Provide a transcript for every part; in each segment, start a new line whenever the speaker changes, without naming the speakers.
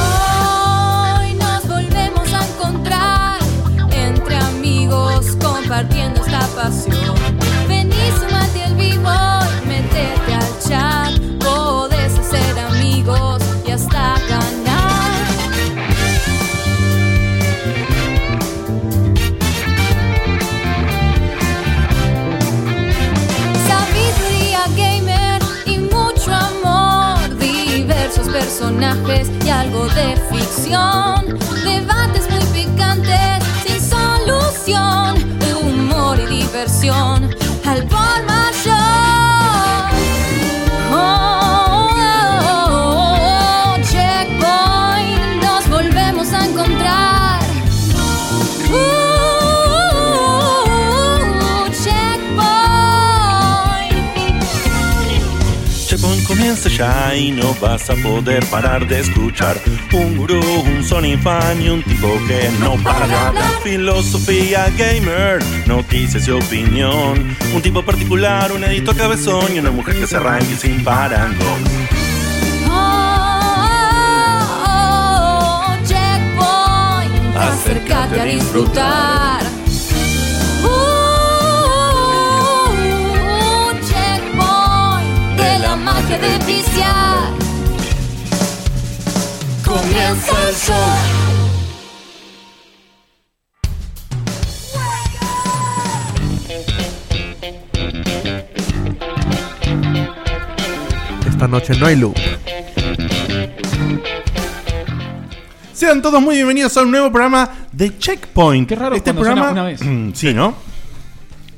Hoy nos volvemos a encontrar entre amigos compartiendo esta pasión. Vení, sumate al vivo y métete al chat. Podés hacer amigos y hasta ganar. Sabiduría gamer y mucho amor, diversos personajes y algo de ficción, debates muy picantes sin solución, humor y diversión al por mayor. Oh, oh, oh, oh, checkpoint, nos volvemos a encontrar. Uh, checkpoint.
Checkpoint comienza ya y no vas a poder parar de escuchar Un gurú, un Sony fan y un tipo que no para de hablar Filosofía gamer, noticias y opinión Un tipo particular, un editor cabezón y una mujer que se arranque sin parangón
Oh, oh, oh, oh, checkpoint, acércate a disfrutar. Uh, checkpoint, de la magia de viciar. Comienza el show.
Esta noche no hay Eh, loop.
Sean todos muy bienvenidos a un nuevo programa de Checkpoint.
Qué raro
este
cuando
programa,
suena una vez.
Mm, Sí, ¿no?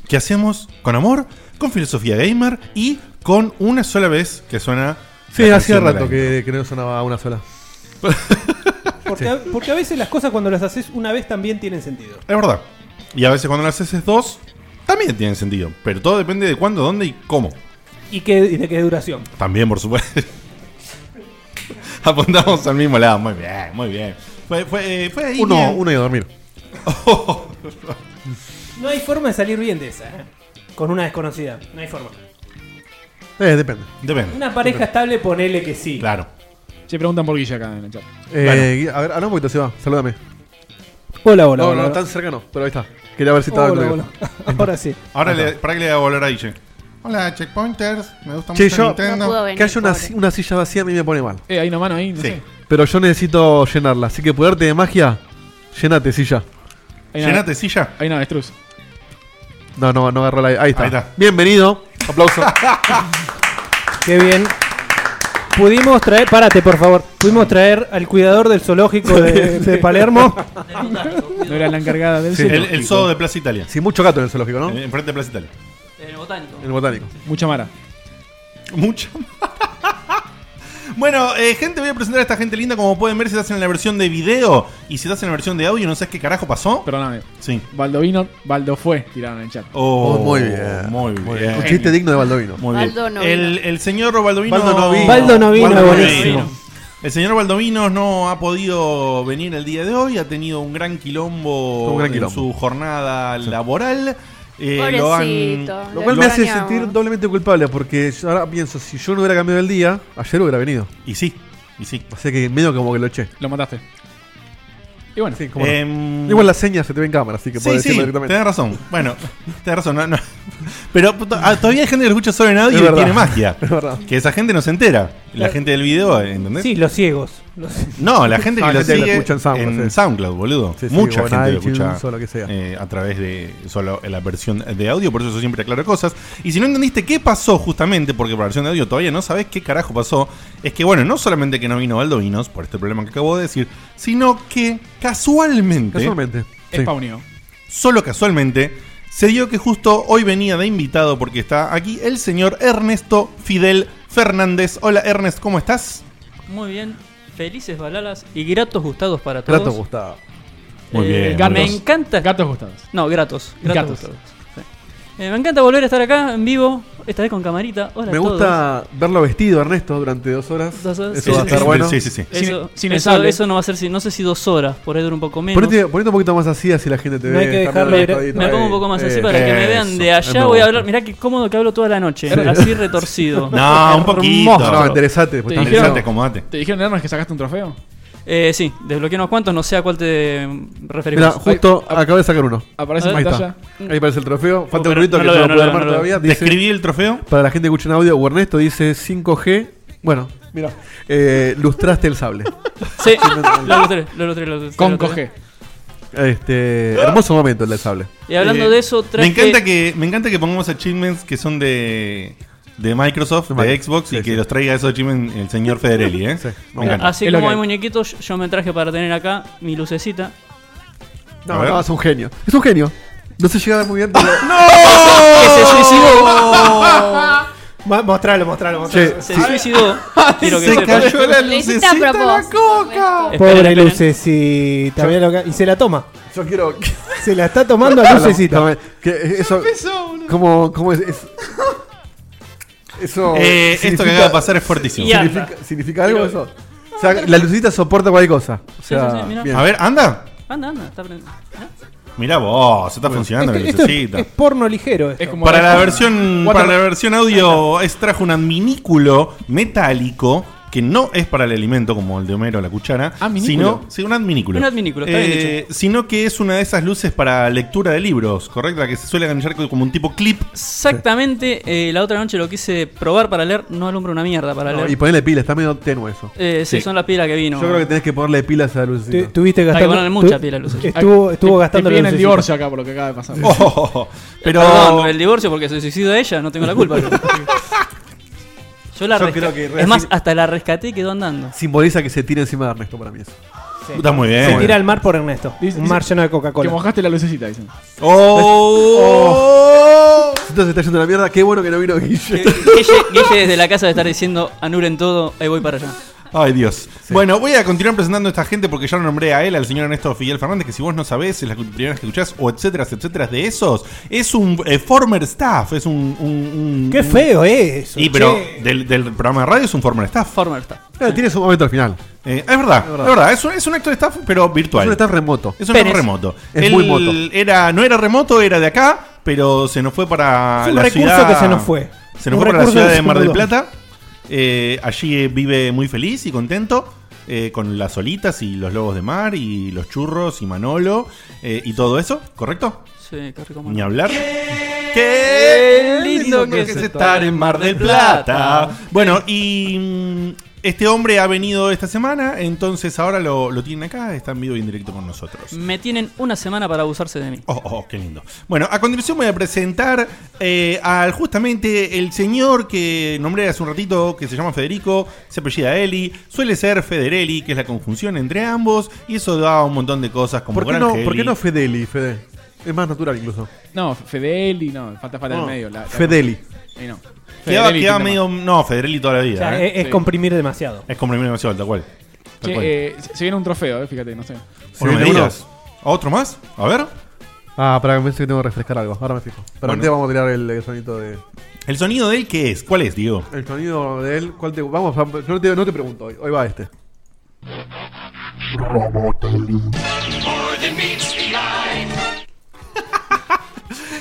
Que hacemos con amor, con filosofía gamer y con una sola vez que suena.
Sí,
la
hacía
canción de
rato
la-
que, que no sonaba una sola.
Porque, a, porque a veces las cosas cuando las haces una vez también tienen sentido.
Es verdad. Y a veces cuando las haces dos, también tienen sentido. Pero todo depende de cuándo, dónde y cómo.
¿Y, qué, y de qué duración?
También, por supuesto. Apuntamos al mismo lado. Muy bien, muy bien. Fue, fue, eh, fue ahí.
Uno,
bien.
uno y a dormir.
No hay forma de salir bien de esa, ¿eh? Con una desconocida. No hay forma.
Eh, depende.
Depende.
Una pareja estable, ponele que sí.
Claro.
Se preguntan por Guilla acá en el chat.
Eh, Gui- A ver, habla un poquito, Seba. Salúdame.
Hola, hola,
no,
hola.
no,
hola.
tan cercano, pero ahí está. Quería ver si estaba
Hola,
contigo.
hola. Ahora sí.
Ahora, le, para que le voy a volver a Guille. Hola, Checkpointers. Me gusta
Che,
mucho
yo-
Nintendo.
No pudo venir,
Que haya una,
pobre.
si- una silla vacía a mí me pone mal.
Eh, hay una mano ahí, no
Sí.
sé.
Pero yo necesito llenarla. Así que poderte de magia, llenate silla.
Hay una,
Llenate silla.
hay una avestruz.
No, no, no agarró la. Ahí está.
Ahí está.
Bienvenido. Aplauso.
Qué bien. Pudimos traer, párate por favor, pudimos traer al cuidador del zoológico de, de Palermo.
No era la encargada del
Sí.
sur.
El, el zoo de Plaza Italia.
Sin mucho gato en el zoológico, ¿no?
Eh, Enfrente de Plaza Italia.
En el Eh, botánico.
En el botánico.
Mucha mara.
Mucho. Bueno, eh, gente, voy a presentar a esta gente linda. Como pueden ver, si estás en la versión de video y si estás en la versión de audio, no sabes qué carajo pasó.
Perdóname.
Sí.
Baldovino, Baldo fue, tiraron en el chat.
Oh,
Oh, muy bien.
Muy bien.
Un chiste digno de Baldovino.
Muy bien.
Baldo no
el, el señor Baldovino.
Baldo no vino.
Baldo no vino,
Baldo no
buenísimo.
vino. El señor Baldovino no ha podido venir el día de hoy. Ha tenido un gran quilombo,
Un gran
en
quilombo.
su jornada laboral. Eh, lo han-
Pobrecito.
Lo cual me hace
extrañamos.
sentir doblemente culpable porque yo ahora pienso, si yo no hubiera cambiado el día, ayer hubiera venido.
Y sí, y sí.
Así que medio como que lo eché.
Lo mataste. Y bueno,
Sí, como no.
Em,
Igual la seña se te ve en cámara, así que
Sí,
puedes
sí,
decirlo directamente.
tenés razón. Bueno, tenés razón. no, no. Pero to- ah, todavía hay gente que lo escucha solo en audio
Es
y
verdad.
tiene magia.
Es verdad.
Que esa gente no se entera. La gente del video, ¿entendés?
Sí, los ciegos. los-
No, la gente que
Ah,
lo
gente que lo
sigue
escucha en SoundCloud,
en
sí.
SoundCloud, boludo.
Sí, sí,
Mucha
o en
gente lo
iTunes,
escucha
o lo que sea.
eh, a través de solo la versión de audio, por eso yo siempre aclaro cosas. Y si no entendiste qué pasó justamente, porque por la versión de audio todavía no sabés qué carajo pasó, es que bueno, no solamente que no vino Baldovinos por este problema que acabo de decir, sino que casualmente,
Casualmente. Sí.
spawneo.
solo casualmente, se dio que justo hoy venía de invitado porque está aquí el señor Ernesto Fidel Fernández. Hola Ernest, ¿cómo estás?
Muy bien. Felices balalas y gratos gustados para todos. Eh,
Grato Gustavo.
Muy bien,
Me
eh,
gratos.
encanta.
Gatos gustados.
no, gratos. Gratos.
Gratos.
gustados. Sí. Eh, me encanta volver a estar acá en vivo, esta vez con camarita. Hola
Me
a todos.
gusta verlo vestido, Ernesto, durante dos horas.
Dos horas.
Eso va a estar bueno.
Sí, sí, sí.
Eso,
Sin- sin
eso-
sable.
eso no va a ser, si- no sé si dos horas, por ahí dura un poco menos.
Ponete, ponete un poquito más así, así la gente te
No
ve.
hay que
estar
dejarlo-
bien acostadito.
Me
Ahí.
pongo un poco más así
Eh,
para que me vean de
eso,
allá. Voy
me
a
gusta.
hablar, mirá qué cómodo que hablo toda la noche, así retorcido.
No, un poquito.
Hermoso.
No, interesate. después
Te
estás
dijeron-
Interesante,
pensando.
acomodate.
¿Te dijeron, Hermes, que sacaste un trofeo?
Eh, sí, desbloqueé unos cuantos, no sé a cuál te referimos.
Mira, justo acabo de sacar uno.
Aparece en
Ahí
pantalla.
Ahí aparece el trofeo. Falta
pero
un grito
no
que
lo
yo
veo, no
no pude
lo veo,
armar
no lo
todavía.
¿Te
Dice-
escribí el trofeo?
Para la gente que escucha en audio, o Ernesto dice 5G. Bueno, mira, eh, lustraste el sable.
Sí, lo logré, lo logré, lo logré.
Con coge.
Este, hermoso momento el del sable.
Y hablando
Eh,
de eso, traje...
Me encanta que, me encanta que pongamos achievements que son de, de Microsoft, de,
Microsoft.
Xbox,
Sí,
y que
sí.
los traiga esos achievements el señor Federelli, ¿eh?
Sí,
Me encanta.
Así
Es lo
como
que
hay
hay.
muñequitos, yo me traje para tener acá mi lucecita.
A
No,
ver.
no, es un genio. Es un genio. No se llega a ver muy bien. pero-
¡Que se suicidó!
Ah.
Ma- Mostralo, mostralo, mostralo.
Se
Ah.
suicidó. Quiero que
Se
sepan.
cayó la
Lo hiciste a
lucecita.
propósito, Ernesto.
Esperen,
Pobre
esperen.
lucecita. mirá lo que- Y se la toma.
Yo quiero.
Se la está tomando a lucecita.
Dame- que eso, ¿cómo, cómo es? es- eso.
Eh, esto que
significa-
acaba de pasar es fuertísimo.
Y anda.
significa, significa algo eso? O sea, la lucita soporta cualquier cosa. O
Sí,
sea,
sí, sí, mirá.
bien.
A ver, anda.
Anda, anda, está prendido.
Mira vos, está funcionando la
Este, Esto es,
lucecita.
es porno ligero. esto.
Es como
Para la versión,
Water-
para la versión audio es trajo un adminículo metálico que no es para el alimento como el de Homero la cuchara,
¿Adminículo?
sino sí, un adminículo. Eh,
Un adminículo, está bien
sino que es una de esas luces para lectura de libros, correcto, la que se suele enganchar como un tipo clip.
Exactamente, eh, la otra noche lo quise probar para leer, no alumbra una mierda para
No,
leer.
y ponerle pila, está medio tenue eso.
Eh, sí,
Sí.
son las pilas que vino.
Yo creo que tenés que ponerle pilas a la
Tu-
lucecita.
Tuviste
que
gastando.
ponerle mucha
tu-
pila a lucecita.
Estuvo, estuvo
te-
gastando
te
la
piden el
lucecita.
divorcio acá por lo que acaba de pasar.
Oh, pero
Perdón, el divorcio porque se suicidó ella, no tengo la culpa. Yo la
Yo
resca-
creo que
Es más,
reci-
hasta la rescaté y quedó andando.
Simboliza que se tira encima de Ernesto para mí eso.
está muy bien.
Se tira al mar por Ernesto.
Dice-
un mar
dice-
lleno de
Que
Coca-Cola.
mojaste la lucecita, dicen.
Oh.
Entonces está yendo a la mierda, qué bueno que no vino Guille.
Guille, Guille desde la casa de estar diciendo anulen todo, ahí voy para allá.
Ay, Dios. Bueno, voy a continuar presentando a esta gente porque ya lo nombré a él, al señor Ernesto Figuel Fernández, que si vos no sabés, es la primera vez que escuchás, o etcétera, etcétera, de esos, es un eh, former staff, es un... un- un-
Qué
un-
feo es.
Y pero del, del programa de radio es un former staff.
Former está.
Ah, tiene su momento al final.
Eh, es verdad, es verdad, es, un, es un acto de staff, pero virtual.
Es un staff remoto.
Es un staff
Pérez.
remoto.
Es
Él
muy moto.
Era, no era remoto, era de acá, pero se nos fue para
Es un
la
recurso
ciudad-
que se nos fue.
Se nos
Un
fue para la
recurso
ciudad
que
de
se
Mar del
mudó.
Plata. Eh, allí eh, vive muy feliz y contento. eh, con las olitas y los lobos de mar y los churros y Manolo eh, y todo eso, ¿correcto?
Sí, qué rico.
Ni
mano.
hablar.
Qué lindo que es estar en Mar del Plata.
Bueno, y mm, este hombre ha venido esta semana, entonces ahora lo, lo tienen acá, está en vivo y en directo con nosotros.
Me tienen una semana para abusarse de mí.
Oh, oh, qué lindo. Bueno, a continuación voy a presentar eh, al justamente el señor que nombré hace un ratito, que se llama Federico, se apellida Eli, suele ser Federelli, que es la conjunción entre ambos, y eso da un montón de cosas como
¿Por qué, no,
Grangeli.
¿Por qué no Fedeli, Fede? Es más natural incluso.
No, Fedeli, no, falta falta en
No,
el medio. la- la-
Fedeli.
Ahí no.
Quedaba,
Fedeli,
quedaba
tema.
medio... No, Federelli toda la vida.
O sea,
¿eh?
es, es
Sí.
comprimir demasiado.
Es comprimir demasiado, tal cual. Tal
Che,
cual.
eh, se se viene un trofeo, eh, fíjate, no sé.
¿O no
¿se
me
viene
digas? ¿Otro más? A ver.
Ah, para que pensé que tengo que refrescar algo. Ahora me fijo. Pero
Bueno.
antes vamos a tirar el, el sonido de.
¿El sonido de él qué es? ¿Cuál es, Diego?
El sonido de él. ¿Cuál te Vamos, vamos, yo no te, no te pregunto hoy. Hoy va este.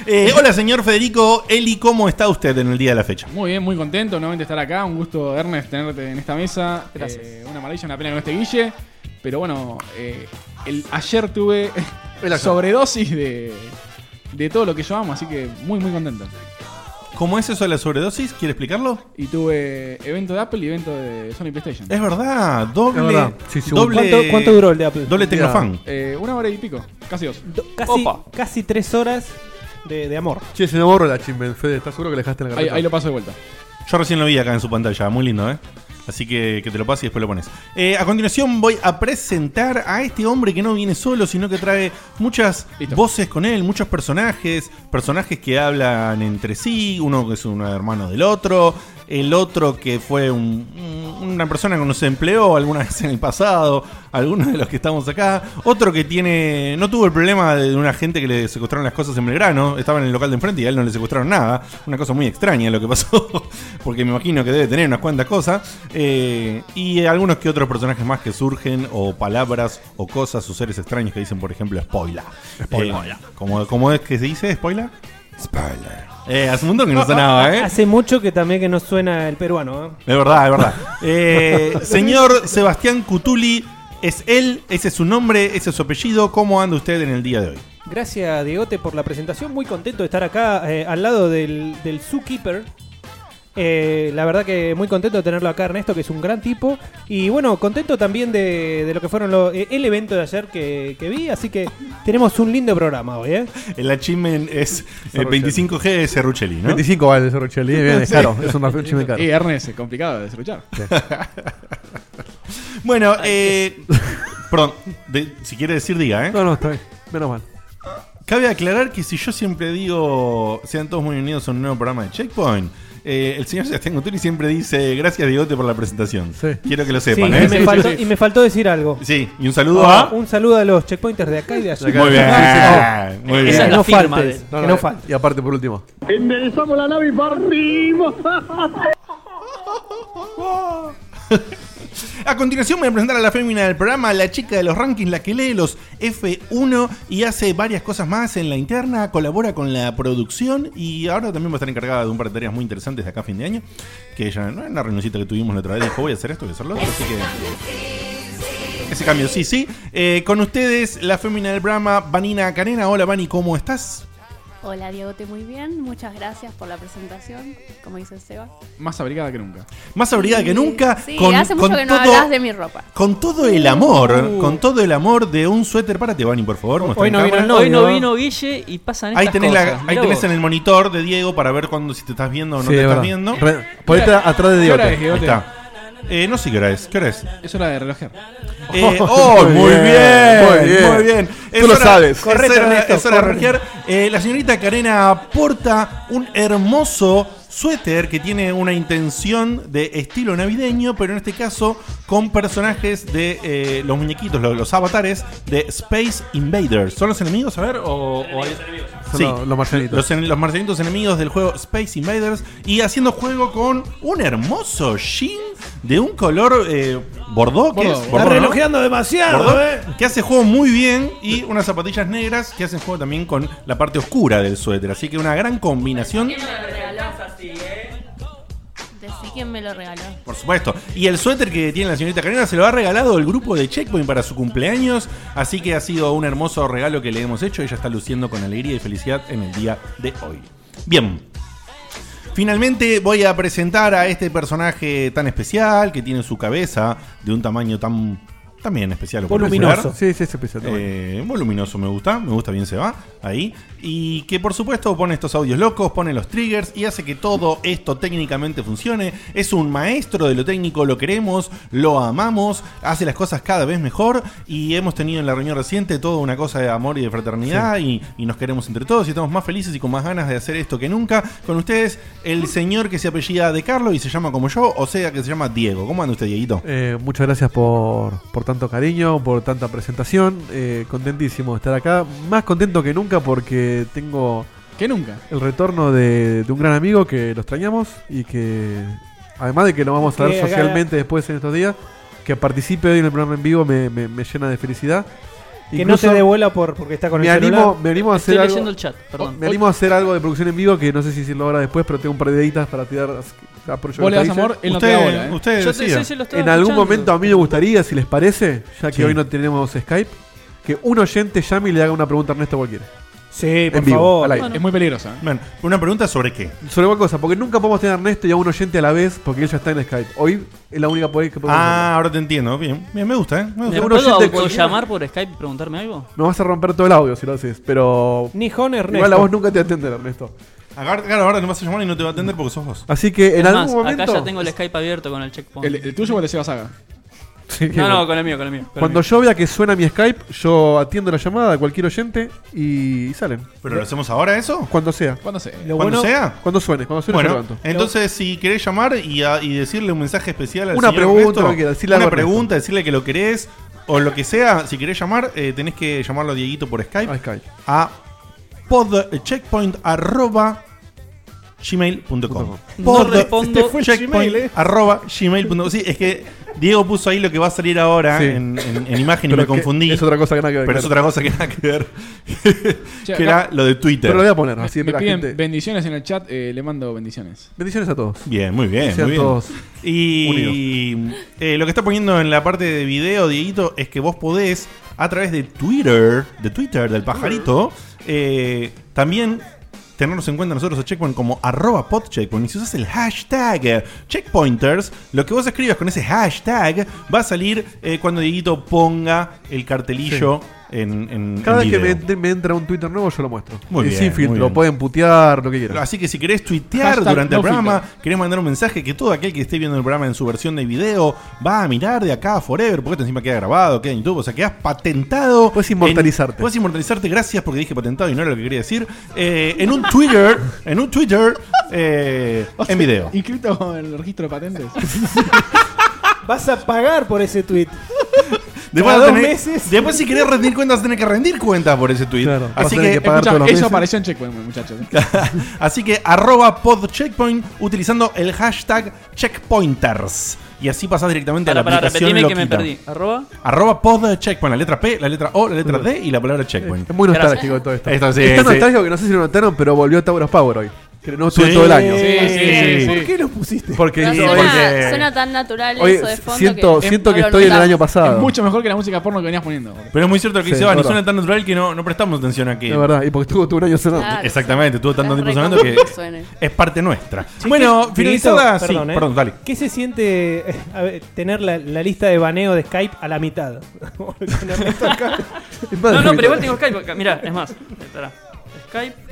Eh, hola, señor Federico Eli, ¿cómo está usted en el día de la fecha?
Muy bien, muy contento nuevamente de estar acá. Un gusto, Ernest, tenerte en esta mesa.
Gracias.
Eh, una maravilla, una pena que no esté Guille. Pero bueno, eh, el, ayer tuve
Ven acá.
sobredosis de, de todo lo que yo amo, así que muy, muy contento.
¿Cómo es eso de la sobredosis? ¿Quiere explicarlo?
Y tuve evento de Apple y evento de Sony PlayStation.
Es verdad, doble.
Es verdad. Sí, sí,
doble
¿Cuánto, cuánto duró el de Apple?
Doble
Mira.
tecnofan.
Eh, una hora y pico, casi dos.
Do- casi,
Opa.
casi tres horas de, de amor.
Che, se me borra la chimben, Fede. ¿Estás seguro que la dejaste en la
Ahí,
carpeta?
ahí lo paso de vuelta.
Yo recién lo vi acá en su pantalla, muy lindo, ¿eh? Así que que te lo pases y después lo pones. Eh, a continuación voy a presentar a este hombre que no viene solo, sino que trae muchas voces con él, muchos personajes, personajes que hablan entre sí, uno que es un hermano del otro, el otro que fue un- un- una persona que nos empleó alguna vez en el pasado, algunos de los que estamos acá, otro que tiene no tuvo el problema de una gente que le secuestraron las cosas en Belgrano, estaba en el local de enfrente y a él no le secuestraron nada, una cosa muy extraña lo que pasó, porque me imagino que debe tener unas cuantas cosas, eh, y algunos que otros personajes más que surgen, o palabras, o cosas, o seres extraños que dicen, por ejemplo, spoiler.
Spoiler.
Eh, ¿cómo, cómo es que se dice spoiler? Spoiler. Eh, hace un montón que no sonaba, ¿eh?
Ah, Hace mucho que también que no suena el peruano. ¿eh?
Es verdad, es verdad. Eh, señor Sebastián Cutuli, es él, ese es su nombre, ese es su apellido. ¿Cómo anda usted en el día de hoy?
Gracias, Diegote, por la presentación. Muy contento de estar acá eh, al lado del, del Zookeeper. Eh, la verdad que muy contento de tenerlo acá, Ernesto, que es un gran tipo. Y bueno, contento también de, de lo que fueron los- eh, el evento de ayer que, que vi. Así que tenemos un lindo programa hoy, ¿eh?
El achievement es eh, 25G de Cerruchelli, ¿no?
25 vale de Cerruchelli, bien, es caro, es un achievement caro.
Y Ernest, es complicado de desluchar.
Bueno, eh, perdón, de- si quiere decir, diga, ¿eh?
No, no, está bien. Menos mal.
Cabe aclarar que si yo siempre digo sean todos muy unidos a un nuevo programa de Checkpoint, eh, el señor Sebastián Cutuli siempre dice gracias, Diegote, por la presentación. Quiero que lo
Sí,
sepan,
y,
¿eh?
me faltó, y me faltó decir algo.
Sí, y un saludo
Ah,
a.
Un saludo a los checkpointers de acá y de allá.
Muy bien, muy bien.
Que no faltes,
No,
que
no, eh,
no faltes.
Y aparte, por último.
Enderezamos la nave para arriba.
A continuación voy a presentar a la fémina del programa, la chica de los rankings, la que lee los F1 y hace varias cosas más en la interna, colabora con la producción y ahora también va a estar encargada de un par de tareas muy interesantes de acá a fin de año, que ella no en la reunioncita que tuvimos la otra vez dijo voy a hacer esto, voy a hacer lo otro, así que... Ese cambio, sí, sí. Eh, con ustedes, la fémina del programa, Vanina Carena. Hola, Vani, ¿cómo estás?
Hola Diegote, muy bien. Muchas gracias por la presentación, como dice Seba.
Más abrigada que nunca.
Más abrigada que nunca.
Sí, hace mucho que no hablas de mi ropa.
Con todo el amor, con todo el amor de un suéter. Párate, Vani, por favor. muestra en cámara.
Hoy no vino Guille y pasan estas
Ahí tenés, la-
cosas.
ahí
Mirá
tenés
vos.
en el monitor de Diego para ver cuando si te estás viendo o no te
Sí, es
estás
verdad.
viendo.
Re- ponete atrás de
¿Qué hora
Diegote.
es, Diegote?
Ahí está. Eh, no sé qué hora es. ¿Qué hora es?
Eso era de relojero.
Eh, ¡Oh, muy bien! Muy bien.
Tú
Es
lo
hora-
sabes.
es
Correcto,
hora-
Ernesto,
es hora de
correcto.
rojear. Eh, la señorita Karena aporta un hermoso suéter que tiene una intención de estilo navideño, pero en este caso con personajes de eh, los muñequitos, los, los avatares de Space Invaders. ¿Son los enemigos? A ver, o... o hay-
Son
Sí.
los, los marcianitos.
Los, en- los marcianitos enemigos del juego Space Invaders y haciendo juego con un hermoso jean de un color eh, bordó, que
Bordó.
es
Está
bordó, ¿no?
demasiado,
Bordó, que hace juego muy bien y unas zapatillas negras que hacen juego también con la parte oscura del suéter. Así que una gran combinación,
Decí quién me lo regaló.
por supuesto. Y el suéter que tiene la señorita Karina se lo ha regalado el grupo de Checkpoint para su cumpleaños. Así que ha sido un hermoso regalo que le hemos hecho. Ella está luciendo con alegría y felicidad en el día de hoy. Bien. Finalmente voy a presentar a este personaje tan especial que tiene su cabeza de un tamaño tan también especial. o
Voluminoso.
particular.
Sí, sí, es especial. está bueno.
Eh, voluminoso me gusta, me gusta bien se va, ahí. Y que por supuesto pone estos audios locos, pone los triggers y hace que todo esto técnicamente funcione. Es un maestro de lo técnico, lo queremos, lo amamos, hace las cosas cada vez mejor y hemos tenido en la reunión reciente toda una cosa de amor y de fraternidad y, y nos queremos entre todos y estamos más felices y con más ganas de hacer esto que nunca. Con ustedes, el señor que se apellida de Carlos y se llama como yo, o sea que se llama Diego. ¿Cómo anda usted, Dieguito?
Eh, muchas gracias por, por tanto cariño, por tanta presentación. Eh, contentísimo de estar acá. Más contento que nunca porque tengo
Que nunca.
el retorno de, de un gran amigo que lo extrañamos y que, además de que lo vamos a ver
Que haga-
socialmente después en estos días, que participe hoy en el programa en vivo me, me- me llena de felicidad.
Que no se devuela por, porque está con
me
el
animo,
celular.
me animo a
Estoy
hacer algo.
leyendo el chat, perdón.
Me animo a hacer algo de producción en vivo que no sé si decirlo ahora después, pero tengo un par de deditas para tirar. aprovecho
Vos
que
le das
está
amor, él no te da bola,
Usted,
¿eh?
usted
Yo te-
decida.
sí, sí, lo estaba
En algún
escuchando.
momento a mí me gustaría, si les parece, ya que
Sí.
hoy no tenemos Skype, que un oyente llame y le haga una pregunta a Ernesto cualquiera.
Sí, por
en vivo,
favor.
al aire.
Es muy peligrosa. ¿eh?
Bueno, una pregunta sobre qué.
Sobre cualquier cosa, porque nunca podemos tener a Ernesto y a un oyente a la vez, porque él ya está en Skype. Hoy es la única por ahí que podemos.
Ah, ahora te entiendo. Bien, bien, me gusta, ¿eh? Me gusta.
¿Me
Seguro
puedo
gente cualquiera.
llamar por Skype y preguntarme algo?
No vas a romper todo el audio si lo haces, pero.
Nijón Ernesto.
Igual la voz nunca te va a atender, Ernesto.
Agar- Claro, ahora no vas a llamar y no te va a atender porque sos vos.
Así que en
Es
algún
más,
momento.
Acá ya tengo el Skype abierto con el checkpoint.
¿El, el tuyo o el de Seba Saga?
Sí,
No,
bueno.
no, con el mío, con el mío. con el
Cuando
mío.
yo vea que suena mi Skype, yo atiendo la llamada de cualquier oyente y salen.
¿Pero lo hacemos ahora eso?
Cuando sea.
¿Cuándo sé?
Lo
¿Cuando
bueno,
sea?
Cuando suene, cuando suene yo
Bueno,
levanto.
entonces si querés llamar y, a- y decirle un mensaje especial al
Una
señor
pregunta,
Ernesto,
lo que quieras, decirle algo
una
a Ernesto.
pregunta, decirle que lo querés o lo que sea, si querés llamar, eh, tenés que llamarlo a Dieguito por Skype
A Skype.
a podcheckpoint.gmail.com
No respondo.
Este fue- Gmail, eh.
gmail.com Sí, es que Diego puso ahí lo que va a salir ahora
Sí.
en, en- en imagen y
Pero
me
que
confundí.
Es otra cosa que nada que ver.
pero es
claro.
otra cosa que nada que ver.
Che, acá
que era lo de Twitter.
Pero lo voy a poner. Así
me, me
la
piden
gente-
bendiciones en el chat, eh, le mando bendiciones.
Bendiciones a todos.
Bien, muy bien.
Sean
muy bien.
todos
Y eh, lo que está poniendo en la parte de video, Dieguito, es que vos podés, a través de Twitter, de Twitter, del pajarito, eh, también tenernos en cuenta nosotros a Checkpoint como arroba podcheckpoint. Y si usas el hashtag eh, checkpointers, lo que vos escribas con ese hashtag va a salir eh, cuando Dieguito ponga el cartelillo en, en-
Cada
en
vez que me,
video.
entre- me entra un Twitter nuevo, yo lo muestro.
Muy
Y
bien,
Sin
muy
filtro.
bien.
Eh, Pueden putear, lo que quieran.
Así que si querés tuitear
Hashtag
durante el
no
programa, querés mandar un mensaje que todo aquel que esté viendo el programa en su versión de video va a mirar de acá a forever, porque esto encima queda grabado, queda en YouTube, o sea, quedás patentado.
Puedes inmortalizarte.
en- puedes inmortalizarte, gracias porque dije patentado y no era lo que quería decir. eh, en un Twitter, en un Twitter, eh, en video.
Inscrito en el registro de patentes.
Vas a pagar por ese tweet.
Después,
cada dos
tenés-
meses.
después si querés rendir cuentas, tenés que rendir cuentas por ese tweet.
Claro, vas a
Así
tener
que,
que pagar
Escuchá,
todos los meses.
eso apareció en Checkpoint, muchachos.
Así que arroba podcheckpoint utilizando el hashtag checkpointers. Y así pasás directamente a
Para,
la
para,
aplicación
repetime que me
loquita.
perdí. Arroba.
Arroba podcheckpoint, la letra P, la letra O, la letra D y la palabra checkpoint.
Es muy
Gracias.
nostálgico todo esto.
Esto sí,
es tan
sí.
nostálgico que no sé si lo notaron, pero volvió Tauros Power hoy. Que no estuvo
Sí.
en todo el año.
Sí, sí, sí.
¿Por qué lo pusiste?
Porque
No,
yo-
es
suena,
que-
suena tan natural
hoy
eso de fondo.
siento,
que
siento
no
que
lo
estoy en el
notamos.
año
Es
pasado.
mucho mejor que la música porno que venías poniendo. boludo.
Pero es muy cierto lo que
Sí,
dice Vani,
verdad.
suena tan natural que no, no prestamos atención a que.
De verdad. Y porque estuvo todo un año sonando.
Claro,
Exactamente, estuvo tanto
es
tiempo
re
sonando
común
que
suene.
es parte nuestra. bueno,
Chiquito,
finalizada. sí,
perdón,
perdón,
eh.
dale.
¿Qué se siente eh, a ver, tener la, la lista de baneo de Skype a la mitad? Con Ernesto acá.
Es más
No, no,
difícil.
pero igual tengo Skype. acá. Mirá, es más. Espera. Skype.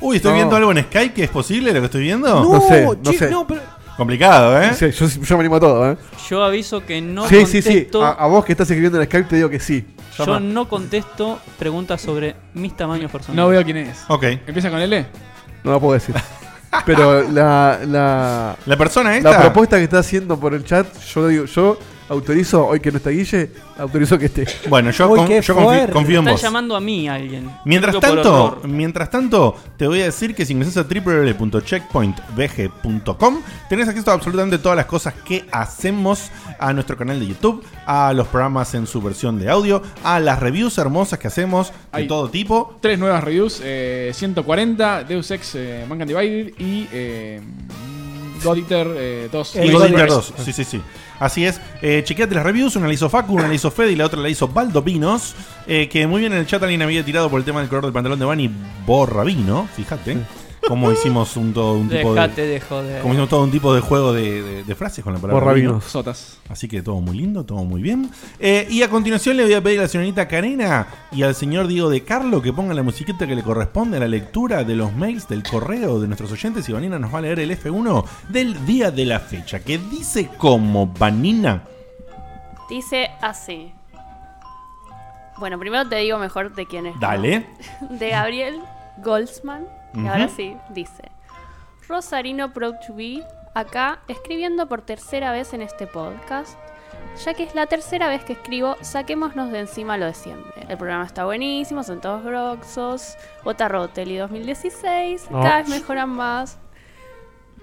Uy, estoy
No.
viendo algo en Skype que es posible lo que estoy viendo.
No sé, no
Oh, che,
sé.
no, pero
Complicado, ¿eh?
Sí, yo, yo me animo a todo, ¿eh?
Yo aviso que no
sí, sí, sí.
contesto.
Ah,
A, a vos que estás escribiendo en Skype te digo que sí.
yo
Llama.
no contesto preguntas sobre mis tamaños personales.
No veo quién es.
Ok.
¿Empieza con L?
No lo puedo decir. Pero la, la,
La persona esta.
la propuesta que está haciendo por el chat, yo digo, yo autorizo, hoy que no está Guille, autorizo que esté.
Bueno, yo,
Uy,
con-
qué
yo confío,
fuerte.
confío en
Están
vos.
llamando a mí alguien.
Mientras
Creo por
tanto,
horror.
mientras tanto, te voy a decir que si ingresas a www.checkpointvg.com tenés acceso a absolutamente todas las cosas que hacemos a nuestro canal de YouTube, a los programas en su versión de audio, a las reviews hermosas que hacemos de
Ahí.
todo tipo.
Tres nuevas reviews: eh, 140, Deus Ex, eh, Mankind Divided y eh, God Eater 2.
Eh,
Y
Ahí.
God
Ahí.
Eater 2. Sí, sí, sí. Así es. Eh, chequeate las reviews. Una la hizo Facu, una la hizo Fede y la otra la hizo Baldovinos. eh, que muy bien en el chat alguien había tirado por el tema del color del pantalón de Bani Borrabino. Fíjate. Cómo hicimos un, todo un tipo de.
Dejate de joder.
Como hicimos todo un tipo de juego de, de- de frases con la palabra.
Por
vino.
rabinos.
Sotas.
Así que todo muy lindo, todo muy bien. Eh, y a continuación le voy a pedir a la señorita Karina y al señor Diego de Carlo que pongan la musiquita que le corresponde a la lectura de los mails del correo de nuestros oyentes. Y Vanina nos va a leer el F1 del día de la fecha, que dice como Vanina.
Dice así. Bueno, primero te digo mejor de quién es.
Dale.
de Gabriel Goldsman. Y
Ujú.
ahora sí, dice. Rosarino Proud to be acá escribiendo por tercera vez en este podcast. Ya que es la tercera vez que escribo, saquémonos de encima lo de siempre. El programa está buenísimo, son todos groxos. Otarrotelli 2016,
No.
cada vez mejoran más.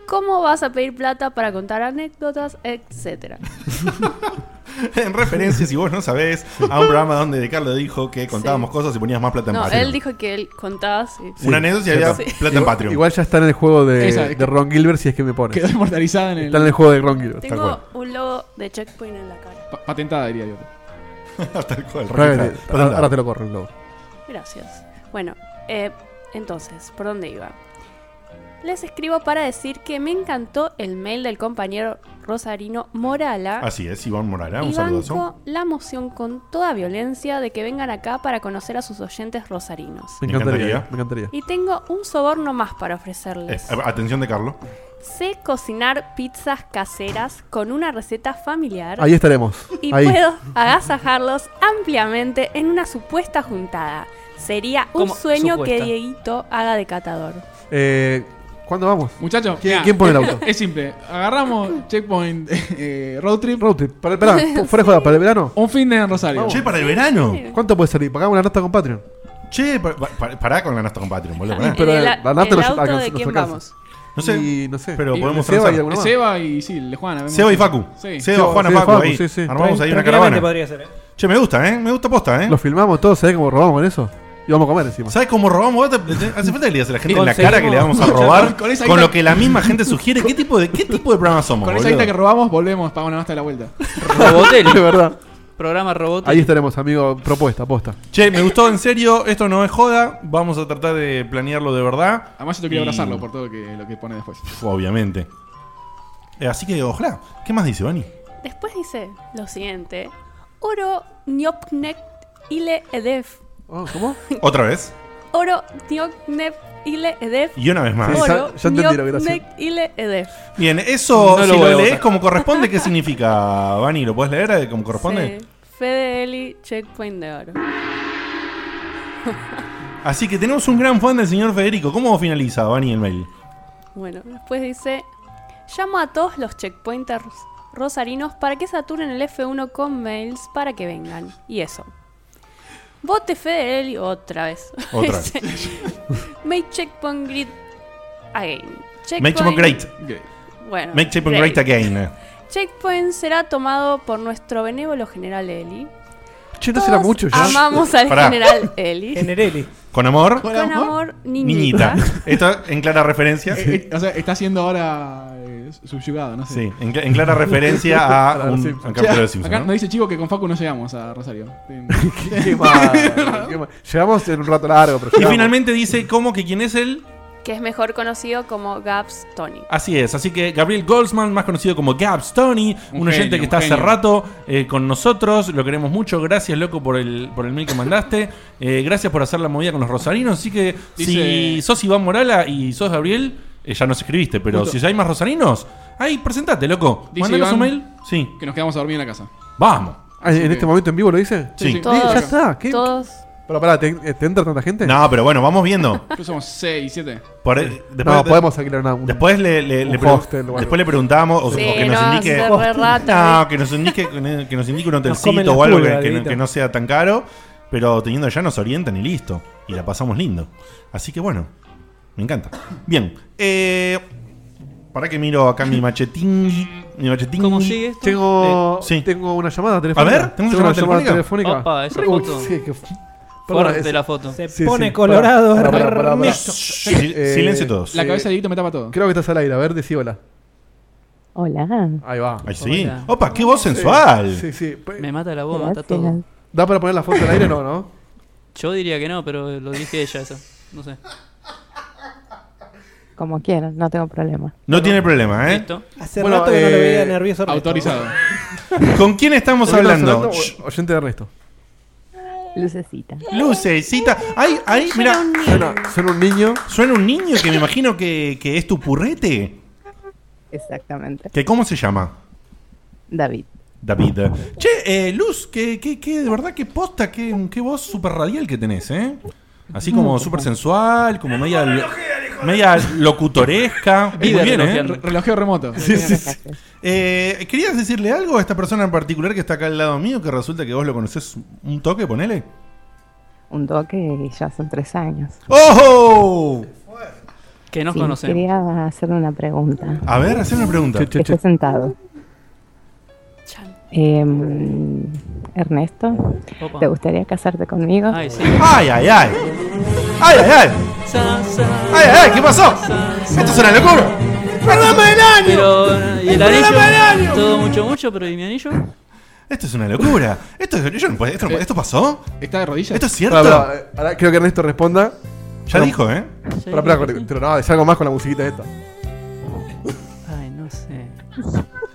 ¿Cómo vas a pedir plata para contar anécdotas, etcétera?
En referencia, si vos no sabés, a un programa donde de Carlo dijo que contábamos cosas y ponías más plata en
No,
Patreon.
él dijo que él contaba así.
Una anécdota y había
Sí.
plata en Patreon.
Igual ya está en el juego de,
Esa, es
de
que-
Ron Gilbert si es que me pones.
Quedó inmortalizada en el.
Está en el juego de Ron Gilbert. tal
Tengo
cual.
un logo de checkpoint en la cara.
pa- patentada, diría yo.
Tal cual,
Ahora,
registrado.
ahora- ahora te lo corro el logo.
Gracias. Bueno, eh, entonces, ¿por dónde iba? Les escribo para decir que me encantó el mail del compañero Rosarino Morala.
Así es, Iván Morara, Ah, un
y banco
saludazo.
la moción con toda violencia de que vengan acá para conocer a sus oyentes rosarinos.
Me encantaría. Me encantaría.
Y tengo un soborno más para ofrecerles.
Eh, atención de Carlos.
Sé cocinar pizzas caseras con una receta familiar.
Ahí estaremos.
Y
Ahí.
puedo agasajarlos ampliamente en una supuesta juntada. Sería un
¿Cómo
sueño que
supuesta?
Dieguito haga de catador.
Eh, ¿Cuándo vamos?
Muchachos,
¿Quién-
mirá,
quién pone el auto?
Es simple. Agarramos checkpoint eh, road trip.
Road trip. Para, pará, fuera de joda, para el verano.
Un fin de en Rosario.
Che, para el verano.
¿Cuánto puede salir? Pagamos una nota con Patreon.
Che, pa- pa- pa- pará con la nasta con Patreon, boludo.
En
pará.
pero
el,
la- la nata
Eh, el
nos
auto
alcanza-
de
nos
quién
alcanza.
vamos.
No sé.
Y no sé.
Pero
Y-
podemos
Seba y
transar.
alguno más.
Seba y sí, el de Juana. vemos.
Seba y Facu.
Sí.
Seba, Juana,
Seba y
Facu.
Facu,
ahí.
sí, sí.
Armamos ahí una
Tranquilamente
caravana.
podría ser. ¿eh?
Che, me gusta, ¿eh? Me gusta posta, ¿eh?
Lo filmamos todo, ¿sabés cómo robamos con eso? Y vamos a comer encima.
¿Sabes cómo robamos? Te- te- te- Hace falta que le digas a la gente en la
Conseguimos-
cara que le vamos a robar
Con esa
con lo
guita-
que la misma gente sugiere. ¿Qué tipo de, qué tipo de programa somos,
Con esa
boludo?
guita que robamos, volvemos para una hasta la vuelta.
Robotel.
De verdad.
Programa Robotel.
Ahí estaremos, amigo. Propuesta, aposta.
Che, me gustó, en serio. Esto no es joda. Vamos a tratar de planearlo de verdad.
Además, yo te quiero
Y-
abrazarlo por todo lo que, lo que pone después.
Pf, Obviamente. Eh, así que ojalá. ¿Qué más dice, Bani?
Después dice lo siguiente. Oro ñopnek ile edef.
Oh, ¿Cómo?
Otra vez.
Oro ñopnek ile edef.
Y una vez más.
Sí,
Oro
ya- ya entendí lo que
ñopnek
era
ile edef.
Bien, eso
No
si
lo voy
lo
a
lees
votar.
como corresponde, ¿qué significa, Bani? ¿Lo puedes leer eh, como corresponde?
Sí. Fede Eli, checkpoint de oro.
Así que tenemos un gran fan del señor Federico. ¿Cómo finaliza, Bani, el mail?
Bueno, después dice, llamo a todos los checkpointers rosarinos para que saturen el F1 con mails para que vengan. Y eso. Vote Fede Eli otra vez.
Otra
Dice, Make checkpoint great again.
Make Checkpoint Great.
Ok.
Bueno,
Make Checkpoint Great again.
Checkpoint será tomado por nuestro benévolo general Eli.
Che, no será
Todos
mucho ya.
Amamos al
Pará.
general Eli.
Genereli.
Con amor,
Con amor, niñita.
niñita. Esto en clara referencia.
Eh, eh, o sea, está siendo ahora eh, subyugado, no sé.
Sí, en, cla- en clara referencia a un, a un
Che,
capítulo de
acá
Simpsons.
nos
¿no?
dice Chico que con Facu no llegamos a Rosario. Em,
Qué mal, qué mal. Llegamos en un rato largo, pero
Y
llegamos.
finalmente dice cómo que quién es él.
Que es mejor conocido como Gaps Tony.
Así es, así que Gabriel Goldsman, más conocido como Gabs Tony, un,
Un genio,
oyente que
un
está hace
genio.
rato eh, con nosotros, lo queremos mucho, gracias loco por el, por el mail que mandaste, Eh, gracias por hacer la movida con los rosarinos, así que si
Dice-
sos Iván Morala y sos Gabriel, eh, ya nos escribiste, pero
Justo.
si ya hay más rosarinos, ahí presentate loco,
Dice
mandanos
Iván-
un mail, sí,
que nos quedamos a dormir en la casa.
vamos.
Ah, ¿En este momento en vivo lo dice?
Sí.
Todos,
Ya
Ah,
está, ¿qué?
todos
Pero pará, ¿te, eh, te entra tanta gente?
No, pero bueno, vamos viendo.
Nosotros somos 6, 7.
Por- eh, después,
No, podemos alquilar una. un-
Después le, le- le
Un
pregun-
hostel o algo.
después le preguntamos o,
Sí,
o que nos
no,
indique
se re rata.
No, que nos indique que nos indique un
comen
hotelcito
las
o algo que,
pulgas,
que no,
Dieguito.
que no sea tan caro, pero teniendo allá nos orientan y listo y la pasamos lindo. Así que bueno, me encanta. Bien, eh, para que miro acá mi machetín, mi machetín.
¿Cómo sigue esto?
Tengo,
Eh, sí.
tengo una llamada telefónica.
A ver, ¿tengo una llamada
telefónica.
Opa, esa
Uy,
foto.
sí, que- Perdón,
Fuerte
es-
la foto.
Se
Sí,
pone
sí,
colorado.
pará, pará, pará, pará.
Ernesto.
Sil-
Eh,
silencio todos.
La
Sí.
cabeza de Dieguito me tapa todo.
Creo que estás al aire. A ver, decí hola.
Hola.
Ahí va.
Ay, sí. Oh,
Hola.
Opa, qué voz sensual.
Sí, sí.
pues.
Pe-
Me mata la voz, mata
Gracias.
todo.
¿Da para poner la foto al aire no, no?
Yo diría que no, pero lo dije ella eso. No sé.
Como quieran, no tengo problema.
No tiene problema, ¿eh?
Listo.
Hace
Bueno,
rato que no lo
eh,
veía nervioso. Ernesto.
Autorizado.
¿Con quién estamos hablando? Shh.
Oy- Oyente de Ernesto.
Lucecita.
Lucecita. Ay, ay, mira.
Suena, suena un niño.
Suena un niño que me imagino que, que es tu purrete.
Exactamente.
¿Que ¿Cómo se llama?
David.
David. Che, eh, Luz, que, que, que de verdad que posta, que, que voz super radial que tenés, ¿eh? Así
Mm.
como súper sensual, como media, lo- media locutoresca. Eh,
Vida
muy bien,
relojeando.
¿eh?
Re- Relojeo remoto.
Gracias.
Eh, ¿Querías decirle algo a esta persona en particular que está acá al lado mío, que resulta que vos lo conocés un toque, ponele?
Un toque y ya son tres años.
¡Oh!
Que nos
Sí,
conocemos.
quería hacer una pregunta.
A ver, hacer una pregunta.
Che, che,
Estoy
che.
sentado.
Chan.
Em, Ernesto,
Opa.
¿te gustaría casarte conmigo?
Ay, sí.
¡Ay, ay, ay! ¡Ay, ay, ay!
Sa, sa,
¡Ay, ay, ay! ¿Qué pasó?
sa,
¡Esto es
sa.
una locura! ¡Programa del año!
Pero, ¿y el anillo? Todo mucho, mucho, pero ¿y mi anillo?
Esto es una locura. Pues, Esto, es- yo no puedo- esto, no puedo- ¿esto pasó.
¿Está de rodillas?
Esto es
Eh. Pará,
cierto.
pará, eh, pará, creo que Ernesto responda.
Ya dijo, ¿eh?
Ya
Pará, pará,
dijo, sí.
pero no, es algo más con la musiquita esta.
Ay, no sé.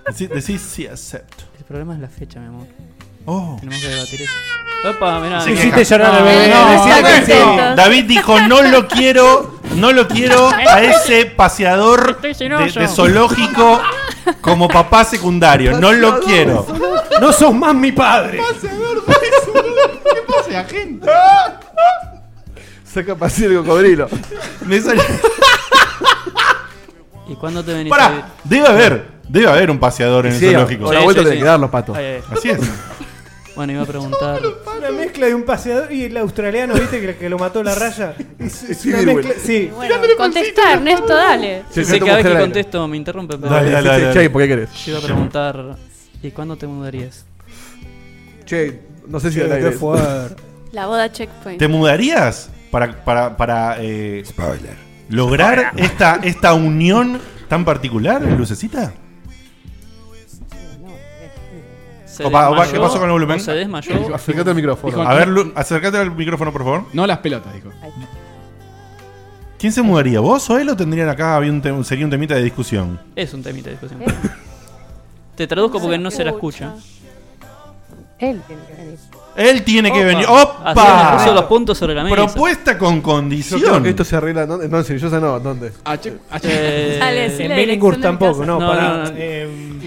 Decí, decí sí, acepto.
El problema es la fecha, mi amor.
Oh.
Tenemos que debatir eso. Opa, mirá. Ah,
Se queja. No, no. David dijo, no lo quiero, no lo quiero a ese paseador
Estoy
de,
sin hoyo.
de zoológico como papá secundario. No lo quiero.
No sos más mi padre.
¿Qué pasa, gente?
Saca pasear el cocodrilo.
Me salió-
¿Y cuándo te venís? a vivir?
Pará, debe haber, debe haber un paseador en
Sí,
el zoológico.
a la vuelta tiene que dar los patos.
Ay, ay, ay.
Así es.
Bueno, iba a preguntar.
Una mezcla de un paseador y el australiano, ¿viste? Que, que lo mató la raya. Es, es
Sí,
una
Virgüen.
mezcla. Sí.
Bueno, contesta Ernesto, dale.
Sí,
Sí, cada vez
sí, mujer
que
al aire.
contesto me interrumpe, pero
Dale, dale, dale.
Che, ¿por qué querés?
yo iba a preguntar. ¿Y cuándo te mudarías?
Che, no sé si
Che,
al
qué
aire.
fuerte.
La boda checkpoint.
¿Te mudarías para, para, para eh, lograr esta, esta unión tan particular, Lucecita?
¿Se
Opa, opa,
desmayó
¿qué pasó con el volumen?
o ¿Se desmayó?
Acércate al micrófono.
A ver, Lu- acércate al micrófono, por favor.
No las pelotas, dijo.
¿Quién se mudaría? ¿Vos o él o tendrían acá? Había un tem- sería un temita de discusión.
Es un temita de discusión. Te traduzco porque no se la escucha.
Él tiene que venir.
Él tiene que venir.
Así le puso los
¡Opa!
puntos sobre la mesa.
Propuesta con
Yo creo
condición.
que esto se arregla. No, no en serio, yo sé no, ¿dónde?
Ah,
A check- a check-
Eh,
Dale, sí.
En
La
Billinghurst
dirección
tampoco,
del
no,
caso.
pará.
No, no, no.
Eh,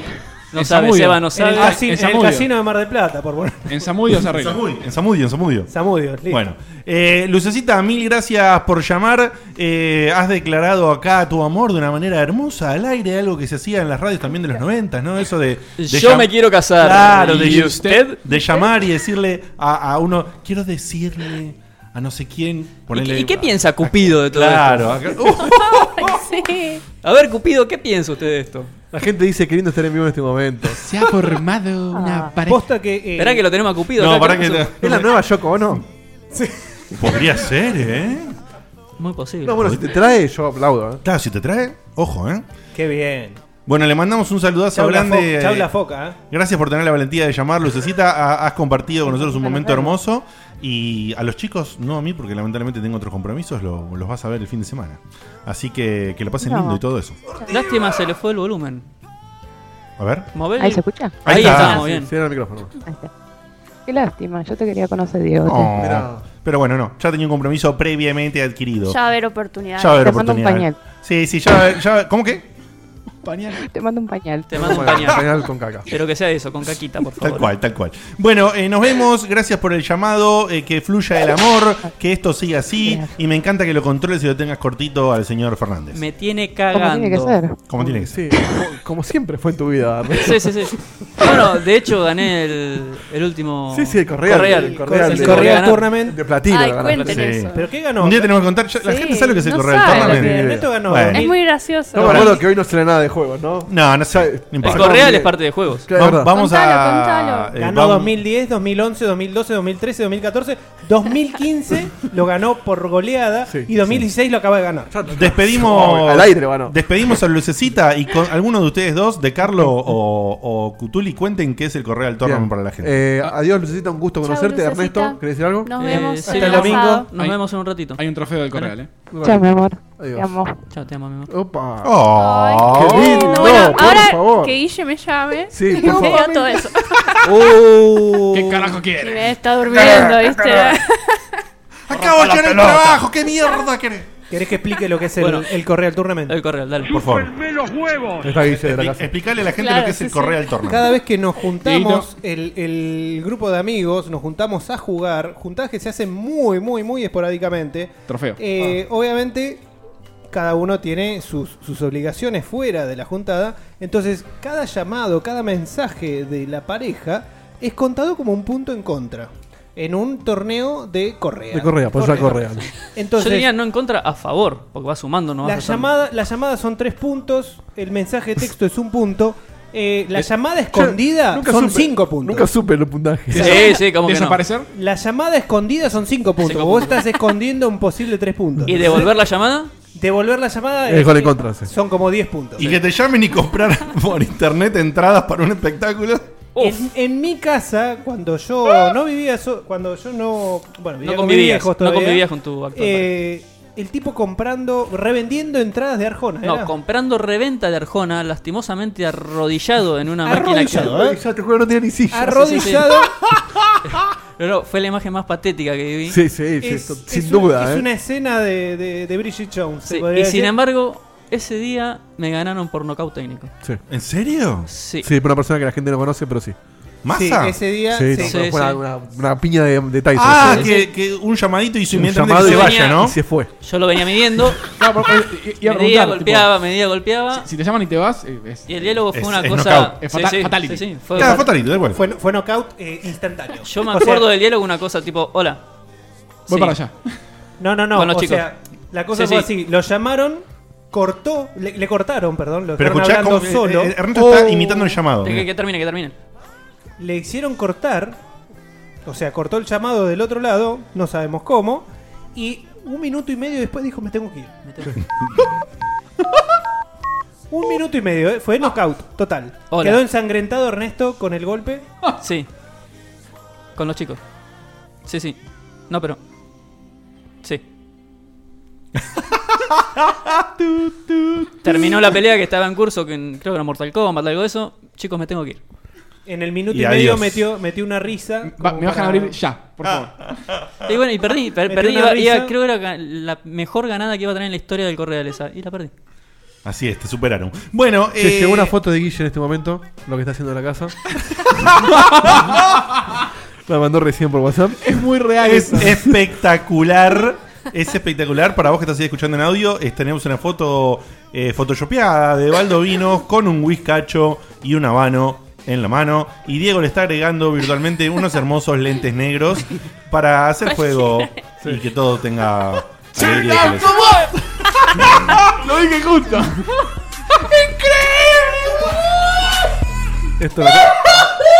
no
en
sabe,
Zamudio.
Seba no
en el,
sabe.
casi-
en
en el
Zamudio.
casino de Mar del Plata, por poner.
En Samudio se arregla.
En Samudio, en Samudio.
Samudio, listo.
Bueno, eh, Lucecita, mil gracias por llamar. Eh, has declarado acá tu amor de una manera hermosa al aire, algo que se hacía en las radios también de los 90, ¿no? Eso de. de
Yo
llam-
me quiero casar.
Claro,
¿Y
de,
usted?
de llamar y decirle a, a uno, quiero decirle a no sé quién.
¿Y,
ponerle-
qué- y qué piensa Cupido de todo
Claro, acá- Uh,
Ay, sí.
esto? A ver, Cupido, ¿qué piensa usted de esto?
La gente dice que lindo estar en vivo en este momento.
Se ha formado
Ah.
una pareja.
Posta que. eh,
Verá que lo tenemos a Cupido.
no,
acá,
para
¿qué
que.
pasó?
¿Es la nueva Yoko o no?
Podría ser, ¿eh?
Muy posible.
No, bueno, si te trae, yo aplaudo. ¿eh?
Claro, si te trae, ojo, ¿eh?
Qué bien.
Bueno, le mandamos un saludazo a
Chau la,
Blande,
fo- chau
eh,
la foca, ¿eh?
Gracias por tener la valentía de llamar, Lucecita. Ha- Has compartido con nosotros un momento hermoso. Y a los chicos, no a mí, porque lamentablemente tengo otros compromisos, lo- los vas a ver el fin de semana. Así que que la pasen
No.
lindo y todo eso.
Lástima, se le fue el volumen.
A ver.
Mover
¿Ahí se escucha?
Ahí,
Ahí está.
estamos, bien.
Ah, Cierra el micrófono.
Ahí está. Qué lástima, yo te quería conocer, Diego.
Oh.
Mirá.
Pero bueno, no. Ya tenía un compromiso previamente adquirido.
Ya va a haber oportunidad.
Ya va a haber
Te mando un
oportunidad. ¿eh?
pañal.
Sí, sí, ya va a haber- ya va- ¿Cómo que?
Te, te mando un pañal.
Te mando un
Bueno,
pañal.
pañal con caca.
Pero que sea eso, con caquita, por favor.
Tal cual, tal cual. Bueno, eh, nos vemos. Gracias por el llamado. eh, que fluya el amor. Que esto siga así. Y me encanta que lo controles y lo tengas cortito al señor Fernández.
Me tiene
Como
cagando.
tiene que ser.
Como tiene que ser.
Sí, como, como siempre fue en tu vida. Arne.
Sí, sí, sí. Bueno, de hecho gané el, el último.
Sí, sí, el Correal. El Correal.
Sí, sí,
El
de-
Correa
ganar.
Tournament.
De platino.
Ay,
la ganaste.
cuenten
Sí.
eso.
¿Pero qué ganó?
Un día tenemos que contar. ya- la
Sí,
gente sabe lo que es el
no
correo
sabe lo
del
que
Tournament.
Ernesto ganó. ¿eh?
Bueno.
Es muy gracioso.
No me acuerdo que hoy no se le nada de juegos, ¿no?
No, no sé. no
El
importa.
Correal es parte de juegos.
Claro, es
Va-
verdad.
Vamos a.
Contalo,
eh,
Ganó
vamos-
2010, 2011, 2012, 2013, 2014. 2015 lo ganó por goleada
Sí,
y 2016 lo acaba de ganar.
Despedimos.
Al aire, bueno.
Despedimos a Lucecita y con alguno de ustedes dos, de Carlo o, o Cutuli, cuenten qué es el correo del Tournament
Bien.
para la gente.
Eh, adiós, Lucecita, un gusto
Chau,
conocerte.
Lucecita.
Ernesto, ¿querés decir algo?
Nos
Eh,
vemos
sí,
el
hasta el domingo.
sábado.
Nos
Hay-
vemos en un ratito.
Hay un trofeo del Correal, eh.
Chao, mi amor.
Adiós.
Te amo.
Chao, te amo, mi amor.
Opa.
Oh.
Qué lindo,
Bueno,
por
ahora
favor.
que Guille me llame,
Sí,
me
por favor.
dio todo eso.
Uh.
¿Qué carajo
Y
quiere?
me está durmiendo, ¿viste?
Acabo de llegar el trabajo, qué mierda querés.
¿Querés que explique lo que es el,
Bueno.
el Correa Tournament?
El Correal, dale.
Por favor,
los huevos!
Está Guille de la
expli-
casa.
explicale a la gente
Claro,
lo que es
sí,
el
sí.
correo del Tournament.
Cada vez que nos juntamos, el, el grupo de amigos, nos juntamos a jugar, juntadas que se hacen muy, muy, muy esporádicamente.
Trofeo.
Eh,
Ah.
Obviamente, cada uno tiene sus, sus obligaciones fuera de la juntada. Entonces, cada llamado, cada mensaje de la pareja es contado como un punto en contra. En un torneo de Correa.
De Correa, por eso a Correa.
Entonces,
Yo diría no en contra, a favor, porque va sumando, no va
la
restando.
llamada, las llamadas son tres puntos, el mensaje de texto es un punto, eh, la llamada escondida
Nunca
son
supe-
cinco puntos.
Nunca supe los puntajes.
Sí, sí, como que no.
¿Desaparecer?
La llamada escondida son cinco puntos.
Cinco
Vos
puntos.
estás escondiendo un posible tres puntos.
¿Y devolver la llamada?
Devolver la llamada eh,
Es gol en contra, sí.
son como 10 puntos. eh.
Y que te llamen y comprar por internet entradas para un espectáculo.
En, en mi casa, cuando yo no vivía so- cuando yo no, bueno, vivía
No
con mis
convivías,
viejos
no
todavía,
convivías con tu actual
eh, el tipo comprando, revendiendo entradas de Arjona.
No,
¿era?
comprando reventa de Arjona, lastimosamente arrodillado en una
Arrodillado,
máquina.
¿eh? Arrodillado, te
Este
juro, no tenía ni silla.
Sí, sí, sí.
Arrodillado.
No, no, fue la imagen más patética que vi.
Sí, sí, sí,
Es-
esto- sin
es un-
duda.
Es
¿eh?
una escena de, de- de Bridget Jones. se
Sí,
podría
Y sin
decir.
embargo, ese día me ganaron por nocaut técnico.
Sí.
¿En serio?
Sí.
Sí, por una persona que la gente no conoce, pero sí.
¿Massa? Sí, ese día,
Sí,
sí.
no,
Sí,
fue Una,
sí.
una- una piña de, de Tyson.
Ah,
Sí.
que, que un llamadito hizo
Un
inmediatamente
llamado
que se
y
vaya,
venía-
¿no?
y se fue. eh,
Yo lo venía midiendo. medía,
iba a preguntar,
golpeaba, medía, golpeaba.
Si, si te llaman y te vas, eh, es-
Y el diálogo fue
es-
una
es
cosa.
knockout. Es fata-
sí, sí,
fatality.
sí, sí, fue-
Claro, fatality, da igual.
Fue, fue knockout eh, instantáneo.
Yo me
O sea,
acuerdo del diálogo una cosa tipo, hola.
Voy
Sí.
para allá. No, no, no.
Con los
o
chicos.
sea, la cosa
Sí,
fue
sí.
así. Lo llamaron, cortó, le, le cortaron, perdón. Lo
Pero
estaban
escuchá
hablando
cómo- eh,
solo.
eh, Ernesto está
Oh.
imitando el llamado.
Que, que termine, que termine.
Le hicieron cortar, o sea, cortó el llamado del otro lado, no sabemos cómo, y un minuto y medio después dijo, me tengo que ir. un minuto y medio, ¿eh? fue knockout, total.
Hola.
Quedó ensangrentado Ernesto con el golpe.
Sí. Con los chicos. Sí, sí. No, pero. Sí. Terminó la pelea que estaba en curso, que en- creo que era Mortal Kombat, algo de eso. Chicos, me tengo que ir.
En el minuto
Y
y, medio
adiós.
metió, metió una risa.
Va-
como
me bajan a abrir ya,
Ah.
por favor. Y bueno, y perdí, per-
Metió
perdí,
una
iba- iba-
risa.
creo que era ga- la mejor ganada que iba a tener en la historia del Correo de esa. Y la perdí.
Así es, te superaron. Bueno,
Che,
eh,
llegó una foto de Guille en este momento, lo que está haciendo en la casa. la mandó recién por WhatsApp.
Es muy real.
Es
eso.
espectacular. Es espectacular. Para vos que estás ahí escuchando en audio, es- tenemos una foto eh, photoshopeada de Baldovino con un whiskacho y un habano en la mano. Y Diego le está agregando virtualmente unos hermosos lentes negros para hacer juego y que todo tenga. alegría y felicidad.
Lo dije justo.
Esto no,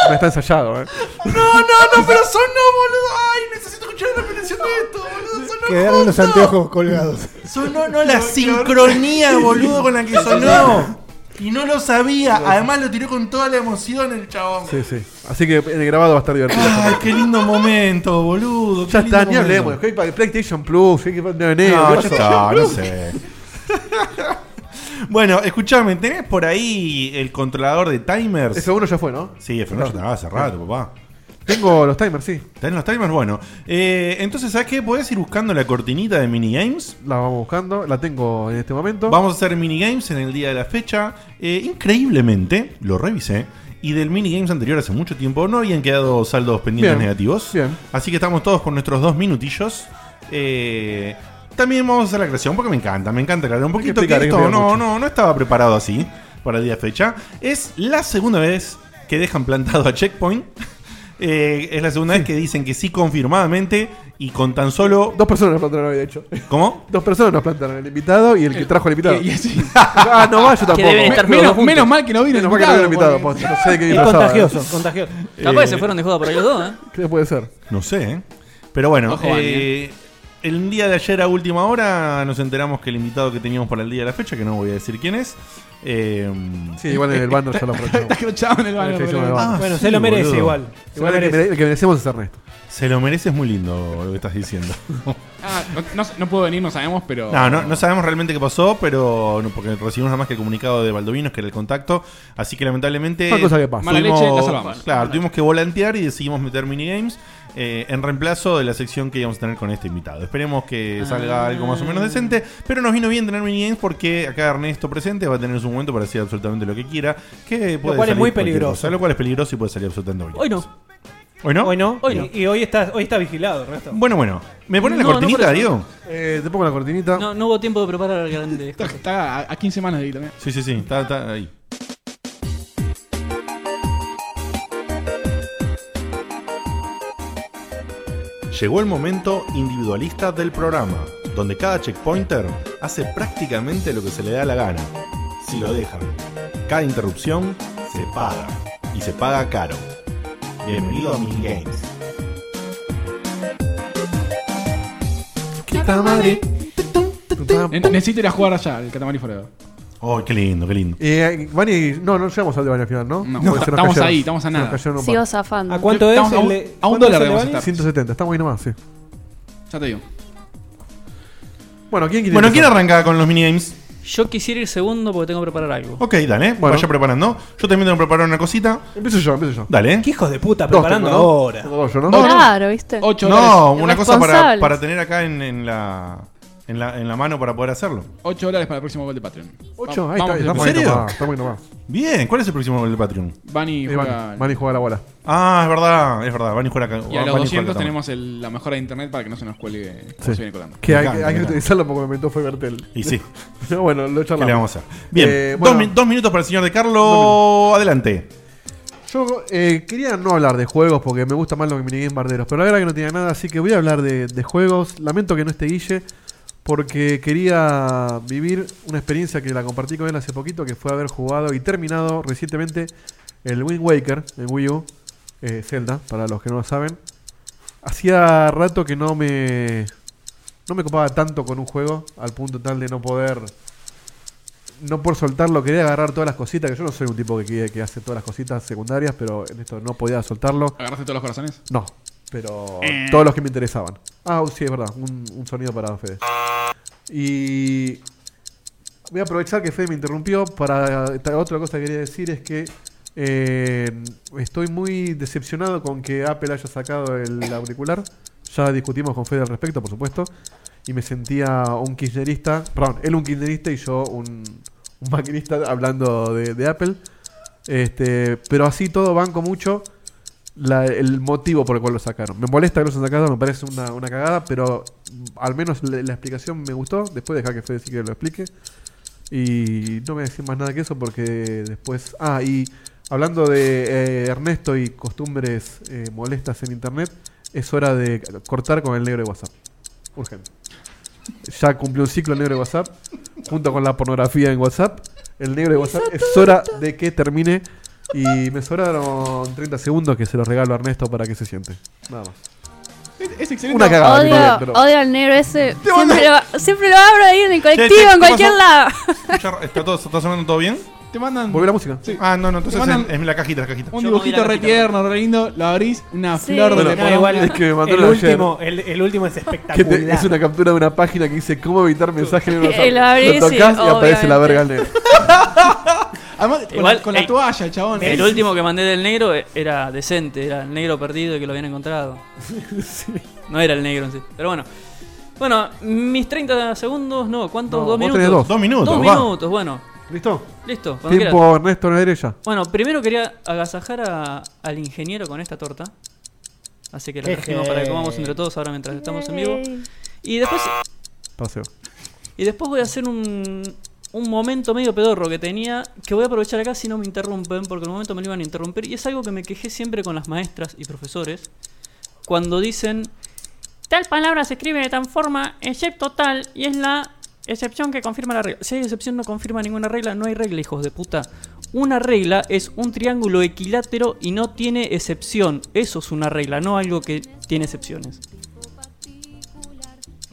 no está ensayado, eh.
No, no, no, pero son no, boludo. Ay, necesito escuchar la repetición de esto, boludo. Sonó
Quedaron los anteojos colgados.
Sonó, no, la sincronía, boludo, con la que sonó. Y no lo sabía. Además lo tiró con toda la emoción el chabón.
Sí, sí. Así que el grabado va a estar divertido.
Ay, qué lindo momento, boludo.
ya
qué
está,
lindo
ni hablemos.
momento.
que hay para- PlayStation Plus, hay que poner en enero,
No,
¿qué
ya
pasó?
está, no sé. Bueno, escuchame, ¿tenés por ahí el controlador de timers?
F1 ya fue, ¿no?
Sí, F1 ya estaba hace rato, papá.
Tengo los timers, sí.
¿Tenés los timers? Bueno. Eh, entonces, ¿sabes qué? ¿Podés ir buscando la cortinita de minigames?
La vamos buscando, la tengo en este momento.
Vamos a hacer minigames en el día de la fecha. Eh, increíblemente, lo revisé. Y del minigames anterior hace mucho tiempo no habían quedado saldos pendientes
Bien,
negativos. Así que estamos todos con nuestros dos minutillos. Eh, también vamos a hacer la creación porque me encanta, me encanta crear un
que
poquito.
explicar,
que
hay que
esto
explicar
no,
mucho.
no, no estaba preparado así para el día de fecha. Es la segunda vez que dejan plantado a Checkpoint. Eh, es la segunda vez que dicen que sí confirmadamente y con tan solo...
Dos personas nos plantaron hoy, de hecho.
¿Cómo?
Dos personas nos plantaron, el invitado y el que trajo el invitado.
y- y así.
ah, no va yo
Que
tampoco.
deben estar Me- todos menos- juntos. menos mal que no vino el
Menos mal que no vino el
invitado,
invitado, posta, No sé de qué
Es
disfrazaba,
contagioso,
eh.
contagioso.
Capaz que se
Eh,
fueron de joda por ahí los dos, ¿eh?
¿Qué puede ser?
No sé, ¿eh? Pero bueno,
Ojo, Dani,
eh, el día de ayer a última hora nos enteramos que el invitado que teníamos para el día de la fecha, que no voy a decir quién es. eh,
Sí, igual en el banner ya lo aprovechamos.
Está crochado en el banner,
Sí, sí,
boludo.
banner.
Bueno, se lo merece igual. Se
Igual
lo
el que,
merece.
mere- el que merecemos es Ernesto.
Se lo merece, es muy lindo lo que estás diciendo.
Ah, no, no- no puedo venir, no sabemos, pero.
No, no, no sabemos realmente qué pasó, pero no, porque recibimos nada más que el comunicado de Baldovinos, que era el contacto. Así que lamentablemente.
Son cosas que pasan.
Mala
tuvimos-
leche, la salvamos.
Claro, tuvimos que volantear y decidimos meter minigames eh, en reemplazo de la sección que íbamos a tener con este invitado. Esperemos que salga
Ah.
algo más o menos decente, pero nos vino bien tener minigames porque acá Ernesto presente va a tener su momento para hacer absolutamente lo que quiera. Que puede
cual es
salir
muy
cualquier
peligroso.
cosa, lo cual es peligroso y puede salir absolutamente bien.
Hoy no.
¿Hoy no?
Hoy no.
Hoy
y,
no.
y hoy está, hoy está vigilado, Ernesto.
Bueno, bueno. ¿Me ponen la
No, no, por
cortinita,
eso.
Diego?
Eh, te pongo la cortinita.
No, no hubo tiempo de preparar grandes
Está, está a, a 15 semanas de ahí también.
Sí, sí, sí. Está, está ahí. Llegó el momento individualista del programa, donde cada checkpointer hace prácticamente lo que se le da la gana, si lo dejan. Cada interrupción se paga, y se paga caro. Bienvenido a Minigames.
Quita madre.
Ne- Necesito ir a jugar allá, el Catamarán Forever.
Oh, qué lindo, qué lindo.
Eh, Bani, no, no llegamos al de Bani al final, ¿no?
No,
Porque se nos
estamos
cayeron.
ahí, estamos a
Se nos
nada.
cayeron un par.
Sigo zafando.
¿A cuánto es?
Estamos a un-
el de-
a un
cuánto
dólar
es el de
debemos
Bani?
estar.
170, estamos ahí nomás, sí.
Ya te digo.
Bueno, ¿quién
Bueno, ¿quién arranca con los minigames?
Yo quisiera ir segundo porque tengo que preparar algo.
Ok, dale,
Bueno.
vaya preparando. Yo también tengo que preparar una cosita.
Empiezo yo, empiezo yo.
Dale.
¿Qué hijos de puta
Dos
preparando
tengo, ¿no?
ahora?
Tengo dos yo, ¿no?
Claro, ¿viste?
no, una cosa para,
Irresponsables.
para tener acá en, en la, en, la, en la mano para poder hacerlo.
8 dólares para el próximo gol de Patreon.
Ocho,
Va-
ahí está,
vamos,
está
Felipe.
poquito más, está poquito más.
Bien, ¿cuál es el próximo gol de Patreon?
Bani
Eh,
juega.
Bani, Bani juega la bola.
Ah, es verdad, es verdad. Van a jugar acá.
Y a
Bani
los
juega
200
acá.
tenemos el- la mejora de internet para que no se nos cuelgue. como
Sí.
se viene colgando.
Que
Me
hay, que-
encanta,
hay
me
que
encanta.
utilizarlo porque me fue Bertel.
Y sí.
Pero bueno, lo charlamos.
¿Qué le vamos a hacer? Bien,
Eh,
dos
bueno,
min- dos, minutos para el señor de Carlo. Adelante.
Yo eh, quería no hablar de juegos porque me gusta más los minigames barderos, pero la verdad que no tenía nada, así que voy a hablar de, de juegos. Lamento que no esté Guille, porque quería vivir una experiencia que la compartí con él hace poquito, que fue haber jugado y terminado recientemente el Wind Waker en Wii U, eh, Zelda, para los que no lo saben. Hacía rato que no me. No me copaba tanto con un juego, al punto tal de no poder no por soltarlo, quería agarrar todas las cositas, que yo no soy un tipo que, quiere- que hace todas las cositas secundarias, pero en esto no podía soltarlo.
¿Agarraste todos los corazones?
No, pero
Eh.
todos los que me interesaban. Ah, sí, es verdad, un, un sonido para Fede. Y voy a aprovechar que Fede me interrumpió para esta- otra cosa que quería decir es que eh, estoy muy decepcionado con que Apple haya sacado el auricular. Ya discutimos con Fede al respecto, por supuesto. Y me sentía un kirchnerista, perdón, él un kirchnerista y yo un, un maquinista hablando de, de Apple. Este, pero así todo banco mucho la- el motivo por el cual lo sacaron. Me molesta que lo hayan sacado, me parece una, una cagada, pero mm, al menos la, la explicación me gustó. Después deja que Fede sí que lo explique. Y no voy a decir más nada que eso porque después... Ah, y hablando de eh, Ernesto y costumbres eh, molestas en Internet, es hora de cortar con el negro de WhatsApp. Urgente. Ya cumplió un ciclo el negro de WhatsApp, junto con la pornografía en WhatsApp. El negro de WhatsApp es hora de que termine. Y me sobraron 30 segundos que se los regalo a Ernesto para que se siente. Nada más.
Es, es excelente.
Una cagada. que tenía,
Odio,
pero-
odio al negro ese. Siempre lo, siempre lo abro ahí en el colectivo, en cualquier lado.
lado. ¿Está, todo, ¿Está sonando todo bien?
Te mandan.
Volvió la música.
Sí.
Ah, no, no, entonces
Te mandan
es, es la cajita, la cajita.
Un dibujito re tierno, re lindo. Lo abrís, una flor de
No, igual, el,
ayer.
último, el, el último es
Que te-
espectacular.
es una captura de una página que dice cómo evitar mensajes en el WhatsApp.
Y Eh, lo abrís,
Lo tocas
sí,
y aparece la
obviamente.
verga al negro.
Además, con,
Igual,
la, con la
ey,
toalla, chabón.
El
Es-
último que mandé del negro eh, era decente, era el negro perdido y que lo habían encontrado. No era el negro en sí. Pero bueno. Bueno, mis 30 segundos, no, ¿cuántos?
No,
dos,
vos
minutos?
tenés dos. Dos minutos,
Dos
va.
minutos, bueno.
¿Listo?
Listo, cuando
Tiempo
quieras.
Ernesto en la derecha.
Bueno, primero quería agasajar a- al ingeniero con esta torta. Así que la
Jeje.
trajimos para que comamos entre todos ahora mientras estamos en vivo. Y después,
Paseo.
y después voy a hacer un, un momento medio pedorro que tenía, que voy a aprovechar acá si no me interrumpen, porque en el momento me lo iban a interrumpir. Y es algo que me quejé siempre con las maestras y profesores, cuando dicen,
Tal palabra se escribe de tal forma, excepto tal, y es la
excepción que confirma la regla. Si hay excepción no confirma ninguna regla, no hay regla, hijos de puta. Una regla es un triángulo equilátero y no tiene excepción. Eso es una regla, no algo que tiene excepciones.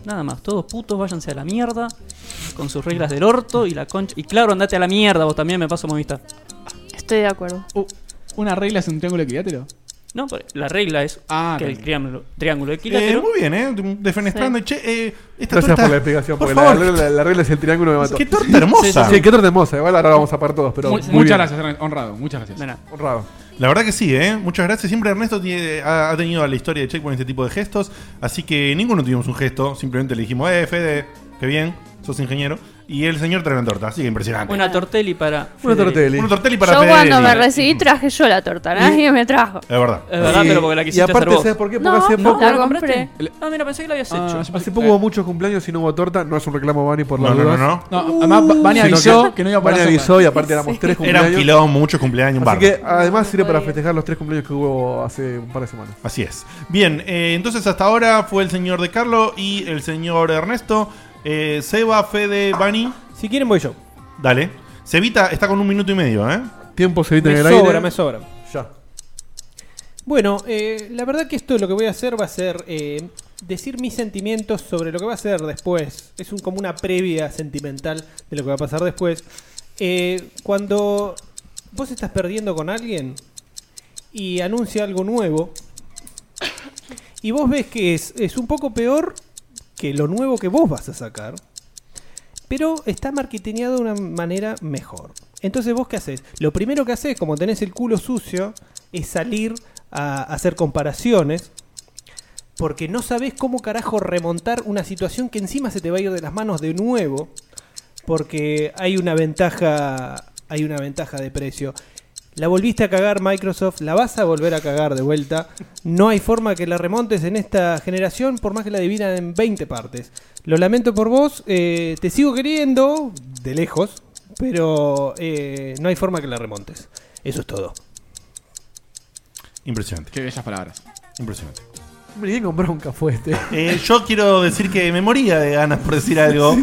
Nada más, todos putos, váyanse a la mierda con sus reglas del orto y la concha. Y claro, andate a la mierda, vos también me paso movista.
Estoy de acuerdo.
Uh, ¿Una regla es un triángulo equilátero?
No, pero la regla es
Ah,
que el
claro.
triángulo, triángulo
Eh,
equilátero.
muy bien, ¿eh? Defenestrando.
Sí.
Che, eh, esta
Gracias
torta-
por la explicación,
por
porque la,
favor.
regla- la regla es el triángulo me mató.
Qué torta hermosa.
Sí, qué torta hermosa. Igual ahora la vamos a parar todos, pero.
Mu-
muy
muchas
bien.
Muchas gracias, honrado. Muchas gracias.
Honrado.
La verdad que sí, ¿eh? Muchas gracias. Siempre Ernesto tiene- ha, ha tenido a la historia de Checkpoint este tipo de gestos. Así que ninguno tuvimos un gesto. Simplemente le dijimos, eh, Fede, qué bien, sos ingeniero. Y el señor trae una torta. Así que impresionante.
Una tortelli para.
Una
Federico.
tortelli. Una tortelli para
Yo cuando
Federici.
me recibí traje yo la torta, nadie me trajo.
Es verdad.
Es verdad,
Y-
pero porque la
y
quisiste
aparte,
hacer vos.
¿sabes por qué?
No,
Porque hace
no,
poco.
la compré.
Ah, mira, pensé que lo habías hecho.
Hace poco hubo muchos cumpleaños y no hubo torta. No es un reclamo, Bani, por la
No, no,
dudas.
no,
no. No, además, Ba- Bani
Sino
avisó que no iba a poder
Bani
hacer
avisó
nada.
y aparte éramos tres
Era
cumpleaños.
un quilombo, muchos cumpleaños, un
Así
bardo.
que además sirve para festejar los tres cumpleaños que hubo hace un par de semanas.
Así es. Bien, eh, entonces hasta ahora fue el señor de Carlo y el señor Ernesto. Eh, Seba, Fede, Bani.
Si quieren, voy yo.
Dale. Cevita está con un minuto y medio, ¿eh?
Tiempo Cevita
Me sobra, me sobra.
Ya.
Bueno, eh, la verdad que esto lo que voy a hacer va a ser eh, decir mis sentimientos sobre lo que va a ser después. Es un, como una previa sentimental de lo que va a pasar después. Eh, cuando vos estás perdiendo con alguien y anuncia algo nuevo y vos ves que es, es un poco peor que lo nuevo que vos vas a sacar pero está marketeado de una manera mejor. Entonces, ¿vos qué haces? Lo primero que haces, como tenés el culo sucio, es salir a hacer comparaciones porque no sabés cómo carajo remontar una situación que encima se te va a ir de las manos de nuevo, porque hay una ventaja, hay una ventaja de precio. La volviste a cagar Microsoft, la vas a volver a cagar de vuelta. No hay forma que la remontes en esta generación, por más que la dividan en 20 partes. Lo lamento por vos, eh, te sigo queriendo, de lejos, pero eh, no hay forma que la remontes. Eso es todo.
Impresionante.
Qué bellas palabras.
Impresionante.
Bien con bronca fue este.
Eh, yo quiero decir que me moría de ganas por decir algo.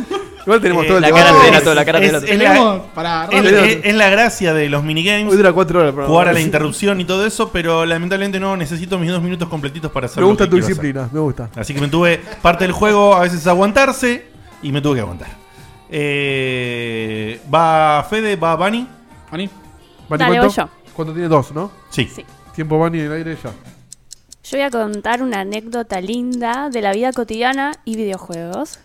Igual tenemos todo el
la
debate.
cara
Es-
de Nato, la cara de
es-
Nato.
es la-
Tenemos
para
es, es- es la gracia de los minigames.
Hoy dura cuatro horas el programa.
Jugar a la interrupción y todo eso, pero lamentablemente no necesito mis dos minutos completitos para hacer
Me
lo
gusta
que
tu
quiero
disciplina, me gusta.
Así que me tuve parte del juego a veces aguantarse y me tuve que aguantar. Eh, va Fede, va Bani.
Bani.
Vani,
Dale,
¿cuánto?
voy
¿Cuánto tiene dos, no?
Sí.
Tiempo Bani en el aire ya.
Yo voy a contar una anécdota linda de la vida cotidiana y videojuegos.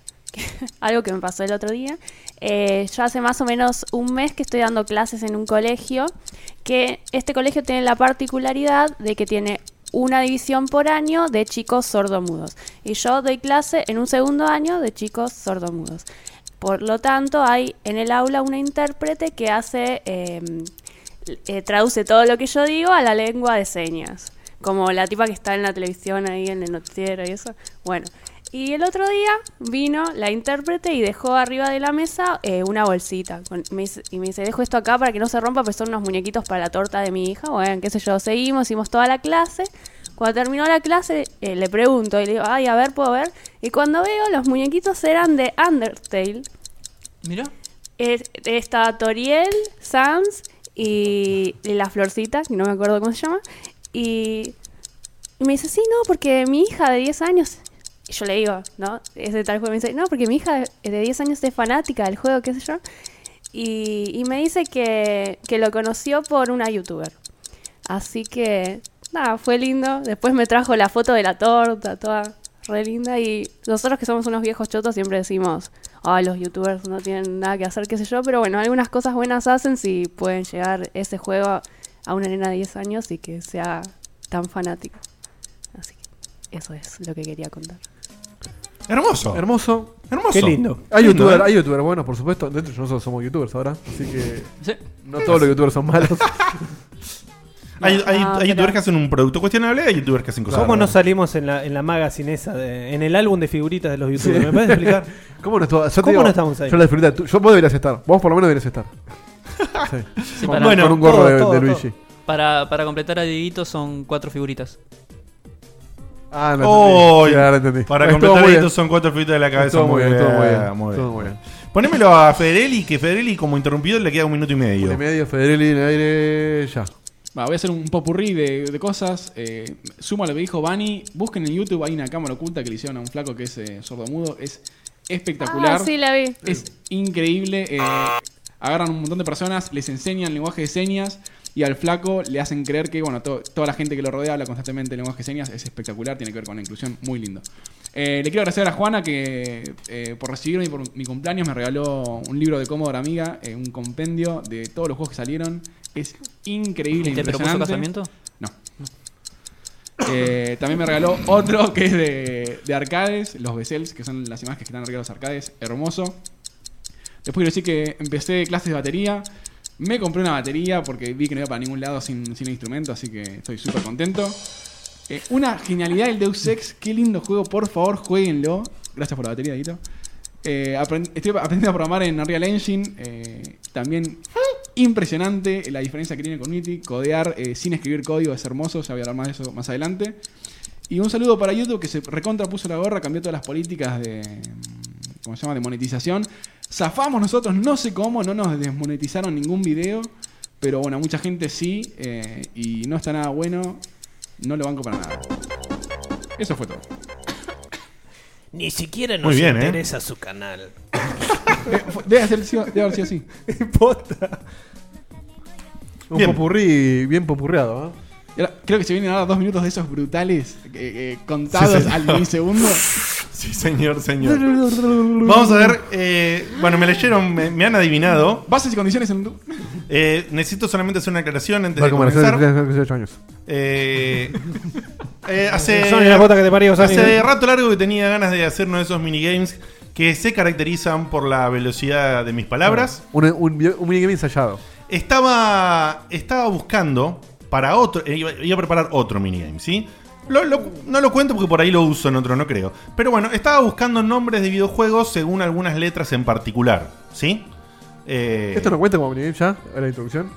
Algo que me pasó el otro día. Eh, yo hace más o menos un mes que estoy dando clases en un colegio, que este colegio tiene la particularidad de que tiene una división por año de chicos sordomudos. Y yo doy clase en un segundo año de chicos sordomudos. Por lo tanto, hay en el aula una intérprete que hace em, eh, traduce todo lo que yo digo a la lengua de señas. Como la tipa que está en la televisión ahí en el noticiero y eso. Bueno, y el otro día vino la intérprete y dejó arriba de la mesa eh, una bolsita. Con- me dice- y me dice, dejo esto acá para que no se rompa, pues son unos muñequitos para la torta de mi hija. Bueno, qué sé yo, seguimos, hicimos toda la clase. Cuando terminó la clase eh, le pregunto y le digo, ay, a ver, puedo ver. Y cuando veo, los muñequitos eran de Undertale.
Mira.
Es- Está Toriel, Sans y la florcita, que no me acuerdo cómo se llama. Y, y me dice, sí, no, porque mi hija de 10 años... Y yo le digo, ¿no? Es de tal juego. Me dice, no, porque mi hija de de 10 años es fanática del juego, qué sé yo. Y, y me dice que, que lo conoció por una youtuber. Así que, nada, fue lindo. Después me trajo la foto de la torta, toda re linda. Y nosotros que somos unos viejos chotos siempre decimos, ah, los youtubers no tienen nada que hacer, qué sé yo. Pero bueno, algunas cosas buenas hacen si pueden llegar ese juego a una nena de 10 años y que sea tan fanático. Así que eso es lo que quería contar.
Hermoso.
Hermoso.
Hermoso. Qué lindo.
Hay
Lindo,
youtubers,
¿eh?
hay youtubers buenos, por supuesto. De hecho, nosotros somos youtubers ahora. Así que.
Sí.
No todos los youtubers son malos.
Hay, hay-
No,
hay
pero-
youtubers que hacen un producto cuestionable, hay youtubers que hacen cosas.
¿Cómo no
buenas.
salimos en la, en la magazine esa, de- en el álbum de figuritas de los youtubers? ¿Me puedes explicar?
¿Cómo no, estu- yo te
¿Cómo
digo,
no estamos ahí?
Yo la disfruté. Tú- Yo vos deberías estar. Vos por lo menos deberías estar. Sí. con,
para-
con un gorro de, de Luigi.
Para, para completar a Dieguito son cuatro figuritas.
Ah,
no.
Oh,
Sí, ahora entendí.
Para
Estuvo
completar
muy bien.
esto son cuatro filitas de la cabeza.
Estuvo muy bien, estuvo muy bien, estuvo muy
Ponémelo a Federelli, que Federelli como interrumpido le queda un minuto y medio.
De medio, Federelli en el aire ya.
Va, voy a hacer un popurrí de, de cosas. Eh, sumo a lo que dijo Bani. Busquen en YouTube, hay una cámara oculta que le hicieron a un flaco que es eh, sordomudo. Es espectacular.
Ah, sí, la vi.
Es increíble. eh, agarran un montón de personas, les enseñan lenguaje de señas y al flaco le hacen creer que, bueno, to- toda la gente que lo rodea habla constantemente lenguaje de señas. Es espectacular, tiene que ver con la inclusión, muy lindo. Eh, le quiero agradecer a Juana que eh, por recibirme y por mi cumpleaños me regaló un libro de Commodore Amiga, eh, un compendio de todos los juegos que salieron. Es increíble.
¿Y te propuso
impresionante.
casamiento?
No. Eh, también me regaló otro que es de, de arcades, los Besels, que son las imágenes que están arriba de los arcades, hermoso. Después quiero decir que empecé clases de batería, me compré una batería porque vi que no iba para ningún lado sin, sin instrumento, así que estoy súper contento. Eh, una genialidad del Deus Ex, qué lindo juego, por favor, jueguenlo. Gracias por la batería, Dito. Eh, estoy aprendiendo a programar en Unreal Engine, eh, también impresionante la diferencia que tiene con Unity. Codear eh, sin escribir código es hermoso, ya voy a hablar más de eso más adelante. Y un saludo para YouTube que se recontra puso la gorra, cambió todas las políticas de. mm, ¿Cómo se llama? De monetización. Zafamos nosotros, no sé cómo, no nos desmonetizaron ningún video. Pero bueno, mucha gente sí, eh, y no está nada bueno. No lo banco para nada. Eso fue todo.
Ni siquiera
nos Muy bien, ¿eh? interesa
su canal.
Debe, haber sido- debe haber sido así.
Un
Bien.
popurrí bien popurreado, ¿eh?
Y ahora, creo que se vienen ahora dos minutos de esos brutales eh, eh, contados al milisegundo.
Sí, señor, señor. Vamos a ver. eh, bueno, me leyeron, me, me han adivinado.
Bases y condiciones en Honduras.
Eh, necesito solamente hacer una aclaración antes
Va a
de comenzar.
comenzar desde 18 años.
Eh, eh, hace
Sony, la puta que te parió, ¿eh? Sony.
hace rato largo que tenía ganas de hacer uno de esos minigames que se caracterizan por la velocidad de mis palabras.
Un, un, video- un minigame ensayado.
Estaba, estaba buscando para otro. eh, Iba, iba a preparar otro minigame, ¿sí? Lo- lo- no lo cuento porque por ahí lo uso en otro, no creo. Pero bueno, estaba buscando nombres de videojuegos según algunas letras en particular, ¿sí? Eh,
¿Esto no cuenta como minigame ya? ¿A la introducción?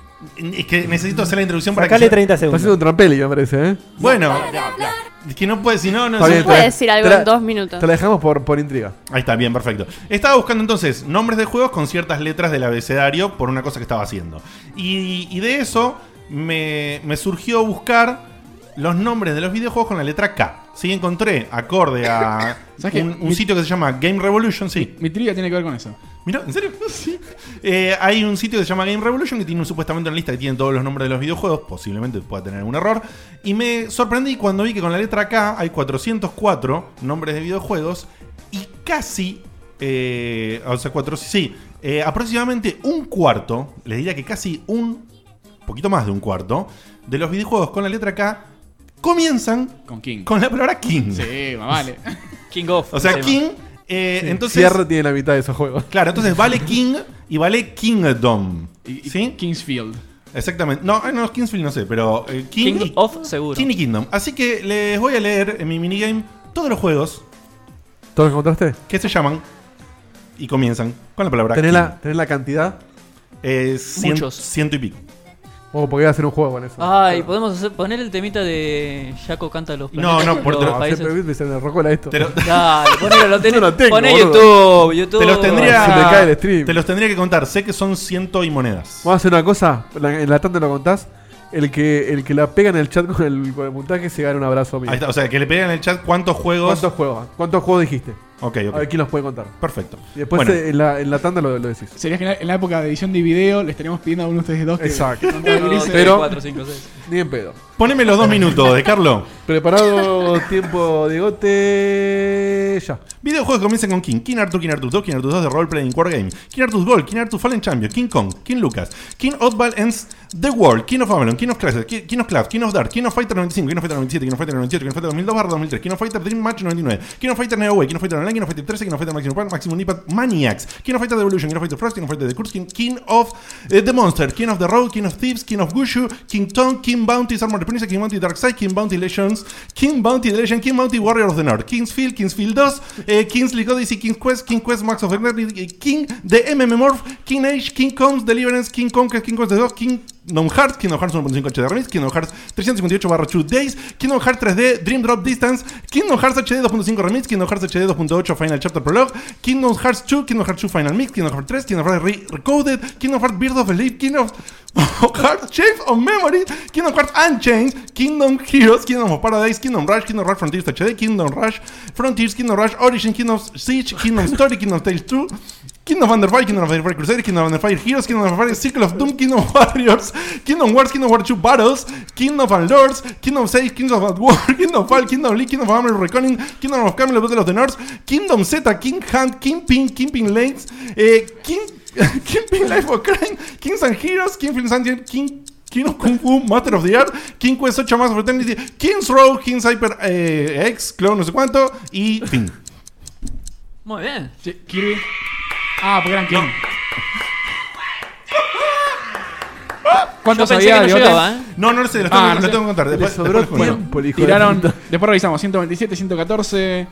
es que necesito hacer la introducción para
Sacale
que. yo-
Está haciendo un trampeli, me parece, ¿eh?
Bueno, es que no puede, si no, no
Está
se
bien,
Puede
te la-
decir
te
algo
la-
en dos minutos.
Te la dejamos por, por intriga.
Ahí está, bien, perfecto. Estaba buscando entonces nombres de juegos con ciertas letras del abecedario por una cosa que estaba haciendo. Y, y de eso me, me surgió buscar los nombres de los videojuegos con la letra K. Sí, encontré acorde a
¿Sabes qué?
un, un
Mi-
sitio que se llama Game Revolution, sí.
Mi trivia tiene que ver con eso.
Mira, ¿en serio? Sí. Eh, hay un sitio que se llama Game Revolution que tiene un- supuestamente una lista que tiene todos los nombres de los videojuegos, posiblemente pueda tener algún error. Y me sorprendí cuando vi que con la letra K hay 404 nombres de videojuegos y casi, eh, o sea, cuatro, sí, eh, aproximadamente un cuarto, les diría que casi un poquito más de un cuarto, de los videojuegos con la letra K comienzan
con King.
Con la palabra King.
Sí, más vale.
King of.
O sea,
Sí,
King, eh,
Sí,
entonces...
Sierra tiene la mitad de esos juegos.
Claro, entonces vale King y vale Kingdom. ¿Sí?
Kingsfield.
Exactamente. No, eh, no, Kingsfield no sé, pero eh, King,
King
y-
of seguro.
King y Kingdom. Así que les voy a leer en mi minigame todos los juegos
¿Todos los encontraste?
que se llaman y comienzan con la palabra
¿Tenés la, tenés la cantidad?
King. Eh, cien-
Muchos.
Ciento y pico. Ah,
O porque iba a hacer un juego con eso.
Ay, podemos hacer- poner el temita de Jaco canta los
No, no, por-
los
te lo-
países.
Siempre me sale una rocola esto.
Te lo-
Dale, ponelo, lo tenés.
Yo lo tengo,
poné YouTube,
boludo.
YouTube.
Te los tendría.
Ah, Se me cae el stream.
Te los tendría que contar. Sé que son ciento y monedas.
Vamos a hacer una cosa. la- en la tanda lo contás. El que, el que la pega en el chat con el, con el puntaje se gana un abrazo mío.
Ahí está. O sea, que le peguen en el chat cuántos juegos.
¿Cuántos juegos? ¿Cuántos juegos dijiste?
Ok, ok.
A ver quién los puede contar.
Perfecto.
Y después
Bueno.
eh, en, la, en la tanda lo, lo decís.
Sería genial en la época de edición de video, le estaríamos pidiendo a uno de ustedes dos que
Exacto.
contabilice.
Pero-
Cuatro, cinco, seis.
Ni en pedo.
Poneme los dos minutos de Carlos.
Preparado tiempo, Diegote. Ya.
Videojuegos que comienzan con King, King Arthur, King Arthur 2, King Arthur 2 de Role Playing War Game, King Arthur Gold, King Arthur Fallen Champion, King Kong, King Lucas, King Oddball Ends The World, King of Avalon, King of Classes, Ki- King of Club, King of Dark, King of Fighter 95, King of Fighter 97, King of Fighter 98, King of Fighter 2002 barra 2003, King of Fighter Dream Match 99, King of Fighter Neoway, King of Fighter Online, King of Fighter 13, King of Fighter Maximum Impact, Maximum Impact Maniacs, King of Fighter Evolution, King of Fighter Frost, King of Fighter The Curse, King, King of eh, The Monster, King of the Road, King of Thieves, King of Gushu, King Tongue, King Bounty, Armor Prince, King Bounty Dark Side, King Bounty Legends, King Bounty The Legend, King Bounty Warrior of the North, Kingsfield, Kingsfield 2, eh, Kingsley Odyssey, King Quest, King Quest Max of Eternity, eh, King The MMORPH, King Age, King Combs, Deliverance, King Conquest, King Quest 2, King Kingdom Hearts, Kingdom Hearts 1.5 HD Remix, Kingdom Hearts 358 barra 2 Days, Kingdom Hearts 3D Dream Drop Distance, Kingdom Hearts HD 2.5 Remix, Kingdom Hearts HD 2.8 Final Chapter Prologue, Kingdom Hearts 2, Kingdom Hearts 2 Final Mix, Kingdom Hearts 3, Kingdom Hearts Re- Recoded, Kingdom Hearts Beard of Elite, Kingdom Hearts Shapes of Memory, Kingdom Hearts Unchained, Kingdom Heroes, Kingdom of Paradise, Kingdom Rush, Kingdom Rush Frontiers HD, Kingdom Rush Frontiers, Kingdom Rush Origin, Kingdom Siege, Kingdom Story, Kingdom Tales 2, Kingdom Under Fire, Kingdom Under Fire Crusader, Kingdom Under Fire Heroes, Kingdom Under Fire Circle of Doom, Kingdom Warriors, Kingdom Wars, Kingdom War 2 Battles, Kingdom and Lords, Kingdom 6, Kingdom of War, Kingdom Fall, Kingdom League, Kingdom of Armor Reckoning, Kingdom of Camelot, Battle of the North, Kingdom Z, King Hunt, King Ping, King Ping Lanes, eh, King, King Ping Life of Crime, Kings and Heroes, King Films and King King of Kung Fu, Master of the Art, King Quest 8 más of Eternity, King's Row, King's Hyper eh, X, Clone no sé cuánto, y fin.
Muy bien.
Che, Kirby. Ah, porque eran King.
Yo
¿Cuántos
pensé que
había,
no
Diegote?
llegaba, ¿eh?
No, no lo sé, lo tengo,
Ah,
lo
no sé.
tengo que contar. Después,
sobró
después les cuento.
tiempo, el hijo de
Tiraron,
puta.
después revisamos, 127, 114,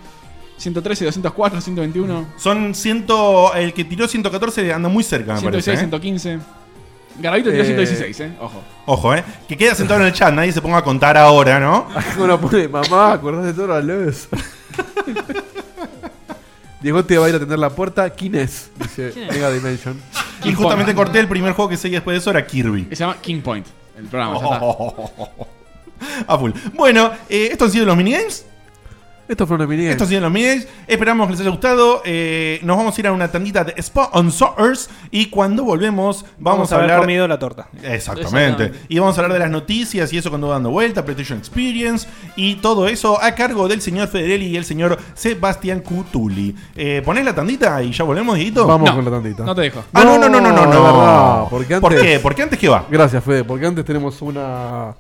113, 204, 121,
Son 100. El que tiró 114 anda muy cerca, me
116,
parece. ¿eh?
115. Garavito tiró
Eh,
116, eh. Ojo.
Ojo, ¿eh? Que queda sentado en el chat, nadie se ponga a contar ahora, ¿no?
Uno pone, mamá, acordás de todo al leves. Diegote va a ir a atender la puerta. ¿Quién es? Dice
¿Quién es?
Mega Dimension.
Y
King
justamente
Kong.
corté el primer juego que seguí después de eso, era Kirby.
Se llama King Point, el programa. ya está.
A full. Bueno, eh, estos han sido los minigames.
Esto fueron los minigames.
Estos son los minigames. Esperamos que les haya gustado. Eh, nos vamos a ir a una tandita de sponsors. Y cuando volvemos, vamos,
Vamos a
a
haber
hablar.
comido la torta.
Exactamente.
Exactamente.
Y vamos a hablar de las noticias y eso cuando va dando vuelta, PlayStation Experience y todo eso a cargo del señor Federelli y el señor Sebastián Cutuli. Eh, ¿Ponés la tandita y ya volvemos, Dieguito?
Vamos No, con la tandita.
no te dejo.
Ah, no, no, no, no, no.
de
no.
verdad, porque
¿Por
antes-
qué? Porque antes que va.
Gracias, Fede, porque antes tenemos una.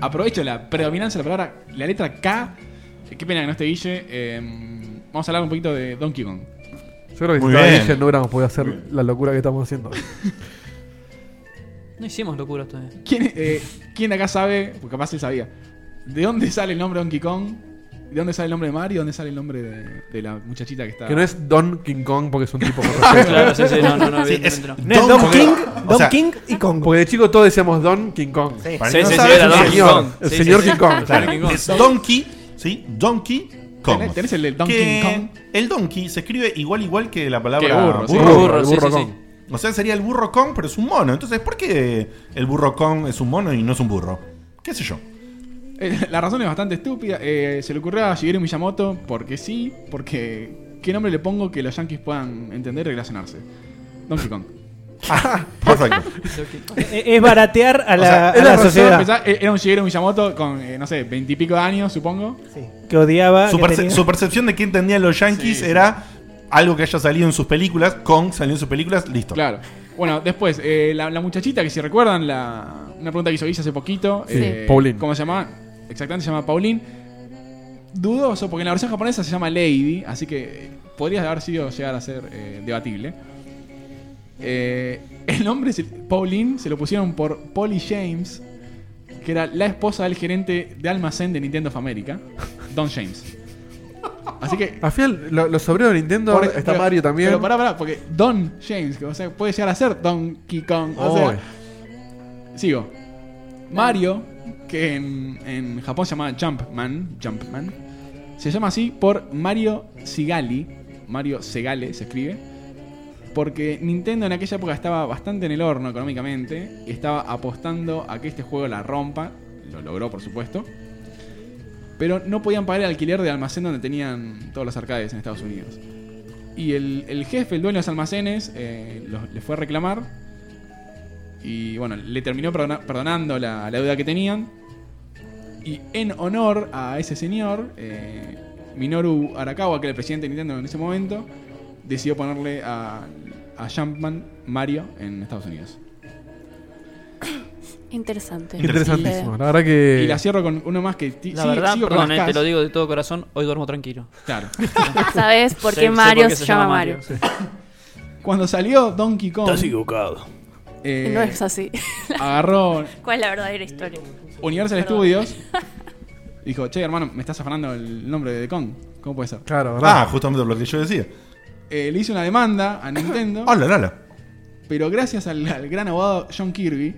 Aprovecho la predominancia de la palabra, la letra K. Eh, Qué pena que no esté Guille. Eh, vamos a hablar un poquito de Donkey Kong.
Yo creo que
Muy
si estaba
bien.
Guille no hubiéramos podido hacer la locura que estamos haciendo.
No hicimos locuras todavía.
¿Quién, eh, ¿Quién acá sabe? Porque capaz él sabía. ¿De dónde sale el nombre Donkey Kong? ¿De dónde sale el nombre de Mario? ¿De dónde sale el nombre de, de la muchachita que está?
Que no es Don King Kong porque es un tipo. con
Claro,
respeto.
sí, sí, no, no, no, Sí, evidentemente es no. No es
Don
Don
porque-
King, Don
King y Kong.
Porque de chico todos decíamos Don King Kong.
Sí,
Para
Sí,
que no
sí, sí,
sabes,
era
el
Donkey
señor-
Kong.
El
Sí,
señor
sí, sí.
King Kong.
Claro, es Donkey, ¿sí? Donkey Kong.
Tenés- tenés el del Donkey
Que
Kong.
El Donkey se escribe igual igual que la palabra
Que burro, sí. Burro, sí, sí, sí.
O sea, sería el burro Kong, pero es un mono. Entonces, ¿por qué el burro Kong es un mono y no es un burro? ¿Qué sé yo?
Eh, La razón es bastante estúpida. Eh, se le ocurrió a Shigeru Miyamoto porque sí, porque ¿qué nombre le pongo que los yankees puedan entender y relacionarse? Donkey Kong.
Perfecto.
Eh, Es baratear a la, a la sociedad.
eh, era un Shigeru Miyamoto con, eh, no sé, veintipico de años, supongo.
Sí. Que odiaba.
Su,
que
perce-
tenía-
su percepción de que entendían los yankees era algo que haya salido en sus películas. Kong salió en sus películas, listo.
Claro. Bueno, después, eh, la, la muchachita que si recuerdan, la, una pregunta que hizo Guille hace poquito.
Sí,
eh,
Pauline.
¿Cómo se llama? Exactamente, se llama Pauline. Dudoso, porque en la versión japonesa se llama Lady, así que eh, podría haber sido llegar a ser eh, debatible. Eh, el nombre se- Pauline se lo pusieron por Polly James, que era la esposa del gerente de almacén de Nintendo of America, Don James. Así que
Al final, lo- los obreros de Nintendo,
por-
está
pero-
Mario también.
Pero pará, pará, porque Don James, que, o sea, puede llegar a ser Donkey Kong. o
Oh.
sea, sigo. Mario, que en, en Japón se llama Jumpman, Jumpman, se llama así por Mario Sigali. Mario Segale se escribe. Porque Nintendo en aquella época estaba bastante en el horno económicamente. y Estaba apostando a que este juego la rompa. Lo logró, por supuesto. Pero no podían pagar el alquiler del almacén donde tenían todos los arcades en Estados Unidos. Y el, el jefe, el dueño de los almacenes, eh, los- le fue a reclamar. Y bueno, le terminó perdona- perdonando la, la deuda que tenían. Y en honor a ese señor, eh, Minoru Arakawa, que era el presidente de Nintendo en ese momento, decidió ponerle a, a Jumpman Mario en Estados Unidos.
Interesante.
Interesantísimo, la verdad que-
Y la cierro con uno más que. ti-
La
sigue-
verdad,
sigo con
perdón,
las
eh, te
Ks.
lo digo de todo corazón, hoy duermo tranquilo.
Claro.
¿Sabes Ah, por qué Mario se llama Mario?
Cuando salió Donkey Kong. eh,
Estás
equivocado.
no es así.
agarró
¿Cuál es la verdadera historia?
Universal
Perdón.
Studios. Dijo, che, hermano, me estás afanando el nombre de Kong. ¿Cómo puede ser?
Claro,
Ah, justamente lo que yo decía.
Eh, le hizo una demanda a Nintendo.
Ah,
Hola, Lala.
Pero gracias al, al gran abogado John Kirby.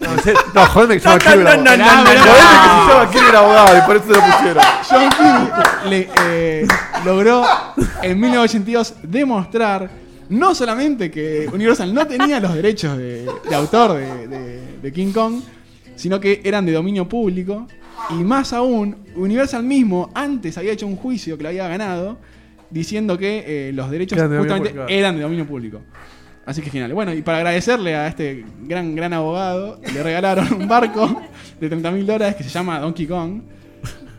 No, se- no, jodeme que se llama Kirby el abogado.
Esperá,
Jodeme que
esperá.
se llama Kirby el abogado y por eso se lo pusieron.
John Kirby le, eh, logró en 1982 demostrar no solamente que Universal no tenía los derechos de, de autor de, de- de King Kong, sino que eran de dominio público. Y más aún, Universal mismo antes había hecho un juicio que lo había ganado diciendo que eh, los derechos
Eran de dominio
justamente
público, claro.
eran de dominio público. Así que genial. Bueno, y para agradecerle a este gran, gran abogado, le regalaron un barco de 30 mil dólares que se llama Donkey Kong.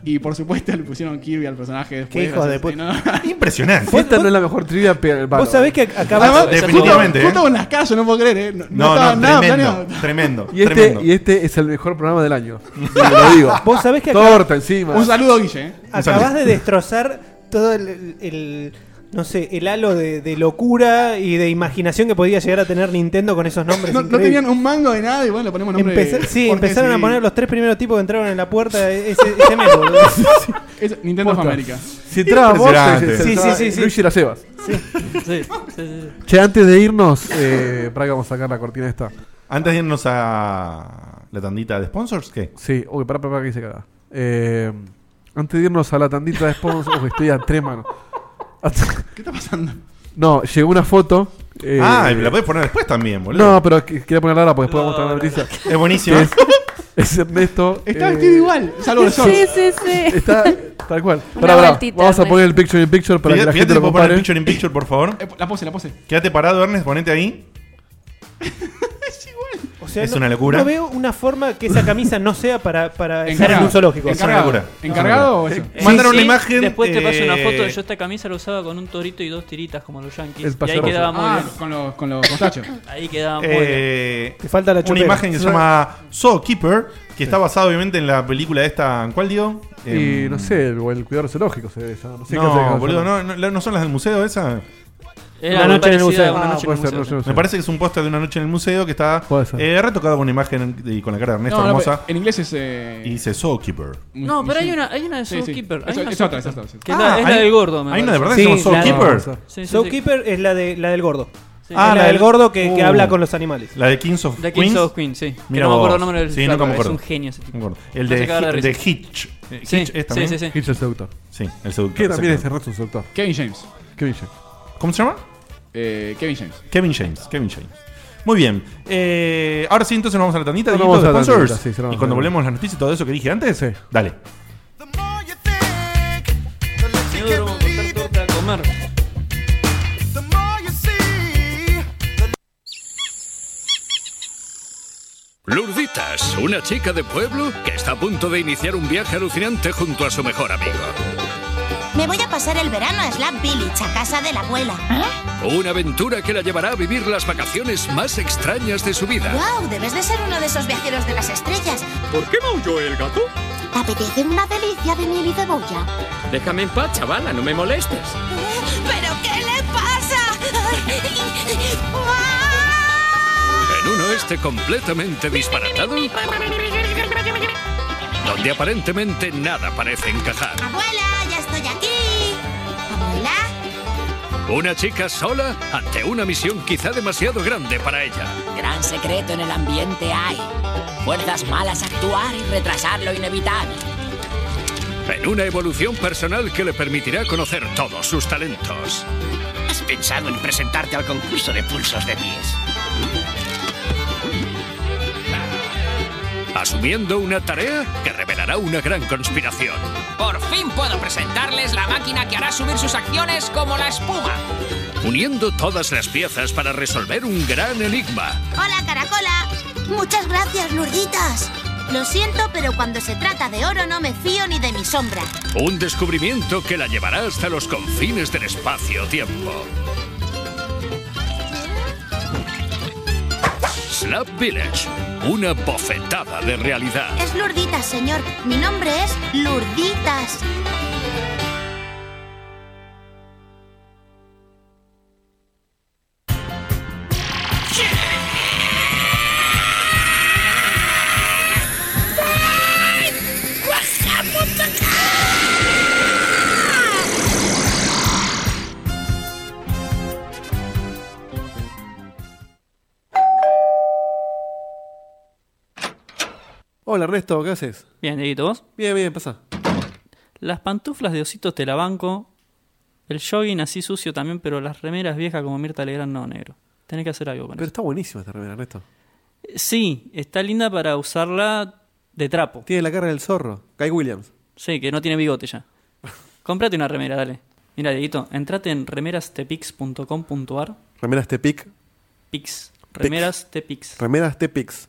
Y por supuesto le pusieron Kirby al personaje después.
hijos de
así,
puta.
¿no?
Impresionante.
Si esta no es la mejor trivia, pero.
Vos sabés que acabas
Además, ¿eh? Justo, justo con las calles, no puedo creer, ¿eh? No,
¿eh? No,
estaba
no,
nada
tremendo,
planeado.
Tremendo.
Y este,
tremendo.
y este es el mejor programa del año. Te lo digo.
Vos sabés que acá-
Torta encima.
Un
saludo, Guille. eh.
Acabas de destrozar todo el, el- el- no sé, el halo de, de locura y de imaginación que podía llegar a tener Nintendo con esos nombres.
No, no
increíbles.
tenían un mango de nada y bueno, le ponemos nombre.
Empezar- sí,
porque
empezaron
sí.
a poner los tres primeros tipos que entraron en la puerta e-, ese, ese mes, boludo.
Es Nintendo of
Posta.
America.
Si entrabas vos,
Impresionante.
te- te-
Sí,
te-
sí, sí, sí.
Luigi la cebas.
Sí.
Sí, sí, sí.
Che, antes de irnos, eh, para que vamos a sacar la cortina esta.
Antes de irnos a la tandita de sponsors, ¿qué?
Sí, uy, pará, pará, pará, que hice cagada. Eh, oh, antes de irnos a la tandita de sponsors, uy, estoy a tres manos.
¿Qué está pasando?
No, llegó una foto. eh,
Ah, la podés poner después también, boludo.
No, pero qu- quería ponerla ahora porque después vamos a mostrar la noticia.
Es buenísima.
Es, es Ernesto.
Está
Eh.
vestido igual, salvo los shorts.
Sí, sí, sí. Está tal cual.
Una
Pará, pará,
vueltita,
Vamos a
Ernesto.
poner el picture in picture para que la
Fíjate
gente
si
lo
puedo poner
compare.
el picture in picture, por favor.
La pose, la pose.
Quédate parado, Ernest, ponete ahí.
O sea,
Es
no-
una locura.
No veo una forma que esa camisa no sea para, para estar
Encargado.
en un zoológico.
Es una locura.
¿Encargado
Es una
o
locura.
Eh,
Mandan
sí,
una imagen.
Después te paso una
eh,
foto. Yo esta camisa la usaba con un torito y dos tiritas, como los yankees.
El
Y ahí quedaba
payaso.
muy
Ah,
bien.
Con los, con los costachos.
Ahí quedaba Ah, muy
eh,
bien.
Una imagen que se llama Zookeeper, que está basada obviamente en la película esta. ¿Cuál digo?
Y
Em,
no sé, el, el cuidador zoológico se ve esa. No, sé qué hace
No,
acá.
boludo, no, no, ¿no son las del museo esa?
Era La muy noche en el parecida a museo. Una
noche en el
puede ser,
museo.
noche en el Me parece que es un póster de una noche en el museo que está eh, retocado con una imagen y con la cara de Ernesto
No, no,
hermosa.
pero en inglés es, eh,
Y dice Zookeeper.
No, pero hay una, hay una de
Sí, sí.
Zookeeper.
Eso-
hay una
es otra, es
Zookeeper.
otra, es otra.
Que es la-
Ah,
es la
hay-
del gordo, me
hay
parece.
una de verdad que se llama Zookeeper.
Sí, sí,
Zookeeper es la, de, la del gordo.
Sí.
Ah, la del gordo que, que
Uh.
habla con los animales.
La de Kings of
The
Queens.
Kings of Queens, sí. Que
Mira
no me
vos.
acuerdo el nombre del
Sí, no
flaco,
me acuerdo.
es un genio ese tipo.
No me acuerdo. El
No
de,
se caga de
Hi- de
risa.
Hitch. Eh,
Sí,
Hitch es también.
sí, sí, sí.
Hitch el seductor.
Sí, el seductor.
Que también es
exacto.
Ernesto el seductor.
Kevin James.
Kevin James.
¿Cómo se llama?
Eh, Kevin James.
Kevin James. Kevin James. Muy bien. Eh, ahora sí, entonces nos vamos a la tandita
Nos
Dieguito,
vamos
de
a la
sponsors.
tandita, sí, se nos vamos
y
a
cuando
la-
volvemos las noticias y todo eso que dije antes, dale.
Señor, vamos a cortar torta a comer.
Lurditas, una chica de pueblo que está a punto de iniciar un viaje alucinante junto a su mejor amigo.
Me voy a pasar el verano a Slap Village, a casa de la abuela.
Ah.
Una aventura que la llevará a vivir las vacaciones más extrañas de su vida.
¡Wow! Debes de ser uno de esos viajeros de las estrellas.
¿Por qué maulló el gato?
Apetece una delicia de miel y cebolla.
Déjame en paz, chavala, no me molestes.
¿Pero qué le pasa?
En un oeste completamente disparatado, donde aparentemente nada parece encajar.
Abuela, ya estoy aquí. Abuela.
Una chica sola ante una misión quizá demasiado grande para ella.
Gran secreto en el ambiente hay. Fuerzas malas a actuar y retrasar lo inevitable.
En una evolución personal que le permitirá conocer todos sus talentos.
¿Has pensado en presentarte al concurso de pulsos de pies?
Asumiendo una tarea que revelará una gran conspiración.
Por fin puedo presentarles la máquina que hará subir sus acciones como la espuma.
Uniendo todas las piezas para resolver un gran enigma.
Hola, caracola. Muchas gracias, Lurditas. Lo siento, pero cuando se trata de oro no me fío ni de mi sombra.
Un descubrimiento que la llevará hasta los confines del espacio-tiempo. Slap Village, una bofetada de realidad.
Es Lurditas, señor. Mi nombre es Lurditas.
Hola Ernesto, ¿qué haces?
Bien, Dieguito, ¿vos?
Bien, bien, pasa.
Las pantuflas de ositos te la banco. El jogging así sucio también, pero las remeras viejas como Mirta Legrand no, negro. Tenés que hacer algo con
Pero
eso.
está buenísima esta remera, Ernesto.
Sí, está linda para usarla de trapo.
Tiene la cara del zorro. Guy Williams.
Sí, que no tiene bigote ya. Cómprate una remera, dale. Mira, Dieguito, entrate en remerastepix.com.ar.
Remeras Tepic.
Pix. Remeras Tepix.
Remeras Tepix. Ah.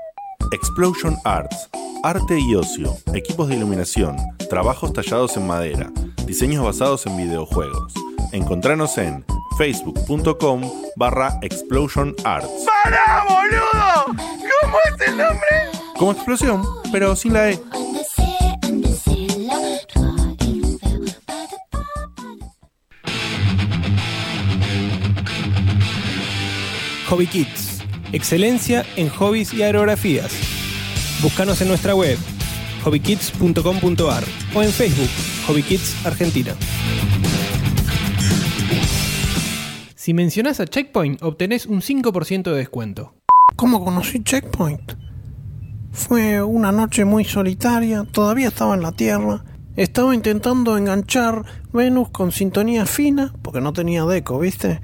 Explosion Arts. Arte y ocio, equipos de iluminación, trabajos tallados en madera, diseños basados en videojuegos. Encontranos en facebook.com barra Explosion Arts.
¡Para, boludo! ¿Cómo es el nombre?
Como explosión, pero sin la E.
Hobby Kids. Excelencia en hobbies y aerografías. Búscanos en nuestra web hobbykids.com.ar o en Facebook Hobby Kids Argentina. Si mencionas a Checkpoint, obtenés un 5% de descuento.
¿Cómo conocí Checkpoint? Fue una noche muy solitaria, todavía estaba en la Tierra. Estaba intentando enganchar Venus con sintonía fina, porque no tenía deco, ¿viste?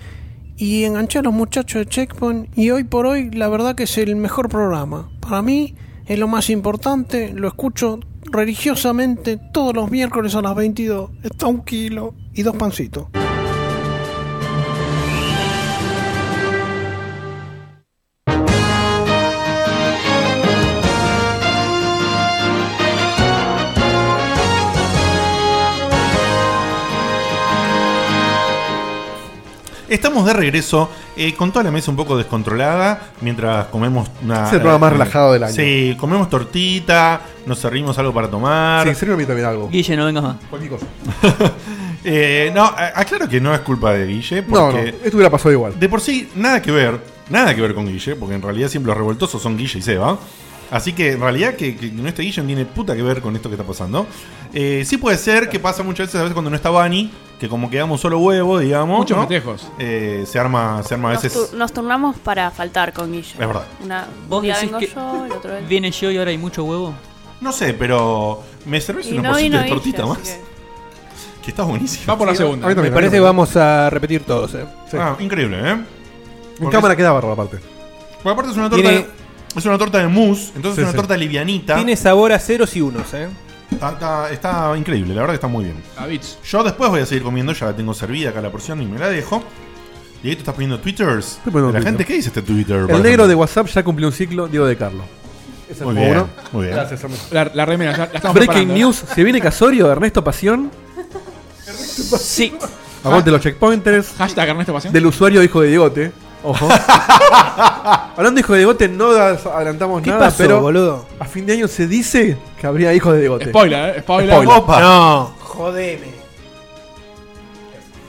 Y enganché a los muchachos de Checkpoint y hoy por hoy la verdad que es el mejor programa. Para mí es lo más importante, lo escucho religiosamente todos los miércoles a las 22. Está un kilo y dos pancitos.
Estamos de regreso eh, con toda la mesa un poco descontrolada mientras comemos una. eh,
Es el programa más relajado del año.
Sí, comemos tortita, nos servimos algo para tomar.
Sí, sírveme también algo.
Guille, no vengas más.
Cualquier cosa.
Eh, no, a- aclaro que no es culpa de Guille.
No, no,
porque
esto hubiera pasado igual.
De por sí, nada que ver, nada que ver con Guille, porque en realidad siempre los revoltosos son Guille y Seba. Así que en realidad que, que no esté Guille no tiene puta que ver con esto que está pasando. Eh, sí puede ser que pasa muchas veces, a veces cuando no está Bani, que como quedamos solo huevo, digamos.
Muchos
¿no?
festejos.
Eh, se arma, se arma a
Nos,
veces.
tur- nos turnamos para faltar con Guillo.
Es verdad.
Una,
¿Vos
un día
decís
vengo
que-
yo, el otro día-
Viene yo y ahora hay mucho huevo.
No sé, pero me servís
Y
una
no
porcita
vino
de tortita
Guille,
más.
así
Que está buenísimo.
Va por la Sí, segunda. a mí
Me
también,
parece
a
que
mí
vamos a repetir todos. eh.
Ah, increíble, ¿eh?
En
Porque
cámara queda barro aparte.
Porque aparte es una torta,
Tiene-
es una torta de mousse, entonces
Sí,
es una
sí.
torta livianita.
Tiene sabor a ceros y unos, ¿eh?
Está, está- está increíble, la verdad que está muy bien. Yo después voy a seguir comiendo, ya la tengo servida acá la porción y me la dejo. Y ahí tú estás poniendo twitters. de
poniendo
la
Twitter.
gente, ¿qué dice este Twitter? por
El negro
ejemplo?
de WhatsApp ya cumplió un ciclo, Diego de Carlo. Ese
Muy
fue
bien,
uno.
muy bien.
Gracias, Ernesto.
La, la remera, ya la estamos
Breaking
preparando, ¿eh?
news, se viene Casorio, Ernesto Pasión.
Sí.
Ah,
Aguante los checkpointers.
Hashtag Ernesto Pasión.
Del usuario hijo de Diegote. Ojo. Hablando de hijo de Diegote, no das- adelantamos
¿Qué
nada,
pasó,
pero
boludo?
a fin de año se dice que habría hijos de Diegote.
Spoiler, ¿eh? Spoiler. Opa.
No.
Jodeme.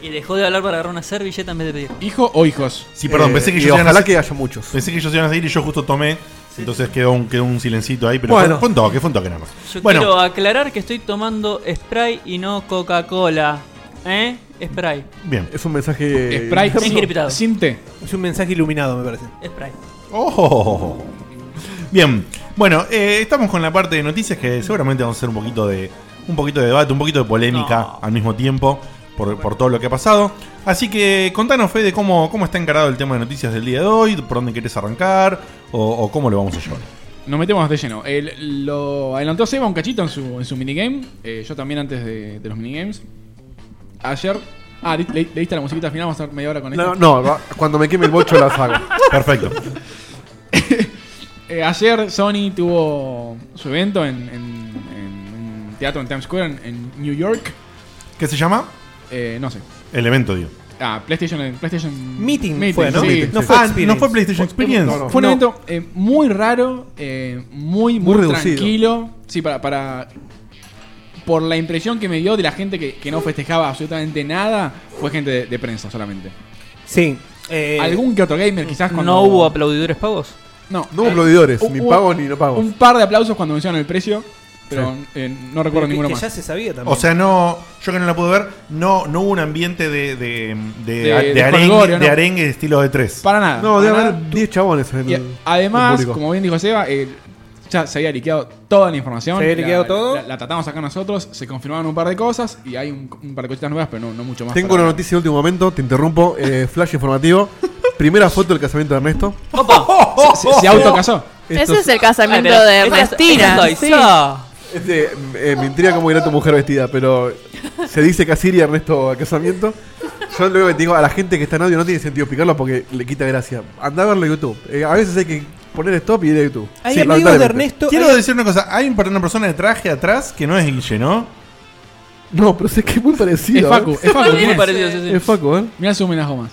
Y dejó de hablar para agarrar una servilleta en vez de pedir.
¿Hijo o hijos?
Sí, perdón, pensé que
Eh, y
yo
ojalá que haya muchos.
Pensé que ellos iban a seguir y yo justo tomé. Entonces quedó un, quedó un silencito ahí, pero
Bueno.
fue- fue un toque, fue un toque nada más.
Yo
bueno,
quiero aclarar que estoy tomando Sprite y no Coca-Cola. ¿Eh? Sprite.
bien.
Es un mensaje.
Sprite sin- Encriptado. sin
té.
Es un mensaje iluminado, me parece.
Sprite.
Oh. Bien, bueno, eh, estamos con la parte de noticias que seguramente vamos a hacer un poquito de un poquito de debate, un poquito de polémica al mismo tiempo por, por todo lo que ha pasado. Así que contanos, Fede, cómo, cómo está encarado el tema de noticias del día de hoy, por dónde querés arrancar o, o cómo lo vamos a llevar.
Nos metemos de lleno. El- lo adelantó Seba un cachito en su, en su minigame. Eh, yo también antes de, de los minigames. Ayer. Ah, di- le, le diste la musiquita final, vamos a estar media hora con esto.
No, no, va- cuando me queme el bocho las hago.
Perfecto.
Eh, ayer Sony tuvo su evento en, en- en un teatro en Times Square, en, en New York.
¿Qué se llama?
Eh, no sé.
El evento, digo.
Ah, PlayStation, PlayStation
Meeting fue, ¿no?
sí.
Meeting, No sí. fue
Ah,
Experience.
no fue PlayStation Experience.
No, no.
Fue un
No.
evento eh, muy raro, eh, muy,
Muy
muy,
reducido.
tranquilo. Sí, para, para. Por la impresión que me dio de la gente que, que no festejaba absolutamente nada, fue gente de, de prensa solamente.
Sí. Eh,
Algún que otro gamer, quizás cuando.
¿No hubo aplaudidores pagos?
No.
No hubo aplaudidores,
Hu-
ni
hubo
pagos ni no pagos.
Un par de aplausos cuando mencionaron el precio, pero eh, no recuerdo
Pero que-
ninguno
que
más.
ya se sabía
O sea, no, yo que no la pude ver, no, no hubo un ambiente de, de, de,
De-
de
de
arengue,
jolgorio,
de
¿no?
arengue de estilo de tres.
Para nada.
No,
para
debe
nada.
haber 10 chabones en
Y
el-
Mm.
el
además,
público.
como bien dijo Seba, eh, ya se había liqueado toda la información.
Se había
La-
liqueado todo.
La, la tratamos acá nosotros, se confirmaron un par de cosas y hay un, un par de cositas nuevas, pero no, no mucho más.
Tengo
para-
una noticia de último momento, te interrumpo. eh, flash informativo. Primera foto del casamiento de Ernesto.
¡Oh,
Se, se- se autocasó.
Esto
Ese es el casamiento
Ah, pero
de
esa-
Ernestina.
esa es
sí.
Loisa.
Este, eh, me intriga cómo irá tu mujer vestida, pero se dice Casiri y Ernesto a casamiento. Yo luego digo a la gente que está en audio no tiene sentido explicarlo porque le quita gracia. Anda a verlo en YouTube. Eh, a veces hay que poner stop y ir a YouTube. Sí, lamentablemente.
eh,
Quiero decir una cosa. Hay un- una persona de traje atrás que no es Guille, ¿no?
No, pero sé que es muy parecido.
Es
¿eh?
Facu, es Facu, Muy ¿quién es? parecido, sí, sí.
Es Facu, ¿eh?
Mira su homenaje más.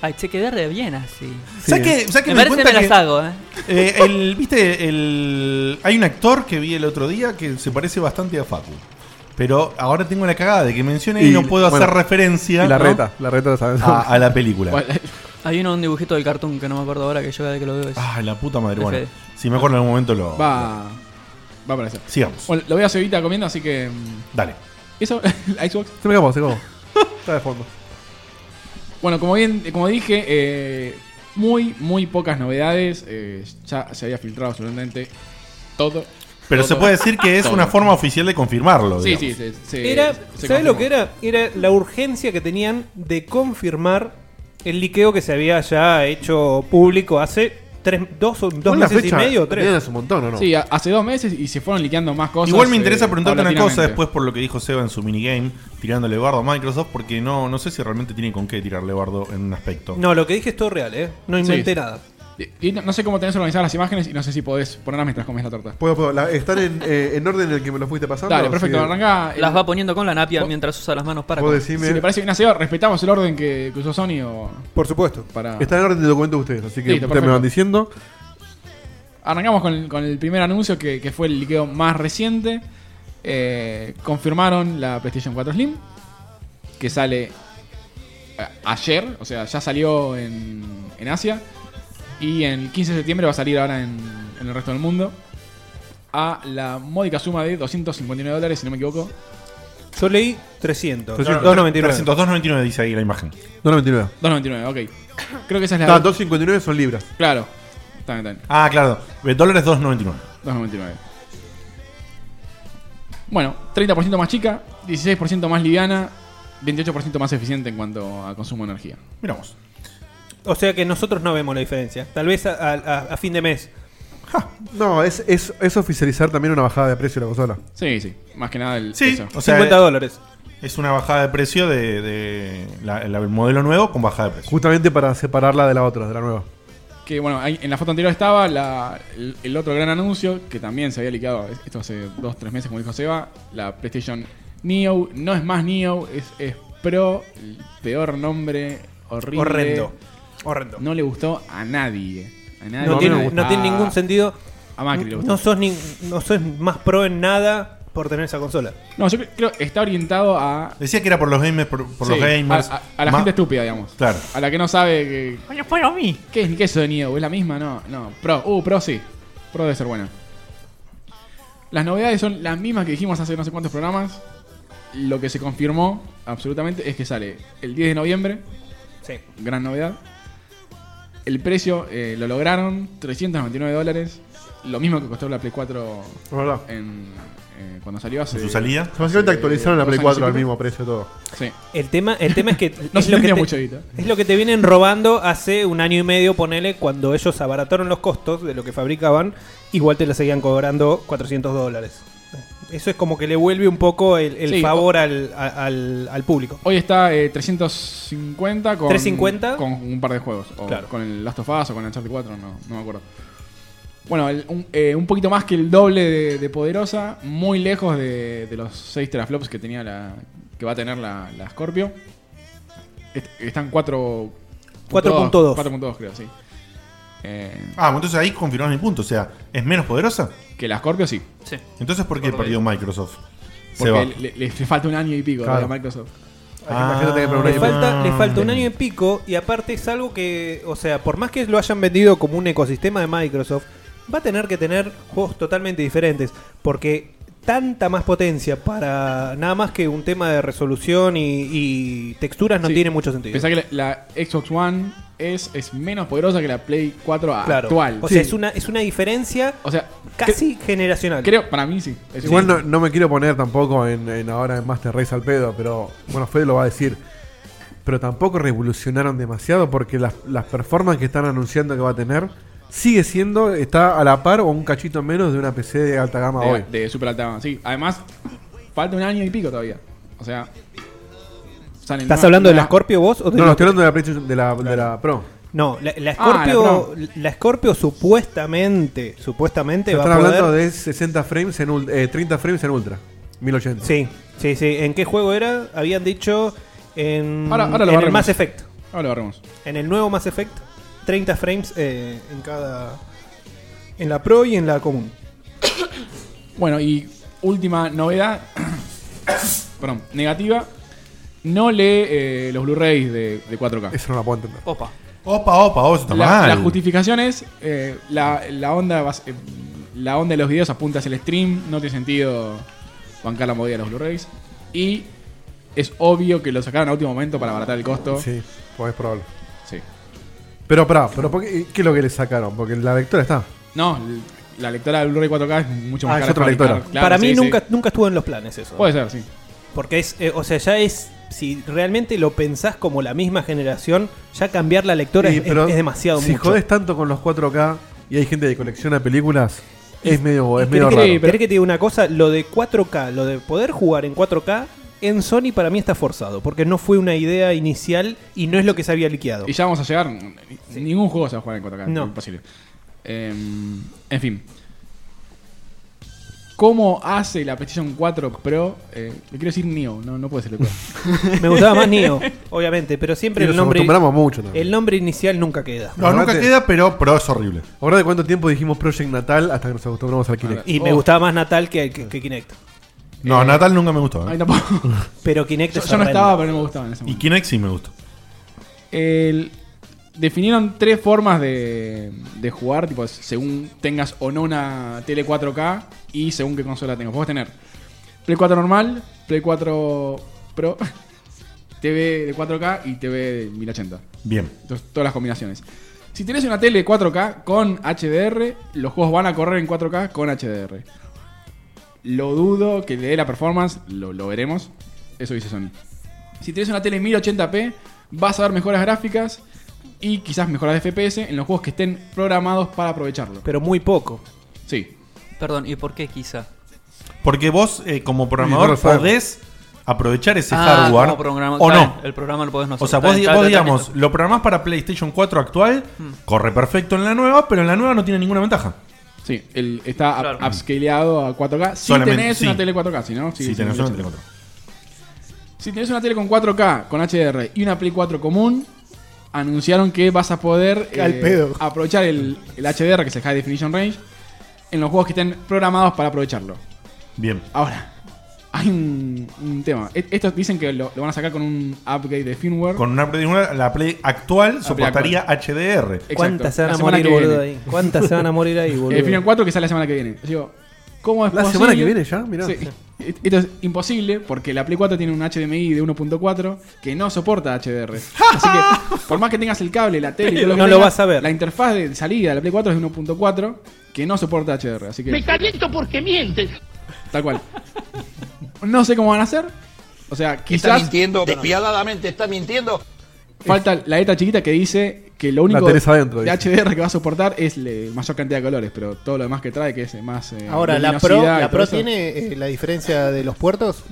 Ay, se quedé re bien así.
¿Sabes qué? ¿Sabes qué
me parece que
di cuenta
me las hago, ¿eh?
eh, el, ¿Viste? El, hay un actor que vi el otro día que se parece bastante a Facu. Pero ahora tengo la cagada de que mencione y,
Y,
no puedo
bueno,
hacer referencia.
y la
¿no?
reta,
la reta la sabes.
A, a la película.
Hay uno, un dibujito del cartoon que no me acuerdo ahora que yo cada vez que lo veo es.
Ah, la puta madre.
es
Bueno,
Fede.
si me acuerdo en algún momento lo.
Va. Va a aparecer.
Sigamos.
Bueno, lo voy a Cevita comiendo, así que. mm,
Dale.
Eso, la Xbox.
Se me acabó, se acabó. Está de fondo.
Bueno, como bien, como dije, eh, muy, muy pocas novedades. eh, ya se había filtrado absolutamente todo.
Pero se
todo,
puede decir que es
todo.
una forma oficial de confirmarlo.
Sí,
digamos.
sí, se- se-
Era,
se
¿Sabes
confirmó.
lo que era? Era la urgencia que tenían de confirmar el liqueo que se había ya hecho público hace tres, dos, o- dos meses y medio o tres.
Sí, a- hace dos meses y se fueron liqueando más cosas.
Igual me interesa
eh,
preguntarte una cosa
paulatinamente.
después por lo que dijo Seba en su minigame, tirándole bardo a Microsoft, porque no, no sé si realmente tiene con qué tirarle bardo en un aspecto.
No, lo que dije es todo real, ¿eh? No inventé
Sí.
nada.
Y, y no, no sé cómo tenés organizadas las imágenes y no sé si podés ponerlas mientras comes la torta.
Puedo, puedo. La- están en, eh, en orden en el que me los fuiste pasando.
Dale, perfecto,
Sí.
arranca.
Las va poniendo con la napia mientras usa las manos para.
Vos
comer.
decime-
Si le parece bien a Seba, respetamos el orden que, que usó Sony o.
Por supuesto.
Para...
Están en orden de documentos ustedes, así que
Ah. Listo,
ustedes me
perfecto.
van diciendo.
Arrancamos con el, con el primer anuncio que, que fue el liqueo más reciente. Eh, confirmaron la PlayStation 4 Slim, que sale eh, ayer, o sea, ya salió en, en Asia. Y el 15 de septiembre va a salir ahora en, en el resto del mundo. A la módica suma de 259 dólares, si no me equivoco.
Yo leí 300.
Claro,
299.
300, 2.99 dice ahí la imagen.
2.99.
2.99, ok. Creo que esa es la.
No, 2.59 son libras.
Claro. Está bien, está bien.
Ah, claro. eh, Dólares 2.99.
2.99. Bueno, 30% más chica, 16% más liviana, 28% más eficiente en cuanto a consumo de energía.
Miramos.
O sea que nosotros no vemos la diferencia. Tal vez a, a- a- a fin de mes.
No, es, es, es oficializar también una bajada de precio de la consola.
Sí, sí. Más que nada el
Sí,
eso.
o sea, eh,
dólares.
Es una bajada de precio de, de la- la- el modelo nuevo con bajada de precio.
Justamente para separarla de la otra, de la nueva.
eh,
Que bueno, ahí en la foto anterior estaba la- el, el otro gran anuncio que también se había liquidado eh, esto hace 2-3 meses, como dijo Seba. La PlayStation Neo no es más Neo, es, es Pro, el peor nombre, horrible.
Horrendo. Horrendo.
No le gustó a nadie. A nadie.
No, tiene, no tiene ningún sentido.
A Macri le gustó.
no sos, ni- no sos más pro en nada por tener esa consola.
No, yo cre- creo que está orientado a.
Decía que era por los gamers, por, por los
Sí,
gamers.
A, a- a la
Ma-
gente estúpida, digamos.
Claro.
A la que no sabe que. a mí! ¿Qué es, qué es eso de Neo? ¿Es la misma? No, no. Pro. Uh, Pro sí. Pro debe ser buena. Las novedades son las mismas que dijimos hace no sé cuántos programas. Lo que se confirmó absolutamente es que sale el 10 de noviembre.
Sí.
Gran novedad. El precio eh, lo lograron, 399 dólares. Lo mismo que costó la Play 4 en, eh, cuando salió hace...
Básicamente
hace
actualizaron la
dos años
Play
y
4 al
pico.
mismo precio todo.
Sí.
El tema, el tema es que,
No
es,
se
lo que
tenía
te,
mucho guita.
es lo que te vienen robando hace un año y medio, ponele, cuando ellos abarataron los costos de lo que fabricaban, igual te lo seguían cobrando 400 dólares. Eso es como que le vuelve un poco el, el
Sí,
favor al, a- al- al público.
Hoy está eh, 350 con,
350.
con un par de juegos. O
Claro.
con el Last of Us o con el Uncharted 4, no, no me acuerdo. Bueno, el- un, eh, un poquito más que el doble de, de poderosa, muy lejos de, de los 6 teraflops que tenía la que va a tener la, la Scorpio. Est- están 4
4.2.
4.2 creo, sí. Eh,
Ah, bueno, entonces ahí confirmaron el punto. O sea, ¿es menos poderosa?
Que la Scorpio sí.
Sí.
Entonces, ¿por qué
Por lo
perdió Microsoft? Se va.
porque le, le- le falta un año y pico
Claro.
a Microsoft.
Ah, Imagínate que por un
le,
año
falta,
más.
le falta un año y pico y aparte es algo que, o sea, por más que lo hayan vendido como un ecosistema de Microsoft, va a tener que tener juegos totalmente diferentes porque tanta más potencia para nada más que un tema de resolución y, y texturas no
Sí.
tiene mucho sentido.
Pensá que la, la Xbox One es, es menos poderosa que la Play 4
Claro.
actual.
O sea, es una es una diferencia
O sea,
casi generacional.
Creo, para mí sí. Es
Igual
un-
no, no me quiero poner tampoco en, en ahora en Master Race al pedo, pero bueno, Fede lo va a decir. Pero tampoco revolucionaron demasiado porque las, las performances que están anunciando que va a tener sigue siendo,
Ah,
está a la par o un cachito menos de una PC de alta gama
de,
hoy.
de super alta gama, sí. Además, Falta un año y pico todavía. O sea. sale
¿Estás
nueva-
hablando de la
nueva-
Scorpio vos? O de
No, no,
la-
estoy hablando de la, PlayStation- de la, de la Pro.
No, la, la
Ah,
Scorpio, la, Scorpio supuestamente, supuestamente va
Están
a poder...
hablando de 60 frames en ul- eh, 30 frames en Ultra. 1080.
Sí, sí, sí. ¿En qué juego era? Habían dicho en,
Ahora- ahora lo
en el
barremos.
Mass Effect.
Ahora lo barremos.
En el nuevo Mass Effect, 30 frames eh, en cada... En la Pro y en la común.
Bueno, y última novedad. perdón, negativa. No lee eh, los Blu-rays de, de 4K.
Eso no la puedo entender.
Opa.
Opa, opa, opa, está
la,
mal.
La justificación es eh, la, la onda vas- eh, la onda de los videos apunta hacia el stream, no tiene sentido bancar la movida de los Blu-rays. Y es obvio que lo sacaron a último momento para abaratar el costo.
Sí, pues es probable.
Sí.
Pero pará, pero ¿por qué, qué es lo que le sacaron? Porque la lectora está.
No, l- la lectora del Blu-ray 4K es mucho más
Ah, es
cara.
otra
de fabricar,
lectora.
claro,
Para mí
sí, sí.
nunca, nunca estuvo en los planes eso.
Puede ser, sí.
Porque es, eh, o sea, ya es, si realmente lo pensás como la misma generación, ya cambiar la lectora
Sí,
es,
pero
es- es demasiado
Si
mucho.
jodes tanto con los 4K y hay gente que colecciona películas, es medio, es medio
¿Querés que,
raro.
te- querés que te diga una cosa? Lo de 4K, lo de poder jugar en 4K, en Sony para mí está forzado, porque no fue una idea inicial y no es lo que se había liqueado.
Y ya vamos a llegar. Ningún juego se va a jugar en 4K.
No.
Imposible. Eh, en fin. ¿Cómo hace la PlayStation 4 Pro? Eh, le quiero decir Neo, no, no puede ser Pro.
Me gustaba más Neo, obviamente, pero siempre
Y
el
nos
nombre.
acostumbramos mucho también.
el nombre inicial nunca queda.
pero Pro es horrible.
Ahora de cuánto tiempo dijimos Project Natal hasta que nos acostumbramos al Kinect.
Y me
Oh.
gustaba más Natal que, que, que Kinect.
No, Natal nunca me gustó. ¿eh?
Pero Kinect
Yo-
es
yo no
horrendo.
estaba, pero no me gustaba en ese
Y
momento.
Kinect sí me gustó.
El- definieron tres formas de, de jugar, tipo, según tengas o no una tele 4K y según qué consola tengas. Puedes tener Play 4 normal, Play 4 Pro, TV de 4K y TV de 1080.
Bien.
Entonces, todas las combinaciones. Si tenés una tele 4K con HDR, los juegos van a correr en 4K con HDR. Lo dudo que le dé la performance, lo, lo veremos. Eso dice Sony. Si tenés una tele 1080p, vas a ver mejoras gráficas y quizás mejoras de FPS en los juegos que estén programados para aprovecharlo.
Pero muy poco.
Sí.
Perdón, ¿y por qué quizá?
Porque vos, eh, como
no
programador,
lo sabemos.
podés aprovechar ese
Ah,
hardware.
como programa-
o
está
no.
bien, el programa lo podés no
O sea,
hacer. Está
vos, di-
bien, está
vos
bien, Mm. está
digamos, lo programás para PlayStation 4 actual, corre perfecto en la nueva, pero en la nueva no tiene ninguna ventaja.
Sí, el, está up- upscaleado a 4K. Si
Solamente-
tenés una
sí.
tele 4K, si no.
Si tenés una tele
4K. Si tenés una tele con 4K, con HDR y una Play 4 común, anunciaron que vas a poder eh,
Al pedo.
aprovechar el, el HDR, que es el High Definition Range, en los juegos que estén programados para aprovecharlo.
Bien.
Ahora, hay un, un tema. E- Estos dicen que lo, lo van a sacar con un upgrade de firmware.
Con una Play, una- la Play actual
La Play
soportaría HDR.
Exacto.
¿Cuántas se van
La
a
semana
morir,
que
boludo,
viene.
ahí? ¿Cuántas se van a morir ahí, boludo?
Eh, Final 4 que sale la semana que viene. Digo, ¿cómo es
¿La
posible?
semana que viene ya? Mirá.
Sí. Esto es imposible porque la Play 4 tiene un HDMI de 1.4 que no soporta HDR. Así que, por más que tengas el cable, la tele, y todo lo que
No lo
tengas,
vas a ver.
La interfaz de salida de la Play 4 es de 1.4 que no soporta HDR. Así
Me
que,
caliento porque mientes.
tal cual. No sé cómo van a hacer. O sea,
Está
quizás
mintiendo, despiadadamente está mintiendo.
falta la letra chiquita que dice que lo único
La tenés adentro,
de
dice.
HDR que va a soportar es la mayor cantidad de colores, pero todo lo demás que trae que es eh, más eh,
Ahora, la Pro,
luminosidad y
la
todo
Pro
eso.
tiene eh, la diferencia de los puertos.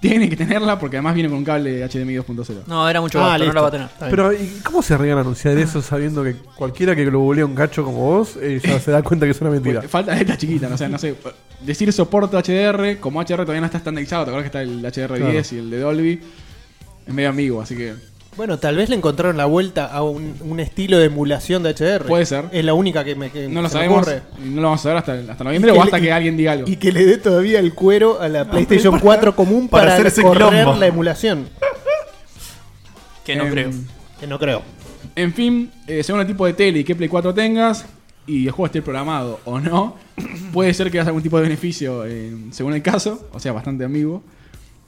Tiene que tenerla porque además viene con un cable HDMI 2.0.
No, era
Ah,
mucho gasto, no la va a tener.
Pero, ¿y cómo se arriesgan a anunciar eso sabiendo que cualquiera que lo bulea un cacho como vos eh, ya se da cuenta que es una mentira?
Falta letra chiquita, no, o sea, no sé. Decir soporta HDR, como HR todavía no está estandarizado, te acuerdas que está el HDR10 y el de Dolby. Es medio amigo, así que.
Bueno, tal vez le encontraron la vuelta a un, un estilo de emulación de HR.
Puede ser.
Es la única que me que
No lo
se me
sabemos.
ocurre.
y No lo vamos a saber hasta, hasta noviembre
Y que
o hasta
le-
que alguien diga algo.
Y que le dé todavía el cuero a la PlayStation
para-
4 común
para
para,
hacer ese
correr
quilombo.
la emulación.
Que no creo.
Em, Que no creo.
En fin, eh, según el tipo de tele y qué Play 4 tengas, y el juego esté programado o no, puede ser que hagas algún tipo de beneficio eh, según el caso, o sea, bastante ambiguo.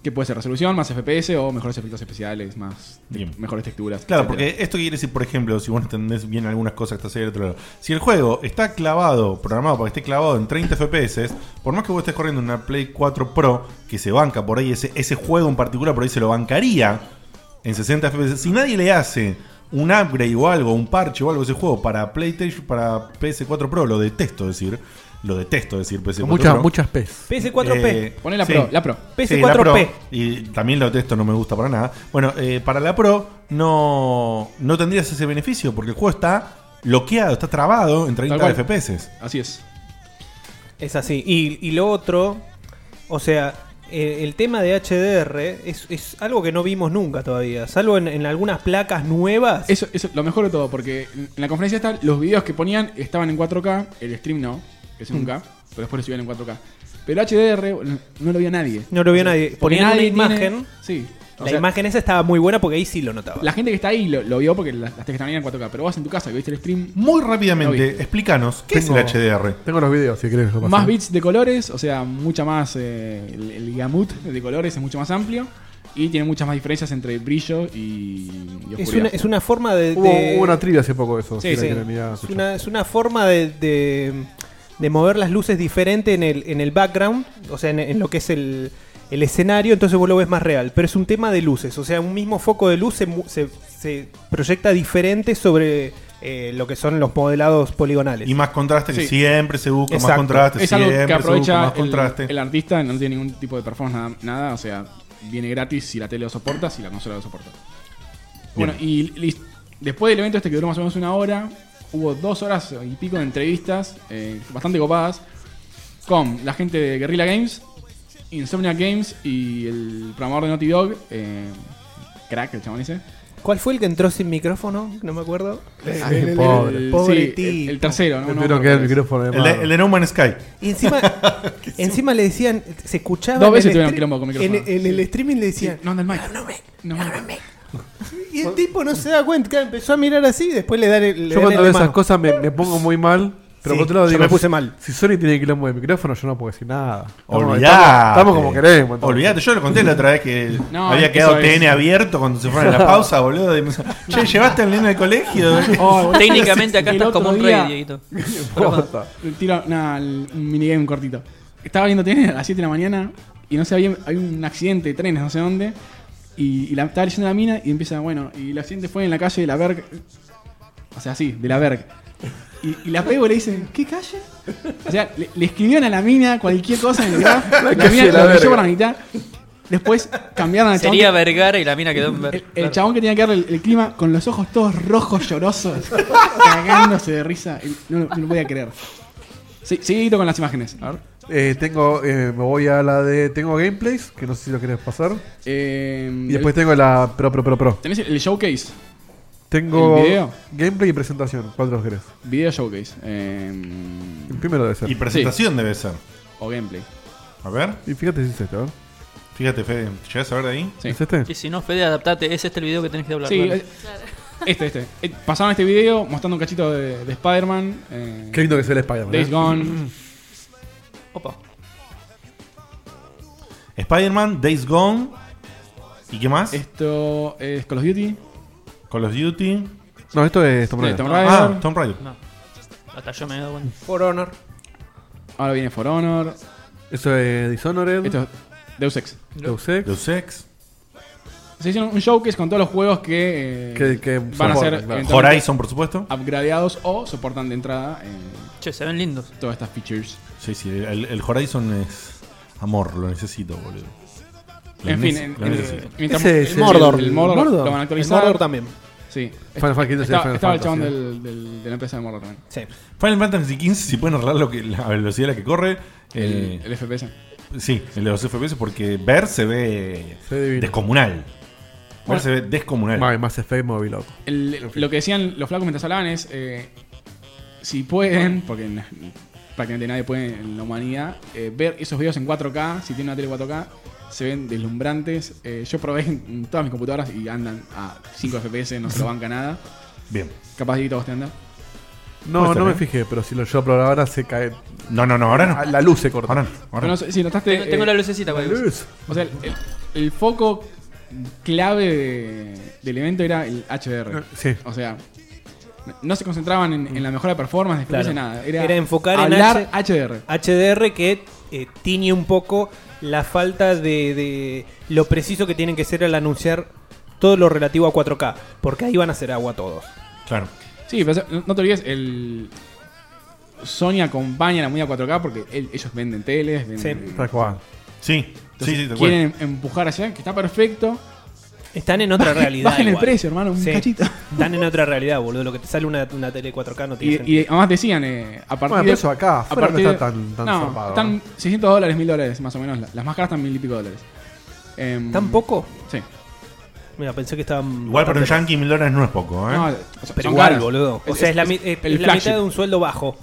Que puede ser resolución, más FPS o mejores efectos especiales, más te-
Bien.
mejores texturas.
Claro,
etcétera.
porque esto quiere decir, por ejemplo, si vos no entendés bien algunas cosas que está del otro lado. Si el juego está clavado, programado para que esté clavado en 30 FPS, por más que vos estés corriendo una Play 4 Pro, que se banca por ahí, ese, ese juego en particular por ahí se lo bancaría en 60 FPS. Si nadie le hace un upgrade o algo, un parche o algo a ese juego para PlayStation, para PS4 Pro, lo detesto decir. Lo detesto decir PS4
Muchas-
Pro. Eh,
muchas Ps.
PS4P. Poné la Pro, la Pro.
Sí,
PS4P.
Y también lo detesto, no me gusta para nada. Bueno, eh, para la Pro no, no tendrías ese beneficio porque el juego está bloqueado, está trabado en 30
cual.
FPS.
Así es.
Es así. Y, y lo otro, o sea, eh, el tema de HDR es, es algo que no vimos nunca todavía, salvo en, en algunas placas nuevas.
Eso es lo mejor de todo, porque en la conferencia esta, los videos que ponían estaban en 4K, el stream no, que es en
Mm.
1K, pero después lo subían en 4K. Pero HDR no- no lo vio nadie.
No lo vio
O sea,
nadie.
porque
Ponían
nadie
una
tiene-
imagen.
Sí. O
la
sea,
imagen esa estaba muy buena porque ahí sí lo notaba.
La gente que está ahí lo, lo vio porque las, las que están ahí eran 4K, pero vos en tu casa que viste el stream.
Muy rápidamente,
no viste.
explícanos, ¿qué
Tengo-
es el HDR?
Tengo los videos, si querés. lo paso.
Más bits de colores, o sea, mucha más. eh, el, el gamut de colores es mucho más amplio y tiene muchas más diferencias entre brillo y, y
Es
oscuridad.
una, es una forma de.
Hubo-
de-
hubo una
trivia hace poco de eso,
Sí,
si la
sí.
quieren ir a
Es,
escuchar.
una, es una forma de, de- de mover las luces diferente en el, en el background, o sea, en, en lo que es el, el escenario, entonces vos lo ves más real. Pero es un tema de luces, o sea, un mismo foco de luz se, mu- se- se proyecta diferente sobre eh, lo que son los modelados poligonales.
Y más contraste, que
Sí.
siempre se busca más
Exacto.
contraste,
es algo
siempre
que
se busca
aprovecha
más
el,
contraste.
el artista, no tiene ningún tipo de performance, nada, nada, o sea, viene gratis si la tele lo soporta, si la consola lo soporta. Bueno, y lis- después del evento este que duró más o menos una hora, hubo dos horas y pico de entrevistas eh, bastante copadas con la gente de Guerrilla Games, Insomnia Games y el programador de Naughty Dog, eh, Crack, el chabón ese.
¿Cuál fue el que entró sin micrófono? No me acuerdo.
Ay, el- pobre. el- sí, el- el tercero, ¿no? No, Espero no, que el no, micrófono de
El de- mano. el de No Man's Sky.
Y encima, encima le decían, se escuchaba.
Dos
en
veces
el
tuvieron
stream-
quilombo con micrófono.
En, en el
Sí.
streaming le decían,
no anda el mic.
No me.
No me.
Y el tipo no se da cuenta, claro, empezó a mirar así y después le dan el. le
Yo
dan
cuando
el
veo
de
esas
mano.
cosas me, me pongo muy mal. Pero
Sí,
por otro lado
yo
digo,
me puse
si-
mal.
Si Sony tiene quilombo de micrófono, yo no puedo decir nada. Estamos-
Olvidate.
Estamos, estamos como queremos. entonces.
Olvidate, yo lo conté la otra vez que
No,
había
eso
quedado
es.
TN abierto cuando se fueron a la pausa, boludo. y me dice, Che, llevaste al nene al colegio.
Técnicamente acá
Oh, El
estás
otro
como un
día-
rey, Dieguito.
Posta. Tiro nah, el- un minigame cortito. Estaba viendo tele a las 7 de la mañana y no sé, había, hay un accidente de trenes, no sé dónde. Y, y la, estaba leyendo la mina y empieza, bueno, y el accidente fue en la calle de la Berg. O sea, sí, de la Berg. Y, y la pego y le dicen, ¿qué calle? O sea, le, le escribieron a la mina cualquier cosa en el graf.
La
La,
calle
mina
de la
lo leyó
Berg.
por la mitad. Después cambiaron al chabón
Sería
Ah, que-
Vergara y la mina quedó en Ver-
el chabón que tenía que darle el, el clima con los ojos todos rojos, llorosos, cagándose de risa. No, lo- no lo voy a creer. Sí, seguidito con las imágenes. A ver.
Eh, tengo, eh, me voy a la de. Tengo gameplays, que no sé si lo querés pasar.
Eh,
y después tengo la Pro Pro Pro Pro.
¿Tenés el showcase?
Tengo
¿El video?
gameplay y presentación. ¿Cuál de los querés?
Video showcase. Eh,
El primero debe ser.
Y presentación
Sí.
debe ser.
O gameplay.
A ver.
Y fíjate si es este, a ver.
Fíjate, Fede, ¿llegas a ver de ahí?
Sí.
¿Es este?
Y si no, Fede, adaptate. Es este el video que tenés que hablar.
Sí,
claro.
eh, este, este. Eh, Pasaron este video mostrando un cachito de, de Spider-Man. eh,
Qué lindo que sea el Spider-Man,
Days
eh.
Gone.
Opa.
Spider-Man, Days Gone. ¿Y qué más?
Esto es Call of Duty.
Call of Duty.
No, esto es Tomb
Sí,
Raider.
Tomb Raider. Ah, Tomb Raider.
No. Hasta yo me he dado cuenta.
For Honor.
Ahora viene For Honor.
Eso es Dishonored.
Esto es Deus Ex.
Deus Ex.
Deus Ex.
Se hicieron un showcase con todos los juegos que, eh,
Que- que
van a
soportan,
ser
claro.
eventualmente
Horizon, por supuesto.
Upgradeados o soportan de entrada. eh.
che, se ven lindos.
Todas estas features.
Sí, sí, el, el Horizon es amor, lo necesito, boludo. Lo
en fin,
nece-
en-
lo
en-
necesito.
mientras-
Ese es el-
El, Mordor,
Mordor.
lo van a actualizar.
El Mordor también.
Sí.
Final Fantasy,
Estaba-
Final
estaba el
Fantasy.
chabón del, del- de la empresa de Mordor también.
Sí.
Final Fantasy XV, si pueden arreglar lo que, la velocidad a la que corre. eh,
El FPS.
sí, el de los FPS, porque ver se ve
Se ve divino.
descomunal. Ver
Bueno.
se ve descomunal.
Más, más Effect Mobile, loco.
El- lo que decían los flacos mientras hablaban es: eh, si pueden, porque na- prácticamente nadie puede en la humanidad, eh, ver esos videos en 4K, si tienen una tele 4K, se ven deslumbrantes. Eh, yo probé en todas mis computadoras y andan a 5 FPS, no se lo banca nada.
Bien.
Capaz de vos te anda.
No,
Puede
no
ser,
me
¿eh?
fijé, pero si lo yo probaba ahora se cae. Ah,
No, no, no, ahora no.
La luz se corta.
Ahora no,
Pero no sé, si notaste.
Tengo- tengo la lucecita,
la
cualquier cosa.
luz. O sea, el, el foco clave de- del evento era el HDR.
Sí.
O sea, no- no se concentraban en, en la mejora de performance, de
Claro.
experiencia, nada. Era,
enfocar
hablar
en
H- HDR.
HDR que eh, tiñe un poco la falta de, de lo preciso que tienen que ser al anunciar todo lo relativo a 4K, porque ahí van a hacer agua todos.
Claro.
Sí, pero no te olvides, el, Sony acompaña la movida 4K porque el- ellos venden teles, venden.
Sí. Tal cual. Sí,
Entonces,
sí, sí, tal cual.
Quieren empujar hacia que está perfecto.
Están en otra
Bajen-
realidad.
bajen el
igual.
precio, hermano, un cachito.
Están en otra realidad, boludo. Lo que te sale una, una tele 4K no tiene
Y, y
sentido.
además decían, eh, a partir
Bueno,
de.
pero eso acá,
a
afuera no
partir
está
de-
tan- tan
no,
zarpado,
Están
¿no?
600 dólares, 1000 dólares más o menos. La- Las más caras están mil y pico dólares. Em,
¿Tan poco?
Sí.
Mira, pensé que estaban.
Igual para un
bastante-
yankee mil dólares no es poco, ¿eh?
No, pero igual, boludo. O sea, es la, mi- eh, es la mitad de un sueldo bajo.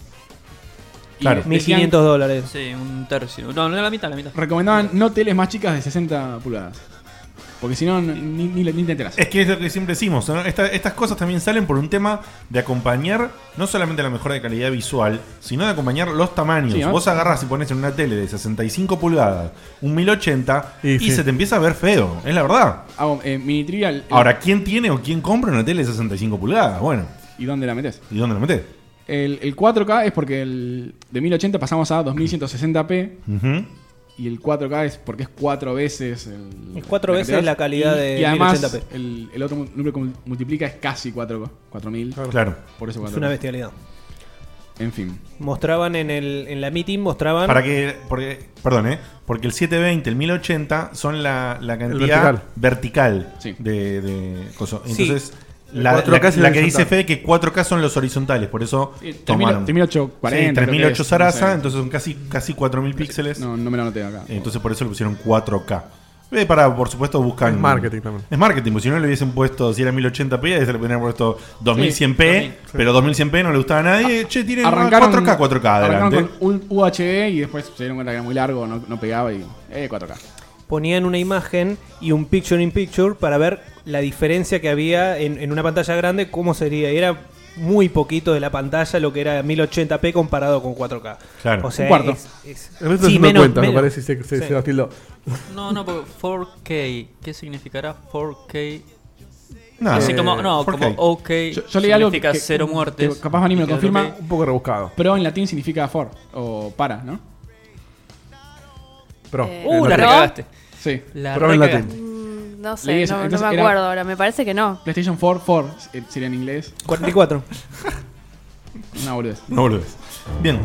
Claro.
1500 dólares.
Sí, un tercio. No, no la mitad, la mitad.
Recomendaban no teles más chicas de 60 pulgadas. Porque si no, ni, ni, ni te enteras.
Es que es lo que siempre decimos, ¿no? Esta- estas cosas también salen por un tema de acompañar no solamente la mejora de calidad visual, sino de acompañar los tamaños.
Sí, ¿no?
Vos agarrás y pones en una tele de 65 pulgadas, un 1080, y,
sí.
se te empieza a ver feo, es la verdad.
Hago eh, mini trivial.
Ahora, ¿quién tiene o quién compra una tele de 65 pulgadas? Bueno.
¿Y dónde la metes?
¿Y dónde la metes?
El, el 4K es porque el, de 1080 pasamos a 2160p.
Ujú.
Y el 4K es porque es cuatro veces el,
Es cuatro veces la calidad
y-
de
y además
1080p.
El, el otro mu- número que mu- multiplica es casi 4K, 4000.
Claro.
Por eso
Es
4K.
una bestialidad.
En fin.
Mostraban en, el, en la meeting, mostraban.
Para que, porque, perdón, ¿eh? Porque el 720, el 1080 son la, la cantidad
vertical.
vertical, de, de coso.
Sí.
Entonces,
El
la,
4K
la-
es el
la que dice
horizontal.
Fede que 4K son los horizontales, por eso
Sí, 3000,
tomaron.
3840,
Sí,
creo que
3008
es,
Sarasa,
no sé.
entonces son casi, casi 4000 píxeles.
No, no me lo noté acá.
Entonces por eso le pusieron 4K. Eh, para, por supuesto, buscan.
Es marketing también.
Es marketing, porque si no le hubiesen puesto, si era 1080p, se le hubieran puesto 2100p,
Sí, sí.
pero 2100p no le gustaba a nadie. che, tienen
Arrancaron,
4K, 4K
arrancaron
adelante.
con un UHD y después se dieron cuenta que era muy largo, no, no pegaba y. Eh, 4K.
ponían una imagen y un picture in picture para ver la diferencia que había en, en una pantalla grande, cómo sería. Y era muy poquito de la pantalla lo que era 1080p comparado con 4K.
Claro.
O sea,
Un cuarto.
es-
En esto
sí,
se me
menos-
cuenta, me
menos.
parece, y se, se,
Sí.
se vaciló.
No, no, porque 4K. ¿Qué significará 4K?
No,
Así
eh,
como, no,
4K.
como OK.
Yo, yo leí algo que,
significa
que-
cero
que
muertes.
capaz Vani me lo
Y que
confirma.
OK.
poco rebuscado. Pro en latín significa for o para, ¿no?
Pro.
Uh, la recagaste.
Sí.
La
Pro en
recagaste.
latín.
Eh, Mm, No
Leí
sé,
eso,
no, no
entonces
me
era-
acuerdo ahora. Me parece que no.
PlayStation 4, 4 eh, sería en inglés.
44.
No, boludez.
No volvés. Bien.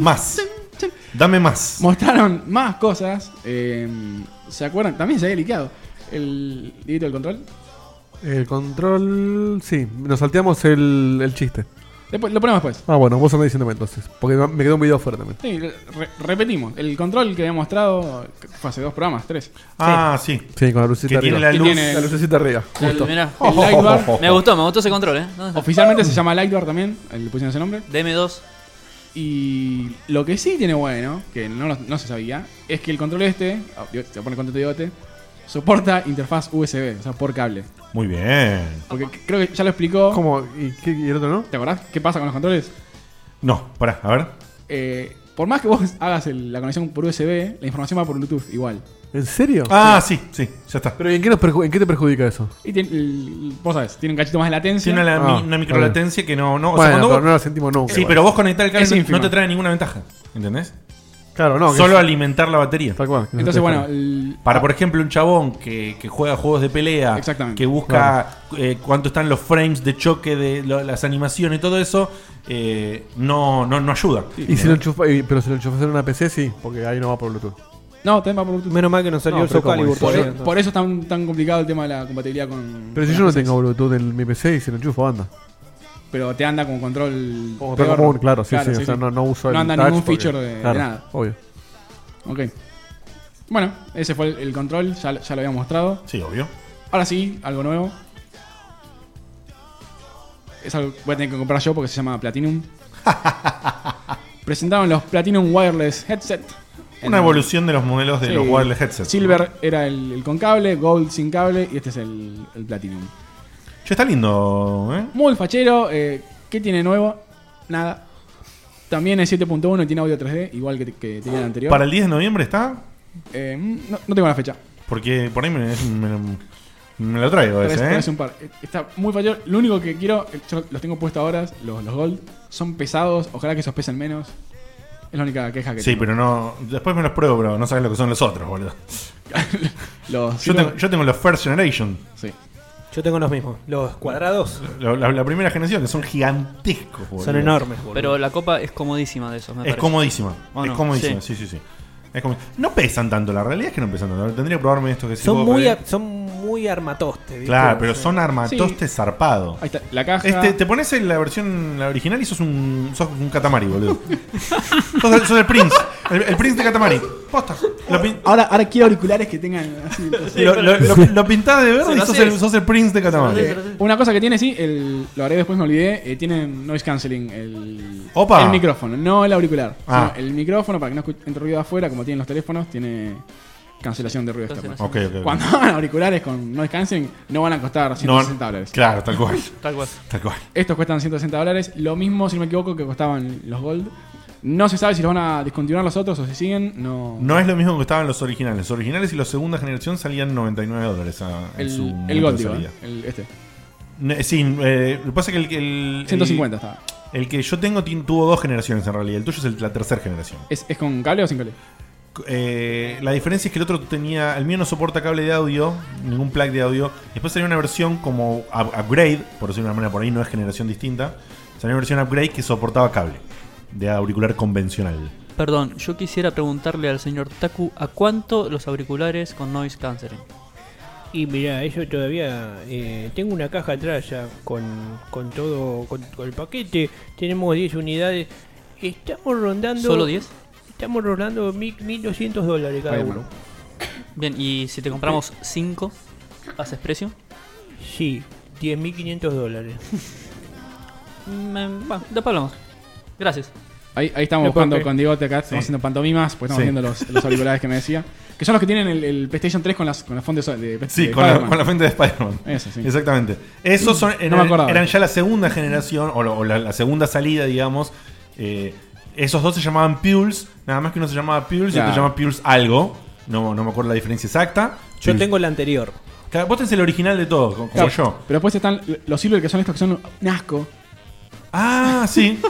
Más. Dame más.
Mostraron más cosas. eh, ¿Se acuerdan? También se había liqueado. El dibujito del control.
El control. Sí, nos salteamos el, el chiste.
Después- lo ponemos después.
Ah, bueno, vos andás diciéndome entonces. Porque me quedó un video fuera también.
Sí, re- repetimos. El control que había mostrado fue hace dos programas, tres.
Ah, sí.
Sí, con la lucecita
Que tiene
arriba.
la luz.
La lucecita arriba. Justo.
Mirá, el
Oh,
Lightbar.
oh, oh, oh.
Me gustó, me gustó ese control, ¿eh?
Oficialmente se llama Lightbar también, le pusieron ese nombre.
DM2.
Y lo que sí tiene bueno, que no, lo- no se sabía, es que el control este, ah, digo, se pone contento bigote, soporta interfaz USB, o sea, por cable.
Muy bien.
Porque c- creo que ya lo explicó.
¿Cómo? ¿Y, qué, y el otro no?
¿Te acordás qué pasa con los controles?
No, pará, a ver.
Eh, por más que vos hagas el- la conexión por USB, la información va por Bluetooth igual.
¿En serio?
Ah, sí, sí, ya está.
¿Pero ¿y en qué, nos perju- en qué te perjudica eso?
Y tiene, el- vos sabés, tiene un cachito más de latencia.
Tiene una, la-
Ah,
mi- una micro
vale.
latencia que no. no
Bueno,
cuando
pero no la sentimos nunca
Sí,
igual.
pero vos conectar el
Es
cable no
ínfima.
te trae ninguna ventaja. ¿Entendés?
Claro, no, que
Solo
es-
alimentar la batería.
Tal cual.
Entonces, bueno, el- ah.
Para, por ejemplo, un chabón que, que juega juegos de pelea,
Exactamente.
que busca eh, cuánto están los frames de choque de lo- las animaciones y todo eso, eh, no, no, no ayuda.
Y si lo enchufa, y- pero si lo enchufas en una PC, sí, porque ahí no va por Bluetooth.
No, también va por Bluetooth.
Menos mal que nos salió
No,
el
pero
Soul Calibur
¿cómo es?
todavía.
Por eso es tan, tan complicado el tema de la compatibilidad con.
Pero si
con
yo no
las
tengo Bluetooth en mi PC y si lo enchufo, anda.
pero te anda como control
Como
peor.
común, claro, sí, sí, o sea, no- no uso el
anda
touch
ningún
porque-
feature de, de
claro,
nada.
obvio.
Ok. Bueno, ese fue el, el control, ya, ya lo había mostrado.
Sí, obvio.
Ahora sí, algo nuevo. Es algo que voy a tener que comprar yo porque se llama Platinum. Presentaron los Platinum Wireless Headset.
Una
En-
evolución de los modelos de los wireless headsets.
Silver era el, el con cable, Gold sin cable y este es el, el Platinum.
Che, está lindo, ¿eh?
Muy fachero. eh, ¿Qué tiene nuevo? Nada. También es 7.1 y tiene audio 3D, igual que, que tenía el anterior.
¿Para el 10 de noviembre está?
Eh, mm, no, no tengo la fecha.
Porque por ahí me, me lo- me lo traigo
Parece-
ese, ¿eh?
parece un par. Eh, Está muy fachero. Lo único que quiero, eh, yo los tengo puestos ahora, los, los Gold. Son pesados, ojalá que esos pesen menos. Es la única queja que
Sí,
tengo.
pero no. Después me los pruebo, pero no sabes lo que son los otros, boludo.
Los
yo,
Silver-
tengo, yo tengo los First Generation.
Sí.
Yo tengo los mismos. Los cuadrados.
La, la- la primera generación, que son gigantescos, boludo.
Son enormes,
Pero la copa es comodísima de esos, me
Es
parece.
comodísima.
¿O
Es
no?
comodísima, sí, sí, sí. Es como- No pesan tanto, la realidad es que no pesan tanto. Tendría que probarme esto que sí
Son
puedo
muy,
pedir.
a- son muy armatoste. ¿viste?
Claro, pero son
Sí.
armatostes zarpado.
Ahí está, la caja.
Este, te pones en la versión la original y sos un, sos un Katamari, boludo. sos, el- sos el Prince. El, el Prince de Katamari. Posta. Lo, pin-
Ahora, ahora quiero auriculares que tengan así.
lo, lo- lo- lo pintás de verde y sos el, sos el Prince de Katamari.
Eh, Una cosa que tiene, sí, el, lo haré después, me olvidé. eh, tienen noise canceling el,
Opa.
el micrófono, no el auricular.
Ah.
sino el micrófono para que no escu- entre ruido de afuera, como tienen los teléfonos, tiene cancelación de ruido externo.
Cancelación. Ok, ok, ok.
Cuando hagan auriculares con noise canceling, no van a costar 160 dólares.
Claro, tal cual.
Tal cual.
Tal cual.
Estos cuestan 160 dólares, lo mismo, si no me equivoco, que costaban los Gold. No se sabe si los van a discontinuar los otros o si siguen. No.
No es lo mismo que estaban los originales. Los originales y los segunda generación salían 99 dólares. a- en
El-
su
el
momento
Gold,
de
digo,
salida.
¿eh? El- este.
Ne- Sí, eh, lo que pasa es que el. el- el-
150 estaba.
El que yo tengo tin- tuvo dos generaciones en realidad. El tuyo es el- la tercera generación.
¿Es, es con cable o sin cable?
Eh, la diferencia es que el otro tenía. El mío no soporta cable de audio, ningún plug de audio. Después salió una versión como up- upgrade, por decirlo de una manera, por ahí no es generación distinta. Salió una versión upgrade que soportaba cable de auricular convencional.
Perdón, yo quisiera preguntarle al señor Taku a cuánto los auriculares con noise canceling.
Y mirá, yo todavía eh, tengo una caja atrás ya con, con todo, con, con el paquete. Tenemos 10 unidades. Estamos rondando.
¿Solo 10?
Estamos rondando mil- 1200 dólares cada
Ahí,
uno.
Bien, y si te compramos 5, ¿haces precio?
Sí, 10.500 dólares. mm,
Me-
eh,
Bueno, después hablamos. Gracias.
Ahí, ahí estamos
No,
buscando
porque-
con Digote acá,
Sí.
estamos haciendo pantomimas, pues
Sí.
estamos viendo los, los auriculares que me decía. Que son los que tienen el, el PlayStation 3 con las con la fuente so- de, de
Sí, con la,
Spider-Man.
con la fuente de Spider-Man.
Eso, sí. Mm.
Exactamente. Esos son,
no me acordaba.
eran ya la segunda generación, o, lo- o la, la segunda salida, digamos. Eh, esos dos se llamaban Pules, nada más que uno se llamaba Pules y
Claro.
otro se llama Pules algo. No, no me acuerdo la diferencia exacta.
Yo
Pules.
tengo el anterior.
Claro, Vos tenés el original de todos, co- como
Claro,
yo.
Pero después están los Silver, que son estos que son un asco.
Ah, sí.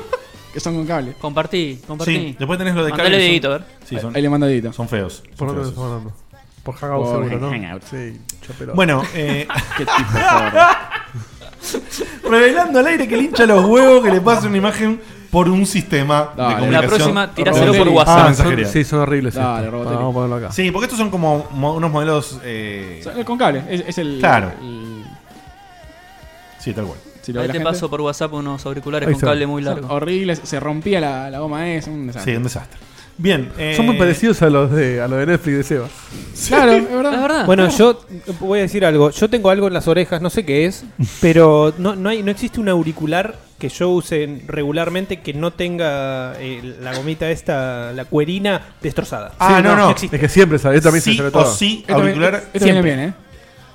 que son con cable.
Compartí, compartí.
Sí, después tenés lo de
Mandale
cable,
dedito, a
son-
ver.
Sí, son-
Ahí le mando dedito.
Son feos. son
¿Por dónde
feos.
estamos hablando? Por Hangout
Por
seguro, ¿no?
Hangout.
Sí, chapelón.
Bueno, eh,
Qué tipo sordo.
Revelando al aire que le hincha los huevos que le pase una imagen por un sistema
Dale.
de comunicación.
La próxima, tiráselo por
Ah,
WhatsApp.
mensajería.
Son- sí, son horribles Dale, estos. Robotelli. Vamos a ponerlo acá.
Sí, porque estos son como mo- unos modelos. eh,
Son- eh, con cable, es, es el.
Claro.
el-
Sí, tal cual.
si lo ve
Ahí
la
te
gente.
Este paso por WhatsApp unos auriculares
Ahí
con
está.
cable muy
Son
largo.
Horribles, se rompía la, la goma esa, un desastre.
Sí, un desastre. Bien. eh,
Son muy parecidos a los de, a los de Netflix de Seba.
Claro, es verdad.
Bueno, yo voy a decir algo. Yo tengo algo en las orejas, no sé qué es, pero no, no, hay, no existe un auricular que yo use regularmente que no tenga eh, la gomita esta, la cuerina destrozada.
Ah,
Sí,
no, no.
existe.
Es que siempre sale. Yo también
sí
se sale
o
todo.
sí,
Esto viene-
auricular.
esto viene bien, ¿eh?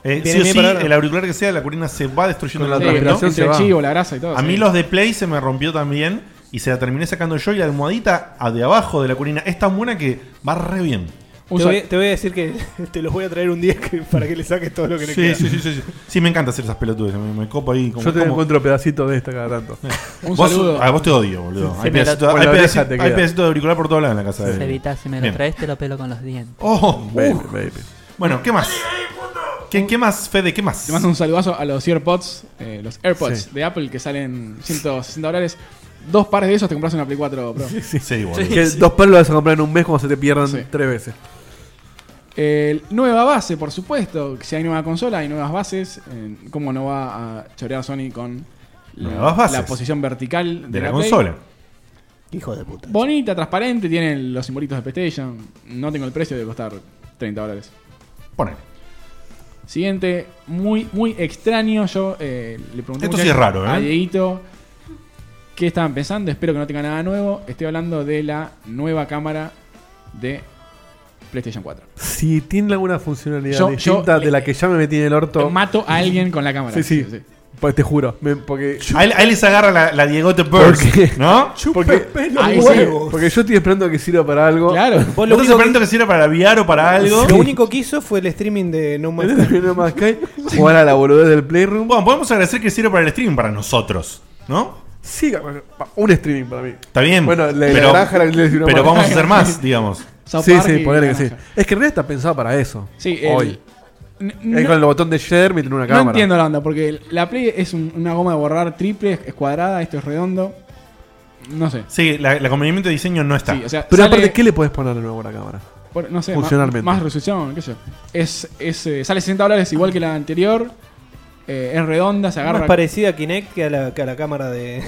Eh,
Viene
sí o
bien
sí,
para ahora.
el auricular que sea, la corina se va destruyendo
Con la
el auricular,
vibración se Entre el va. chivo, la grasa y todo,
A mí
sí.
los de Play se me rompió también y se la terminé sacando yo y la almohadita a de abajo de la corina es tan buena que va re bien.
Te voy, te voy a decir que te los voy a traer un día que- para que le saques todo lo que le
Sí,
queda.
sí, sí, sí, sí. Sí, me encanta hacer esas pelotudes. Me, me copo ahí. Como,
Yo te
como- Eh.
encuentro pedacitos de esta cada tanto.
vos, A vos te odio, boludo.
Se
Hay
me la-
pedacitos
con
hay
la
pedaci-
oreja te
hay
queda.
pedacitos de auricular por todos lados en la casa. de-
Evita, si me lo
Bien.
traes, te lo pelo con los dientes.
Oh,
Baby,
uh. Bueno, ¿qué más? ¿Qué, qué más, Fede? ¿Qué más?
Te mando un saludazo a los AirPods, eh, los AirPods
Sí.
de Apple que salen 160 dólares. Dos pares de esos te compras una Play 4 Pro.
Sí, sí, boludo.
Que Dos palos los vas a comprar en un mes cuando se te pierdan tres veces.
El- nueva base, por supuesto. Si hay nueva consola, hay nuevas bases. Eh, ¿Cómo no va a chorear Sony con la,
Nuevas bases.
la posición vertical de,
De la
Play?
consola.
Hijo de puta.
Bonita, transparente, tiene los simbolitos de PlayStation. No tengo el precio, debe costar 30 dólares.
Ponele.
Siguiente, muy, muy extraño. Yo eh, le pregunté
Esto
mucha
sí es
gente-
raro, ¿eh?
a Dieguito qué estaban pensando. Espero que no tenga nada nuevo. Estoy hablando de la nueva cámara de PlayStation 4.
Si tiene alguna funcionalidad
Yo-
distinta de la que ya me metí en el orto.
Mato a alguien con la cámara.
Sí, sí. Pues te juro. me- porque
A él, a él les agarra la, la Diegote Burst, ¿no?
Porque, Ahí sí, porque yo estoy esperando que sirva para algo.
Claro.
¿Vos estás esperando que sirva para VR o para algo?
Lo único que hizo fue el streaming de No Man's Sky.
no más Jugar a la boludez del Playroom.
Bueno, podemos agradecer que sirva para el streaming para nosotros, ¿no?
Sí, bueno, pa- un streaming para mí.
Está bien.
Bueno, la, la
pero,
granja la- la- la-
pero vamos a hacer más, digamos.
Sí, sí, poner que sí. Es que en realidad está pensado para eso.
Sí, el-
Hoy. Es con el botón de share meten una cámara.
No entiendo la onda, porque la Play es un- una goma de borrar triple, es es cuadrada, esto es redondo. No sé.
Sí, la- el acompañamiento de diseño no está.
Sí, o sea,
Pero
sale-
aparte, ¿qué le podés poner de nuevo a la cámara?
Bueno, no sé, ma-
Funcionalmente.
Más, resolución, qué sé yo. Es, es, eh, sale 60 dólares igual que la anterior. eh, es redonda, se agarra.
Más parecida a Kinect que a la, que a la cámara de,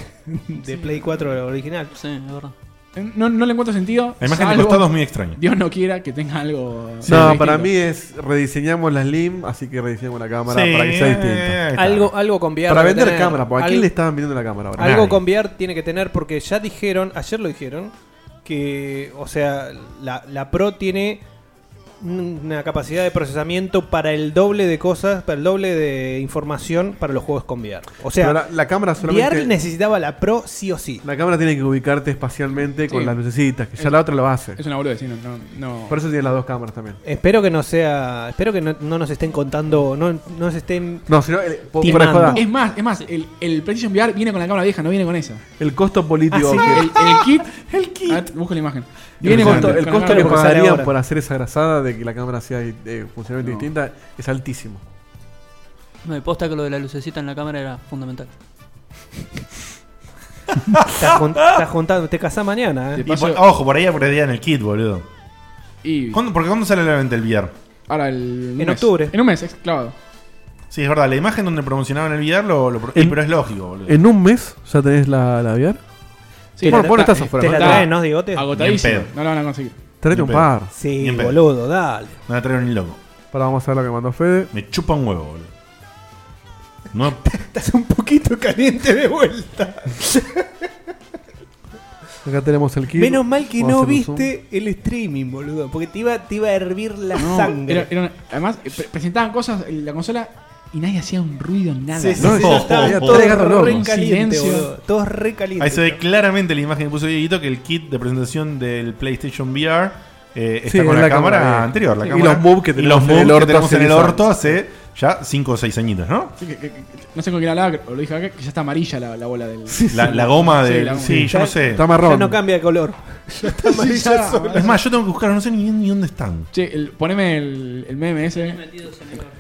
de Play 4 original.
Sí, es verdad.
Eh, No, no le encuentro sentido.
La imagen de
salvo-
costado es muy extraña.
Dios no quiera que tenga algo.
no, para mí es rediseñamos la Slim, así que rediseñamos la cámara
Sí,
para que sea
ahí
distinta.
está.
Algo, algo con VR
Para
debe
vender
tener.
cámara, porque ¿a quién
Al-
le estaban vendiendo la cámara ahora?
Algo con VR tiene que tener, porque ya dijeron, ayer lo dijeron, que, o sea, la, la Pro tiene una capacidad de procesamiento para el doble de cosas, para el doble de información para los juegos con VR. O sea,
Pero la, la cámara solamente.
VR necesitaba la Pro sí o sí.
La cámara tiene que ubicarte espacialmente con
Sí.
las lucecitas, que ya
Es-
la otra lo hace.
Es una boludez, sí, no, no, no.
Por eso tiene las dos cámaras también.
Espero que no sea, espero que no, no nos estén contando, no, no nos estén
No, sino el- por-
timando.
fuera de joda.
Es más, es más, el, el PlayStation VR viene con la cámara vieja, no viene con esa.
El costo político.
el,
que-
el kit. el kit. busco la imagen.
el
con-
costo, el
con la
costo
cámara
que
porque sale
pagarían
ahora.
por hacer esa grasada de que la cámara sea eh, funcionalmente
No.
distinta es altísimo.
No, y posta que lo de la lucecita en la cámara era fundamental.
Estás jun- estás juntando, te casás mañana. ¿eh?
Y por- ojo, por ahí apredarían el kit, boludo.
Y-
¿Cuándo, porque ¿cuándo sale la venta el VR?
Ahora el.
En octubre.
En un mes, es clavado.
Sí, es verdad. La imagen donde promocionaban el VR, lo, lo- y,
En-
pero es lógico, boludo.
¿En un mes ya tenés la, la VR?
Sí,
bueno,
la-
vos no
está-
estás afuera.
te la
¿no?
traen, ¿no, Digote? Agotadísimo,
Ni en pedo.
no la van a conseguir.
Tráete
Ni
un
en pedo.
par.
Sí,
Ni en pedo.
boludo, dale.
No la trajeron ni loco.
Para vamos a ver lo que mandó Fede.
Me chupa un huevo, boludo. No. Estás un
poquito caliente de vuelta.
Acá tenemos el kit.
Menos mal que
Vamos a
no
hacer un zoom.
viste el streaming, boludo, porque te iba, te iba a hervir la
No,
sangre.
era- era una- además, eh, pre- presentaban cosas en la consola y nadie hacía un ruido ni nada.
Sí, sí, No, sí, no, estaba
había
todo
tres garras
re
locas.
caliente,
Silencio.
boludo. Todo re caliente.
Ahí se ve claramente la imagen que puso Dieguito que el kit de presentación del PlayStation VR eh,
Sí,
está con
es
la,
la
cámara,
cámara, eh.
anterior. La
Y
cámara-
los moves que
y
tenemos
los
en el
moves que
orto
tenemos en el
hace
orto hace ya 5 o 6 añitos, ¿no?
Sí, que- que- que- no sé con quién hablaba, que- o lo dije acá, que ya está amarilla la, la bola del.
La, la goma de. Sí,
la goma.
yo no sé.
Ya no cambia de color.
amarilla sola.
Es más, yo tengo que buscar, no sé ni, ni dónde están.
Che, el- poneme el, el meme ese.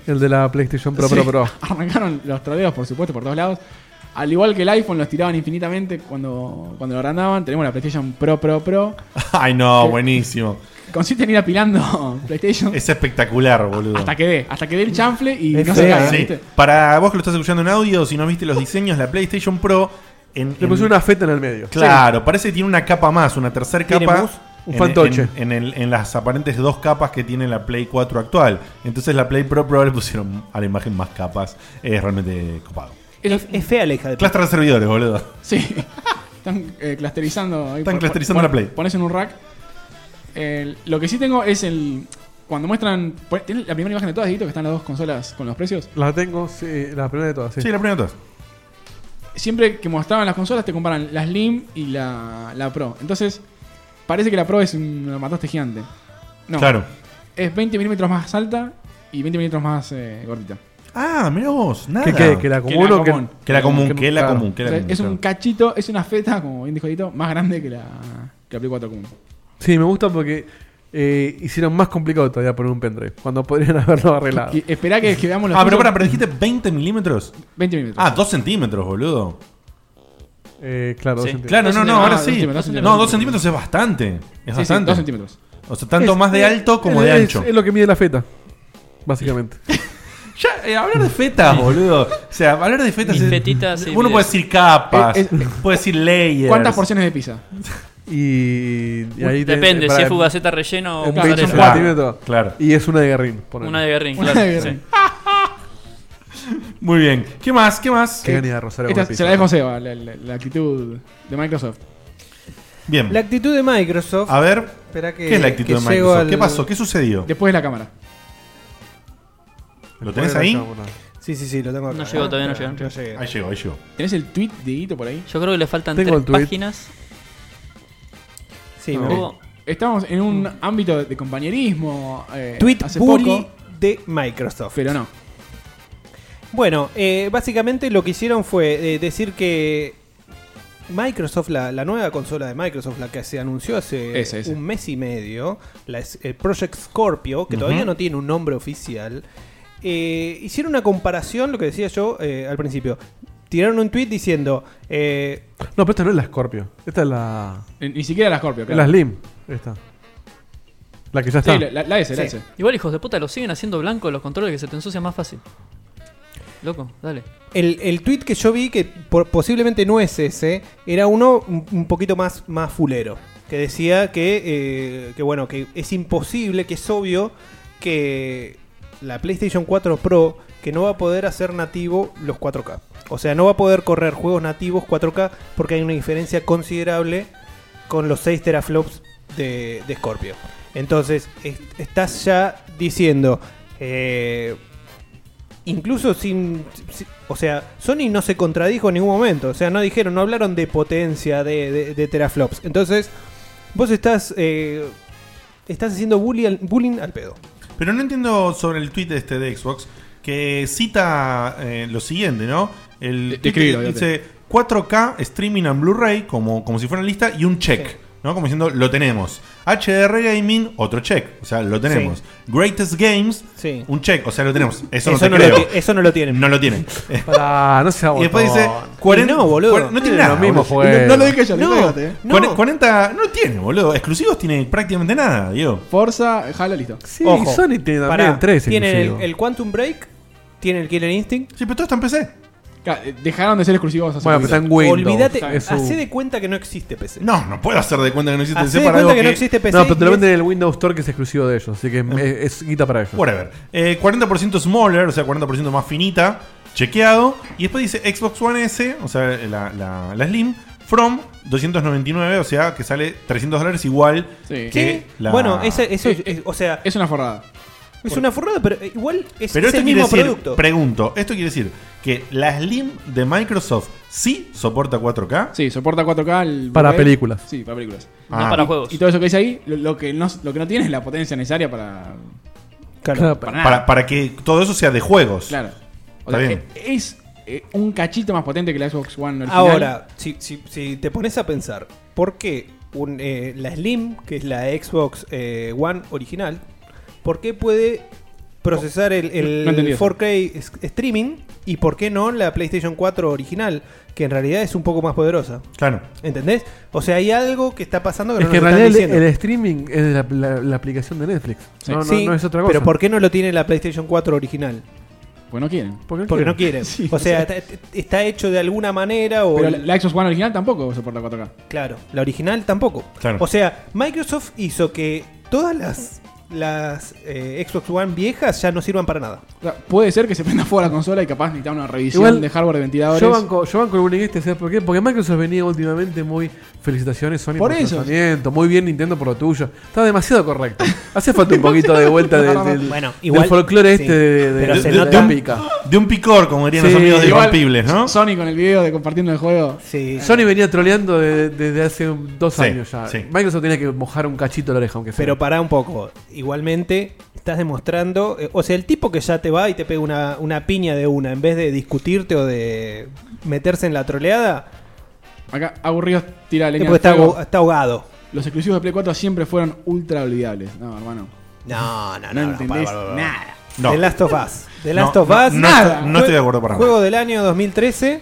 El de la PlayStation Pro
Sí,
Pro Pro.
Arrancaron los troleos, por supuesto, por todos lados. Al igual que el iPhone, los tiraban infinitamente cuando, cuando lo agrandaban. Tenemos la PlayStation Pro Pro Pro.
Ay, no, buenísimo.
Consiste en ir apilando PlayStation
Es espectacular, boludo.
hasta que dé, hasta que dé el chanfle y
Es
no se
fea,
caiga,
sí.
¿viste?
Para vos que lo estás escuchando en audio, si no viste los diseños, la PlayStation Pro. En,
Le pusieron una feta en el medio.
Claro, parece que tiene una capa más, una tercera
Tiene
capa.
mus- un
en-
fantoche.
En, en el- en las aparentes dos capas que tiene la Play 4 actual. Entonces la Play Pro Pro le pusieron a la imagen más capas. Es realmente copado.
Es, es fea la
Eh,
hija de
Clastra de servidores, boludo.
Sí. Están eh, clusterizando. ahí
Están
por-
clusterizando
pon-
la Play.
Pones en un rack. El- lo que sí tengo es el. Cuando muestran. pon- ¿Tienen la primera imagen de todas, Dieguito, que están las dos consolas con los precios?
La tengo, sí, la primera de todas. Sí,
primera de todas.
Siempre que mostraban las consolas, te comparan la Slim y la, la Pro. Entonces, parece que la Pro es una mataste gigante. No.
Claro.
Es 20 milímetros más alta y 20 milímetros más eh, gordita.
Ah, mira vos, nada.
¿Qué, qué? ¿Que la común o que-
Que la común,
que-
que la
claro.
común, que la
O sea,
común,
es
claro.
un cachito, es una feta, como bien dijo Dieguito, más grande que la, que la Play 4 común.
Sí, me gusta porque eh, hicieron más complicado todavía poner un pendrive. Cuando podrían haberlo arreglado.
Y esperá que, que veamos los
Ah, pero
precios.
pará, pero dijiste 20 milímetros.
20 milímetros.
Ah, 2 centímetros, boludo.
Eh, claro,
Sí. Claro, no, no,
Ah,
ahora sí. No, 2 centímetros es bastante. Es
Sí, sí,
bastante.
dos centímetros.
O sea, tanto más de alto como de
es-
ancho.
Es, lo que mide la feta, básicamente.
Ya, eh, hablar de fetas, boludo. O sea, hablar de fetas.
Mis
es-
fetitas, sí,
uno
mire.
puede decir capas,
Eh, eh,
puede decir layers.
¿Cuántas porciones de pizza?
Y, y ahí te-
Depende,
para-
si es fugaceta relleno o
Un 20
mozzarella.
centímetros.
Claro.
Y es una de Garrin. ponele.
Una de Guerrín,
Una
claro.
de Guerrín.
sí.
Muy bien. ¿Qué más? ¿Qué más?
Qué ganas de Rosario
Esta
con
se
pizza.
la dejo a Seba, la, la- la actitud de Microsoft.
Bien.
La actitud de Microsoft.
A ver,
Esperá que-
¿qué es la actitud
que
de
llego
Microsoft?
al-
¿Qué pasó? ¿Qué sucedió?
Después de la cámara.
¿Lo tenés ahí?
Sí, sí, sí, lo tengo acá. Ah,
No llegó, todavía no llegó.
llegué.
Ahí llegó, ahí llegó.
¿Tenés el tweet de Hito por ahí?
Yo creo que le faltan
Tengo el
tres
tweet.
páginas. Oh.
Sí,
No.
me
Eh, Estábamos en un ámbito de, de compañerismo. eh,
Tweet
hace
bully
poco.
de Microsoft.
Pero no.
Bueno, eh, básicamente lo que hicieron fue eh, decir que Microsoft, la, la nueva consola de Microsoft, la que se anunció hace
Esa, esa.
un mes y medio, la, es- el Project Scorpio, que
Ujú.
todavía no tiene un nombre oficial, eh, hicieron una comparación, lo que decía yo eh, al principio. Tiraron un tweet diciendo. eh,
no, pero esta no es la Scorpio. Esta es la.
Eh, Ni siquiera la Scorpio,
Es la Slim. Esta. La que ya está.
Sí, la- la- la S, la
Sí. Igual, hijos de puta, lo siguen haciendo blanco los controles que se te ensucian más fácil. Loco, dale.
El, el tweet que yo vi, que por- posiblemente no es ese, era uno un, un poquito más, más fulero. Que decía que, eh, que, bueno, que es imposible, que es obvio que la PlayStation 4 Pro, que no va a poder hacer nativo los 4K. O sea, no va a poder correr juegos nativos 4K porque hay una diferencia considerable con los 6 teraflops de, de Scorpio. Entonces, es- estás ya diciendo... eh, incluso sin, si- O sea, Sony no se contradijo en ningún momento. O sea, no dijeron, no hablaron de potencia de, de- de teraflops. Entonces, vos estás. eh, estás haciendo bullying al, bullying al pedo.
Pero no entiendo sobre el tweet este de Xbox que cita eh, lo siguiente, ¿no? El tweet
describilo,
dice 4K streaming and Blu-ray como, como si fuera una lista y un check, ¿no? Como diciendo lo tenemos. HDR gaming otro check, o sea, lo tenemos. Greatest games un check, o sea, lo tenemos.
Eso
Eso, no,
no
te
lo
creo.
ti- eso no lo tienen.
No lo tienen.
Pará, no sea
Y después dice
botón.
40
No, boludo.
cuar- No tiene
Tiene
nada.
los mismos
boludo.
juegos. No lo dije yo, le
No,
pégate, eh.
cuare-
No.
40 no tiene, boludo. Exclusivos tiene prácticamente nada, Diego.
Forza, jala, listo.
Sí, Ojo. Sony tiene también
Pará,
tres
Tienen el,
exclusivos.
el Quantum Break, tienen el Killer Instinct.
Sí, pero todo está en PC.
Dejaron de ser exclusivos hace
Bueno, pero
poquito.
está en Windows.
Olvídate,
Es su-
hacé de cuenta que no existe PC.
No, no puedo hacer de cuenta que no existe
Hacé
PC
de
para
Ah, cuenta
algo
que no existe PC.
No, pero te lo
y es-
venden en el Windows Store que es exclusivo de ellos. Así que eh, es guita para ellos.
Whatever. Eh, 40% smaller, o sea, 40% más finita, chequeado. Y después dice Xbox One S, o sea, la, la- la Slim, from 299, o sea, que sale 300 dólares igual
Sí.
que
¿Qué?
la...
Bueno, ese- eso es- es- o sea...
Es una forrada.
Es una forrada, pero eh, igual es,
Pero
es
esto
el
quiere
mismo
decir,
producto.
pregunto, esto quiere decir que la Slim de Microsoft sí soporta 4K.
Sí, soporta 4K. el
Para
Blu-ray.
películas.
Sí, para películas.
Ah. No para
Y-
juegos.
Y todo eso que dice ahí, lo, lo que, no, lo que no tiene es la potencia necesaria para. para
Claro, para,
nada.
para que todo eso sea de juegos.
Claro. O
Está
sea,
bien.
e- Es, eh, un cachito más potente que la Xbox One original.
Ahora, si, si- si te pones a pensar, ¿por qué un, eh, la Slim, que es la Xbox eh, One original, por qué puede procesar el, el
No entendí eso.
4K s- streaming y por qué no la PlayStation 4 original, que en realidad es un poco más poderosa?
Claro.
¿Entendés? O sea, hay algo que está pasando que
Es
no
que en
nos están
realidad el,
diciendo.
el streaming es la, la- la aplicación de Netflix. No, no,
Sí,
no es otra cosa.
Pero ¿por qué no lo tiene la PlayStation 4 original?
Pues no quieren.
Porque
Porque no quieren.
Sí,
o sea,
sí.
está, está hecho de alguna manera o...
Pero la- la Xbox One original tampoco soporta 4K.
Claro, la original tampoco.
Claro.
O sea, Microsoft hizo que todas las, las eh, Xbox One viejas ya no sirvan para nada.
O sea, puede ser que se prenda fuego la consola y capaz necesita una revisión
Igual,
de hardware de ventiladores.
Yo banco, yo banco el bulinguista, ¿sabes por qué? Porque Microsoft venía últimamente muy felicitaciones Sony
Por
por,
eso.
su lanzamiento, muy bien Nintendo por lo tuyo. Está demasiado correcto. Hace falta un poquito de vuelta del, del,
Bueno,
del
igual-
folclore
sí,
este de, de,
pero
de-
se
de
nota-
la pica.
De un picor, como dirían
Sí,
los amigos de
igual-
Irrompibles, ¿no?
Sony con el video de compartiendo el juego. Sí.
Sony venía troleando de- desde hace un- dos
Sí,
años ya.
sí.
Microsoft tenía que mojar un cachito la oreja, aunque sea.
Pero pará un poco. Igualmente, estás demostrando... eh, o sea, el tipo que ya te va y te pega una, una piña de una, en vez de discutirte o de meterse en la troleada,
Acá aburridos tira leña.
es porque
al
está,
fuego.
agu- está ahogado.
Los exclusivos de Play 4 siempre fueron ultra olvidables. No, hermano.
No, no,
No
no.
entendés
para, para, para.
nada.
No.
The Last of Us. The
No,
Last of
no,
Us.
no
nada.
estoy- no estoy de acuerdo para nada.
Juego del año 2013.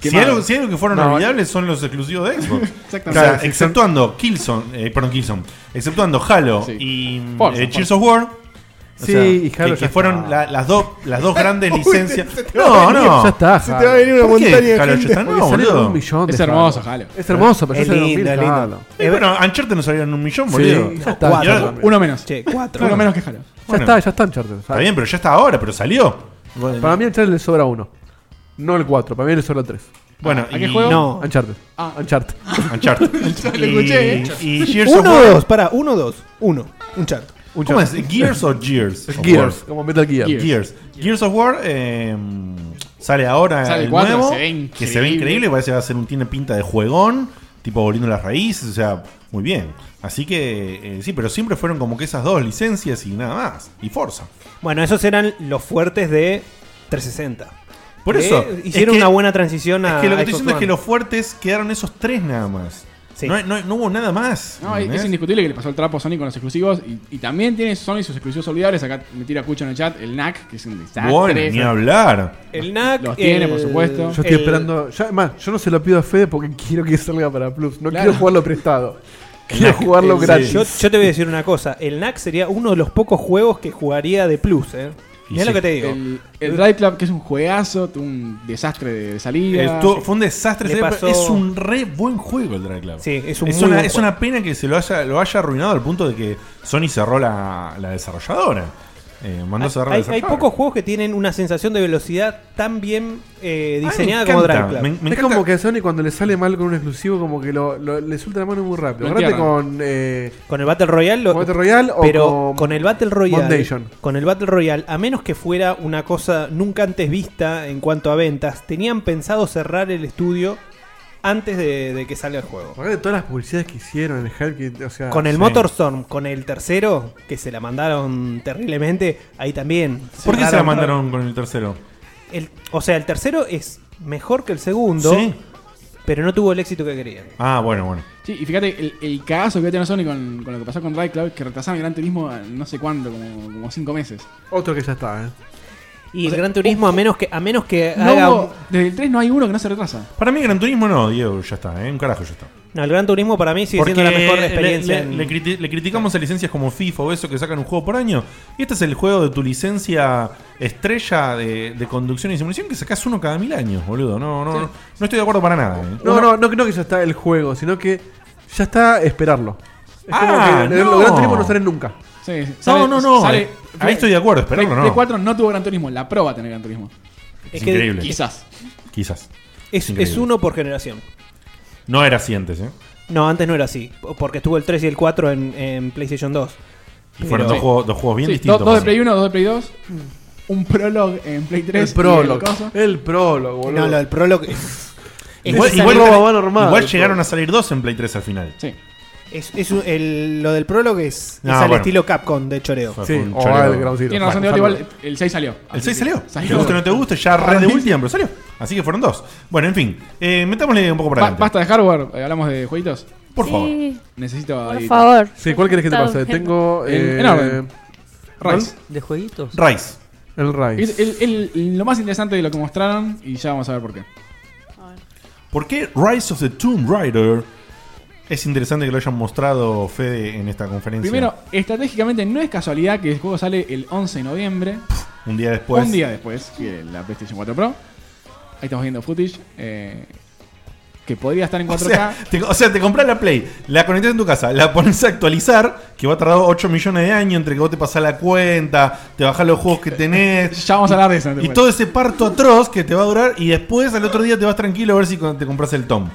Si
Quemado.
algo, si algo que fueron
No,
olvidables son los exclusivos de Xbox.
Exactamente.
O sea,
Claro, sí,
exceptuando Killzone, eh, perdón, Killzone, exceptuando Halo y mm,
Forza,
eh, Gears
Forza.
of War. o
Sí,
sea,
y
que-
Halo
que,
ya
fueron la- las, dos las dos grandes
Uy,
licencias.
se te va a
No,
venir.
no.
Ya está, Se te va a venir una
¿Por qué
montaña de
Halo ya
gente.
está?
Porque
No,
salieron
boludo.
un millón de Es Halo. hermoso, Halo. Es hermoso, pero
Es
ya salieron
lindo,
mil
es lindo.
Halo.
Eh, bueno, Uncharted no salieron un millón,
Sí,
boludo.
ya está,
Y ahora-
Uncharted. Uno menos.
Che, cuatro.
Uno menos
que Halo.
Ya está, ya está Uncharted.
Está bien, pero ya está ahora, pero salió.
Para mí Uncharted le sobra uno. No el 4, para mí le sobra el 3.
Bueno,
¿a
y-
qué juego?
No.
Uncharted.
Ah.
Uncharted.
Uncharted.
Lo escuché, ¿eh?
Y, y Gears
uno,
of War.
dos, pará, uno, dos, uno, un chat.
¿Cómo es? ¿Gears o Gears? of
Gears,
War?
como Metal Gear.
Gears. Gears. Gears of War eh, sale ahora
Sale
el
cuatro,
nuevo,
se ve
que se ve
increíble.
increíble, parece que va a ser un tiene pinta de juegón, tipo volviendo las raíces, o sea, muy bien. Así que eh, sí, pero siempre fueron como que esas dos licencias y nada más, y Forza.
Bueno, esos eran los fuertes de 360.
Por
Que
eso, es
Hicieron
que-
una buena transición a.
es que lo que
a
estoy
Xbox
diciendo es que
One.
los fuertes quedaron esos tres nada más. No, hay- no hay- no hubo nada más.
No, es, es indiscutible que le pasó el trapo a Sony con los exclusivos. Y, y también tiene Sony sus exclusivos olvidables. Acá me tira cucho en el chat. El NAC, que es un desastre.
Bueno, ni hablar.
El NAC.
Los tiene, por supuesto.
Yo estoy esperando. Ya, más, yo no se lo pido a Fede porque quiero que salga para Plus. No
Claro.
quiero jugarlo prestado. Quiero jugarlo
Sí.
gratis.
Yo, yo te voy a decir una cosa. El NAC sería uno de los pocos juegos que jugaría de plus, ¿eh? Mirá lo que te digo.
El, el Drive Club, que es un juegazo, tuvo un desastre de salida.
Esto fue un desastre.
Le
serio,
pasó-
pero Es un re buen juego el Drive Club.
Sí, es un muy
una,
buen
es
juego.
una pena que se lo haya, lo haya arruinado al punto de que Sony cerró la, la desarrolladora. Eh, mandó
Hay,
cerrar la
hay- hay
desarrolladora.
pocos juegos que tienen una sensación de velocidad tan bien eh, diseñada como Drive Club.
es como que a Sony cuando le sale mal con un exclusivo, como que lo, lo- le suelta la mano muy rápido.
Lo
Acuérdate
entierran.
con, eh,
Con el Battle Royale, lo-
con Battle Royale o
pero
con
con, el Battle Royale,
Foundation.
con el Battle Royale, a menos que fuera una cosa nunca antes vista en cuanto a ventas, tenían pensado cerrar el estudio antes de, de que salga el juego.
Acuérdate de todas las publicidades que hicieron, el hype que- o
Ah,
sea,
Con el
sí.
Motorstorm, con el tercero, que se la mandaron terriblemente, ahí también.
¿Por qué se la
cerraron-
mandaron con el tercero?
El- o sea, el tercero es mejor que el segundo,
Sí.
pero no tuvo el éxito que querían.
Ah, bueno, bueno.
Sí, y fíjate el, el cagazo que va a tener Sony con, con lo que pasó con Drive Club, que retrasaron el Gran Turismo a no sé cuándo, como, como cinco meses.
Otro que ya está, ¿eh?
Y el Gran Turismo, a menos que, a menos que
No
haga.
hubo-
un-
desde el 3 no hay uno que no se retrasa.
Para mí, Gran Turismo no, Diego, ya está, ¿eh? un carajo ya está.
No, el Gran Turismo para mí sigue
Porque
siendo la mejor
le-
experiencia.
Le,
en-
le criti- le criticamos a licencias como FIFA o eso que sacan un juego por año. Y este es el juego de tu licencia estrella de, de conducción y simulación que sacas uno cada mil años, boludo. No, no, no, no estoy de acuerdo para nada. ¿eh?
No, no, no creo que ya está el juego, sino que ya está esperarlo. Es
Ah,
como que
no.
los Gran Turismo no salen nunca.
Sí,
No,
sale-
no, no,
sale-
ahí- ahí estoy
de acuerdo, esperarlo,
Play-
no.
Play 4 no tuvo Gran Turismo, la Pro va a tener Gran Turismo.
Es
que- increíble.
Quizás.
Quizás.
es,
Increíble.
es uno por generación.
No era así antes, ¿eh?
No, antes no era así, po- porque estuvo el 3 y el 4 en, en PlayStation 2.
Y fueron
Pero-
dos juegos- dos juegos bien
Sí,
distintos. Mm.
do- dos de Play 1, dos de Play 2. Un prologue en Play 3. y
prólogo.
coso.
El prólogo, boludo.
No, lo del
prólogo.
Igual,
Es
igual-
algo
igual
normal, eso.
llegaron a salir dos en Play 3 al final.
Sí.
Es, es un- el- lo del prólogo es,
No,
es al
Ah, bueno.
estilo Capcom de choreo.
Fue- fue Sí, un o choreo. al Ground Zero.
Tiene razón,
Bueno,
Diego,
salvo.
igual el 6 salió. Ah,
El
Así
6
que-
salió. Te guste o no te guste, ya re de última, pero salió. Así que fueron dos. Bueno, en fin, eh, metámosle un poco para
Ba-
adelante.
basta de hardware, eh, hablamos de jueguitos.
Por Sí. favor.
Necesito
Por
ahí-
favor. Sí, ¿cuál querés que te pase?
Tengo,
En- en
eh,
orden.
¿cuál?
Rise.
¿De jueguitos?
Rise.
El Rise.
Es- el- el- lo más interesante de lo que mostraron, y ya vamos a ver por qué.
¿Por qué Rise of the Tomb Raider es interesante que lo hayan mostrado Fede en esta conferencia?
Primero, estratégicamente no es casualidad que el juego sale el 11 de noviembre.
un día después.
Un día después que la PlayStation 4 Pro. Ahí estamos viendo footage. eh, que podría estar en 4K.
O sea, te, o sea, te compras la Play, la conectas en tu casa, la pones a actualizar, que va a tardar 8 millones de años entre que vos te pasás la cuenta, te bajás los juegos que tenés.
ya vamos a hablar de eso, no te
Y
preocupes.
todo ese parto atroz que te va a durar y después al otro día te vas tranquilo a ver si con- te compras el Tom.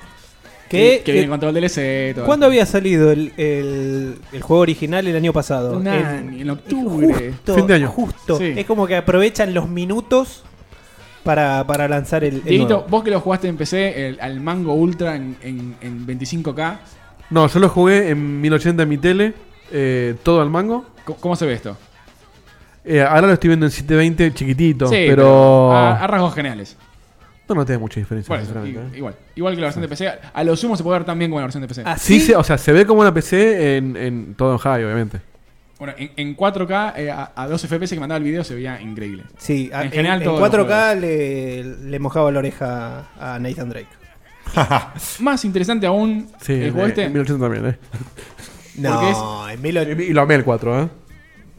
¿Qué?
que viene con todo el DLC. Todo.
eh, ¿Cuándo había salido el, el- el juego original el año pasado?
Un
El-
año, en octubre.
Justo,
Fin de año.
Justo.
Sí.
Es como que aprovechan los minutos para, para lanzar el, el
Dieguito,
nuevo.
vos que lo jugaste en PC, el- al Mango Ultra en, en- en 25K,
No, yo lo jugué en 1080 en mi tele, eh, todo al mango.
¿cómo, cómo se ve esto?
Eh, ahora lo estoy viendo en 720 chiquitito,
Sí,
pero...
ah,
a, a rasgos generales.
No noté mucha diferencia,
Por eso,
sinceramente.
i-
¿eh?
igual, igual que la versión de PC, a lo sumo se puede ver también como la versión de PC.
Ah,
Sí, se- o sea, se ve como una PC en, en todo en high, obviamente.
Bueno, en, en 4K, eh, a, a 12 FPS que mandaba el video se veía increíble.
Sí, a-
en general
en
todos los
4K le, le mojaba la oreja a Nathan Drake.
juegos. Más interesante aún,
Sí,
el juego
en,
este.
en 1080 también, ¿eh?
Porque
en 1080.
Y lo amé el 4, ¿eh?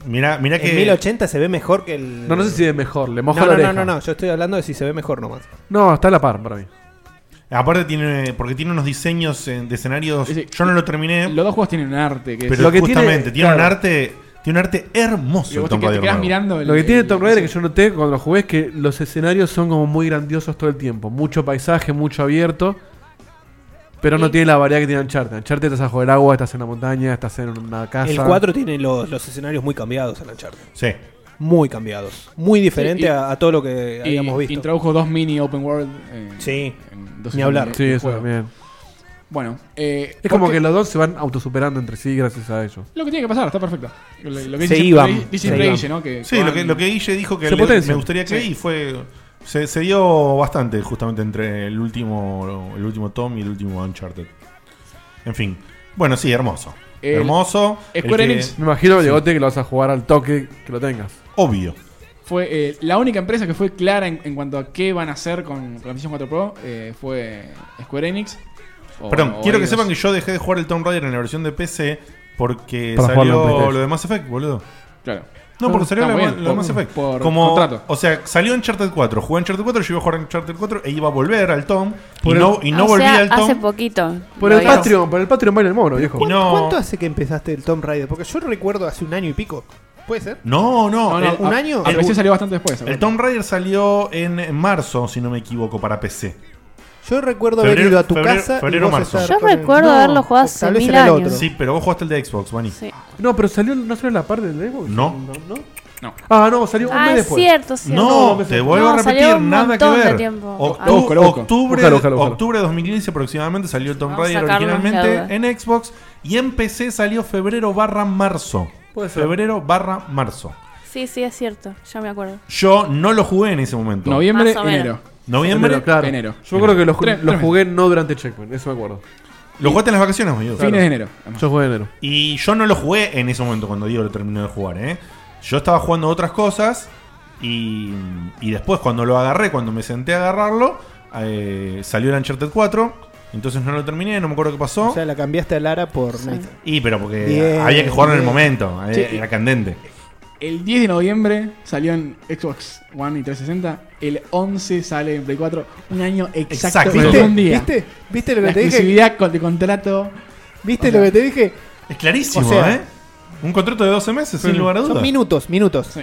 Mira, mira
En 1080 se ve mejor que el.
No, no sé si es mejor, le moja
no,
la
no,
oreja.
No, no, no, yo estoy hablando de si se ve mejor nomás.
No, está a la par para mí.
Aparte tiene, porque tiene unos diseños eh, de escenarios. Yo no lo terminé.
Los dos juegos tienen un arte. Que
Pero
lo que
justamente, tiene,
tiene-
un
claro.
arte. Tiene un arte hermoso
Y vos
el Tomb
te- te
Raider
quedás
nuevo.
mirando el-
Lo que tiene
el-
Tomb Raider que yo noté cuando lo jugué es que los escenarios son como muy grandiosos todo el tiempo. Mucho paisaje, mucho abierto. Pero no tiene la variedad que tiene Uncharted. Uncharted estás bajo el agua, estás en la montaña, estás en una casa.
El 4 tiene los, los escenarios muy cambiados al Uncharted.
Sí.
Muy cambiados. Muy diferente
Sí, y-
a, a todo lo que
y
habíamos visto.
Introdujo dos mini open world. eh,
Sí.
en dos
Ni
segundos
hablar.
de-
Sí,
de
eso
juego.
también.
Bueno, eh,
Es como
porque-
que los dos se van autosuperando entre sí gracias a ello.
Lo que tiene que pasar, está perfecto. Lo, lo que
Se
dice,
iban,
lo que dice
se
siempre
iban.
Guille, ¿no? Que
Sí,
Juan-
lo que, lo que Guille dijo que
Se
le-
potencia.
me gustaría que
Sí.
y fue. Se, se dio bastante justamente entre el último el último Tom y el último Uncharted. En fin. Bueno, sí, hermoso. hermoso.
Square
El que-
Enix.
Me imagino, Diegote, que lo vas a jugar al toque que lo tengas.
Obvio.
Fue eh, la única empresa que fue clara en, en cuanto a qué van a hacer con, con la PlayStation 4 Pro eh, fue Square Enix. O-
Perdón,
o
quiero que
ellos.
sepan que yo dejé de jugar el Tomb Raider en la versión de PC porque
Para jugarlo en
salió
PlayStation.
lo de Mass Effect, boludo.
Claro.
No, porque salió
Está
lo, de-
muy bien,
lo
por-
de Mass Effect.
por
Como,
contrato.
O sea, salió Uncharted 4, jugué Uncharted 4, yo iba a jugar Uncharted 4 e iba a volver al Tom y
Por
no,
el-
y no
Ah, o
volví
sea,
al Tom.
hace poquito.
Por
lo
el
hizo.
Patreon, por el Patreon baila el mono, viejo.
¿Cuánto-
¿Cuánto hace que empezaste el Tomb Raider? Porque yo recuerdo hace un año y pico. ¿Puede ser?
No, no,
No, no, ¿un
a-
año?
el-
A PC salió bastante después,
El
seguro.
Tomb Raider salió en en marzo, si no me equivoco, para PC.
Yo recuerdo haber ido a tu casa. y
Febrero,
vos
marzo.
estar
Yo
con el-
recuerdo
No,
haberlo jugado hace
tal vez
mil
era el otro.
años.
Sí, pero vos jugaste el de Xbox, Bunny.
No, pero salió, ¿no salió la parte del Xbox?
No.
¿No?
No.
Ah, no, salió un
Ah,
mes
es
después.
cierto, cierto.
No,
No,
te vuelvo a
salió
repetir,
un
nada que
montón de
ver.
tiempo.
Octu-
Ah, busca, busca.
octubre,
Búscalo, búscalo, búscalo.
octubre de 2015 aproximadamente salió el Tomb
Vamos a
Raider
sacarnos la
originalmente
duda.
en Xbox y en PC salió febrero barra marzo.
Puede ser.
Febrero barra marzo.
Sí, sí, es cierto. Ya me acuerdo.
Yo no lo jugué en ese momento.
Noviembre, Más o menos. enero.
Noviembre,
Enero, claro.
enero.
Yo creo que lo, ju-
Tres-
lo
tres
jugué no durante Checkpoint, eso me acuerdo.
Lo jugaste en las vacaciones, Mayo.
Fines de enero. Yo jugué en enero.
Y yo no lo jugué en ese momento cuando Diego lo terminó de jugar, ¿eh? Yo estaba jugando otras cosas y, y después cuando lo agarré, cuando me senté a agarrarlo, eh, salió el Uncharted 4. Entonces no lo terminé, no me acuerdo qué pasó.
O sea, la cambiaste a Lara por Nathan.
Y pero porque
Bien,
había que jugarlo en el
bien.
momento,
Sí.
eh, era candente.
El 10 de noviembre salió en Xbox One y 360. El 11 sale en Play 4. Un año exacto.
Exacto.
con
¿Viste?
Un día.
¿Viste? ¿Viste lo que
La
te dije?
exclusividad con- de contrato.
¿Viste
O sea,
lo que te dije?
Es clarísimo,
O sea,
¿eh? Un contrato de 12 meses, sin
Sí.
lugar a dudas.
Son minutos, minutos.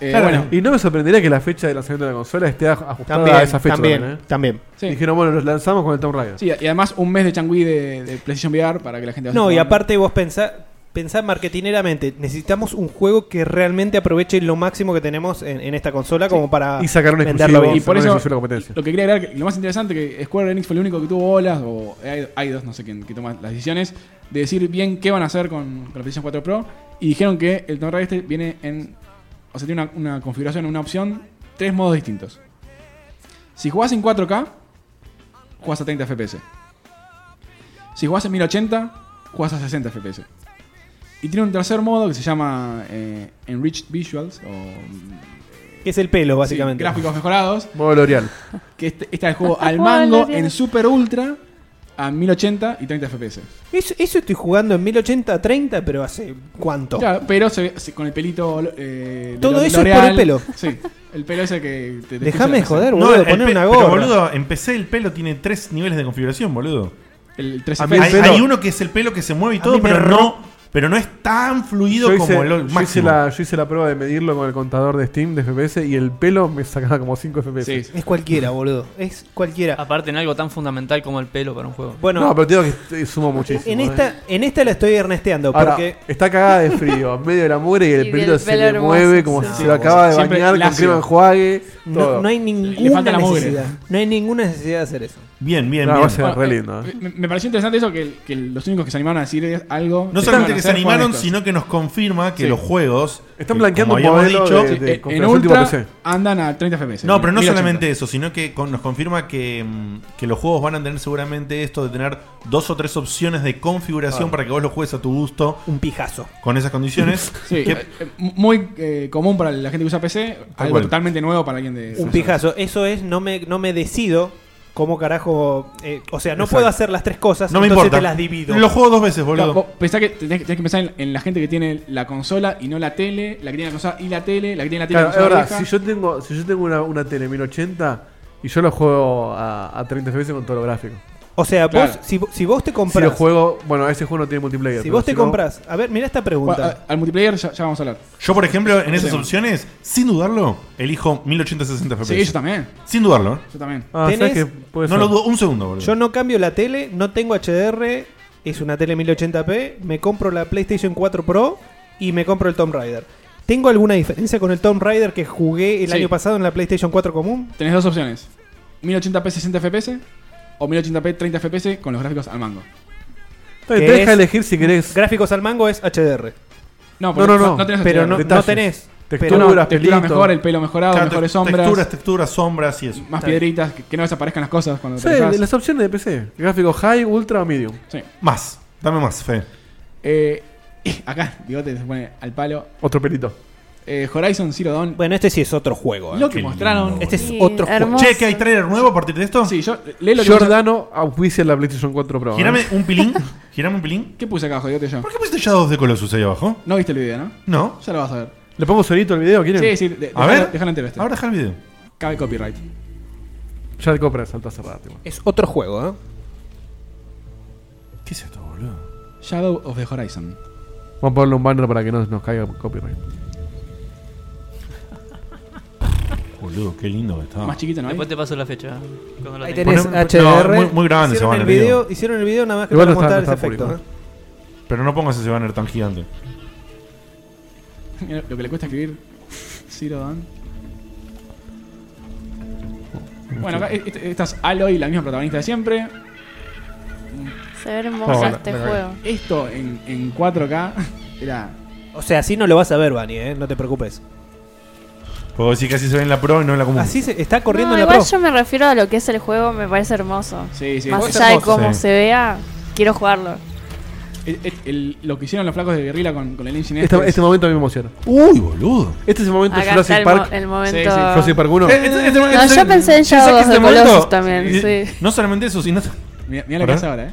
Eh,
Claro,
bueno.
Y no me sorprendería que la fecha del lanzamiento de la consola esté aj- ajustada
También,
a esa fecha. ¿eh?
también, también.
Sí.
Dijeron, bueno, los lanzamos con el Tomb Raider.
Sí, y además un mes de changui de, de PlayStation VR para que la gente vaya
No, y
jugando.
aparte vos pensá, pensá marketineramente, necesitamos un juego que realmente aproveche lo máximo que tenemos en, en esta consola como para
Y sacar un
venderlo bien.
Y por eso, lo que quería agregar, que lo más interesante que Square Enix fue el único que tuvo olas, o hay, hay dos, no sé quién, que toma las decisiones, de decir bien qué van a hacer con, con la PlayStation 4 Pro. Y dijeron que el Tomb Raider este viene en. O sea, tiene una, una configuración, una opción, tres modos distintos. Si jugás en 4K, jugás a 30 FPS. Si jugás en 1080, jugás a 60 FPS. Y tiene un tercer modo que se llama eh, Enriched Visuals, o.
Que es el pelo,
Sí,
básicamente.
gráficos mejorados.
Modo L'Oreal.
Que este- está el juego al
Modo
mango
L'Oreal.
en Super Ultra a 1080 y 30 FPS.
Eso, eso estoy jugando en 1080 a 30, pero hace cuánto.
Claro, pero se ve- se- con el pelito. eh, de
Todo
lo-
eso es
L'Oreal.
por el pelo.
Sí, el pelo ese que te, te
Déjame
escucha-
joder,
No,
boludo,
el
poner
pe-
una
Pero,
gorra.
boludo, en PC el pelo tiene tres niveles de configuración, boludo.
El
hay,
3F.
hay uno que es el pelo que se mueve y
A
todo,
mí me
pero
re-
no, pero no es tan fluido
Yo hice,
como el
yo, hice
máximo.
la, yo hice la prueba de medirlo con el contador de Steam de FPS y el pelo me sacaba como 5 FPS.
Es cualquiera, boludo. Es cualquiera.
Aparte en algo tan fundamental como el pelo para un juego.
Bueno,
no, pero te digo que eh, sumo muchísimo.
en,
eh.
esta, en esta la estoy ernesteando,
Ahora,
porque
está cagada de frío, en medio de la mugre y el
Y
pelito
del
se
pelo
le
hermoso,
mueve como
sí.
si se lo acaba de
Siempre
bañar con
lacio.
crema de enjuague.
no,
todo.
no hay ninguna
falta la mugre.
necesidad. No hay ninguna necesidad de hacer eso.
Bien, bien,
No,
bien.
va a ser re lindo. eh.
Me, me pareció interesante eso que, que los únicos que se animaron a decir es algo.
No
de
solamente
van a
que se
hacer,
animaron,
juegan estos.
sino que nos confirma que
Sí.
los juegos.
Están
que,
blanqueando
como
un
habíamos
modelo
dicho,
de- de
eh,
configuración tipo PC. andan a 30 FPS.
No, pero no
1080.
solamente eso, sino que con- nos confirma que, mm, que los juegos van a tener seguramente esto de tener dos o tres opciones de
Claro.
configuración para que vos lo juegues a tu gusto.
Un pijazo.
Con esas condiciones.
Sí,
Que- Ah,
eh, eh, muy eh, común para la gente que usa PC, algo
cual.
totalmente nuevo para alguien de.
Un pijazo. Eso es, no me, no me decido cómo carajo. eh, o sea, no puedo hacer las tres cosas, entonces te las divido.
Claro, vos pensá que tenés, que- tenés que pensar en, en la gente que tiene la consola y no la tele, la que tiene la consola y la tele, la que tiene la tele
Claro,
y
es
la consola
verdad,
vieja.
si yo tengo, si yo tengo una, una tele 1080 y yo lo juego a, a 30 FPS con todo lo gráfico.
O sea, vos, si, si vos te compras.
Si lo juego, bueno, ese juego no tiene multiplayer.
Si
pero
vos te
no-
compras. A ver, mira esta pregunta.
Bueno, a- al multiplayer ya, ya vamos a hablar.
Yo, por ejemplo, en
Ese
esas
tema.
opciones, sin dudarlo, elijo 1080-60 FPS.
Sí, yo también.
Sin dudarlo. ¿eh?
Yo también.
¿Tenés-
no lo dudo un segundo, boludo.
Yo no cambio la tele, no tengo HDR, es una tele 1080p, me compro la PlayStation 4 Pro y me compro el Tomb Raider. ¿Tengo alguna diferencia con el Tomb Raider que jugué el
Sí.
año pasado en la PlayStation 4 común?
Tenés dos opciones: 1080p 60 FPS o 1080p 30 FPS con los gráficos al mango.
Eh,
Te deja elegir si querés.
Gráficos al mango es HDR.
No, porque no- no tenés
pero
HDR.
no, no
Detalles.
tenés
Texturas,
textura
pelitos.
mejor, el pelo mejorado,
Claro,
mejores
tex-
sombras.
texturas, texturas, sombras y eso.
Más
Está
piedritas, que, que no desaparezcan las cosas cuando
Sí,
te
de las opciones de PC. Gráfico high, ultra o medium.
Sí.
Más. Dame más, fe.
Eh, acá, bigote se pone al palo.
Otro pelito.
Eh, Horizon Zero Dawn.
Bueno, este sí es otro juego.
eh.
Lo que
Qué
mostraron.
lindo, Este es Sí, otro juego. hermoso.
Che, ¿que hay trailer nuevo a partir de esto?
Sí, yo leo lo que
Giordano auspicia la PlayStation 4 Pro. ¿eh?
Girame un pilín. Girame un pilín.
¿Qué puse acá, jodidote yo? ¿Por
qué pusiste Shadows de Colossus ahí abajo?
No viste el video, ¿no?
No.
Ya lo vas a ver.
¿Le pongo solito el video? ¿Quieren?
Sí, sí, de-
a
dejalo-
ver.
dejalo entero este.
Ahora deja el video.
Cabe copyright.
Ya el compra salta cerrada. tipo.
Es otro juego, ¿eh?
¿Qué es esto, boludo?
Shadow of the Horizon.
Vamos a ponerle un banner para que no nos caiga copyright.
Boludo, qué lindo que está.
Más
chiquito, ¿no?
Después te paso la fecha. eh, cuando la
Ahí
tengas.
tenés
Poneme-
HDR.
no, muy- muy grande se
hicieron el
van el video.
video. Hicieron el video nada más que
Igual
para
no está-
mostrar ese
no está
efecto.
público. ¿eh? Pero no pongas ese banner tan gigante.
Mira lo que le cuesta escribir Zero Dawn. Bueno, acá est- estás Aloy, la misma protagonista de siempre.
Se ve hermoso
Acá-
este juego.
Esto en, en 4K era.
¿eh? O sea, así no lo vas a ver, Bani, ¿eh? No te preocupes.
Puedo decir que así se ve en la pro y no en la común.
Así se está corriendo
No,
en la
igual
pro.
yo me refiero a lo que es el juego, me parece hermoso.
Sí, sí,
Más
es
allá de
hermoso.
cómo
Sí.
se vea, quiero jugarlo.
el- el- el- lo que hicieron los flacos de Guerrilla con, con el engine.
Este,
este.
este momento a mí me emociona.
Uy, boludo.
Este es el momento
Acá está
Jurassic
el mo-
Park.
el momento-
Sí, sí. Jurassic Park 1.
Eh, este- este-
No,
este-
yo pensé en
¿sí sabes
Shadow
que
of
este
the
momento-
Colossus también,
y-
sí.
No solamente eso, sino.
Mira, mira lo que hace ahora, eh.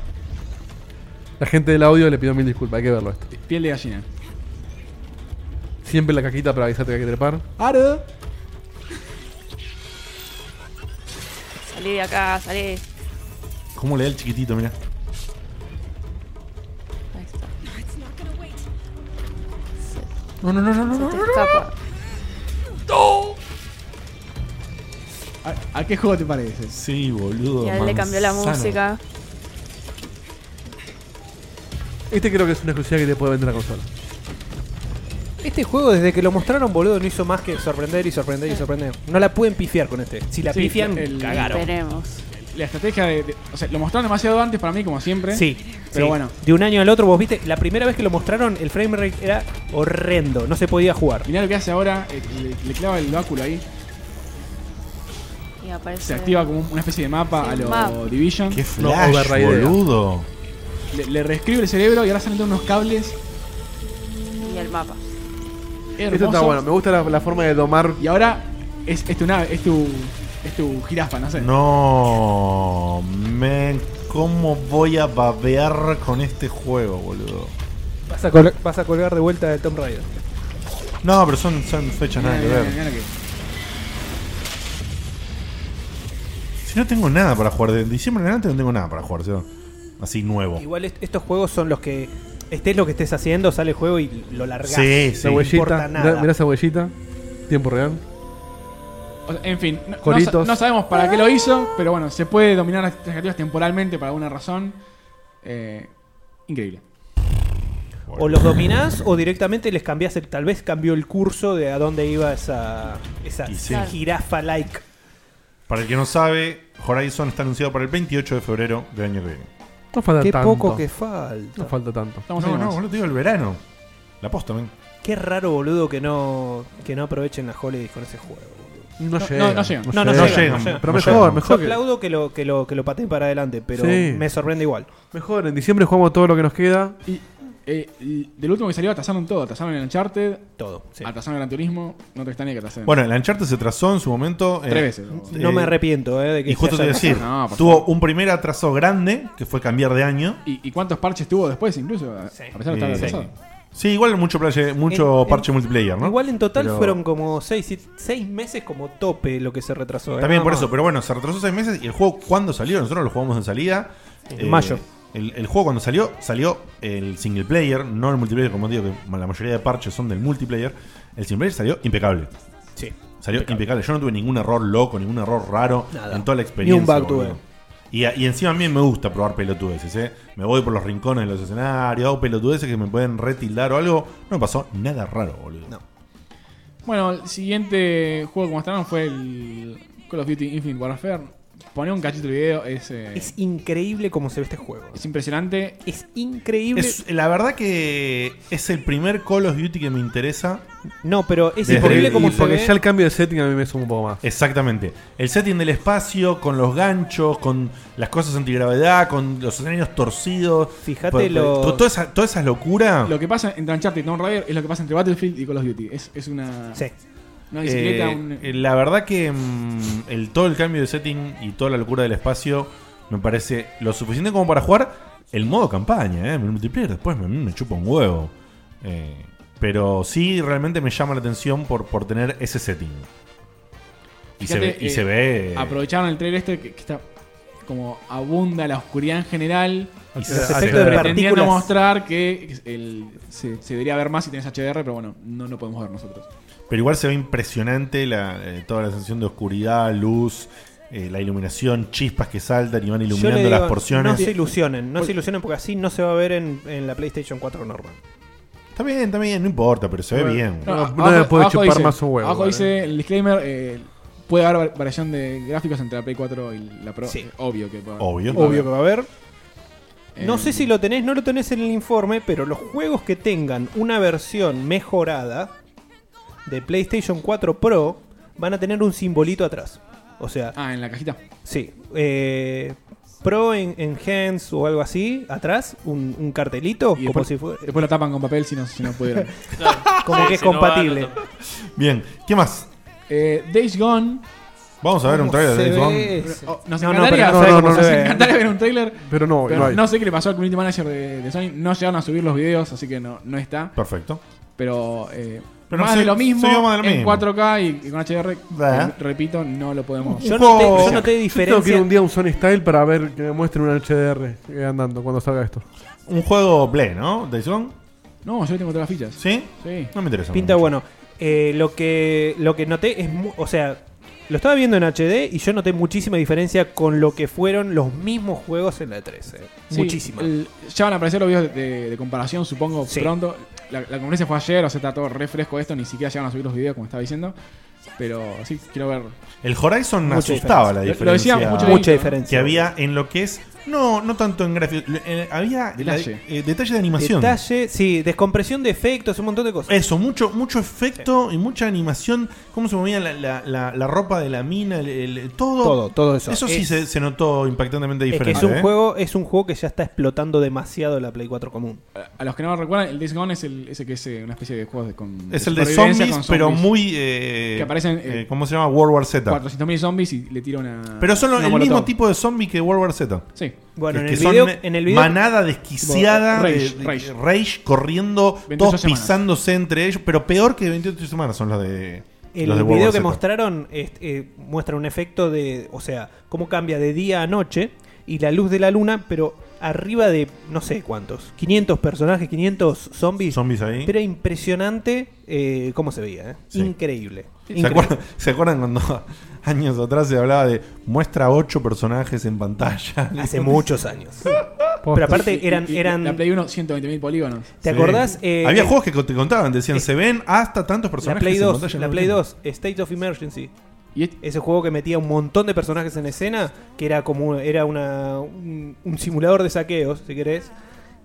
La gente del audio le pido mil disculpas, hay que verlo esto.
Piel de gallina.
Siempre la cajita para avisarte que hay que trepar.
¡Aro!
Salí de acá, salí.
¿Cómo le da el chiquitito, mira? No, no, no, no, no, no,
Se te escapa.
¿A, a qué juego te parece?
Sí, boludo.
Y a él le cambió la música.
Este creo que es una exclusiva que te puede vender la consola.
Este juego, desde que lo mostraron, boludo, no hizo más que sorprender y sorprender y sorprender. No la pueden pifiar con este. Si la
Sí,
pifian,
el-
cagaron.
Esperemos.
La estrategia de, de- O sea, lo mostraron demasiado antes para mí, como siempre.
Sí,
Pero
sí.
bueno.
De un año al otro, vos viste, la primera vez que lo mostraron, el frame rate era horrendo. No se podía jugar.
Mirá lo que hace ahora. eh, le, le clava el báculo ahí.
Y aparece.
Se activa como una especie de mapa
Sí,
a lo
mapa.
Division.
Qué flash, boludo.
Le, le reescribe el cerebro y ahora salen todos unos cables.
Y el mapa.
Esto está bueno, me gusta la, la forma de domar.
Y ahora es, es tu nave, es tu. Es tu jirafa, no sé.
No, men, ¿cómo voy a babear con este juego, boludo?
Vas a, col- vas a colgar de vuelta el Tomb Raider.
No, pero son, son fechas nada que
Mirá, mirá,
ver.
mirá lo que-
Si no tengo nada para jugar, de diciembre en adelante no tengo nada para jugar, ¿sí? así nuevo.
Igual est- estos juegos son los que. Estés lo que estés haciendo, sale el juego y lo largas.
Sí, sí.
No importa
Huellita,
nada.
mirá, mirá esa huellita. Tiempo real.
O sea, en fin, no- no,
Coritos.
sa- no sabemos para qué lo hizo, pero bueno, se puede dominar las expectativas temporalmente por alguna razón. Eh, increíble.
O los dominás o directamente les cambiás el. Tal vez cambió el curso de a dónde iba esa, esa
Y sí.
jirafa like.
Para el que no sabe, Horizon está anunciado para el 28 de febrero del año que viene.
No falta
Qué
tanto.
poco que falta.
No falta tanto.
Estamos
no,
ahí
no,
nomás.
boludo, te digo el verano. La posta, men.
Qué raro, boludo, que no, que no aprovechen las holidays con ese juego. boludo.
No No, llegan. no, no llegan.
No, no
No
llegan,
llegan,
no llegan.
pero No mejor, llegan. mejor
Yo
que-
aplaudo que lo, que lo, que lo pateen para adelante, pero
Sí.
me sorprende igual.
Mejor, en diciembre jugamos todo lo que nos queda.
Y eh, y del último que salió atasaron todo, atasaron el Uncharted,
todo,
atasaron el Gran Turismo, no te está ni que atasen.
Bueno, el Uncharted se trazó en su momento. eh,
Tres veces.
No me arrepiento, eh, de que
Y justo
se
te voy a
haya
decir,
trazado. No, por
tuvo un primer atraso grande, que fue cambiar de año.
¿Y, y cuántos parches tuvo después incluso? A- A pesar de estar
Eh,
atrasado.
sí, igual mucho, playa- mucho
En- en-
parche multiplayer, ¿no?
Igual en total
Pero-
fueron como 6 meses como tope lo que se retrasó. eh,
También
nada
por
más.
eso, pero bueno, se retrasó seis meses y el juego cuando salió, nosotros lo jugamos en salida. Eh,
En mayo.
El, el juego cuando salió, salió el single player, no el multiplayer, como digo, que la mayoría de parches son del multiplayer. El single player salió impecable.
Sí.
Salió impecable. Yo no tuve ningún error loco, ningún error raro
Nada.
en toda la experiencia.
Ni un bug
boludo.
tuve.
Y, a- y encima a mí me gusta probar pelotudeces, ¿eh? Me voy por los rincones de los escenarios, hago pelotudeces que me pueden retildar o algo. No me pasó nada raro, boludo.
Bueno, el siguiente juego que mostraron fue el Call of Duty Infinite Warfare. Poné un cachito el video, es. eh,
Es increíble cómo se ve este juego.
Es impresionante.
Es increíble.
Es- la verdad que es el primer Call of Duty que me interesa.
No, pero es
increíble cómo se
Porque
ve.
ya
el cambio de setting a mí me suma un poco más.
Exactamente. El setting del espacio, con los ganchos, con las cosas antigravedad, con los escenarios torcidos.
Fíjate
los-
Toda esa, toda esa locura.
Lo que pasa entre Uncharted y Tomb Raider es lo que pasa entre Battlefield y Call of Duty. Es, es una. Una bicicleta,
Eh,
un-
eh, La verdad que mm, el, todo el cambio de setting y toda la locura del espacio me parece lo suficiente como para jugar el modo campaña. ¿eh? El multiplayer después me, me chupa un huevo. Eh, pero sí, realmente me llama la atención por, por tener ese setting. Y, se ve,
Fíjate,
y
eh,
se ve, eh,
Aprovecharon el trailer este que, que está como abunda la oscuridad en general.
Y
Y
se-
se,
se ve.
pretendiendo
partículas.
mostrar que el- se, se debería ver más si tenés HDR, pero bueno, no lo podemos ver nosotros.
Pero igual se ve impresionante la, eh, toda la sensación de oscuridad, luz, eh, la iluminación, chispas que saltan y van
Yo le
iluminando
digo,
las porciones.
No se ilusionen, no se ilusionen porque así no se va a ver en, en la PlayStation 4 normal.
Está bien, está bien, no importa, pero se ve bien.
abajo- abajo dice- Abajo dice el disclaimer: eh, puede haber var- variación de gráficos entre la Play 4 y la Pro. eh,
Sí.
Obvio que va a haber.
Obvio.
Obvio que va a haber. No
Eh,
sé si lo tenés, no lo tenés en el informe, pero los juegos que tengan una versión mejorada de PlayStation 4 Pro van a tener un simbolito atrás. O sea.
Ah, en la cajita.
Sí. eh, Pro en- Enhance o algo así, atrás, un, un cartelito, como
después-
si fuera.
Después lo tapan con papel si no, si no pudieron.
como que es compatible.
Bien, ¿qué más?
Eh, Days Gone.
Vamos a ver un trailer de Days Gone.
Oh, Nos
No, no,
encantaría,
pero no, no, no,
nos
no se ve.
encantaría ver un trailer.
Pero no, no hay.
sé qué le pasó al community manager de, de Sony. No llegaron a subir los videos, así que no, no está.
Perfecto.
Pero, eh,
Pero
más
no sé,
de lo mismo
seguimos de lo
en
mismo.
4K y, y con HDR.
Da.
eh, Repito, no lo podemos.
Yo no te- yo no te
Yo tengo que ir un día a un Sony Style para ver que me muestren un HDR eh, andando cuando salga esto.
Un juego Play, ¿no? Days Gone.
No, yo tengo todas las fichas.
¿Sí?
Sí.
No me interesa.
Pinta bueno. Eh, lo, que, lo que noté es. mu- O sea, lo estaba viendo en HD y yo noté muchísima diferencia con lo que fueron los mismos juegos en la 13.
Sí,
Muchísima.
el- ya van a aparecer los videos de, de- de comparación, supongo, pronto. La, la conferencia fue ayer, o sea, está todo refresco esto. Ni siquiera llegaron a subir los videos, como estaba diciendo. Pero sí, quiero ver.
El Horizon me
Mucha
asustaba
diferencia.
la
Lo- lo
diferencia.
decía, mucho Mucha dedito, ¿no? diferencia.
Que había en lo que es. No, no tanto en gráfico. le- eh, había
Detalle.
la- eh, detalle de animación.
Detalle, sí, descompresión de efectos, un montón de cosas.
Eso, mucho, mucho efecto y mucha animación. Cómo se movía la, la- la- la ropa de la mina, el- el- todo.
Todo, todo eso.
Eso sí
Es-
se, se notó impactantemente
Es que
diferente.
es un
¿eh?
juego, es un juego que ya está explotando demasiado la Play 4 común.
A los que no lo recuerdan, el Days Gone es el ese que es eh, una especie de juego de, con.
Es el de
supervivencia
zombies,
con
pero
zombies.
muy. eh,
Que aparecen, eh,
eh, ¿Cómo se llama? World War Z.
400.000 zombies y le tira una.
Pero son lo-
una
el
molotov.
mismo tipo de zombie que World War Z.
Sí.
Bueno,
Que-
en
que
el
son
video-
eh,
en el video-
manada desquiciada,
Tipo,
de-
rage, rage.
de- rage, corriendo,
28
todos
semanas.
pisándose entre ellos. Pero peor que 28 semanas son las de.
El
los de World
video
War
que
Z.
mostraron este, eh, muestra un efecto de, o sea, cómo cambia de día a noche y la luz de la luna, pero arriba de no sé cuántos, 500 personajes, 500 zombies.
Zombies ahí.
Pero impresionante eh, cómo se veía, ¿eh?
Sí.
Increíble.
¿Se
Increíble.
acuerdan, ¿Se acuerdan cuando años atrás se hablaba de muestra 8 personajes en pantalla?
Hace muchos años. Pero aparte eran,
Y- y
eran
La Play 1, 120.000 polígonos.
¿Te
Sí.
acordás? Eh,
Había
eh,
juegos que te contaban, decían, se ven hasta tantos
la
personajes
Play
en
2,
pantalla.
la Play 2, State of Emergency. Ese juego que metía un montón de personajes en escena, que era como era una, un, un simulador de saqueos, si querés.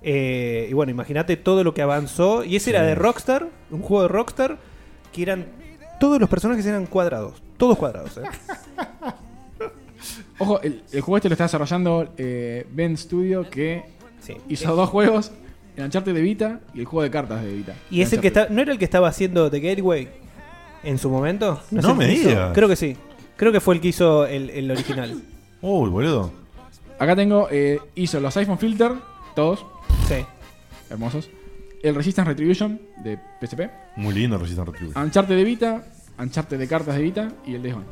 Eh, y bueno, imagínate todo lo que avanzó. Y ese era de Rockstar, un juego de Rockstar, que eran. Todos los personajes eran cuadrados, todos cuadrados. eh.
Ojo, el, el juego este lo está desarrollando eh, Ben Studio que hizo
Eh.
dos juegos: el Uncharted de Vita y el juego de cartas de Vita.
Y es el que
Uncharted.
está, ¿No era el que estaba haciendo The Gateway en su momento? es
No
el
me
que hizo?
digas.
Creo que sí. Creo que fue el que hizo el, el original.
Uy, boludo.
Acá tengo, eh, hizo los iPhone Filter, todos.
Sí.
Hermosos. El Resistance Retribution de PSP.
Muy lindo Resistance Retribution.
Uncharted de Vita, Uncharted de cartas de Vita y el Days Gone.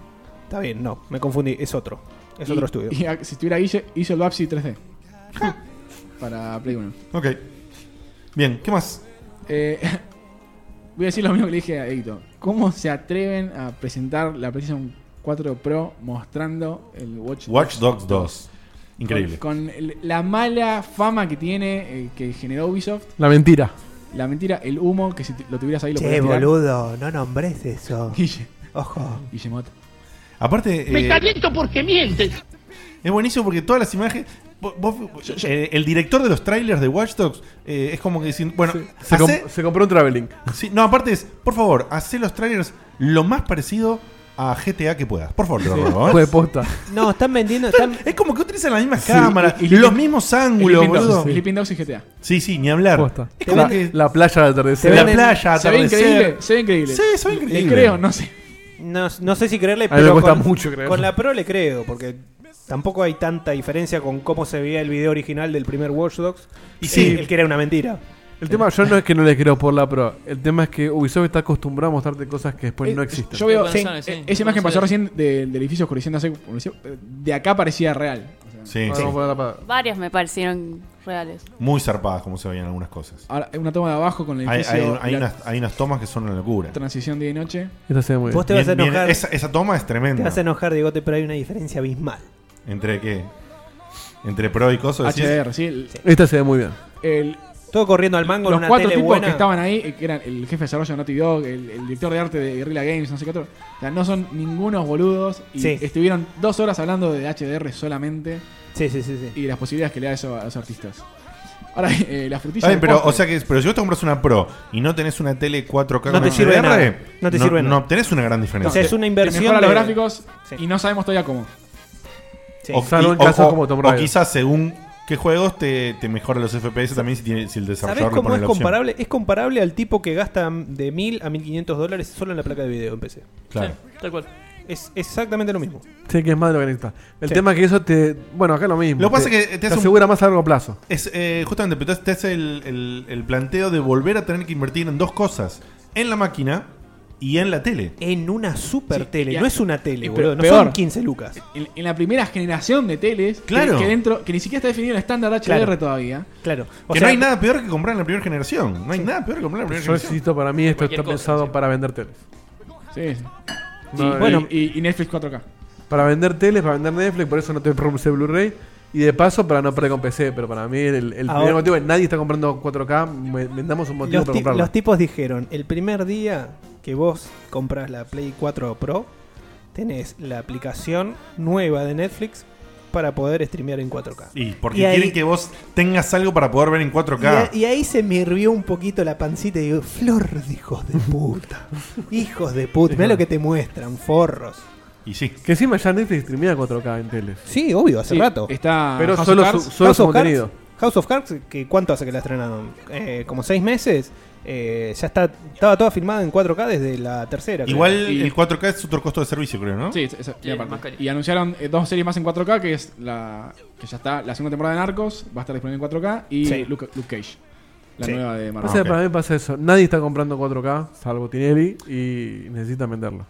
Está bien, no, me confundí, es otro. Es
Y-
otro estudio.
Y a- si estuviera Guille, hizo el Babsy 3D. para Play 1.
Ok. Bien, ¿qué más?
Eh, voy a decir lo mismo que le dije a Edito. ¿Cómo se atreven a presentar la PlayStation 4 Pro mostrando el Watch,
Watch Dogs 2.
Con-
Increíble.
Con, el- la mala fama que tiene, eh, que generó Ubisoft.
La mentira.
La mentira, el humo, que si t- lo tuvieras ahí lo
Che,
podrías tirar.
boludo, no nombres eso.
Guille.
Ojo.
Guillemot.
Aparte, eh,
caliento porque mientes.
Es buenísimo porque todas las imágenes. vos- vos- eh, el director de los trailers de Watch Dogs eh, es como que dicen, bueno,
Se
hacé-
com- se compró un traveling.
Sí, no, aparte es, por favor, hacé los trailers lo más parecido a GTA que puedas. Por favor, te lo
Sí.
ruego, ¿eh?
Fue posta.
No, están vendiendo.
Es como que utilizan las mismas
Sí,
cámaras,
y- y
los
Sleeping-
mismos ángulos,
Sleeping Dogs,
boludo.
sí.
Sleeping Dogs y GTA.
Sí, sí, ni hablar. Es como
la,
que
la playa de atardecer.
La playa,
Se ve
atardecer.
increíble, se ve increíble.
Sí, se ve
Eh,
Le
increíble.
creo, no sé.
No, no sé si creerle,
A mí
pero
me cuesta
con,
mucho creer.
con la Pro le creo, porque tampoco hay tanta diferencia con cómo se veía el video original del primer Watch Dogs.
Y
sí.
el que era una mentira.
El tema, yo no es que no le creo por la pro. El tema es que Ubisoft está acostumbrado a mostrarte cosas que después no existen.
Yo veo.
Sí.
eh,
Sí.
Esa imagen pasó
Buenos
recién de- del edificio oscureciéndose. oscureciendo, eh, De acá parecía real. O sea,
Sí.
ahora
Sí.
vamos a poner la pa-
Varias me parecieron reales.
Muy zarpadas como se veían algunas cosas.
Ahora, hay una toma de abajo con el
Hay,
edificio.
hay- hay
la
unas, hay unas tomas que son una locura.
Transición día y noche.
Esta se ve muy
Vos te vas a
Bien, bien,
enojar.
esa, esa toma es
Te
tremenda.
vas a enojar, Digote, pero hay una diferencia abismal.
¿Entre qué? ¿Entre pro y coso? decís?
HDR, sí. el-
Esta se ve muy bien.
el-
Todo corriendo al mango en
los
una
cuatro
tele
tipos
buena.
que estaban ahí, eh, que eran el jefe de desarrollo de Naughty Dog, el, el director de arte de Guerrilla Games, no sé qué otro. O sea, no son ningunos boludos. Y
Sí.
estuvieron dos horas hablando de HDR solamente.
Sí, sí, sí, sí.
Y las posibilidades que le da eso a los artistas. Ahora, eh, la frutilla.
Está bien,
del
pero,
postre.
o sea que, pero si vos te compras una Pro y no tenés una tele 4K
No
con
te sirve de
HDR,
nada. No te sirve de
No
nada.
obtenés una gran diferencia.
O sea, es una
Te
inversión
mejora
de-
los gráficos y no sabemos todavía cómo.
O,
Salvo
y-
en
o-
casos
o-
como Tomb
o
Raider.
quizás según qué juegos te, te mejora los FPS también si, tiene- si el
¿Sabés
desarrollador le
cómo
pone
es
la opción.
comparable? Es comparable al tipo que gasta de 1000 a 1500 dólares solo en la placa de video en PC.
Claro.
Tal cual.
Es exactamente lo mismo.
Sí, que es más de lo que necesitas. El
Sí.
tema es que eso te. Bueno, acá lo mismo.
Lo que pasa
Te-
es que te
te,
hace un-
asegura más a largo plazo.
Es, eh, justamente, pero te hace el, el- el planteo de volver a tener que invertir en dos cosas: en la máquina y en la tele.
En una super tele,
ya.
no es una tele,
Y
boludo.
pe-
No
peor.
son 15 lucas.
En, en la primera generación de teles, que-
Claro.
que, dentro, que ni siquiera está definido el estándar HDR
Claro.
todavía.
Claro.
que no hay nada peor que comprar en la primera generación. No hay nada peor que comprar en la primera
Yo
generación.
insisto, para mí esto
Cualquier
está
cosa,
pensado para vender teles.
Sí. sí.
No,
y,
y-
bueno, y, y Netflix 4K.
Para vender teles, para vender Netflix, por eso no te compras ese Blu-ray. Y de paso, para no perder con PC. Pero para mí, el, el
Ahora-
primer motivo es nadie está comprando 4K. me- Vendamos un motivo
Los,
para
ti-
comprarlo.
los tipos dijeron, el primer día que vos compras la Play 4 Pro, tenés la aplicación nueva de Netflix para poder streamear en 4K.
Y porque
Y ahí-
quieren que vos tengas algo para poder ver en 4K.
Y, a- y ahí se me hirvió un poquito la pancita y digo, flor de hijos de puta. hijos de puta. Mirá lo que te muestran, forros.
Y sí.
Que encima ya Netflix streamea 4K en teles.
Sí, obvio, hace
Sí,
rato.
está
Pero
House
solo
of Cards.
su- solo su contenido.
Cards, House of Cards, que ¿cuánto hace que la estrenaron? Eh, como seis meses. Eh, ya está, estaba toda filmada en 4K desde la tercera. creo.
Igual
Y-
el 4K es otro costo de servicio, creo, ¿no?
Sí, esa- esa-
Sí,
y aparte.
más cariño.
Y anunciaron eh, dos series más en 4K, que es la que ya está la segunda temporada de Narcos, va a estar disponible en 4K, y
Sí.
Luke, Luke Cage, la
Sí.
nueva de Marvel.
Pasa que Para mí pasa eso. Nadie está comprando 4K, salvo Tinelli, y necesitan venderlo.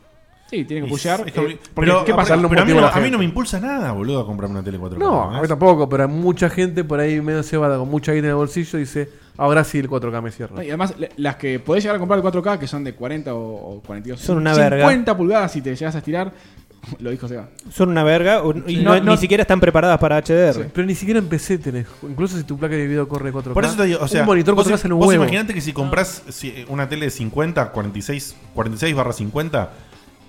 Sí, tienen
Y
que pushear.
es
eh,
que obli-
porque,
pero
¿Qué
a-
pasa?
pero
Darle
a,
un
mí
motivo
no,
a la
a mí
gente.
no me impulsa nada, boludo, a comprarme una tele 4K.
No,
¿eh?
a mí tampoco, pero mucha gente por ahí medio cebada con mucha guita en el bolsillo dice, ahora sí el 4K me cierra.
No, Y además, le- las que podés llegar a comprar el 4K, que son de 40 o, o 42,
Son una
50
verga.
pulgadas si te llegas a estirar, lo dijo Seba.
Son una verga o- y
Sí.
no-
No, no-
ni siquiera están preparadas para HDR.
Pero ni siquiera en PC tenés, incluso si tu placa de video corre 4K.
Por eso te digo, o sea,
un monitor
vos,
4K sale un
vos
huevo.
imaginate que si compras si- eh, una tele de 50, 46, 46 barra 50,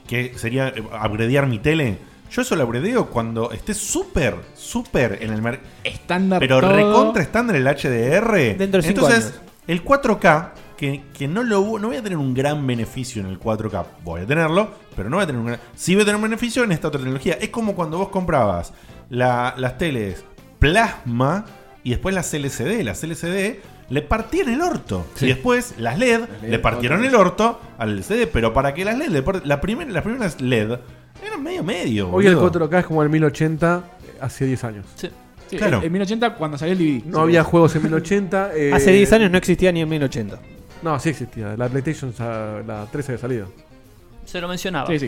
que sería eh, upgradear mi tele, yo eso lo upgradeo cuando esté súper, súper en el mercado.
Estándar
Pero
todo.
recontra estándar el HDR.
Dentro de cinco
Entonces,
años.
el 4K, que, que no, lo, vo- no voy a tener un gran beneficio en el 4K. Voy a tenerlo, pero no voy a tener un gran. Sí voy a tener un beneficio en esta otra tecnología. Es como cuando vos comprabas la- las teles plasma y después las LCD. Las LCD le partían el orto. Y después las LED,
LED,
le partieron
otra
el orto al LCD. Pero para que las LED, le part- la primer- las primeras LED eran medio medio.
Hoy el
boludo.
4K es como el 1080 hace 10 años. Eh,
Sí,
Claro.
En, en 1080, cuando salió el DVD.
No había juegos en 1080. eh,
Hace 10 años no existía ni en 1080.
No, sí existía. La PlayStation, sa- la 13 había salido.
Se lo mencionaba.
Sí, sí.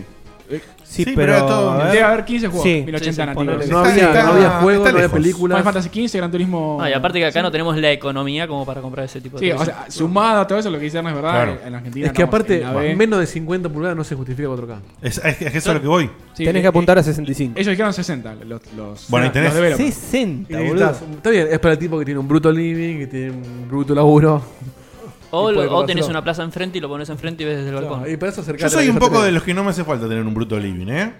Eh,
Sí,
Sí, pero
pero.
era todo-
a ver.
Debe haber 15 juegos.
Sí.
1080
Sí, sí,
nativos.
ponele.
No
Está-
había,
está-
no había juegos,
está
no había
lejos.
películas.
Final Fantasy XV, Gran Turismo.
No, Ah, y aparte que acá no tenemos la economía como para comprar ese tipo de
Sí, o
televisiones.
sea, sumado a todo eso, lo que dice Ernesto es verdad.
Claro.
Ah, En Argentina.
Es que
estamos en
aparte,
la B.
menos de 50 pulgadas no se justifica 4K.
Es, es que es eso a lo que voy.
Sí,
Tenés
eh,
que apuntar
eh,
a 65.
Ellos dijeron 60. Los, los,
Bueno, ahí
los
tenés.
developers.
60,
Y
boludo.
necesitas- Está bien, es para el tipo que tiene un bruto living, que tiene un bruto laburo.
o,
y puede
lo- o tenés
conocerlo.
una plaza enfrente y lo pones enfrente y ves desde el balcón.
Y para eso
Yo
acercate a
soy
la
un
que ya
poco
tenés.
de los que no me hace falta tener un bruto living, ¿eh?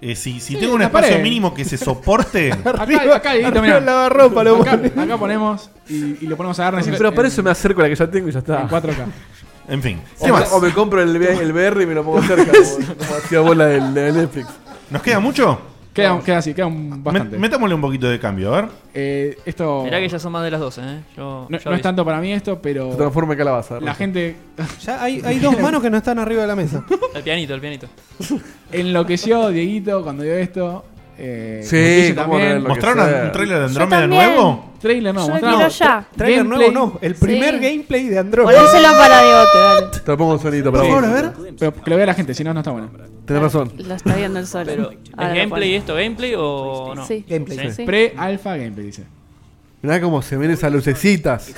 eh, si, si
Sí,
tengo un
la
espacio
pared.
mínimo que se soporte.
Acá, acá, Dieguito,
arriba
mirá.
el lavarropa, lo
acá,
pone.
acá ponemos y, y lo ponemos a Ernest. en-
Pero para eso me acerco a la que ya tengo y ya está.
en 4K.
En fin.
O, me- o me compro el, V- el VR y me lo pongo cerca, como, como hacía bola del, del Netflix.
¿Nos queda mucho?
Queda, queda así, queda un bastante.
Met- metámosle un poquito de cambio, a ver.
Eh, esto.
Mirá que ya son más de las 12, ¿eh? Yo,
No,
yo
no es
aviso.
tanto para mí esto, pero.
Se transforma en calabaza.
La gente.
Ya hay, hay dos manos que no están arriba de la mesa.
El pianito, el pianito.
Enloqueció Dieguito cuando vio esto. Eh,
Sí,
Guille
cómo no
también.
enloquecer. ¿Mostraron un tráiler de Yo Andrómeda también. nuevo?
Trailer no,
Yo lo
mostraron.
quiero ya.
Trailer nuevo no, el primer
Sí.
gameplay de Android.
Ponéselo para
Diegote, dale.
Te lo pongo un sonidito, para
Sí.
vos.
Pero que lo vea la gente, si no, no está bueno.
Tenés razón.
Lo está viendo el sol. Ah,
Pero, ¿Es
Ahora lo
gameplay
pone.
esto? ¿Gameplay o no?
Sí. Gameplay, sí.
Pre-alpha gameplay, dice.
Mirá cómo se ven esas lucecitas.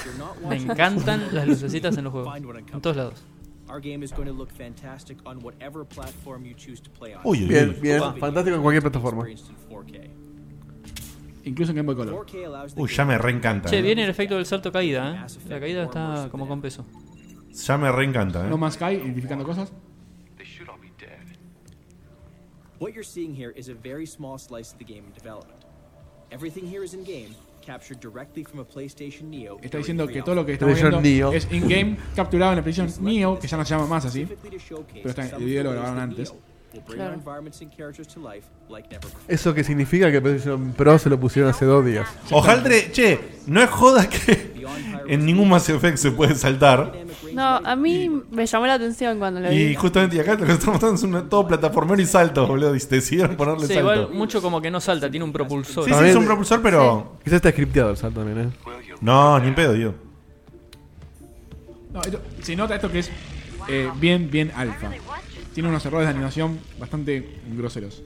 Me encantan las lucecitas en los juegos. En todos lados.
Our game is going to look fantastic on whatever platform you choose to play on.
Uy, uy, Bien, uy. bien. Fantástico en cualquier plataforma.
Incluso en Game Boy Color.
Uy, ya me reencanta.
Che,
eh.
viene el efecto del salto caída, ¿eh? La caída está como con peso.
Ya me reencanta, eh.
No Man's Sky, identificando cosas.
What you're seeing here is a very small slice of the game in development. Everything here is in game, captured directly from a PlayStation Neo.
Está
during
diciendo
three
que
hours.
todo lo que estamos viendo
PlayStation Neo.
es in-game capturado en la PlayStation Neo, que ya no se llama más así. Pero está, el video lo grabaron antes.
We'll bring our environments and characters to life like never before.
Eso que significa que PlayStation Pro se lo pusieron hace dos días.
Ojaldre, che, no es joda que en ningún Mass Effect se puede saltar.
No, a mí me llamó la atención cuando lo vi.
Y justamente y acá lo que estamos mostrando es una- todo plataformero y salto, boludo. Y decidieron ponerle
Sí,
salto.
igual mucho como que no salta, tiene un propulsor.
Sí, sí, es un propulsor, pero.
Quizás está scripteado el salto también, ¿eh?
No, ni en pedo, digo.
No, esto- se nota esto que es eh, bien, bien alfa. Tiene unos errores de animación bastante groseros.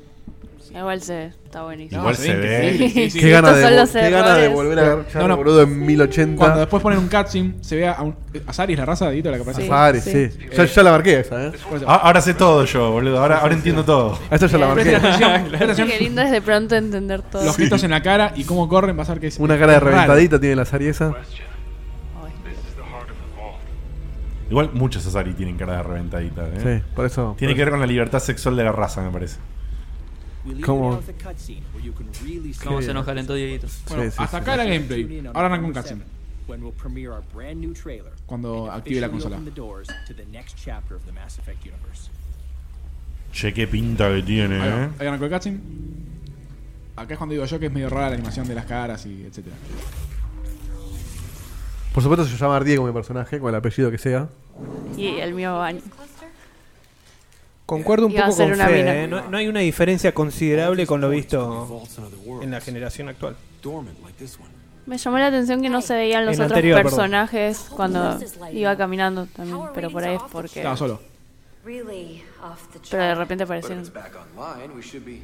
Igual se está buenísimo.
Igual se ve. Sí, sí, sí.
Qué gana
Estos
de,
son
vol-
los
qué gana de
errores.
volver a ver
No, no.
boludo en 1080.
Cuando después ponen un cutscene, se ve a, un, a Sari, es la raza de Dito la que aparece.
Sari, sí. Ya, ya la marqué esa, ¿eh?
Por eso.
Ah, ahora sé todo yo, boludo. Ahora, ahora entiendo todo.
Esta ya la
Presten
marqué.
atención, presten atención.
Qué lindo es de pronto entender todo.
Los gritos en la cara y cómo corren, va a ser que es.
Una cara de
es raro.
reventadita tiene la Sari esa.
Igual muchos Asari tienen cara de reventadita, eh.
Sí, por eso-
Tiene
por
que
eso.
ver con la libertad sexual de la raza, me parece.
We leave
Como-
now with a cutscene where you can really see
Cómo
the
se nos
characters
calentó Dieguito.
Bueno,
Sí, sí,
hasta
sí.
acá era gameplay. Ahora arranca un cutscene.
When we'll premiere our brand new trailer
Cuando
and
active la
officially
consola.
open the doors to the next chapter of the Mass Effect universe.
Che, qué pinta que tiene,
Ahí va,
eh.
ahí arrancó el cutscene. Acá es cuando digo yo que es medio rara la animación de las caras y etcétera.
Por supuesto se llama Diego mi personaje, con el apellido que sea.
Y el mío baño.
Concuerdo un
Iba a
poco
ser
con
una mina.
Fede, ¿eh? no, no hay una diferencia considerable con lo visto en la generación actual.
Me llamó la atención que no se veían los
En la
otros
anterior, perdón.
personajes cuando iba caminando también, pero por ahí es porque...
Estaba solo.
Pero de repente
But if
aparecieron.
it's back online, we should be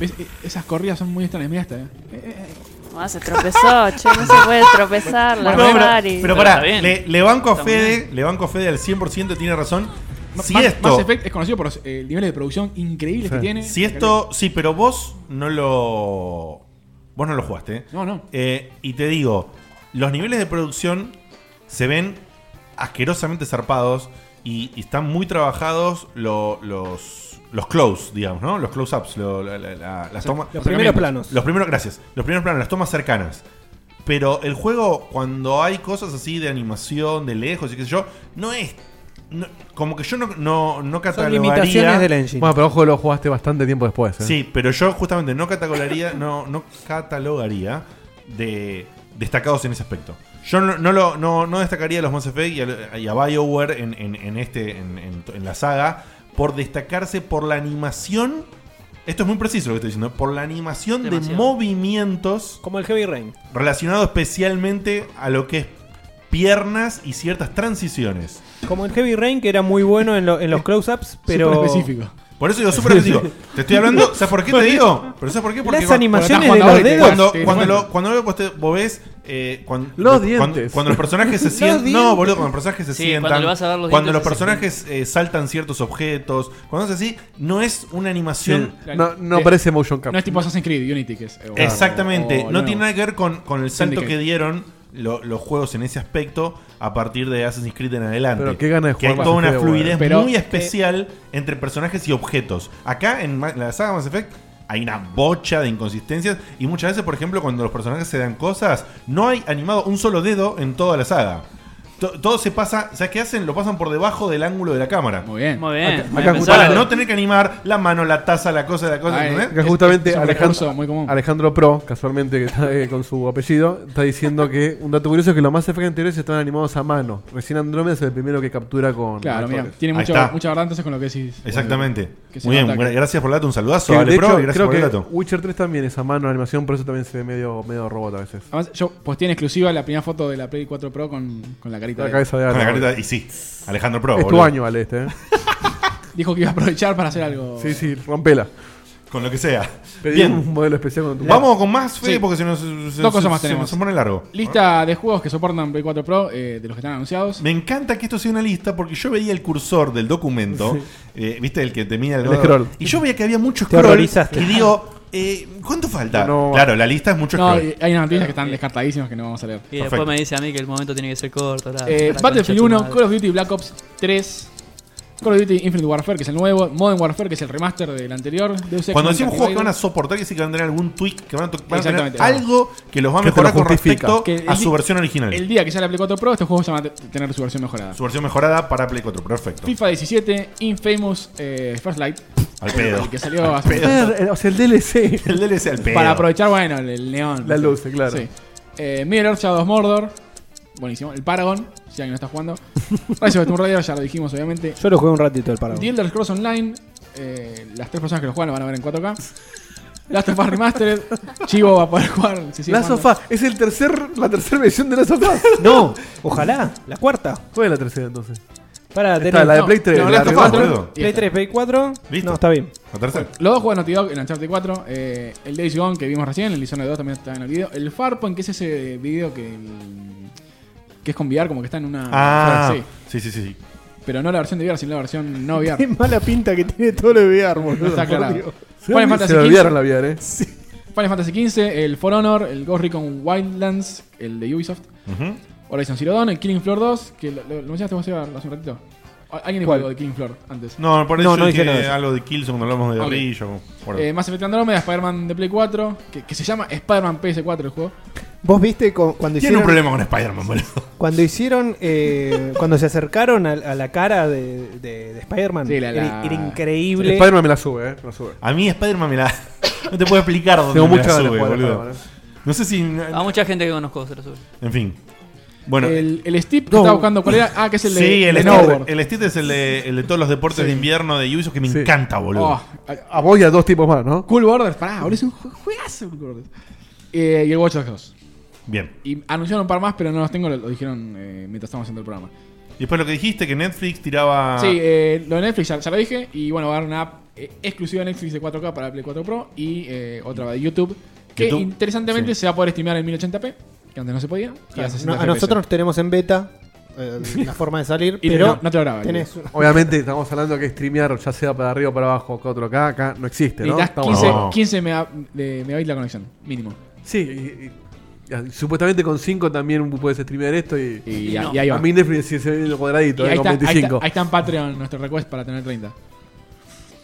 ¿Ves? Eh, Esas corridas son muy extrañas. Mira esta, eh.
Ah, se tropezó, che, no se puede tropezar, la
Bueno, pero,
Ferrari.
pero pará, le, le banco a Fede, le banco a Fede al 100%, tiene razón. Si
Mass-
esto.
Mass Effect es conocido por los eh, niveles de producción increíbles que tiene.
Si esto, sí, pero vos no lo. Vos no lo jugaste. ¿eh?
No, no.
Eh, y te digo, los niveles de producción se ven asquerosamente zarpados y, y están muy trabajados lo- los. Los close, digamos, ¿no? Los close-ups, lo- la- la- la- las tomas.
los primeros planos.
Los primeros, gracias. Los primeros planos, las tomas cercanas. Pero el juego, cuando hay cosas así de animación, de lejos y qué sé yo, no es. no- como que yo no, no, no catalogaría.
Bueno, pero ojo, lo jugaste bastante tiempo después, ¿eh?
Sí, pero yo justamente no catalogaría, no, no catalogaría de destacados en ese aspecto. Yo no, no lo, no, no destacaría a los Mass Effect y a, y a BioWare en, en- en este, en, en- en la saga por destacarse por la animación. Esto es muy preciso lo que estoy diciendo. Por la animación de
Demasiado.
movimientos.
Como el Heavy Rain.
Relacionado especialmente a lo que es piernas y ciertas transiciones.
Como el Heavy Rain, que era muy bueno en, lo- en los close-ups, pero.
Por eso digo súper específico. Te estoy hablando. ¿Sabes por qué te digo? Pero ¿sabes por qué? Porque
Las
cuando-
animaciones
cuando-
de los dedos.
Cuando,
Sí,
cuando,
bueno.
lo, cuando lo- vos, te- vos ves. eh, cuando,
Los
cuando-
dientes.
Cuando los personajes se
Los
sientan.
dientes.
No, boludo, cuando los personajes se
Sí,
sientan.
cuando le vas a dar los
cuando los
dientes,
personajes eh, saltan ciertos objetos. Cuando es así, no es una animación.
Sí. No- no Eh, parece motion capture.
No es tipo Assassin's Creed, Unity, que es. eh, o-
Exactamente.
o-
no
no.
tiene nada que ver con, con el salto
Syndicate.
que dieron lo- los juegos en ese aspecto. a partir de Assassin's Creed en adelante.
Pero qué ganas de
Que
jugar
hay
Mass
toda una
Effect,
fluidez
bueno. Pero- eh,
muy especial entre personajes y objetos. Acá en Ma- la saga Mass Effect hay una bocha de inconsistencias y muchas veces, por ejemplo, cuando los personajes se dan cosas, no hay animado un solo dedo en toda la saga. To- Todo se pasa, ¿sabes qué hacen? Lo pasan por debajo del ángulo de la cámara. Muy
bien.
Muy bien. Muy
Acá,
bien
para
pensado.
no tener que animar la mano, la taza, la cosa, la cosa. ¿entendés?
Que justamente Alejandro, Alejandro Pro, casualmente que está eh, con su apellido, está diciendo que un dato curioso es que los Mass Effect anteriores este están animados a mano. Recién Andrómeda es el primero que captura con.
Claro,
actores.
mira, tiene mucha, mucha verdad entonces con lo que decís.
Exactamente.
Que se
Muy bien,
nota
gra-
que-
gracias por el dato, un saludazo
Que,
a Ale
de
Pro
hecho,
y gracias
creo
por el
que
dato.
Witcher 3 también es a mano de animación, por eso también se ve medio, medio robot a veces.
Además, yo posteé en exclusiva la primera foto de la Play 4 Pro con, con la carita
La cabeza de Con la Alejandro. carita-
y sí, Alejandro Pro,
es tu
boludo.
año, Ale, este. ¿eh?
Dijo que iba a aprovechar para hacer algo.
Sí, sí, rompela.
Con lo que sea.
Pedí
Bien.
un modelo especial con tu
Vamos con más, Fede,
Sí.
porque se nos. se-
Dos
se-
cosas más
se
tenemos.
nos pone largo.
Lista de juegos que soportan Play 4 Pro eh, de los que están anunciados.
Me encanta que esto sea una lista porque yo veía el cursor del documento, eh, ¿viste? El que te mira el,
El scroll.
Y yo veía que había mucho
Te
scroll.
horrorizaste.
Y digo, eh, ¿cuánto falta?
No.
claro, la lista es mucho
No,
scroll.
y hay unas noticias que están descartadísimas que no vamos a leer.
Y después me dice a mí que el momento tiene que ser corto. la-
Eh,
la concha de
Battlefield
tu
1,
madre.
Call of Duty Black Ops 3, Call of Duty Infinite Warfare, que es el nuevo, Modern Warfare, que es el remaster del anterior. Deus Ex
Cuando decimos
Mankind
juegos que van a
Divided.
soportar, que sí que van a tener algún tweak, que van a, to- van a tener
Exactamente.
algo que los va a
Que te
mejorar
lo
con
justifica.
respecto
Que el
a su
di-
versión original.
El día que sale la Play 4 Pro, este estos juegos van a te- tener su versión mejorada.
Su versión mejorada para Play 4, perfecto.
FIFA 17, Infamous eh, First Light.
Al pedo.
El que salió
Al
hace
pedo.
poco.
Eh, O sea, el DLC.
El DLC al pedo.
Para aprovechar, bueno, el, el neón.
Las luces, claro.
Sí. Eh, Middle Earth Shadow of Mordor. Buenísimo. El Paragon, si alguien no está jugando. Rise of the Tomb Raider, ya lo dijimos, obviamente.
Yo lo jugué un ratito el Paragon.
The Elder Scrolls Online. eh, las tres personas que lo juegan lo van a ver en 4K. Last of Us Remastered. Chivo va a poder jugar. si sigue
La
jugando.
sofá, es el tercer, la tercera versión de la sofá.
No, ojalá, la cuarta.
¿Cuál es la tercera entonces?
Para
Está, la de Play 3, la de Play 4.
Play 3, Play 4. No, está bien.
Los dos juegos Naughty Dog en Uncharted 4. eh, el Days Gone que vimos recién. El Dishonored 2 también está en el video. El Farpoint, que es ese video que. mm, que es con VR, como que está en una.
Ah,
sí.
sí, sí, sí. sí.
Pero no la versión de VR, sino la versión no VR.
Qué mala pinta que tiene todo lo de VR, boludo.
No está
por
aclarado.
Dios.
Final Fantasy
Se lo
XV.
olvidaron la VR, eh.
Final Fantasy XV, el For Honor, el Ghost Recon Wildlands, el de Ubisoft.
Ujú.
Horizon Zero Dawn, el Killing Floor 2, que lo, lo, lo mencionaste vos Seba, hace un ratito. ¿Alguien dijo
¿Cuál?
algo de Killing Floor antes?
No, por eso
no
dije
nada de eso.
algo de Killzone cuando hablamos de
Ok.
Rillo. bueno.
Eh, Mass Effect Andromeda, Spider-Man de Play 4, que, que se llama Spider-Man PS4 el juego.
Vos viste cu- cuando
Tiene
hicieron.
un problema con Spider-Man, boludo.
Cuando hicieron, eh, cuando se acercaron a, a la cara de, de- de Spider-Man,
Sí, la-
era,
la-
era increíble.
Spider-Man me la sube, eh. Me la sube.
A mí Spider-Man me la. No te puedo explicar dónde
Tengo
me
muchas
la
ganas
sube,
de jugar a
boludo.
Spider-Man,
No sé si.
A mucha gente que conozco se lo sube.
En fin. Bueno.
El, el Steve que estaba buscando cuál era. Ah, que es el de,
Sí, el,
de
Steve-
snowboard.
el Steve es el de, el de todos los deportes
Sí.
de invierno de Ubisoft que me encanta, boludo.
Oh,
A vos y a dos tipos más, ¿no?
Cool Borders, pará, ahora es un jue- juegazo Cool Borders. Eh, y el Watch Dogs 2.
Bien.
Y anunciaron un par más, pero no los tengo, lo, lo dijeron eh, mientras estábamos haciendo el programa.
Y después lo que dijiste, que Netflix
Ah.
tiraba.
Sí, eh, lo de Netflix ya, ya lo dije. Y bueno, va a haber una app eh, exclusiva de Netflix de 4K para Play 4 Pro y eh, otra de YouTube. Que
YouTube,
interesantemente se va a poder streamear en 1080p, que antes no se podía. Y a,
Claro,
60
no, a
FPS.
nosotros tenemos en beta eh, la forma de salir,
Y
pero
no- no te lo graba,
tenés-
Obviamente estamos hablando que streamear, ya sea para arriba o para abajo, acá otro acá, acá, no existe, ¿no?
Necesitas
Estamos-
15,
No.
15 mega- de megabytes la conexión, mínimo.
Sí, y- y- y supuestamente con 5 también puedes streamear esto y,
Y- y ahí va.
a mí Netflix sí se ve el cuadradito,
Y
eh,
ahí,
con
está, ahí,
25.
está, ahí está en Patreon nuestro request para tener 30.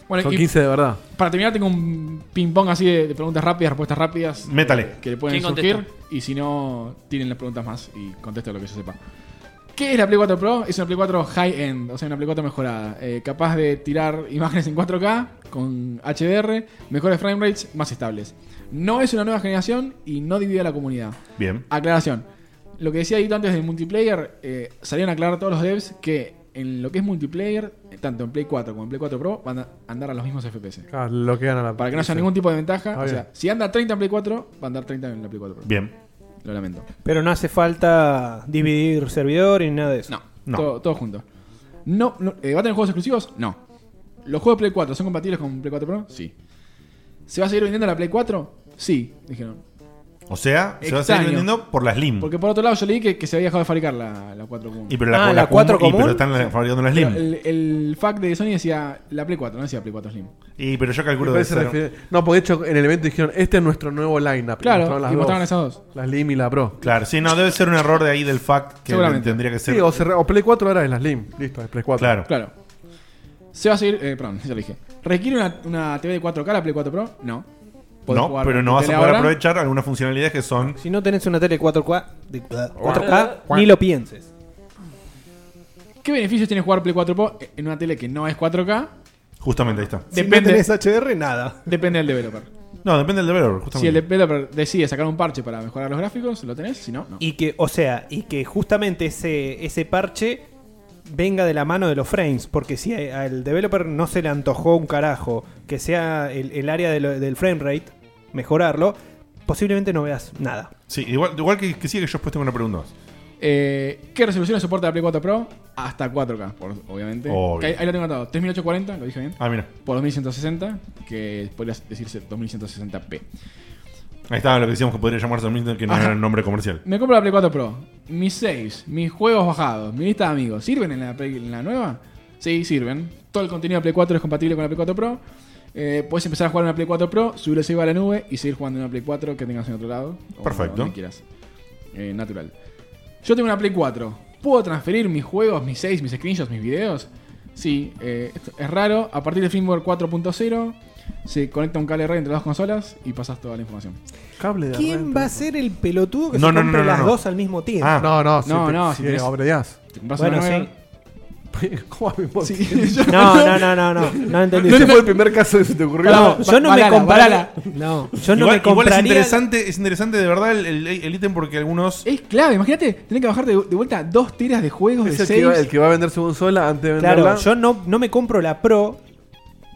Bueno,
Son
y
15 de verdad.
Para terminar, tengo un ping-pong así de, de preguntas rápidas, respuestas rápidas.
Métale.
eh, Que le pueden
¿Quién
surgir.
contesta?
Y si no, tienen las preguntas más y contesto lo que yo sepa. ¿Qué es la Play 4 Pro? Es una Play 4 high-end, o sea, una Play 4 mejorada. eh, capaz de tirar imágenes en 4K con HDR, mejores frame rates, más estables. No es una nueva generación y no divide a la comunidad.
Bien.
Aclaración. Lo que decía Dito antes del multiplayer, eh, salieron a aclarar todos los devs que en lo que es multiplayer, eh, tanto en Play 4 como en Play 4 Pro, van a andar a los mismos FPS.
Ah, lo que gana la
Para que no haya ningún tipo de ventaja.
Está
o
bien.
sea, si anda 30 en Play 4, va a andar 30 en la Play 4 Pro.
Bien.
Lo lamento.
Pero no hace falta dividir servidor y nada de eso.
Todo, todo junto. No, no- eh, ¿Va a tener juegos exclusivos? No. ¿Los juegos de Play 4 son compatibles con Play 4 Pro? Sí. ¿Se va a seguir vendiendo la Play 4? Sí, dijeron.
O sea, se va a seguir
Extraño.
vendiendo por las Slim.
Porque por otro lado yo leí que, que se había dejado de fabricar la, la 4 común.
Y pero
Ah,
la, la común, y pero están la- fabricando las Slim.
Pero El, el fact de Sony decía la Play 4, no decía Play 4 Slim.
y pero yo
Me
calculo de
parece
ser.
refiere- No, porque de hecho en el evento dijeron, este es nuestro nuevo lineup.
Claro, y mostraron esas dos.
Las Slim y la Pro.
Claro, sí, no, debe ser un error de ahí del fact que
Seguramente.
tendría que ser.
Sí, o, cerra- o Play 4 ahora es las Slim. Listo, es Play 4.
Claro.
Claro. Se va a seguir. eh, perdón, ya lo dije. ¿Requiere una, una TV de 4K la Play 4 Pro? No. Podés
No,
jugar
pero no
con
vas a
tele
poder
ahora.
aprovechar algunas funcionalidades que son.
Si no tenés una tele 4K, de 4K ni lo pienses.
¿Qué beneficios tiene jugar Play 4 Pro en una tele que no es 4K?
Justamente ahí está.
Depende.
HDR, nada.
Depende del developer.
No, depende del developer, justamente.
Si el developer decide sacar un parche para mejorar los gráficos, lo tenés, si no, no.
Y que, o sea, y que justamente ese, ese parche venga de la mano de los frames, porque si a- al developer no se le antojó un carajo que sea el, el área de lo- del frame rate, mejorarlo, posiblemente no veas nada.
Sí, igual, igual que, que sí, que yo después tengo una pregunta más.
Eh, ¿Qué resoluciones soporta la Play 4 Pro? Hasta 4K, por- obviamente.
Obvio.
Que Ahí, ahí lo tengo anotado. 3840, lo dije bien.
Ah, mira.
Por 2160, que podría decirse 2160p.
Ahí estaba lo que decíamos que podría llamarse Milton, que no
Ajá.
era el nombre comercial.
Me compro la Play 4 Pro. Mis saves, mis juegos bajados, mi lista de amigos, ¿sirven en la, Play- en la nueva? Sí, sirven. Todo el contenido de Play 4 es compatible con la Play 4 Pro. Eh, puedes empezar a jugar en una Play 4 Pro, subirlo save a la nube y seguir jugando en una Play 4 que tengas en otro lado. o
Perfecto.
donde quieras. Eh, natural. Yo tengo una Play 4. ¿Puedo transferir mis juegos, mis saves, mis screenshots, mis videos? Sí, eh, esto es raro. A partir de firmware 4.0 se conecta un cable red entre las dos consolas y pasas toda la información.
Cable de
¿Quién va a ser el pelotudo que
No,
se
no,
compre
no, no,
las
no.
dos al mismo tiempo?
Ah. No, no, si
no,
te-
no,
si tenés- te compras una nueva-
¿Cómo abrimos?
No, no, no, no, no, no entendí.
Este fue el primer caso que se te ocurrió.
No, yo no me compraría. No, yo no
Igual-
me compraría.
Igual es interesante, es interesante de verdad el- el el ítem porque algunos.
Es clave, imagínate, tener que bajar de, de vuelta dos teras de juegos
Es
de
el que, va,
saves.
el que va a vender su consola antes de venderla.
Claro, yo no, no me compro la Pro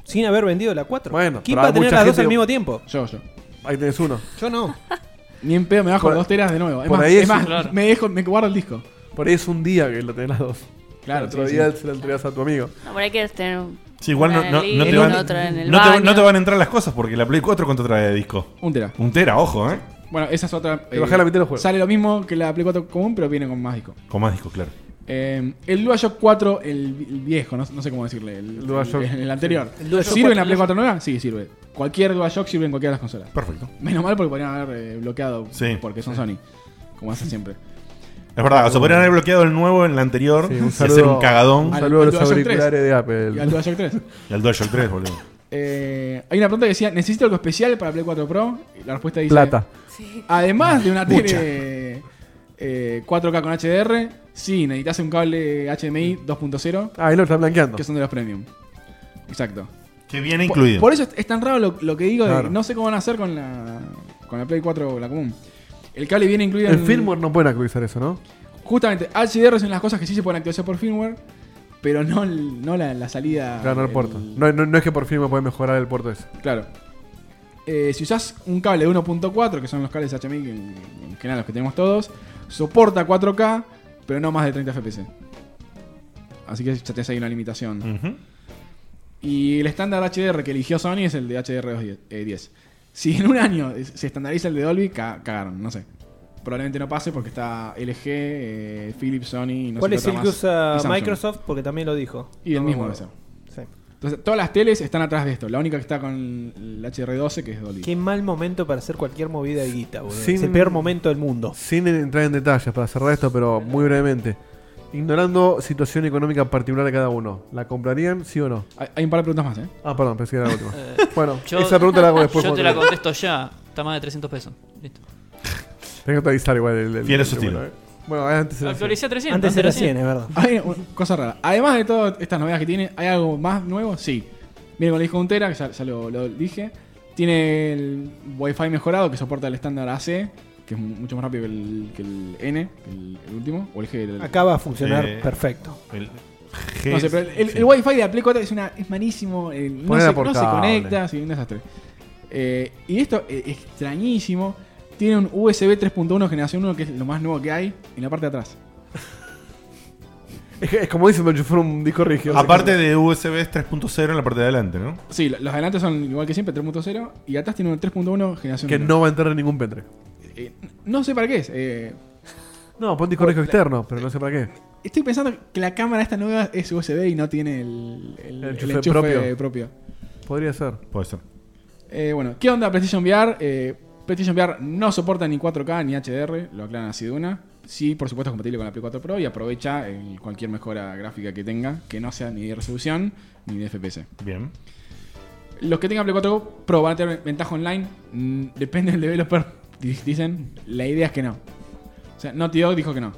sin haber vendido la 4.
Bueno,
¿Quién va
pero hay
a tener
mucha
las dos
gente-
al mismo tiempo?
Yo, yo.
Ahí tenés uno.
Yo no.
Ni en pedo me bajo
Por-
dos teras de nuevo. Es
por
más,
ahí
es
es-
más,
claro.
me, dejo, me guardo el disco.
Por ahí es un día que lo tenés las dos.
Claro,
El otro
sí,
día
sí.
se lo entregas a tu amigo.
No, por ahí quieres tener un-
Sí, igual no,
una
no-
en el
no te
living,
van,
otra en el
no te-
baño.
no te van a entrar las cosas porque la Play 4 cuánto trae de disco.
Un tera.
Un tera, ojo, ¿eh?
Bueno, esa es otra.
Te bajás la mitad de los juegos.
Sale lo mismo que la Play 4 común, pero viene con más disco.
Con más disco, claro.
Eh, el DualShock 4, el, el viejo, no, no sé cómo decirle. El,
DualShock.
el- el anterior.
Sí. El DualShock
¿Sirve en
4,
la Play
el-
4 nueva? Sí, sirve. Cualquier DualShock sirve en cualquiera de las consolas.
Perfecto.
Menos mal porque podrían haber eh, bloqueado.
Sí.
Porque son Sony. Como hace siempre.
Es verdad, o sea, podrían haber bloqueado el nuevo en la anterior
Sí,
y
un
hacer
saludo-
un cagadón.
un saludo a los auriculares de Apple.
Y al DualShock 3.
Y al DualShock 3, boludo.
Eh, hay una pregunta que decía, ¿necesito algo especial para Play 4 Pro? Y la respuesta dice...
Plata.
Además de una
Mucha.
tele eh, 4K con HDR, sí, necesitas un cable HDMI 2.0.
Ah, ahí lo está blanqueando.
Que son de los premium. Exacto.
Que viene
Por-
incluido.
Por, eso es, es tan raro lo, lo que digo de-
Claro.
No sé cómo van a hacer con la, con la Play 4 o la común. El cable viene incluido
En
en...
firmware no pueden actualizar eso, ¿no?
Justamente, HDR son las cosas que sí se pueden actualizar por firmware, pero no, el- no la, la salida...
Ganar
el-
puerto. No, no, no es que por firmware pueden mejorar el puerto ese.
Claro. Eh, si usas un cable de 1.4, que son los cables HMI, que en general los que tenemos todos, soporta 4K, pero no más de 30 FPS. Así que ya tenés ahí una limitación. Y el estándar HDR que eligió Sony es el de HDR10. eh, 10. Si en un año es- se estandariza el de Dolby, ca- cagaron, no sé. Probablemente no pase porque está LG, eh, Philips, Sony y no sé
¿Cuál
qué
es
otra
el
más.
que usa
Y Samsung.
Microsoft? Oh. Porque también lo dijo.
Y el
No me
mismo debe
acuerdo.
ser. Entonces, todas las teles están atrás de esto. La única que está con el HDR12, que es Dolby.
Qué mal momento para hacer cualquier movida de guita, boludo.
Sin-
Es el peor momento del mundo.
Sin entrar en detalles para cerrar esto, pero muy brevemente. Ignorando situación económica particular de cada uno, ¿la comprarían, sí o no?
Hay, hay un par de preguntas más, ¿eh?
Ah, perdón, pensé que era la última.
Eh,
bueno,
yo-
esa pregunta la hago después.
Yo te
cuando-
la contesto ya. Está más de 300 pesos. Listo.
Tengo que actualizar igual el. el
Fiel
el-
es sutil.
Bueno, eh. Bueno, antes era
Actualicé a 300.
Antes era 100, es verdad.
Hay una cosa rara. Además de todas estas novedades que tiene, ¿hay algo más nuevo? Sí. Viene con el disco de un tera, que ya, ya lo, lo dije. Tiene el Wi-Fi mejorado que soporta el estándar AC, que es mucho más rápido que el, que el N, que el, el último. O el G. el-
Acá va a funcionar perfecto.
El
No sé, pero el, el-
Sí.
el Wi-Fi de la Play 4 es, una, es malísimo. el- eh, no,
Ponela
se,
por
no se
cable.
conecta, sí, un desastre. Eh, y esto es extrañísimo. Tiene un USB 3.1 generación 1, que es lo más nuevo que hay, en la parte de atrás.
¿eh? Es, es como dicen, yo fuera un disco rígido.
Aparte de USB 3.0 en la parte de adelante, ¿no?
Sí, lo- los adelantes son igual que siempre, 3.0. Y atrás tiene un 3.1 generación
Que
uno.
no va a entrar en ningún pendrive.
Eh, no sé para qué es. eh,
No, pon disco rígido
La-
externo, pero no sé para qué.
Estoy pensando que la cámara esta nueva es USB y no tiene el, el, el enchufe, propio.
Podría ser.
Puede ser.
Eh, bueno, ¿qué onda PlayStation VR? Eh, PlayStation VR no soporta ni 4K ni HDR, lo aclaran así de una. Sí, por supuesto es compatible con la Play 4 Pro y aprovecha el- cualquier mejora gráfica que tenga, que no sea ni de resolución ni de FPS.
Bien.
Los que tengan Play 4 Pro van a tener ventaja online. Mm, depende del developer, di- dicen. La idea es que no. O sea, Naughty Dog dijo que no.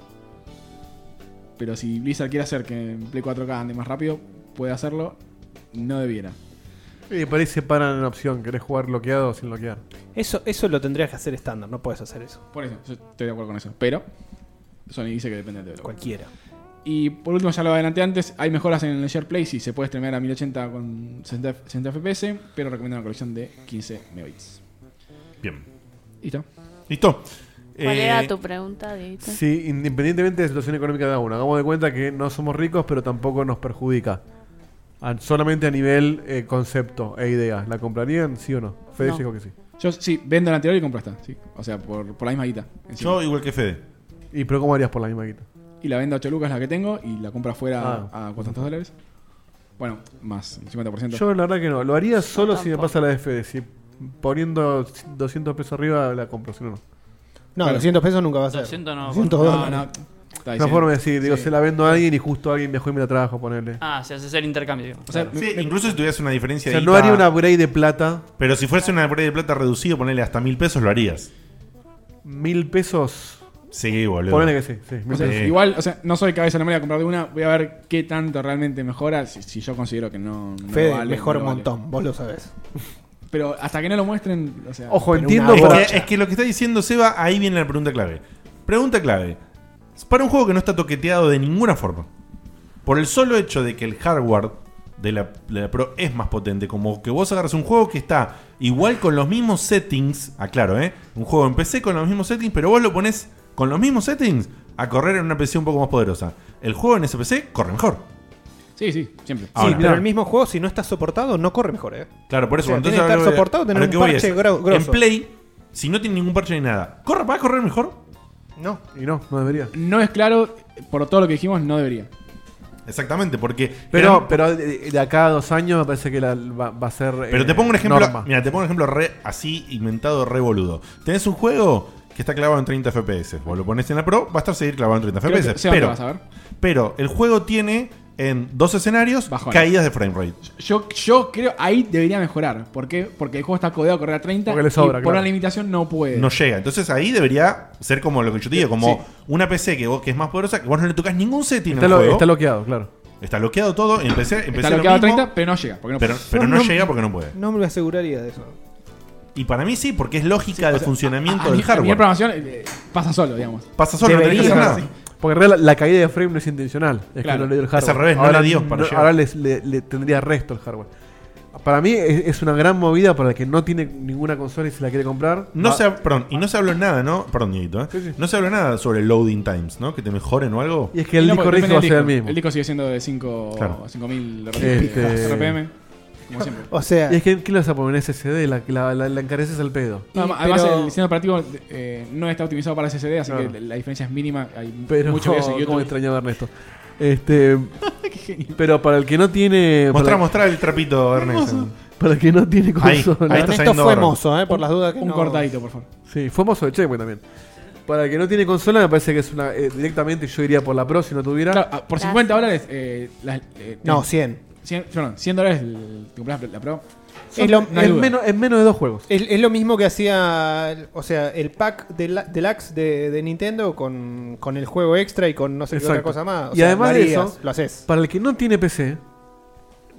Pero si Blizzard quiere hacer que Play 4K ande más rápido, puede hacerlo. No debiera.
Y por ahí se paran en opción, querés jugar bloqueado o sin bloquear.
Eso, eso lo tendrías que hacer estándar, no puedes hacer eso.
Por eso, yo estoy de acuerdo con eso. Pero Sony dice que depende del developer.
Cualquiera.
Y por último, ya lo adelanté antes, hay mejoras en el Share Play si se puede streamear a 1080 con 60, F- 60 FPS, pero recomiendo una colección de 15 megabits.
Bien.
¿Listo?
¿Listo?
¿Cuál era tu pregunta, Dieguito?
Eh, Sí, independientemente de la situación económica de cada uno. Hagamos de cuenta que no somos ricos, pero tampoco nos perjudica. A- Solamente a nivel eh, concepto e ideas. ¿La comprarían, sí o no? Fede
No.
dijo que sí.
Yo sí, vendo la anterior y compro esta, sí. O sea, por, por la misma guita.
Yo igual
que Fede.
¿Y pero cómo harías por la misma Ah. guita?
Y la vendo a 8 lucas la que tengo y la compro afuera a 400 dólares. Bueno, más, el 50%.
Yo la verdad que no. Lo haría solo si me pasa la de Fede. Si poniendo 200 pesos arriba la compro, si no, no.
No, 200 pesos nunca va a ser.
200 no,
200
no,
dólares.
no.
Una
diciendo-
forma de decir, digo,
sí.
se la vendo a alguien y justo alguien dejó y me la trajo, ponerle.
Ah, se hace el intercambio. digamos.
sí, incluso si tuviese una diferencia
O sea,
de
no
IVA,
haría un upgrade de plata,
Pero si fuese una pared de plata reducido, ponerle hasta mil pesos, lo harías.
mil pesos.
Sí, boludo.
Ponele que sí, sí, mil
O sea,
Sí.
Igual, o sea, no soy cabeza, no me voy a comprar de una. Voy a ver qué tanto realmente mejora. Si, si yo considero que no. no
Fede,
lo vale,
mejor
no lo
un
vale.
montón, vos lo sabés.
Pero hasta que no lo muestren. o sea-
Es que, es que lo que está diciendo Seba, ahí viene la pregunta clave. Pregunta clave. Para un juego que no está toqueteado de ninguna forma, por el solo hecho de que el hardware de la, de la Pro es más potente, como que vos agarras un juego que está igual con los mismos settings, aclaro, ¿eh? Un juego en PC con los mismos settings, pero vos lo pones con los mismos settings a correr en una PC un poco más poderosa. El juego en ese PC corre mejor.
Sí, sí, siempre.
Ahora.
sí, pero el mismo juego, si no está soportado, no corre mejor, ¿eh?
Ah, Claro, por eso.
O sea,
entonces,
tiene que
a lo
estar
que-
soportado,
a
tener
lo que
un
voy
parche
es,
gro- grosso.
En Play, si no tiene ningún parche ni nada, ¿corre, va a correr mejor?
No.
Y no, no debería.
No es claro, por todo lo que dijimos, no debería.
Exactamente, porque.
Pero,
eran-
pero de, de acá a dos años me parece que la- va, va a ser.
Pero
eh,
te pongo un ejemplo.
norma.
Mira, te pongo un ejemplo re- así inventado, re boludo. Tenés un juego que está clavado en 30 FPS. Vos lo pones en la Pro, va a estar seguir clavado en 30
Creo que
FPS.
Seba te
pero,
vas a ver.
pero el juego tiene en dos escenarios caídas de frame rate.
Yo, yo creo ahí debería mejorar. ¿Por qué? Porque el juego está codeado a correr a 30.
Porque le sobra,
y por
claro.
la limitación no puede.
No llega. Entonces ahí debería ser como lo que yo te digo, como una PC que, vos, que es más poderosa, que vos no le tocas ningún setting
Está
al
lo-
juego.
está bloqueado, claro.
Está bloqueado todo. Empecé, empecé
Está
lo
bloqueado a
mismo,
30, pero no llega. Porque no
pero,
puede.
pero no, llega porque no puede.
No me lo aseguraría de eso.
Y para mí sí, porque es lógica de funcionamiento
A
del
nivel- a nivel
hardware.
programación eh, pasa solo, digamos.
Pasa solo, no tenés que hacer nada.
Porque en realidad la, la caída de frame no es intencional. Es
Claro.
que no le dio el
Es
hardware.
al revés, no
ahora,
le dio para llegar.
Ahora les- le, le tendría resto el hardware. Para mí es, es una gran movida para el que no tiene ninguna consola y se la quiere comprar.
No
Va-
se, ha- perdón, y no se habló nada, ¿no? Perdón, Dieguito, ¿eh? No se habló nada sobre loading times, ¿no? Que te mejoren o algo.
Y es que el
No,
disco
porque
rígido va a ser
depende del
el mismo.
El disco sigue siendo de 5
Claro.
5000
Este-
RPM. Como siempre.
Y es que ¿qué le vas a poner en SSD? La, la, la- la encareces al pedo.
No, además,
Pero-
el sistema operativo eh, no está optimizado para SSD, así
Claro.
que la diferencia es mínima. Hay
Pero
mucho que eso en
cómo
YouTube.
extrañaba a Ernesto. Este,
Qué genio.
pero para el que no tiene.
Mostrá,
para-
mostrá el trapito, Ernesto.
Para el que no tiene consola.
Ahí, ahí está saliendo barro.
eh, Un cortadito, por favor.
Sí, fue mozo de Checkpoint también. Para el que no tiene consola, me parece que es una. eh, directamente yo iría por la Pro si no tuviera.
Ah, Por 50 dólares. eh, las- eh,
No,
eh,
100.
100, perdón, 100 dólares el- te compras la Pro.
Es lo-
No hay
es
duda.
menos-
es menos de dos juegos.
Es, es lo mismo que hacía, o sea, el pack de la- deluxe de, de Nintendo con, con el juego extra y con no sé qué otra
Exacto.
cosa más. O
y
sea,
además
lo
de
harías,
eso,
lo haces.
para el que no tiene PC,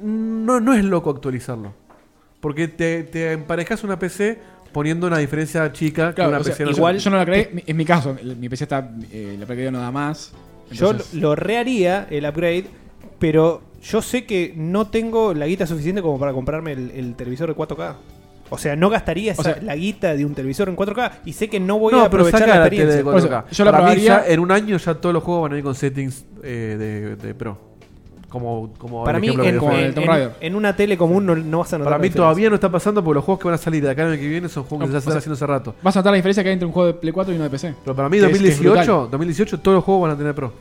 no, no es loco actualizarlo. Porque te, te emparejas una PC poniendo una diferencia chica que
Claro,
una Eh,
o sea,
PC no-
igual yo no la creé, mi- es mi caso. el- Mi PC está, eh, la placa de video no da más. entonces-
Yo lo reharía el upgrade, pero yo sé que no tengo la guita suficiente como para comprarme el, el televisor de 4K. O sea, no gastaría esa- la guita de un televisor en 4K y sé que no voy a
no, pero
aprovechar
saca
la
la tele de
experiencia.
4K. Para mí ya en un año ya todos los juegos van a ir con settings eh, de, de Pro. Como, como
Para
el
mí, en,
ejemplo que dio Fede.
en- en- en una tele común no, no vas a notar
Para
la
mí
diferencia.
todavía no está pasando porque los juegos que van a salir de acá en el que viene son juegos que
No,
se están
o sea,
haciendo hace rato.
Vas a notar la diferencia que hay entre un juego de Play 4 y uno de PC.
Pero para mí 2018, 2018 todos los juegos van a tener pro.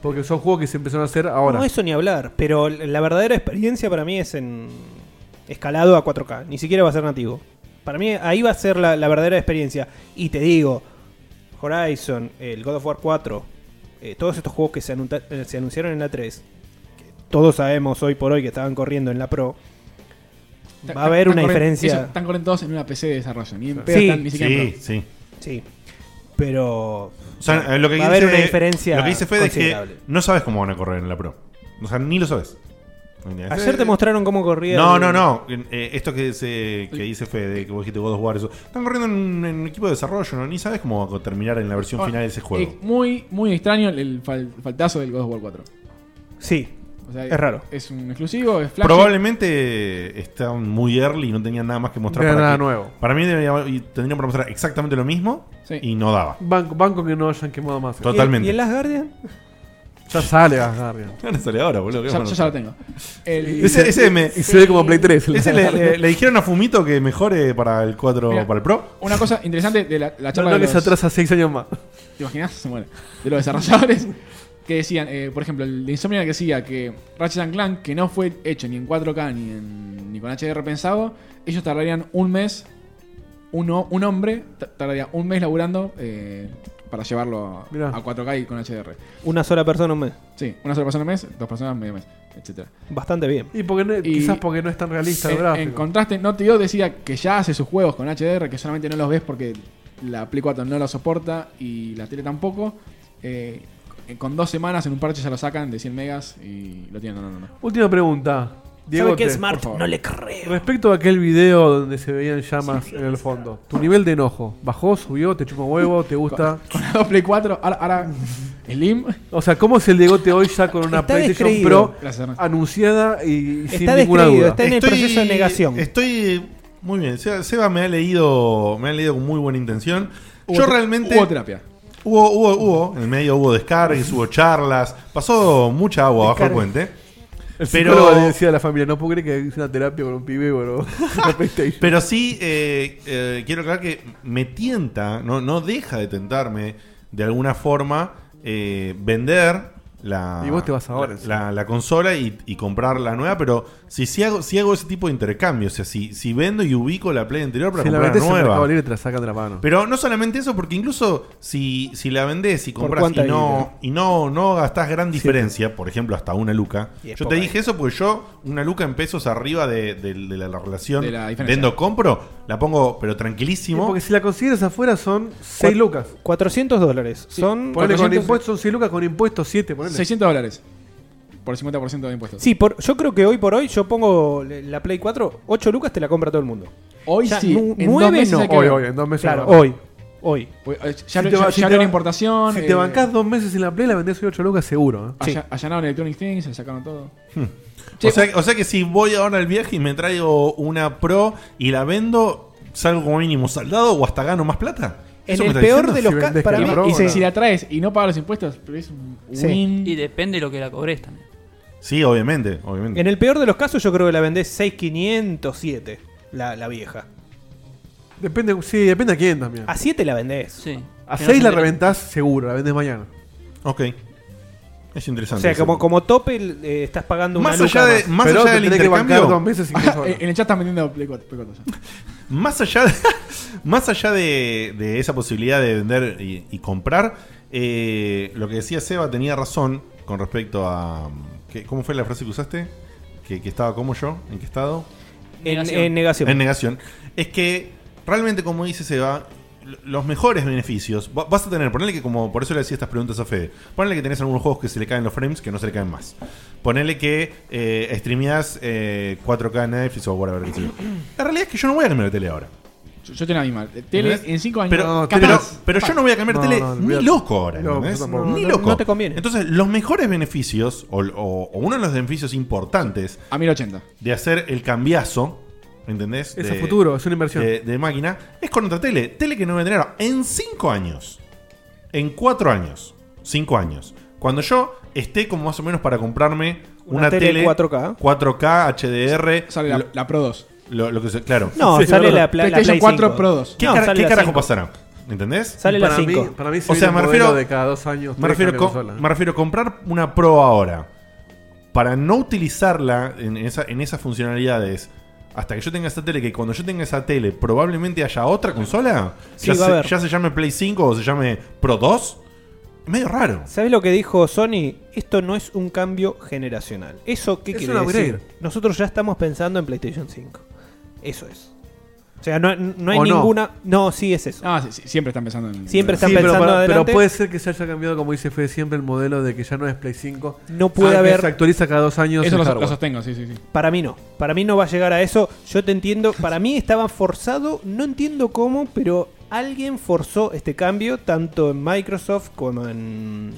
Porque son juegos que se empezaron a hacer ahora.
No, eso ni hablar. Pero la verdadera experiencia para mí es en escalado a 4K. Ni siquiera va a ser nativo. Para mí ahí va a ser la, la verdadera experiencia. Y te digo, Horizon, el God of War 4, eh, todos estos juegos que se, anunta- eh, se anunciaron en la 3, que todos sabemos hoy por hoy que estaban corriendo en la Pro, va a haber una diferencia.
están conectados en una PC de desarrollo. Ni en
Sí.
pedo están ni siquiera en
Sí, sí.
Sí. Pero.
O sea, eh, lo que
va a haber
dice-
una diferencia.
Lo que dice Fede es que
considerable.
no sabes cómo van a correr en la Pro. O sea, ni lo sabes.
Ayer te mostraron cómo corría.
No,
el-
no, no. Eh, esto que, se, que dice Fede, que vos dijiste God of War, eso. Están corriendo en un en un equipo de desarrollo, ¿no? Ni sabes cómo va a terminar en la versión
Ahora,
final de ese juego.
Es muy, muy extraño el, el fal- faltazo del God of War 4.
Sí.
O sea,
Es raro.
Es un exclusivo, es flash.
Probablemente están muy early y no tenían nada más que mostrar.
Era
para
nada
que-
nuevo.
Para mí debería- y tendrían para mostrar exactamente lo mismo
Sí.
y no daba.
Banco, banco que no hayan quemado más.
Totalmente. ¿Y el
Last Guardian?
Ya sale Last Guardian.
Ya no sale ahora, boludo. ¿qué
Ya-
vamos a
yo ya
hacer?
lo tengo. El-
ese, ese me-
Y se ve como Play 3.
Ese le, le- le dijeron a Fumito que mejore para el 4
Mira,
para el Pro.
Una cosa interesante de la, la charla
No, no,
de
que se atrasa 6 años más.
¿Te imaginas? Se muere. De los desarrolladores que decían, eh, por ejemplo, el de Insomniac que decía que Ratchet and Clank, que no fue hecho ni en 4K ni, en- ni con HDR pensado, ellos tardarían un mes, uno, un hombre ta- tardaría un mes laburando eh, para llevarlo a,
Mirá.
a 4K y con HDR.
Una sola persona un mes.
Sí, una sola persona un mes, dos personas medio mes, etcétera.
Bastante bien.
Y porque no- quizás porque no es tan realista el
en,
gráfico.
En contraste, Naughty Dog decía que ya hace sus juegos con HDR, que solamente no los ves porque la Play 4 no lo soporta y la tele tampoco. Eh, con dos semanas en un parche ya lo sacan de 100 megas y lo tienen. No, no, no.
Última pregunta. Diego,
qué es
Smart? No le
creo. Respecto a aquel video donde se veían llamas en el fondo, ¿tu nivel de enojo bajó, subió, te chupa huevo, te gusta?
Con la dos Play 4, ahora, ahora el IM.
O sea, ¿cómo es el Diegote hoy ya con una
Está
PlayStation
descreído.
Pro
Gracias, Ernesto.
anunciada y
Está
sin ninguna
descreído,
duda?
está en el proceso de negación.
Estoy muy bien. Se- Seba me ha leído, me ha leído con muy buena intención.
Hubo
Yo
te-
realmente
hubo terapia.
Hubo, hubo, hubo. En el medio hubo descargas, hubo charlas. Pasó mucha agua bajo el
Descargas.
puente.
El psicólogo
Pero
le decía a la familia, no puedo creer que hice una terapia con un pibe, bro. Una PlayStation.
Pero sí, eh, eh, quiero aclarar que me tienta, no, no deja de tentarme de alguna forma eh, vender la,
Y vos te vas ahora,
la, la- la consola y, y comprar la nueva. Pero si, si, hago, si hago ese tipo de intercambio, o sea, si, si vendo y ubico la Play anterior para
si la
comprar
metes
la
en Mercado
nueva.
Libre te la sacan de la mano.
Pero no solamente eso, porque incluso si, si la vendés y
¿Por
compras y
cuánta
no, y no, no gastás gran diferencia, por ejemplo, hasta una luca.
Y es
Yo te
poca
dije eso porque yo, una luca en pesos arriba de, de- de la, la relación
De la diferencia.
vendo-compro, la pongo, pero
Sí,
tranquilísimo.
porque si la consigues afuera son 6 lucas.
400 dólares. Son
Ponle con
400
impuestos, son 6 lucas, con impuestos 7, ponele.
600 dólares. Por 50% de impuestos.
Sí, por, yo creo que hoy por hoy yo pongo le- la Play 4, 8 lucas te la compra todo el mundo.
Hoy
Ya,
sí.
nu-
en dos
nueve
meses
no.
hay que ver.
Claro, hoy. Hoy.
Pues, eh, Ya, lo- ya, ya lo la importación.
Si
eh,
te bancás dos meses en la Play, la vendés hoy 8 lucas seguro. ¿eh?
alla- Allanaron Electronic Things, se sacaron todo.
Hmm. o, sea, o sea que si voy ahora al viaje y me traigo una pro y la vendo, salgo como mínimo saldado o hasta gano más plata. ¿Eso me está diciendo?
casos
Y si-
y
y
si,
si-
si la traes y no pagas los impuestos, pero es un win.
Y depende de lo que la cobres también.
Sí, obviamente, obviamente.
En el peor de los casos yo creo que la vendés 6507, la, la vieja.
Depende, sí, depende a quién también.
A 7 la vendés.
Sí.
A
Que no se
6 la
entere.
reventás seguro, la vendés mañana.
Ok. Es
O
interesante.
sea,
eso.
como, como tope eh, estás pagando
Más
una
allá
luca
de- más Pero allá te del tenés que intercambio- bancar dos meses sin consola.
Ah, en el chat están vendiendo Play 4. Play 4 ya.
Más allá de, más allá de, de esa posibilidad de vender y, y comprar, eh, lo que decía Seba tenía razón con respecto a. ¿qué- ¿Cómo fue la frase que usaste? Que, que estaba como yo, ¿en qué estado?
En- en negación.
En negación. Es que realmente, como dice Seba, l- los mejores beneficios va- vas a tener. Ponele que, como por eso le decía estas preguntas a Fede, ponele que tenés algunos juegos que se le caen los frames que no se le caen más. Ponele que eh, streameás eh, 4K en Netflix o whatever. que sea. La realidad es que yo no voy a cambiar de tele ahora.
Yo, yo tengo la misma. Eh, Tele
¿Entendés?
en 5 años.
Pero,
capaz,
pero, pero
capaz.
yo no voy a cambiar tele ni loco ahora.
No,
¿entendés?
yo tampoco.
ni
No, no,
loco.
no te conviene.
Entonces, los mejores beneficios, o, o- o uno de los beneficios importantes.
A 1080.
De hacer el cambiazo, ¿entendés?
Es
De-
a futuro, es una inversión.
De, de máquina, es con otra tele. Tele que no voy a tener ahora. en 5 años. En 4 años. 5 años. Cuando yo esté como más o menos para comprarme una,
Una
tele,
tele 4K.
4K HDR. Sale
la, Pro 2.
Lo, lo que se- claro.
No, Sí, sale la pla- la PlayStation Play 4
5. Pro 2.
¿Qué,
No,
cara-
sale
qué
la
carajo
5.
pasará? ¿Entendés?
Sale la Para mí- 5. para mí se
o sea,
viene
me
un
refiero.
modelo de cada dos años,
me
tres
refiero,
cambios
co-
de consola.
me refiero a comprar una Pro ahora. Para no utilizarla en, esa, en esas funcionalidades. Hasta que yo tenga esa tele, que cuando yo tenga esa tele probablemente haya otra consola.
Sí,
ya,
va a
se,
haber.
ya se llame Play 5 o se llame Pro 2. Medio raro.
¿Sabes lo que dijo Sony? Esto no es un cambio generacional. ¿Eso qué
Es
quiere
un
decir?
upgrade.
Nosotros ya estamos pensando en PlayStation 5. Eso es. O sea, no, no hay
¿O Ah, no?
ninguna. No, sí es eso.
Ah, siempre están pensando en.
Siempre están
Sí, pero
pensando
para- pero,
adelante.
puede ser que se haya cambiado, como dice Fede siempre, el modelo de que ya no es Play 5.
No puede
sino que
haber-
Se actualiza cada dos años.
Eso
el
lo-
hardware.
lo
sostengo, sí, sí, sí.
Para mí no. Para mí no va a llegar a eso. Yo te entiendo. Para mí estaba forzado. No entiendo cómo, pero alguien forzó este cambio, tanto en Microsoft como en,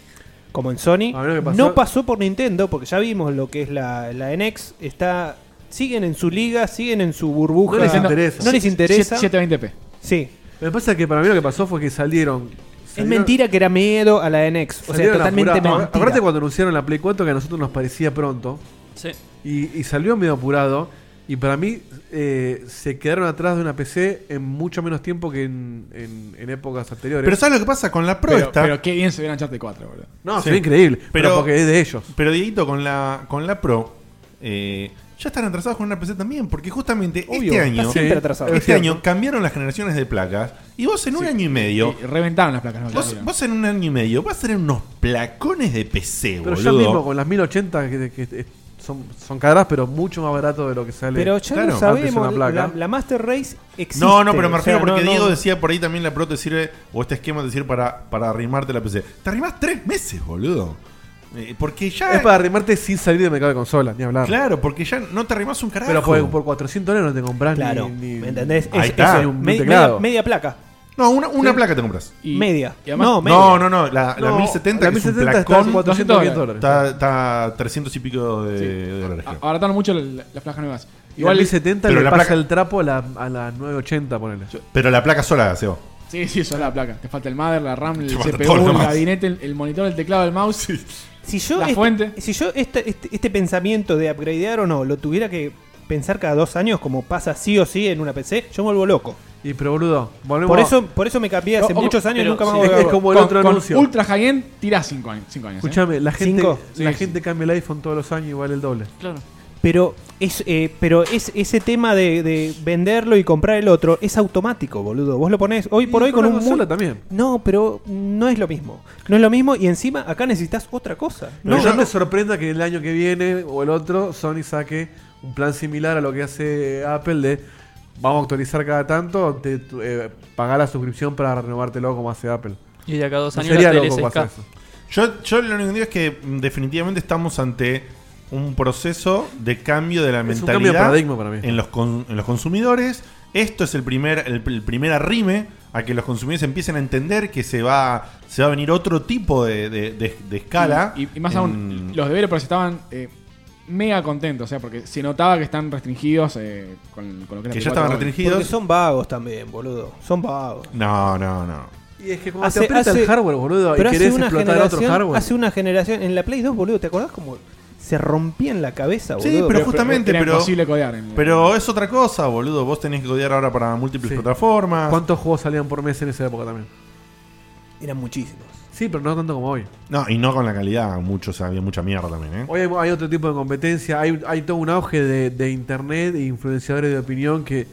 como en Sony.
pasó-
No pasó por Nintendo, porque ya vimos lo que es la, la NX. Está, siguen en su liga, siguen en su burbuja.
No les interesa.
No les interesa.
720p.
Sí.
Me pasa que para mí lo que pasó fue que salieron.
Es
salieron-
mentira que era miedo a la NX. O sea,
salieron
totalmente
apurados.
mentira.
Acuérdate cuando anunciaron la Play 4 que a nosotros nos parecía pronto.
Sí.
Y, y salió medio apurado. Y para mí eh, se quedaron atrás de una PC en mucho menos tiempo que en, en- en épocas anteriores.
Pero ¿sabes lo que pasa con la Pro
Pero-
esta?
pero
qué bien se ve Uncharted 4, boludo.
No, se ve increíble, pero porque es de
ellos. Pero Dieguito, con la, con la Pro, eh, ya están atrasados con una PC también, porque justamente
Obvio,
este
está
año,
siempre atrasado. Es
este
cierto.
año cambiaron las generaciones de placas y vos en un año y medio...
Y reventaron las placas. No,
Vos, vos en un año y medio vas a tener unos placones de PC,
Pero ya
boludo.
mismo con las 1080 que, que- que son, son caras, pero mucho más barato de lo que sale.
Pero ya
Claro.
lo
antes una
sabemos.
placa.
La, la Master Race existe.
No, no, pero me
O sea,
refiero porque
no, no.
Diego decía por ahí también la Pro te sirve, o este esquema te sirve para, para arrimarte la PC. Te arrimas tres meses, boludo. Eh, porque ya.
Es para arrimarte sin salir de mercado de consola, ni hablar.
Claro, porque ya no te arrimas un carajo.
Pero por, por 400 dólares no te compras
Claro,
ni, ni-
¿me entendés?
Ahí
Es-
está.
es un-
un
me-
teclado.
media- media placa.
No, Ah, una, una placa te compras.
Y- Media. y además-
no,
No, media.
no, no, la, la
No,
1070
la
que es un
1070 está
placón,
400 dólares.
Está, está 300 y pico de, de dólares. creo.
Ahora están mucho la- las placas nuevas.
Igual
Igual.
el 70
pero
le
la
pasa
placa-
el trapo a la, a la 980, ponele.
Pero la placa sola, Sebo.
Sí, sí, eso es la placa. Te falta el mother, la RAM, el
Te falta todo Este lo
CPU, el
demás.
gabinete, el, el monitor, el teclado, el mouse.
Si yo,
La
este,
fuente.
si yo este, este, este pensamiento de upgradear o no lo tuviera que pensar cada dos años, como pasa sí o sí en una PC, yo me vuelvo loco.
Y pero boludo, volvemos
Por
a-
eso, por eso me cambié hace
Ojo,
muchos años y
Oh, pero
nunca más
sí,
volví a
es
volver.
como el
Con-
otro
con
anuncio.
Ultra high end tirás 5 años. cinco años, ¿eh?
Escúchame, la gente,
Cinco.
la
Sí,
gente cambia el iPhone todos los años y vale el doble.
Claro.
Pero, es, eh, pero es, ese tema de, de venderlo y comprar el otro es automático, boludo. Vos lo ponés hoy por hoy con un...
sola
mu-
también.
No, pero no es lo mismo. No es lo mismo y encima acá necesitas otra cosa.
No,
No,
no, me sorprenda que el año que viene o el otro Sony saque un plan similar a lo que hace Apple de vamos a actualizar cada tanto, te, tu- eh, pagar la suscripción para renovártelo como hace Apple.
Y de acá a dos
No
años
sería
la tele
loco
6K.
pasar eso.
Yo, yo lo único que digo es que mm, definitivamente estamos ante un proceso de cambio de la
un
mentalidad
cambio de paradigma para mí.
En, los con- en los consumidores. Esto es el primer, el, el primer arrime a que los consumidores empiecen a entender que se va, se va a venir otro tipo de, de- de- de escala.
Y, y- y más
en-
aún, los developers estaban eh, mega contentos, o sea, porque se notaba que están restringidos eh, con, con lo que es la
Que ya
Play 4
estaban
hoy.
restringidos.
porque son vagos también, boludo. Son vagos.
No, no, no.
Y es que como te aprieta el hardware, boludo, y
pero hace
querés
una
explotar otro
generación-
hardware.
Hace una generación, en la Play 2, boludo, ¿te acordás cómo se rompían la cabeza,
Sí,
boludo?
pero, justamente, pero,
codear en-
pero es otra cosa, boludo. Vos tenés que codear ahora para múltiples
Sí.
plataformas.
¿Cuántos juegos salían por mes en esa época también?
Eran muchísimos.
Sí, pero no tanto como hoy.
No, y no con la calidad, muchos había mucha mierda también, ¿eh?
Hoy hay, hay otro tipo de competencia, hay, hay todo un auge de, de internet e influenciadores de opinión que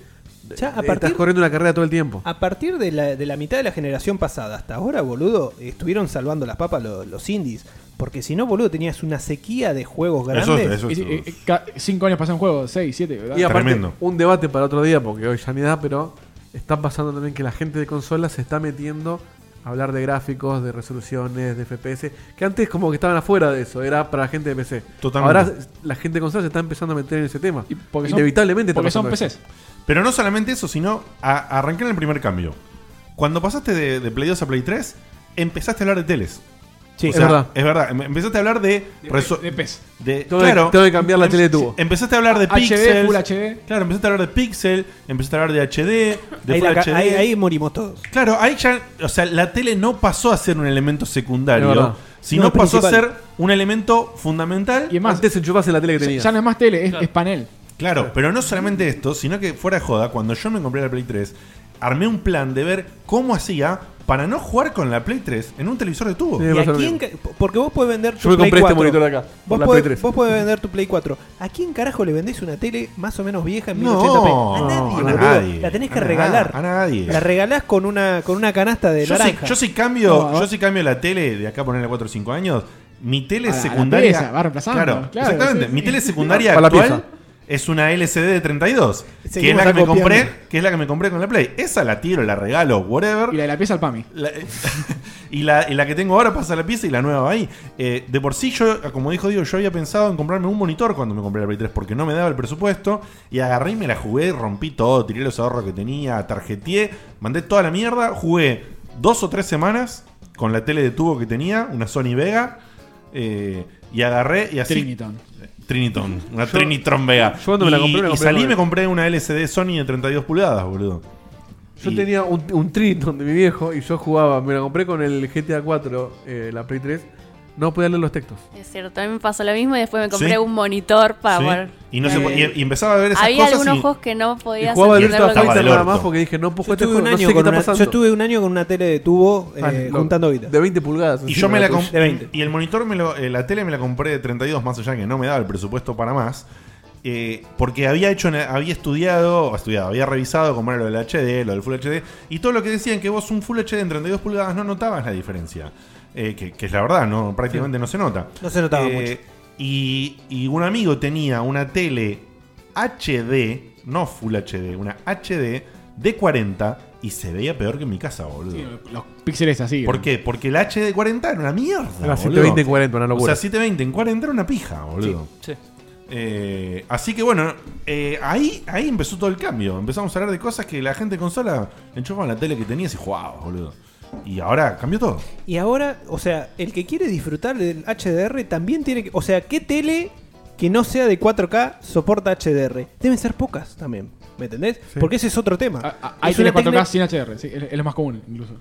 Ya, a
eh, estás
partir-
corriendo una carrera todo el tiempo.
A partir de la, de la mitad de la generación pasada hasta ahora, boludo, estuvieron salvando las papas lo- los indies. Porque si no, boludo, tenías una sequía de juegos grandes.
Y sí, eh, ca- cinco años pasan juegos, seis, siete, ¿verdad?
Y aparte, un debate para otro día, porque hoy ya ni da, pero está pasando también que la gente de consolas se está metiendo a hablar de gráficos, de resoluciones, de FPS, que antes como que estaban afuera de eso, era para la gente de PC.
Totalmente.
Ahora la gente de consolas se está empezando a meter en ese tema.
porque son-
Inevitablemente está
porque son
pasando eso.
Pero no solamente eso, sino a- arrancar en el primer cambio. Cuando pasaste de, de Play 2 a Play 3, empezaste a hablar de teles.
Sí, es verdad.
Es verdad. em- Empezaste a hablar de. reso-
de PES.
de- em,
Tengo que- tengo que cambiar la tele de tubo.
Empezaste a hablar de
HD,
Pixel.
Full HD.
Claro, empezaste a hablar de Pixel. Empezaste a hablar de HD. De
ahí,
Full
la ca-
HD.
ahí- ahí morimos todos.
Claro, ahí ya. O sea, la tele no pasó a ser un elemento
Es verdad.
secundario. Si
No,
no,
el
pasó a
principal.
ser un elemento fundamental. Y
además- Antes
enchufas en la tele
que Ya- tenías. ya no es más tele, es- Claro. es panel.
Claro, pero no solamente esto, sino que fuera de joda, cuando yo me compré la Play 3, armé un plan de ver cómo hacía para no jugar con la Play 3 en un televisor de tubo.
¿Y a quién ca- porque vos podés vender tu
Yo me
Play
compré este
4.
monitor de acá,
Vos
por la
podés,
Play 3.
vos podés vender tu Play 4. ¿A quién carajo le vendés una tele más o menos vieja en
No,
1080p? A nadie,
no, a
boludo.
nadie,
La tenés que
a na-
regalar.
a nadie.
La regalás con una, con una canasta de
yo, si,
naranja.
yo si cambio,
No,
yo si cambio la tele de acá ponerle 4 o 5 años, mi tele
A la- a la
secundaria.
pieza, va reemplazando,
Claro,
claro,
exactamente.
sí,
Mi
sí.
tele secundaria
Para la
actual es una LCD de 32, que es
Seguimos
la que me
acopiando.
compré, que es la que me compré con la Play. Esa la tiro, la regalo, whatever. Y la
de la pieza al PAMI.
y, la, y la que tengo ahora pasa a la pieza y la nueva va ahí. Eh, de por sí, yo, como dijo Diego, yo había pensado en comprarme un monitor cuando me compré la Play 3 porque no me daba el presupuesto. Y agarré y me la jugué, rompí todo, tiré los ahorros que tenía, tarjeteé, mandé toda la mierda, jugué dos o tres semanas con la tele de tubo que tenía, una Sony Vega. eh, y agarré y así.
Triniton.
Triniton, una
Yo-
Trinitron Vega.
yo cuando me la
Y-
compré, me la
y
compré
salí
con-
y me compré una LCD Sony de 32 pulgadas, boludo.
Yo
Y-
tenía un, un Triton de mi viejo y yo jugaba, me lo compré con el GTA 4, eh, la Play 3, no podía leer los textos.
Es cierto, a mí me pasó lo mismo y después me compré
Sí.
un monitor para
Sí.
poder-
Y, no se po- y- y empezaba a ver esas
Había
cosas.
algunos
y-
juegos que no
Y
podías
jugaba de
entender lo
Virtua
que
Estaba
Fighter
del
nada
orto.
más porque dije, no
yo,
puedo jugar este
estuve un
juego, no
año
sé qué
con
está
una, yo
pasando.
estuve un año con una tele de tubo eh,
Ah, lo-
juntando guita.
De 20 pulgadas.
Y yo me la
compré.
compré. Y el monitor, me lo- eh, la tele me la compré de 32, más allá que no me daba el presupuesto para más. eh, porque había hecho, una- había estudiado, estudiado, había revisado como era lo del HD, lo del Full HD, y todo lo que decían que vos un Full HD en 32 pulgadas no notabas la diferencia. Eh, que, que es la verdad, no, prácticamente no se nota.
No se notaba
mucho. Y, y un amigo tenía una tele HD, no Full HD, una HD de 40 y se veía peor que en mi casa, boludo.
Sí, los píxeles así.
¿Por qué? Porque el HD 40 era una mierda.
Era
boludo.
720 en 40, una locura.
O sea, 720 en 40 era una pija, boludo.
Sí, sí.
Eh, así que bueno, eh, ahí, ahí empezó todo el cambio. Empezamos a hablar de cosas que la gente de consola enchufaba en la tele que tenías y jugaba, boludo. Y ahora cambió todo.
Y ahora, o sea, el que quiere disfrutar del HDR también tiene que. O sea, ¿qué tele que no sea de 4K soporta HDR? Deben ser pocas también. ¿Me entendés? Porque ese es otro tema.
Hay
Es una
teles 4K
Ah, tele-
sin HDR, sí, es es lo más común incluso.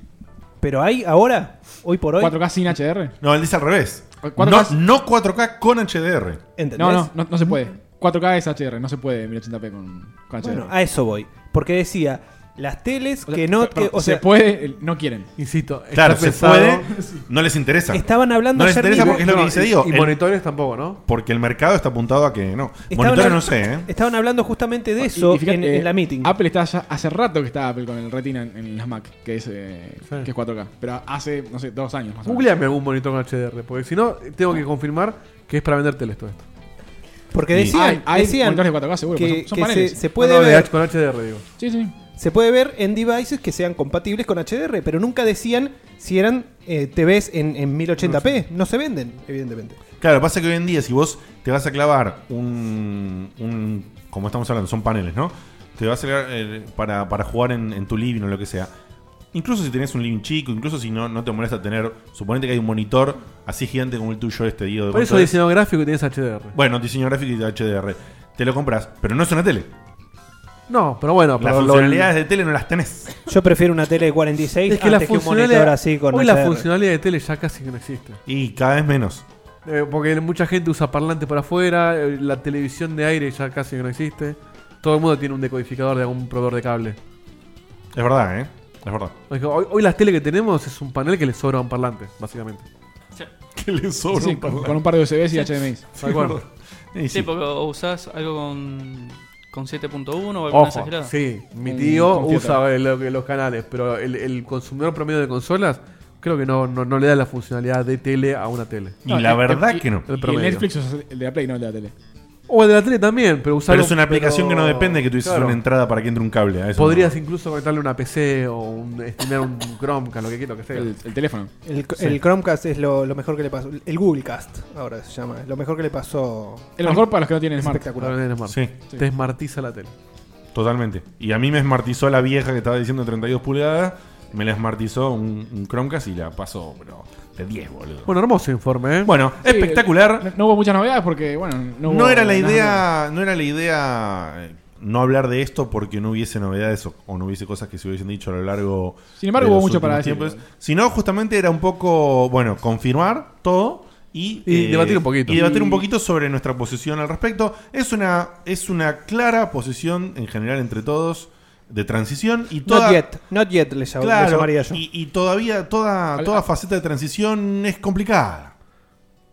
Pero hay ahora, hoy por hoy.
4K sin HDR.
No, él dice al revés. No,
4K.
no 4K con HDR.
No, no, no, no se puede. 4K es HDR, no se puede 1080p con, con HDR.
Bueno, a eso voy. Porque decía, las teles que no.
per-
que- o
perdón, se
sea,
puede, el- no quieren.
Insisto,
Claro, se puede. No les interesa.
Estaban hablando
No les
ayer
interesa
mismo-
porque es lo que
No,
dice
y-
Diego.
y
El-
monitores
tampoco, ¿no?
Porque el mercado está apuntado a que no.
Estaban
Monitores
hablando-
no sé, ¿eh?
Estaban hablando justamente de eso
Y- y fíjate,
en, en la
eh,
meeting.
Apple está ya- hace rato que está Apple con el Retina en, en las Mac, que es, eh, que es 4K. Pero hace, no sé, dos años más o menos.
Googleame algún monitor con HDR, porque si no, tengo que confirmar que es para vender teles todo esto.
Porque decían,
Hay- hay
decían
monitores de 4K seguro,
que,
pues son
que se,
paneles.
se puede
No, no, de
ver
H- con HDR, digo.
Sí, sí.
Se puede ver en devices que sean compatibles con HDR, pero nunca decían si eran eh, TVs en, en 1080p. No se venden, evidentemente.
Claro, pasa que hoy en día, si vos te vas a clavar un. un- como estamos hablando, son paneles, ¿no? Te vas a clavar eh, para, para jugar en, en tu living o lo que sea. Incluso si tenés un living chico, incluso si no, no te molesta tener. Suponete que hay un monitor así gigante como el tuyo, este Diego. de
Por eso
monitores.
diseño gráfico y tienes HDR.
Bueno, diseño gráfico y HDR. Te lo compras, pero no es una tele.
No, pero bueno,
las
pero lo-
funcionalidades de tele no las tenés.
Yo prefiero una tele de 46
es que la
antes que un monitor
funcionalidad,
así con
hoy la
HDR.
funcionalidad de tele ya casi que no existe.
Y cada vez menos.
Eh, porque mucha gente usa parlante para afuera, eh, la televisión de aire ya casi que no existe. Todo el mundo tiene un decodificador de algún proveedor de cable.
Es verdad, ¿eh? Es verdad.
Oye, Hoy, hoy las tele que tenemos es un panel que le sobra un parlante, básicamente.
Que le sobra
Sí, sí, un con- parlante. con un par de USBs y HDMIs.
Tal cual.
Sí, porque o usás algo con, con 7.1 o alguna
Ojo,
exagerada.
sí, mi
Mm,
Un-
tío
un filtro.
usa eh, lo que- los canales, pero el, el consumidor promedio de consolas creo que no, no, no le da la funcionalidad de tele a una tele.
Y la verdad que no.
El
eh, Y el
promedio.
Netflix es el de la Play, no el de la tele.
O el de la tele también, pero usarlo.
Pero es una aplicación que no depende de que tú hicieses
claro.
una entrada para que entre un cable. a eso
Podrías incluso conectarle una PC o un, streamear un Chromecast, lo que quieras, lo que sea.
El- el teléfono.
El,
Sí.
el Chromecast es lo, lo mejor que le pasó. El Googlecast, ahora se llama. es Lo mejor que le pasó.
El mejor para los que no tienen
Es
Smart.
Espectacular.
Para los que no tienen
Sí.
Smart. Te smartiza la tele.
Totalmente. Y a mí me smartizó la vieja que estaba diciendo 32 pulgadas. Me la smartizó un, un Chromecast y la pasó, pero de 10, boludo.
Bueno, hermoso informe, ¿eh?
Bueno,
Sí,
espectacular.
No, no hubo muchas novedades porque, bueno,
No,
no hubo
era la
nada.
idea. No era la idea eh, no hablar de esto porque no hubiese novedades o, o no hubiese cosas que se hubiesen dicho a lo largo.
Sin embargo,
de
hubo
los
mucho para
últimos
decir,
tiempos. Sino, justamente era un poco, bueno, confirmar todo y, eh,
Y debatir un poquito.
Y debatir un poquito sobre nuestra posición al respecto. Es una, es una clara posición en general entre todos de transición y toda.
Not yet, not yet le, llam- le
Claro,
llamaría yo.
Y, y todavía toda, toda faceta de transición es complicada.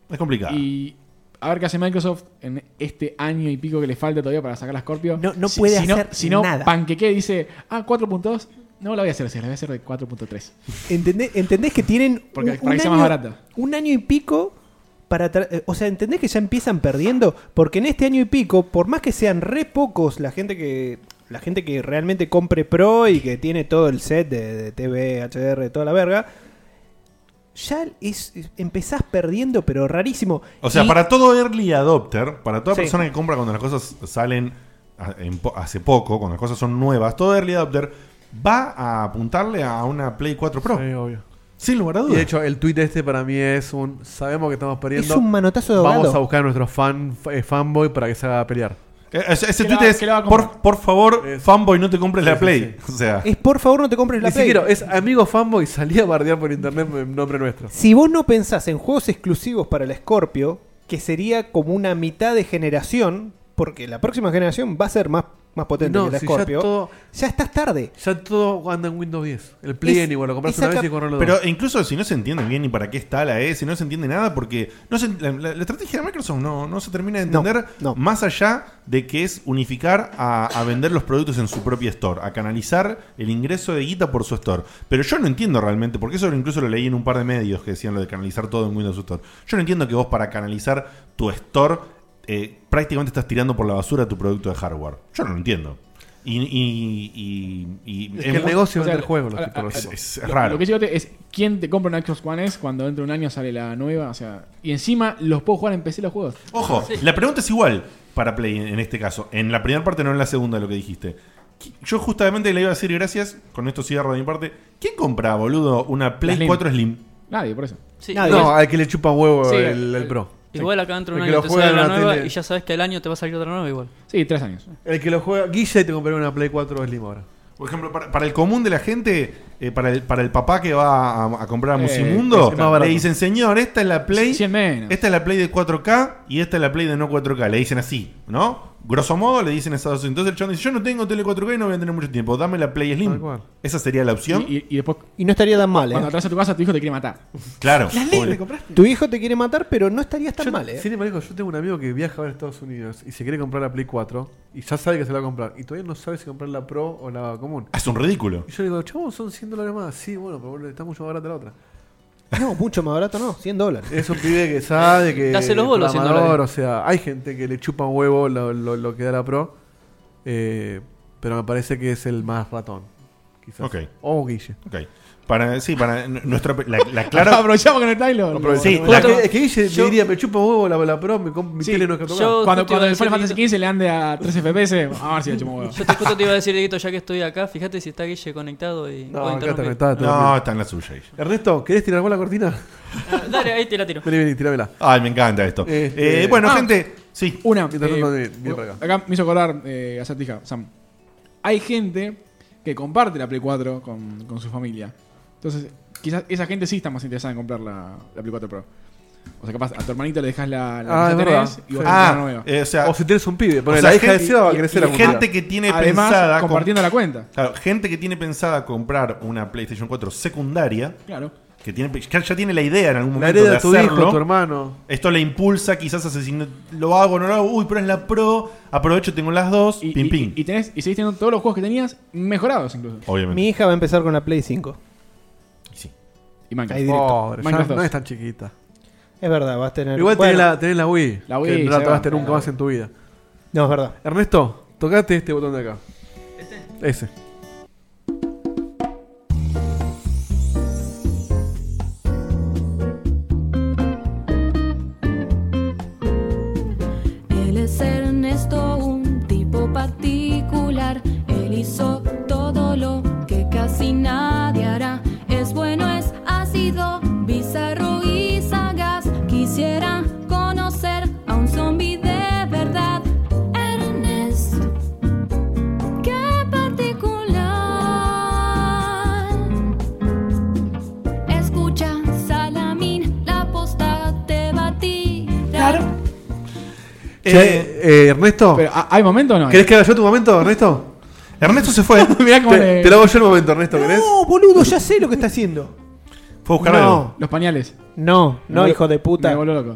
Es complicada.
Y a ver qué hace Microsoft en este año y pico que le falta todavía para sacar la Scorpio. No,
no puede hacer
si no,
nada.
Panqueque dice, ah, 4.2, no la voy a hacer así, la voy a hacer de 4.3.
¿Entendés, entendés que tienen
Porque- para que sea más barata.
un año y pico para tra- eh, o sea, ¿entendés que ya empiezan perdiendo? Porque en este año y pico, por más que sean re pocos la gente que la gente que realmente compre pro y que tiene todo el set de, de TV, HDR, toda la verga, ya es, es- empezás perdiendo, pero rarísimo.
O sea,
Y-
para todo early adopter, para toda
Sí.
persona que compra cuando las cosas salen a- en po- hace poco, cuando las cosas son nuevas, todo early adopter va a apuntarle a una Play 4 Pro.
Sí, obvio.
Sin lugar a
Y
dudas.
de hecho, el tweet este para mí es un. Sabemos que estamos perdiendo.
Es un manotazo de
Vamos
ahogado.
a buscar a nuestro fan, eh, fanboy para que se haga pelear.
E, Ese, ese tweet es: por, por favor, fanboy, no te compres la Play. O sea,
Es por favor no te compres la
Ni
Play.
siquiera, eh. es amigo fanboy, salía a bardear por internet en nombre nuestro.
Si vos no pensás en juegos exclusivos para el Scorpio, que sería como una mitad de generación, porque la próxima generación va a ser más, más potente
No,
que la
si ya
Scorpio,
todo-
ya estás tarde.
Ya todo anda en Windows 10. El Play Anywhere, lo compras una vez y correrlo
Pero incluso si no se entiende bien ni para qué está la S, no se entiende nada, porque no se- la, la- la estrategia de Microsoft no, no se termina de entender más allá de que es unificar a, a vender los productos en su propia store, a canalizar el ingreso de guita por su store. Pero yo no entiendo realmente, porque eso incluso lo leí en un par de medios que decían lo de canalizar todo en Windows Store. Yo no entiendo que vos para canalizar tu store eh, prácticamente estás tirando por la basura tu producto de hardware. Yo no lo entiendo. Y, y- y- y-
Es que el negocio vende el juego, los
a- a-
títulos.
a-
Es- es
lo-
raro.
Lo que yo te es quién te compra una Xbox One S cuando dentro de un año sale la nueva. O sea, y encima los puedo jugar en PC los juegos.
Ojo, la pregunta es igual para Play en este caso. En la primera parte, no en la segunda, lo que dijiste. Qui- Yo justamente le iba a decir gracias, con esto cierro de mi parte. ¿Quién compra, boludo, una Play
Slim.
4 Slim?
Nadie, por eso.
Sí,
no,
igual-
al que le chupa huevo
Sí,
el, el Pro.
Igual acá dentro de
El
un
que
año
lo
te
juega
sale
en
la
la
nueva
tele.
y ya sabes que al año te va a salir otra nueva igual.
Sí, tres años.
El que lo juega. Guille te compré una Play 4 Slim ahora.
Por ejemplo, para, para el común de la gente, eh, para, el, para el papá que va a, a comprar a
Eh,
Musimundo,
es más barato.
le dicen, señor, esta es la Play.
Cien menos.
Esta es la Play de 4K y esta es la Play de no 4K. Le dicen así, ¿no? Grosso modo le dicen esas dos. Entonces el chabón dice, yo no tengo tele 4K y no voy a tener mucho tiempo. Dame la Play Slim. Esa sería la opción.
Y, y- y después,
Y no estaría tan mal, ¿eh?
cuando atrás a tu casa, tu hijo te quiere matar.
Claro.
le
Tu hijo te quiere matar, pero no estarías tan
Yo-
mal, ¿eh?
Sin embargo, yo tengo un amigo que viaja ahora a Estados Unidos y se quiere comprar la Play 4 y ya sabe que se la va a comprar y todavía no sabe si comprar la Pro o la común.
Es un ridículo.
Y yo le digo, chavos, son 100 dólares más. Sí, bueno, pero boludo, está mucho más barata la otra.
No, mucho más barato no, 100 dólares.
Es un pibe que sabe que.
Dáselo
es
vos los 100
programador,
dólares.
O sea, hay gente que le chupa un huevo lo, lo- lo que da la Pro. eh, pero me parece que es el más ratón. Quizás.
Ok.
O Guille.
Ok. Para, sí, para n- nuestra. La, la clara.
Aprovechamos con el Tylo.
Sí,
Bueno,
la-
que- es que Guille
yo-
me diría, me chupa un huevo la, la Pro, me comp- mi tele no es
Cuando-
capaz.
cuando cuando el Final Fantasy XV le ande a 13 FPS, a ver si le echamos huevo.
Yo te justo te iba a decir, Dieguito, ya que estoy acá, fíjate si está Guille conectado y.
No,
puedo
acá está,
interrumpir.
está, está.
No, está en la suya. ella.
Ernesto, ¿querés tirar vos la cortina?
Dale, ahí te la tiro.
Vení, vení, tirámela.
Ay, me encanta esto.
Este-
Eh, bueno,
Ah.
gente, sí.
Una.
Mientras tanto,
eh,
bien, bien para acá.
acá me hizo acordar, eh, Acertija, Sam. Hay gente que comparte la Play 4 con, con su familia. Entonces, quizás esa gente sí está más interesada en comprar la, la Play 4 Pro. O sea, capaz a tu hermanito le dejas la, la
Ah,
que
es
ya
verdad.
tenés y vos
Sí.
tenés la
Ah,
nueva.
Eh, o, sea,
O si tienes un pibe, ponele,
o sea,
la hija de
gente-
Seba va a
y-
crecer
y
algún
gente
día.
que tiene
Además,
pensada.
compartiendo la cuenta.
Claro, gente que tiene pensada comprar una PlayStation 4 secundaria.
Claro.
Que, tiene, que ya tiene la idea en algún
La
momento
hereda
de
tu
hacerlo.
hijo, tu hermano.
Ah,
Esto le impulsa quizás a si no- lo hago, no lo hago. Uy, pero es la Pro. Aprovecho, tengo las dos.
Y,
pim,
y-
pim.
y tenés, y seguís teniendo todos los juegos que tenías mejorados incluso.
Obviamente.
Mi hija va a empezar con la Play 5.
Y Minecraft.
Ahí directo.
Pobre, ya
Minecraft
no
2.
es tan chiquita.
Es verdad, vas a tener.
Igual
bueno,
tenés, la, tenés la Wii.
La Wii,
Que no la
se
tocaste
va.
nunca más en tu vida.
No, es verdad.
Ernesto, tocate este botón de acá. ¿Este? Ese.
Él es Ernesto, un tipo particular. Él hizo todo lo que casi nadie hará. Es bueno, es ácido, bizarro y sagaz. Quisiera conocer a un zombi de verdad. Ernest,
Che, eh, Ernesto.
¿Hay momento o no?
¿Querés que haga yo tu momento, Ernesto?
Ernesto se fue.
Mirá cómo
te,
le-
te lo hago yo el momento, Ernesto, ¿querés?
No, boludo, ya sé lo que está haciendo.
Fue
a buscar algo.
Los pañales.
No,
Me
no,
voló-
hijo de puta.
Me voló loco.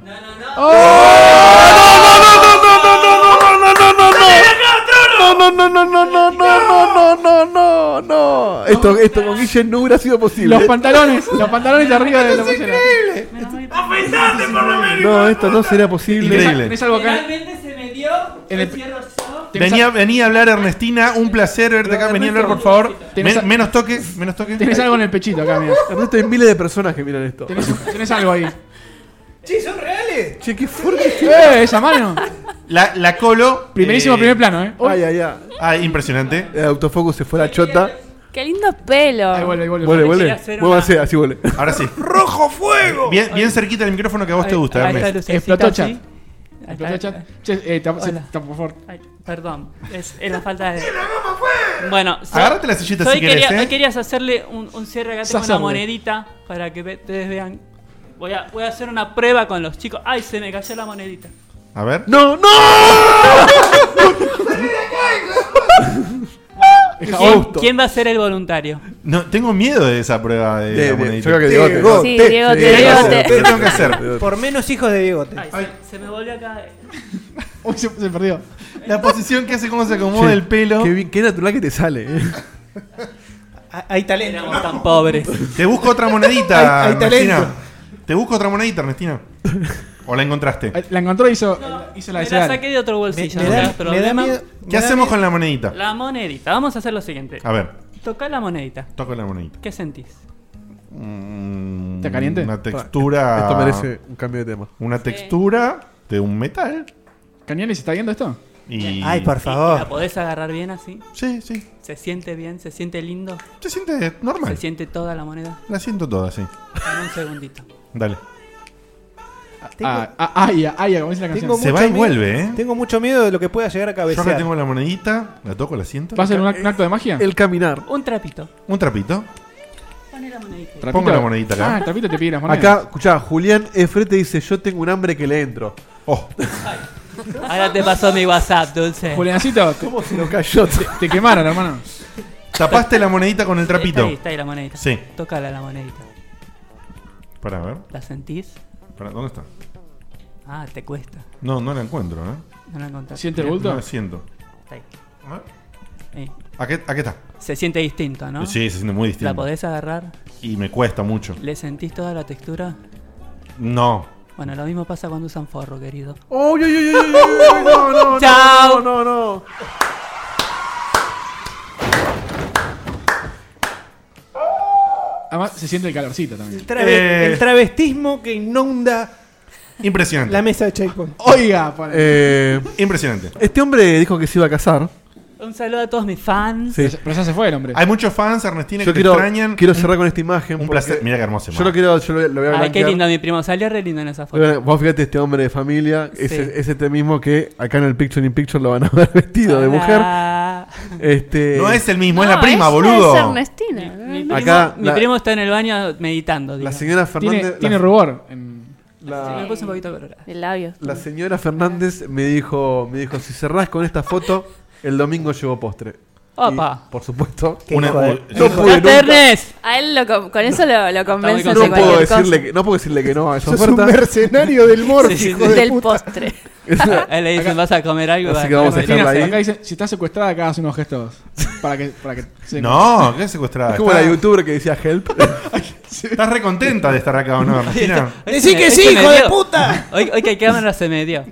No, no, no, no, no, no, no, no, no, no. Ah, Esto, esto con Guille no hubiera sido posible.
Los pantalones, los pantalones de arriba de la pantalla.
No, esto no será posible.
¿Tenés algo acá?
se me dio.
En el-
Venía, venía a hablar, Ernestina. Un placer verte acá. Venía a hablar, por favor. Men- menos toque, menos toque.
Tenés algo en el pechito acá, mira.
Ernesto, hay miles de personas que miran esto.
Tenés algo ahí.
Che, son reales.
Che, qué fuerte.
Eh, esa mano.
La, la colo.
Primerísimo primer plano, ¿eh?
Ay, ay, ay.
Ay, Ah, impresionante.
El autofocus se fue a la chota.
Qué lindo pelo.
Ahí vuelve, ahí
Vuelve, vuelve. Vuelve así, vuelve.
Ahora sí.
¡Rojo fuego!
Bien, bien cerquita del micrófono que a vos te gusta,
Ahí está
Ernest.
Lucecita,
Explotó chat.
sí. Ahí está,
Explotó
ahí
chat.
está.
Che, eh, tap- se-
Hola.
tap- por favor.
Ay, perdón, es, es la falta de. Bueno, so-
Agárrate la sillita
so
si
hoy
querés,
quería-
¿eh?
hoy querías hacerle un, un cierre acá, tengo una
Sazardo.
monedita para que ve- ustedes vean. Voy a, voy a hacer una prueba con los chicos. ¡Ay, se me cayó la monedita!
A ver.
¡No, no!
¿Quién,
Fausto.
quién va a ser el voluntario?
No, tengo miedo de esa prueba de,
De-
Eh, la
de-
monedita.
yo creo que Diegote.
Diegote.
Sí, Diegote,
¿Qué tengo que
Diegote.
hacer? ¿Qué tengo que hacer?
Por menos hijos de Diegote.
Ay, se, se me volvió acá.
Uy, se, se perdió.
La posición que hace, cómo se acomoda
Che,
el pelo.
Qué, bien- qué natural que te sale. eh.
Hay talento.
Éramos tan pobres.
Te busco otra monedita,
Hay- hay talento.
Ernestina. Te busco otra monedita, Ernestina. ¿O la encontraste?
La encontró y hizo, hizo la
Me
de
la
Sedal.
saqué de otro bolsillo.
Me-
no
me da-
tengas
me da
problema.
miedo- ¿Qué me hacemos da miedo- con la monedita?
La monedita. Vamos a hacer lo siguiente.
A ver.
Toca la monedita.
Toco la monedita.
¿Qué sentís?
Mm,
¿Está caliente?
Una textura.
Esto merece un cambio de tema.
Una textura de un metal.
Cañales, ¿está viendo esto?
Y...
Ay, por
¿Y ¿La podés agarrar bien así?
Sí, sí.
¿Se siente bien? ¿Se siente lindo?
Se siente normal.
¿Se siente toda la moneda?
La siento toda, sí.
En un segundito.
Dale.
Ah, ah, ay, ah, ay, como dice la canción.
Tengo
Se
mucho
va y
miedo-
vuelve, ¿eh?
Tengo mucho miedo de lo que pueda llegar a
Yo
cabecear.
acá tengo la monedita, la toco, la siento.
¿Va a ser un, ac- un acto de magia?
El caminar.
Un trapito.
Un trapito.
Poné la monedita.
Trapito-
Pongo la monedita acá.
Ah, el trapito te pide las monedas.
Acá, escuchá, Julián Efre te dice: Yo tengo un hambre que le entro.
Oh.
Ahora te pasó mi WhatsApp, dulce.
Juliancito,
¿cómo se lo cayó? Te,
te quemaron, hermano.
Tapaste la monedita con el
Está
trapito.
ahí, está ahí la monedita.
Sí.
Tócala la monedita.
Para ver.
¿La sentís?
Para, ¿Dónde está?
Ah, te cuesta.
No, no la encuentro, ¿eh?
No la encontraste.
¿Siente el bulto?
No la siento.
Está ahí. Eh,
Aquí, aquí está.
Se siente distinto, ¿no?
Sí, se siente muy distinto.
¿La podés agarrar?
Y me cuesta mucho.
¿Le sentís toda la textura?
No.
Bueno, lo mismo pasa cuando usan forro, querido.
¡Oh, yo, yo, yo, yo, yo! No, no, no.
Chao.
No, no, no.
Además, se siente el calorcito también.
Trave-
Eh.
El travestismo que inunda
Impresionante.
la mesa de Checkpoint.
Oiga, pone-
Impresionante.
Eh, Este hombre dijo que se iba a casar.
Un saludo a todos mis fans.
Sí.
Pero ya se fue el hombre.
Hay muchos fans, Ernestina,
Yo
que te
quiero,
extrañan.
quiero cerrar con esta imagen.
Un
porque
placer. Mira qué hermoso.
Yo lo quiero, yo lo, lo voy a
Ay, qué
blanquear.
lindo mi primo. Salió re lindo en esa foto.
Bueno, Vos fíjate este hombre de familia, es,
Sí.
es este mismo que acá en el Picture in Picture lo van a ver vestido de mujer.
Hola.
Este,
No es el mismo, es
No,
la prima,
esa
boludo.
Es Ernestina.
Mi primo,
Acá,
mi
la-
primo está en el baño meditando.
La
digamos.
señora Fernández.
Tiene,
la-
tiene rubor. en-
Se
La,
me puso un poquito colorada.
De labios.
la señora Fernández me dijo, me dijo, si cerrás con esta foto, el domingo llevo postre.
Opa.
Y, por supuesto.
Qué Una- hijo de-
no pude
¡Date,
nunca-
Ernest!
A él lo con, con eso lo, lo convence
no
de
puedo
cualquier
decirle que, no puedo decirle que no a esa
Sos un
oferta.
mercenario del morfi,
Sí, sí,
hijo
sí.
cosa.
de
Del
puta.
postre.
A él le dicen, vas a comer algo.
Así
vas a
que vamos a
comer.
dejarla ahí.
Acá dice, si estás secuestrada, acá hace unos gestos. Para que, para que se-
No, qué secuestrada.
Es como
Está-
la youtuber que decía help.
Estás re contenta de estar acá, ¿o no, Ernestina?
Hoy
Decí
se me-
que
hoy
sí,
se me
hijo de
dio.
puta.
Hoy, hoy que hay cámara se me dio.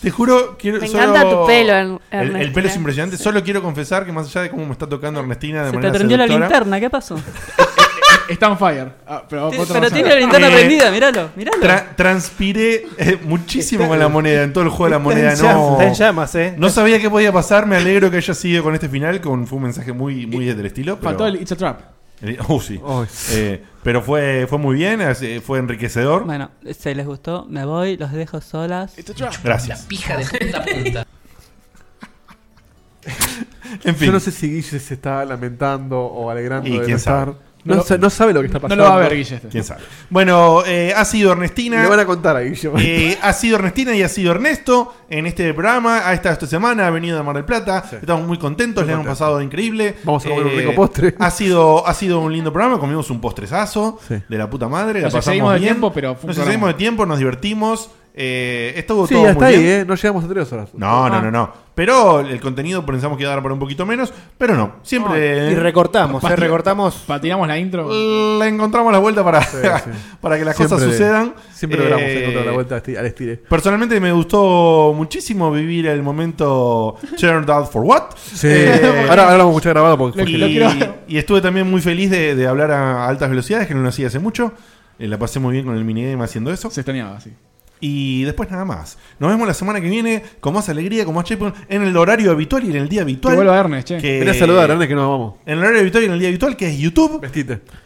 Te juro, quiero
Me
solo-
encanta tu pelo, ¿eh? Ern-
El, el pelo
Ernestina.
es impresionante. Solo quiero confesar que más allá de cómo me está tocando Ernestina de
Se te
manera
prendió la
seductora,
linterna, ¿qué pasó?
Está on fire. Ah, pero
Sí,
por otra
Pero
razón.
tiene la linterna
Eh,
prendida, míralo, míralo.
tra- transpiré eh, muchísimo con la moneda, en todo el juego de la moneda.
Está en
no.
llamas, está en llamas, eh.
No sabía qué podía pasar. Me alegro que haya sido con este final. Con, fue un mensaje muy, muy del estilo. Pero,
Faltó el It's a Trap.
Eh, oh, sí.
Ay.
Eh, pero fue, fue muy bien, eh, fue enriquecedor.
Bueno, si les gustó, me voy, los dejo solas.
Gracias.
Pija de punta a punta.
En fin.
Yo no sé si Guille se está lamentando o alegrando
Y
de
quién
no estar.
sabe.
No, sa- no sabe lo que está pasando.
¿Quién sabe? Bueno, eh, ha sido Ernestina.
Le van a contar a Guillermo.
Eh, ha sido Ernestina y ha sido Ernesto en este programa. Ha estado esta semana, ha venido de Mar del Plata. Estamos muy contentos,
Muy
le hemos
contentos.
pasado increíble. Eh,
Vamos a comer un rico postre.
Ha sido, ha sido un lindo programa, comimos un postrezazo de la puta madre. La
Nos
pasamos
excedimos de
bien.
tiempo, pero fue un
Nos
programa.
excedimos de tiempo, nos divertimos. Eh, estuvo
Sí,
todo
hasta
muy
ahí,
bien.
¿eh? No llegamos a tres horas.
No, no,
Ah.
no, no. Pero el contenido pensamos que iba a dar para un poquito menos, pero no. Siempre.
Y recortamos, eh,
Pati-
recortamos.
Patinamos la intro.
Le encontramos la vuelta para, para que las
Siempre-
cosas sucedan.
Siempre logramos
Eh,
encontrar la vuelta al estire.
Personalmente me gustó muchísimo vivir el momento Turned Out for What. Eh,
Sí. Ahora- ahora lo vamos a escuchar grabado porque fue
y,
genial. Lo quiero-
y estuve también muy feliz de, de hablar a altas velocidades, que no lo hacía hace mucho. Eh, la pasé muy bien con el minigame haciendo eso. Se
extrañaba, sí.
Y después nada más. Nos vemos la semana que viene con más alegría, con más checkpoint, en el horario habitual y en el día habitual.
Que vuelva Ernest, che.
Que-
Quería saludar, Ernest, que nos vamos.
En el horario habitual y en el día habitual, que es YouTube.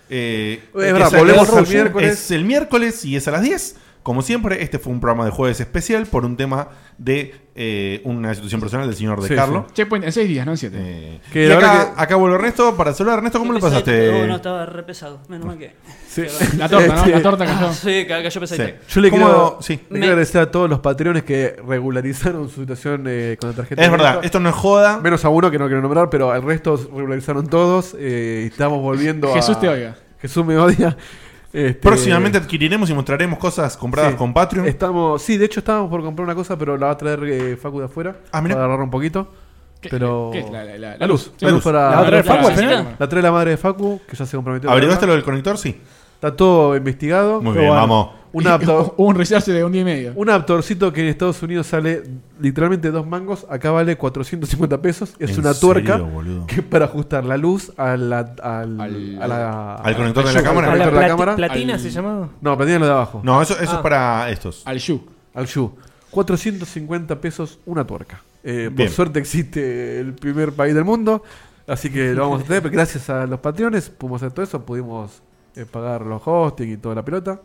Eh,
Es
que
verdad,
sale
volvemos
el
al
rollo.
miércoles.
Es el miércoles y es a las 10. Como siempre, este fue un programa de jueves especial por un tema de eh, una situación personal del señor De
Sí,
Carlo.
sí. Checkpoint en 6 días, ¿no? En 7.
Y acá, acá vuelve Ernesto para saludar. Ernesto, ¿cómo le pasaste?
Este, oh, No, no, estaba re pesado. Menos mal que.
Sí.
La torta, ¿no? La torta cayó.
Ah, sí, ca- cayó pesadita.
Este, Yo le
¿Cómo-
quiero, le
Me-
quiero agradecer a todos los patreones que regularizaron su situación eh, con la tarjeta.
Es
de
verdad,
crédito.
esto no es joda.
Menos a uno que no quiero nombrar, pero al resto regularizaron todos. eh, y estamos volviendo a.
Jesús te odia.
Jesús me odia. Este-
Próximamente adquiriremos y mostraremos cosas compradas
Sí.
con Patreon.
Estamos, sí, de hecho estábamos por comprar una cosa, pero la va a traer eh, Facu de afuera.
Ah,
Para agarrar un poquito. Pero.
qué es la- la- la-
La luz.
la luz.
para-
¿La va a traer Facu al
la-
final?
La trae la madre de Facu, que ya se comprometió.
¿Averiguaste
¿verdad?
lo del conector? Sí.
Está todo investigado.
Muy
Pero
bien,
bueno,
vamos.
Un adaptador.
Hubo un research de un día y medio.
Un adaptadorcito que en Estados Unidos sale literalmente dos mangos, acá vale 450 pesos. Es
¿En
una tuerca
serio, boludo?
que es para ajustar la luz a la- al, a la-
al conector de la cámara.
al
¿A
conector de
la
la
plati-
cámara.
platina
Al-
se llamaba?
No, platina es lo de abajo.
No, eso- eso es Ah. para estos.
Al Yu.
Al Yu. 450 pesos una tuerca. Eh, por
Bien.
suerte existe el primer país del mundo, así que lo vamos a tener. Gracias a los patrones pudimos hacer todo eso, pudimos eh, pagar los hosting y toda la pelota.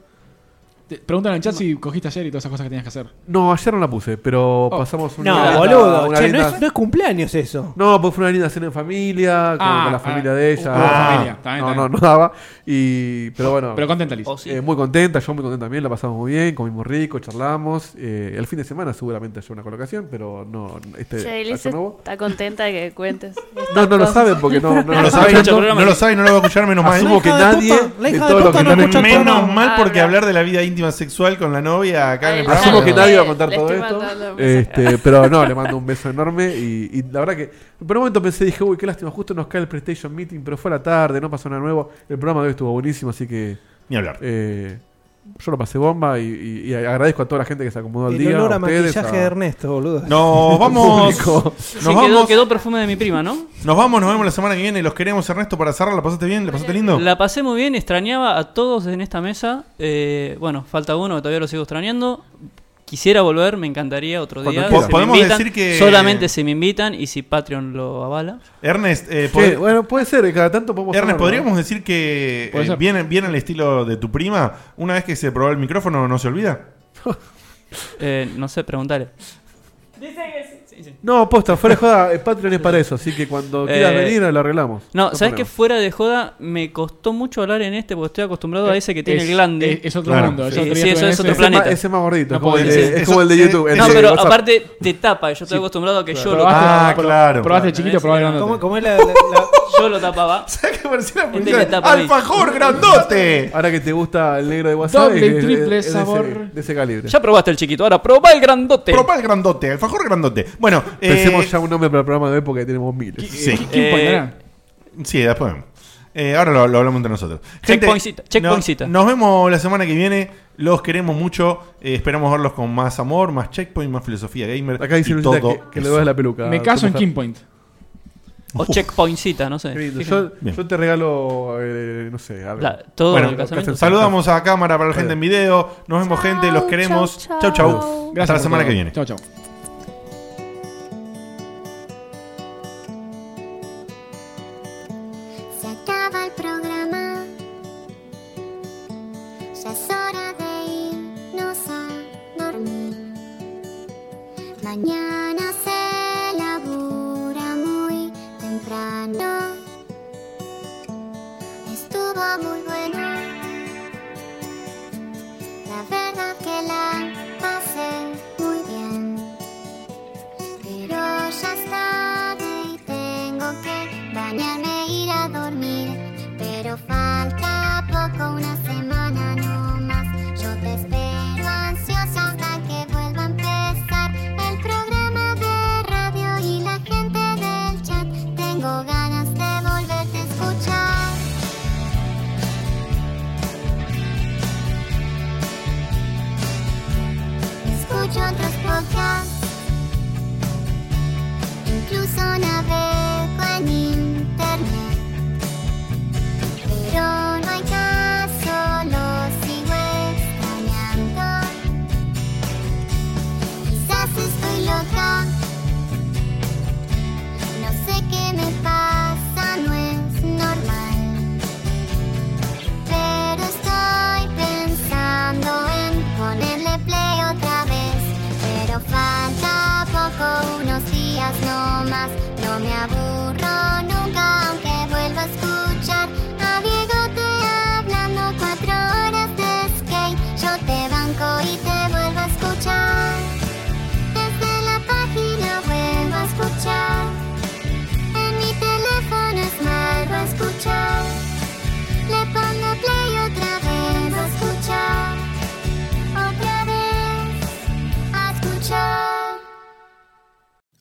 Te preguntan en el chat si cogiste ayer y todas esas cosas que tenías que hacer.
No, ayer no la puse, pero pasamos una.
Oh. No,
linda-
boludo,
una
che,
linda-
no es- no es
cumpleaños eso.
No, pues fue una linda cena en familia, con,
Ah,
con la
ah,
familia de ella.
hubo familia, está bien,
no,
está
no,
bien.
no daba. Y, pero bueno.
Pero contenta, Liz. Oh, sí.
Eh, muy contenta, yo muy contenta también, la pasamos muy bien, comimos rico, charlamos. Eh, el fin de semana seguramente haya una colocación, pero no. Este,
Che,
año
Elise
nuevo.
está contenta de que cuentes.
No, no lo saben
saben
porque no, no,
No lo sabe, no, no lo sabe, no lo va a escuchar menos mal.
Asumo que nadie de todo lo que están escuchando-
Menos mal porque hablar de la vida íntima sexual con la novia acá en el programa.
Asumo que
no.
nadie va a contar
Le
todo
estoy
esto.
mandando un beso.
Este, pero no, le mando un beso enorme. Y, y la verdad que por un momento pensé, dije, uy, qué lástima, justo nos cae el PlayStation Meeting, pero fue a la tarde, no pasó nada nuevo. El programa de hoy estuvo buenísimo, así que.
Ni hablar.
eh, yo lo pasé bomba y, y- y agradezco a toda la gente que se acomodó al
El
día.
olor
a
a
ustedes,
maquillaje
a-
de Ernesto, boludo.
Nos vamos.
Público.
nos
Sí,
vamos.
quedó, quedó perfume de mi prima, ¿no?
Nos vamos, nos vemos la semana que viene. Los queremos, Ernesto, para cerrar. ¿La pasaste bien? ¿La pasaste lindo?
La pasé muy bien, extrañaba a todos en esta mesa. Eh, bueno, falta uno, que todavía lo sigo extrañando. Quisiera volver, me encantaría otro
Cuando
día.
quieras.
si me
Podemos
invitan,
decir que-
Solamente si me invitan y si Patreon lo avala.
Ernest, eh,
Sí,
pod-
Bueno, puede ser, cada tanto podemos
Ernest,
hablar, ¿no?
¿podríamos decir que
Puede
eh,
ser.
viene, viene el estilo de tu prima? Una vez que se probó el micrófono, ¿no se olvida?
Eh, no sé, preguntaré.
No, posta, fuera de joda, eh, Patreon es para eso, así que cuando quieras
Eh,
venir lo arreglamos.
No, ¿sabes
problema.
que Fuera de joda, me costó mucho hablar en este porque estoy acostumbrado a
Es-
ese que tiene
Eh, es- eh,
el glande.
es- es otro mundo, es
Sí,
otro
sí,
día
eso
estuve en
es otro
ese.
planeta.
Ese es más- ese es más gordito,
No
es como
puedo
el
decir.
de- es como el de YouTube, el
no,
de
pero
WhatsApp.
aparte te tapa. Yo estoy acostumbrado a que yo lo
Probaste-
Ah,
tapa.
pro- Probaste el chiquito, probaste el grandote.
¿Cómo es la, la- la-
Yo lo tapaba.
¿Sabes qué parecía
Gente que tapa ahí.
grandote!
Ahora que te gusta el negro de WhatsApp.
Doble y
es- es-
triple
es de ese-
sabor.
De ese, calibre.
Ya probaste el chiquito, ahora probá el grandote.
Probá el grandote, alfajor grandote. Bueno,
Eh,
eh,
Pensemos ya un nombre para el programa de hoy porque tenemos miles.
Sí. Eh, Sí, después vemos. Eh, ahora lo, lo hablamos entre nosotros.
Checkpointcita,
no-
checkpointcita.
nos vemos la semana que viene. Los queremos mucho. Eh, esperamos verlos con más amor, más checkpoint, más filosofía gamer.
Acá dice
y
Lucita
todo
que- que le
eso.
doy la peluca. Me caso en ¿Cómo está?
Kingpoint.
O checkpointcita, no sé.
Qué lindo.
Fíjate.
Yo, yo te regalo, eh, no sé, algo.
La- todo
Bueno,
el casamiento.
saludamos a cámara para la gente en video. Nos vemos, gente. Los queremos. Chau, chau. Hasta la
por
semana
todo.
que viene.
Chau, chau.
Se acaba el programa. Ya es hora de irnos a dormir. Mañana se labura muy temprano. Estuvo estaba muy bueno. La verdad que la pasé muy bien. Pero ya es tarde y tengo que bañarme e ir a dormir. Pero falta poco, una semana no más. Yo te espero ansiosa hasta que vuelva a empezar el programa de radio y la gente del chat. Tengo ganas de volverte a escuchar. Escucho otros podcasts, incluso navego en internet. Pero no hay caso, lo sigo extrañando. Quizás estoy loca, no sé qué me pasa, no es normal. Pero estoy pensando en ponerle play otra vez. Pero falta poco, unos días no más. No me aburro nunca, aunque vuelva a escuchar a Diego te hablando cuatro horas de skate. Yo te banco y te vuelvo a escuchar. Desde la página vuelvo a escuchar. En mi teléfono es vuelvo a escuchar. Le pongo play otra vez a escuchar. Otra vez a escuchar.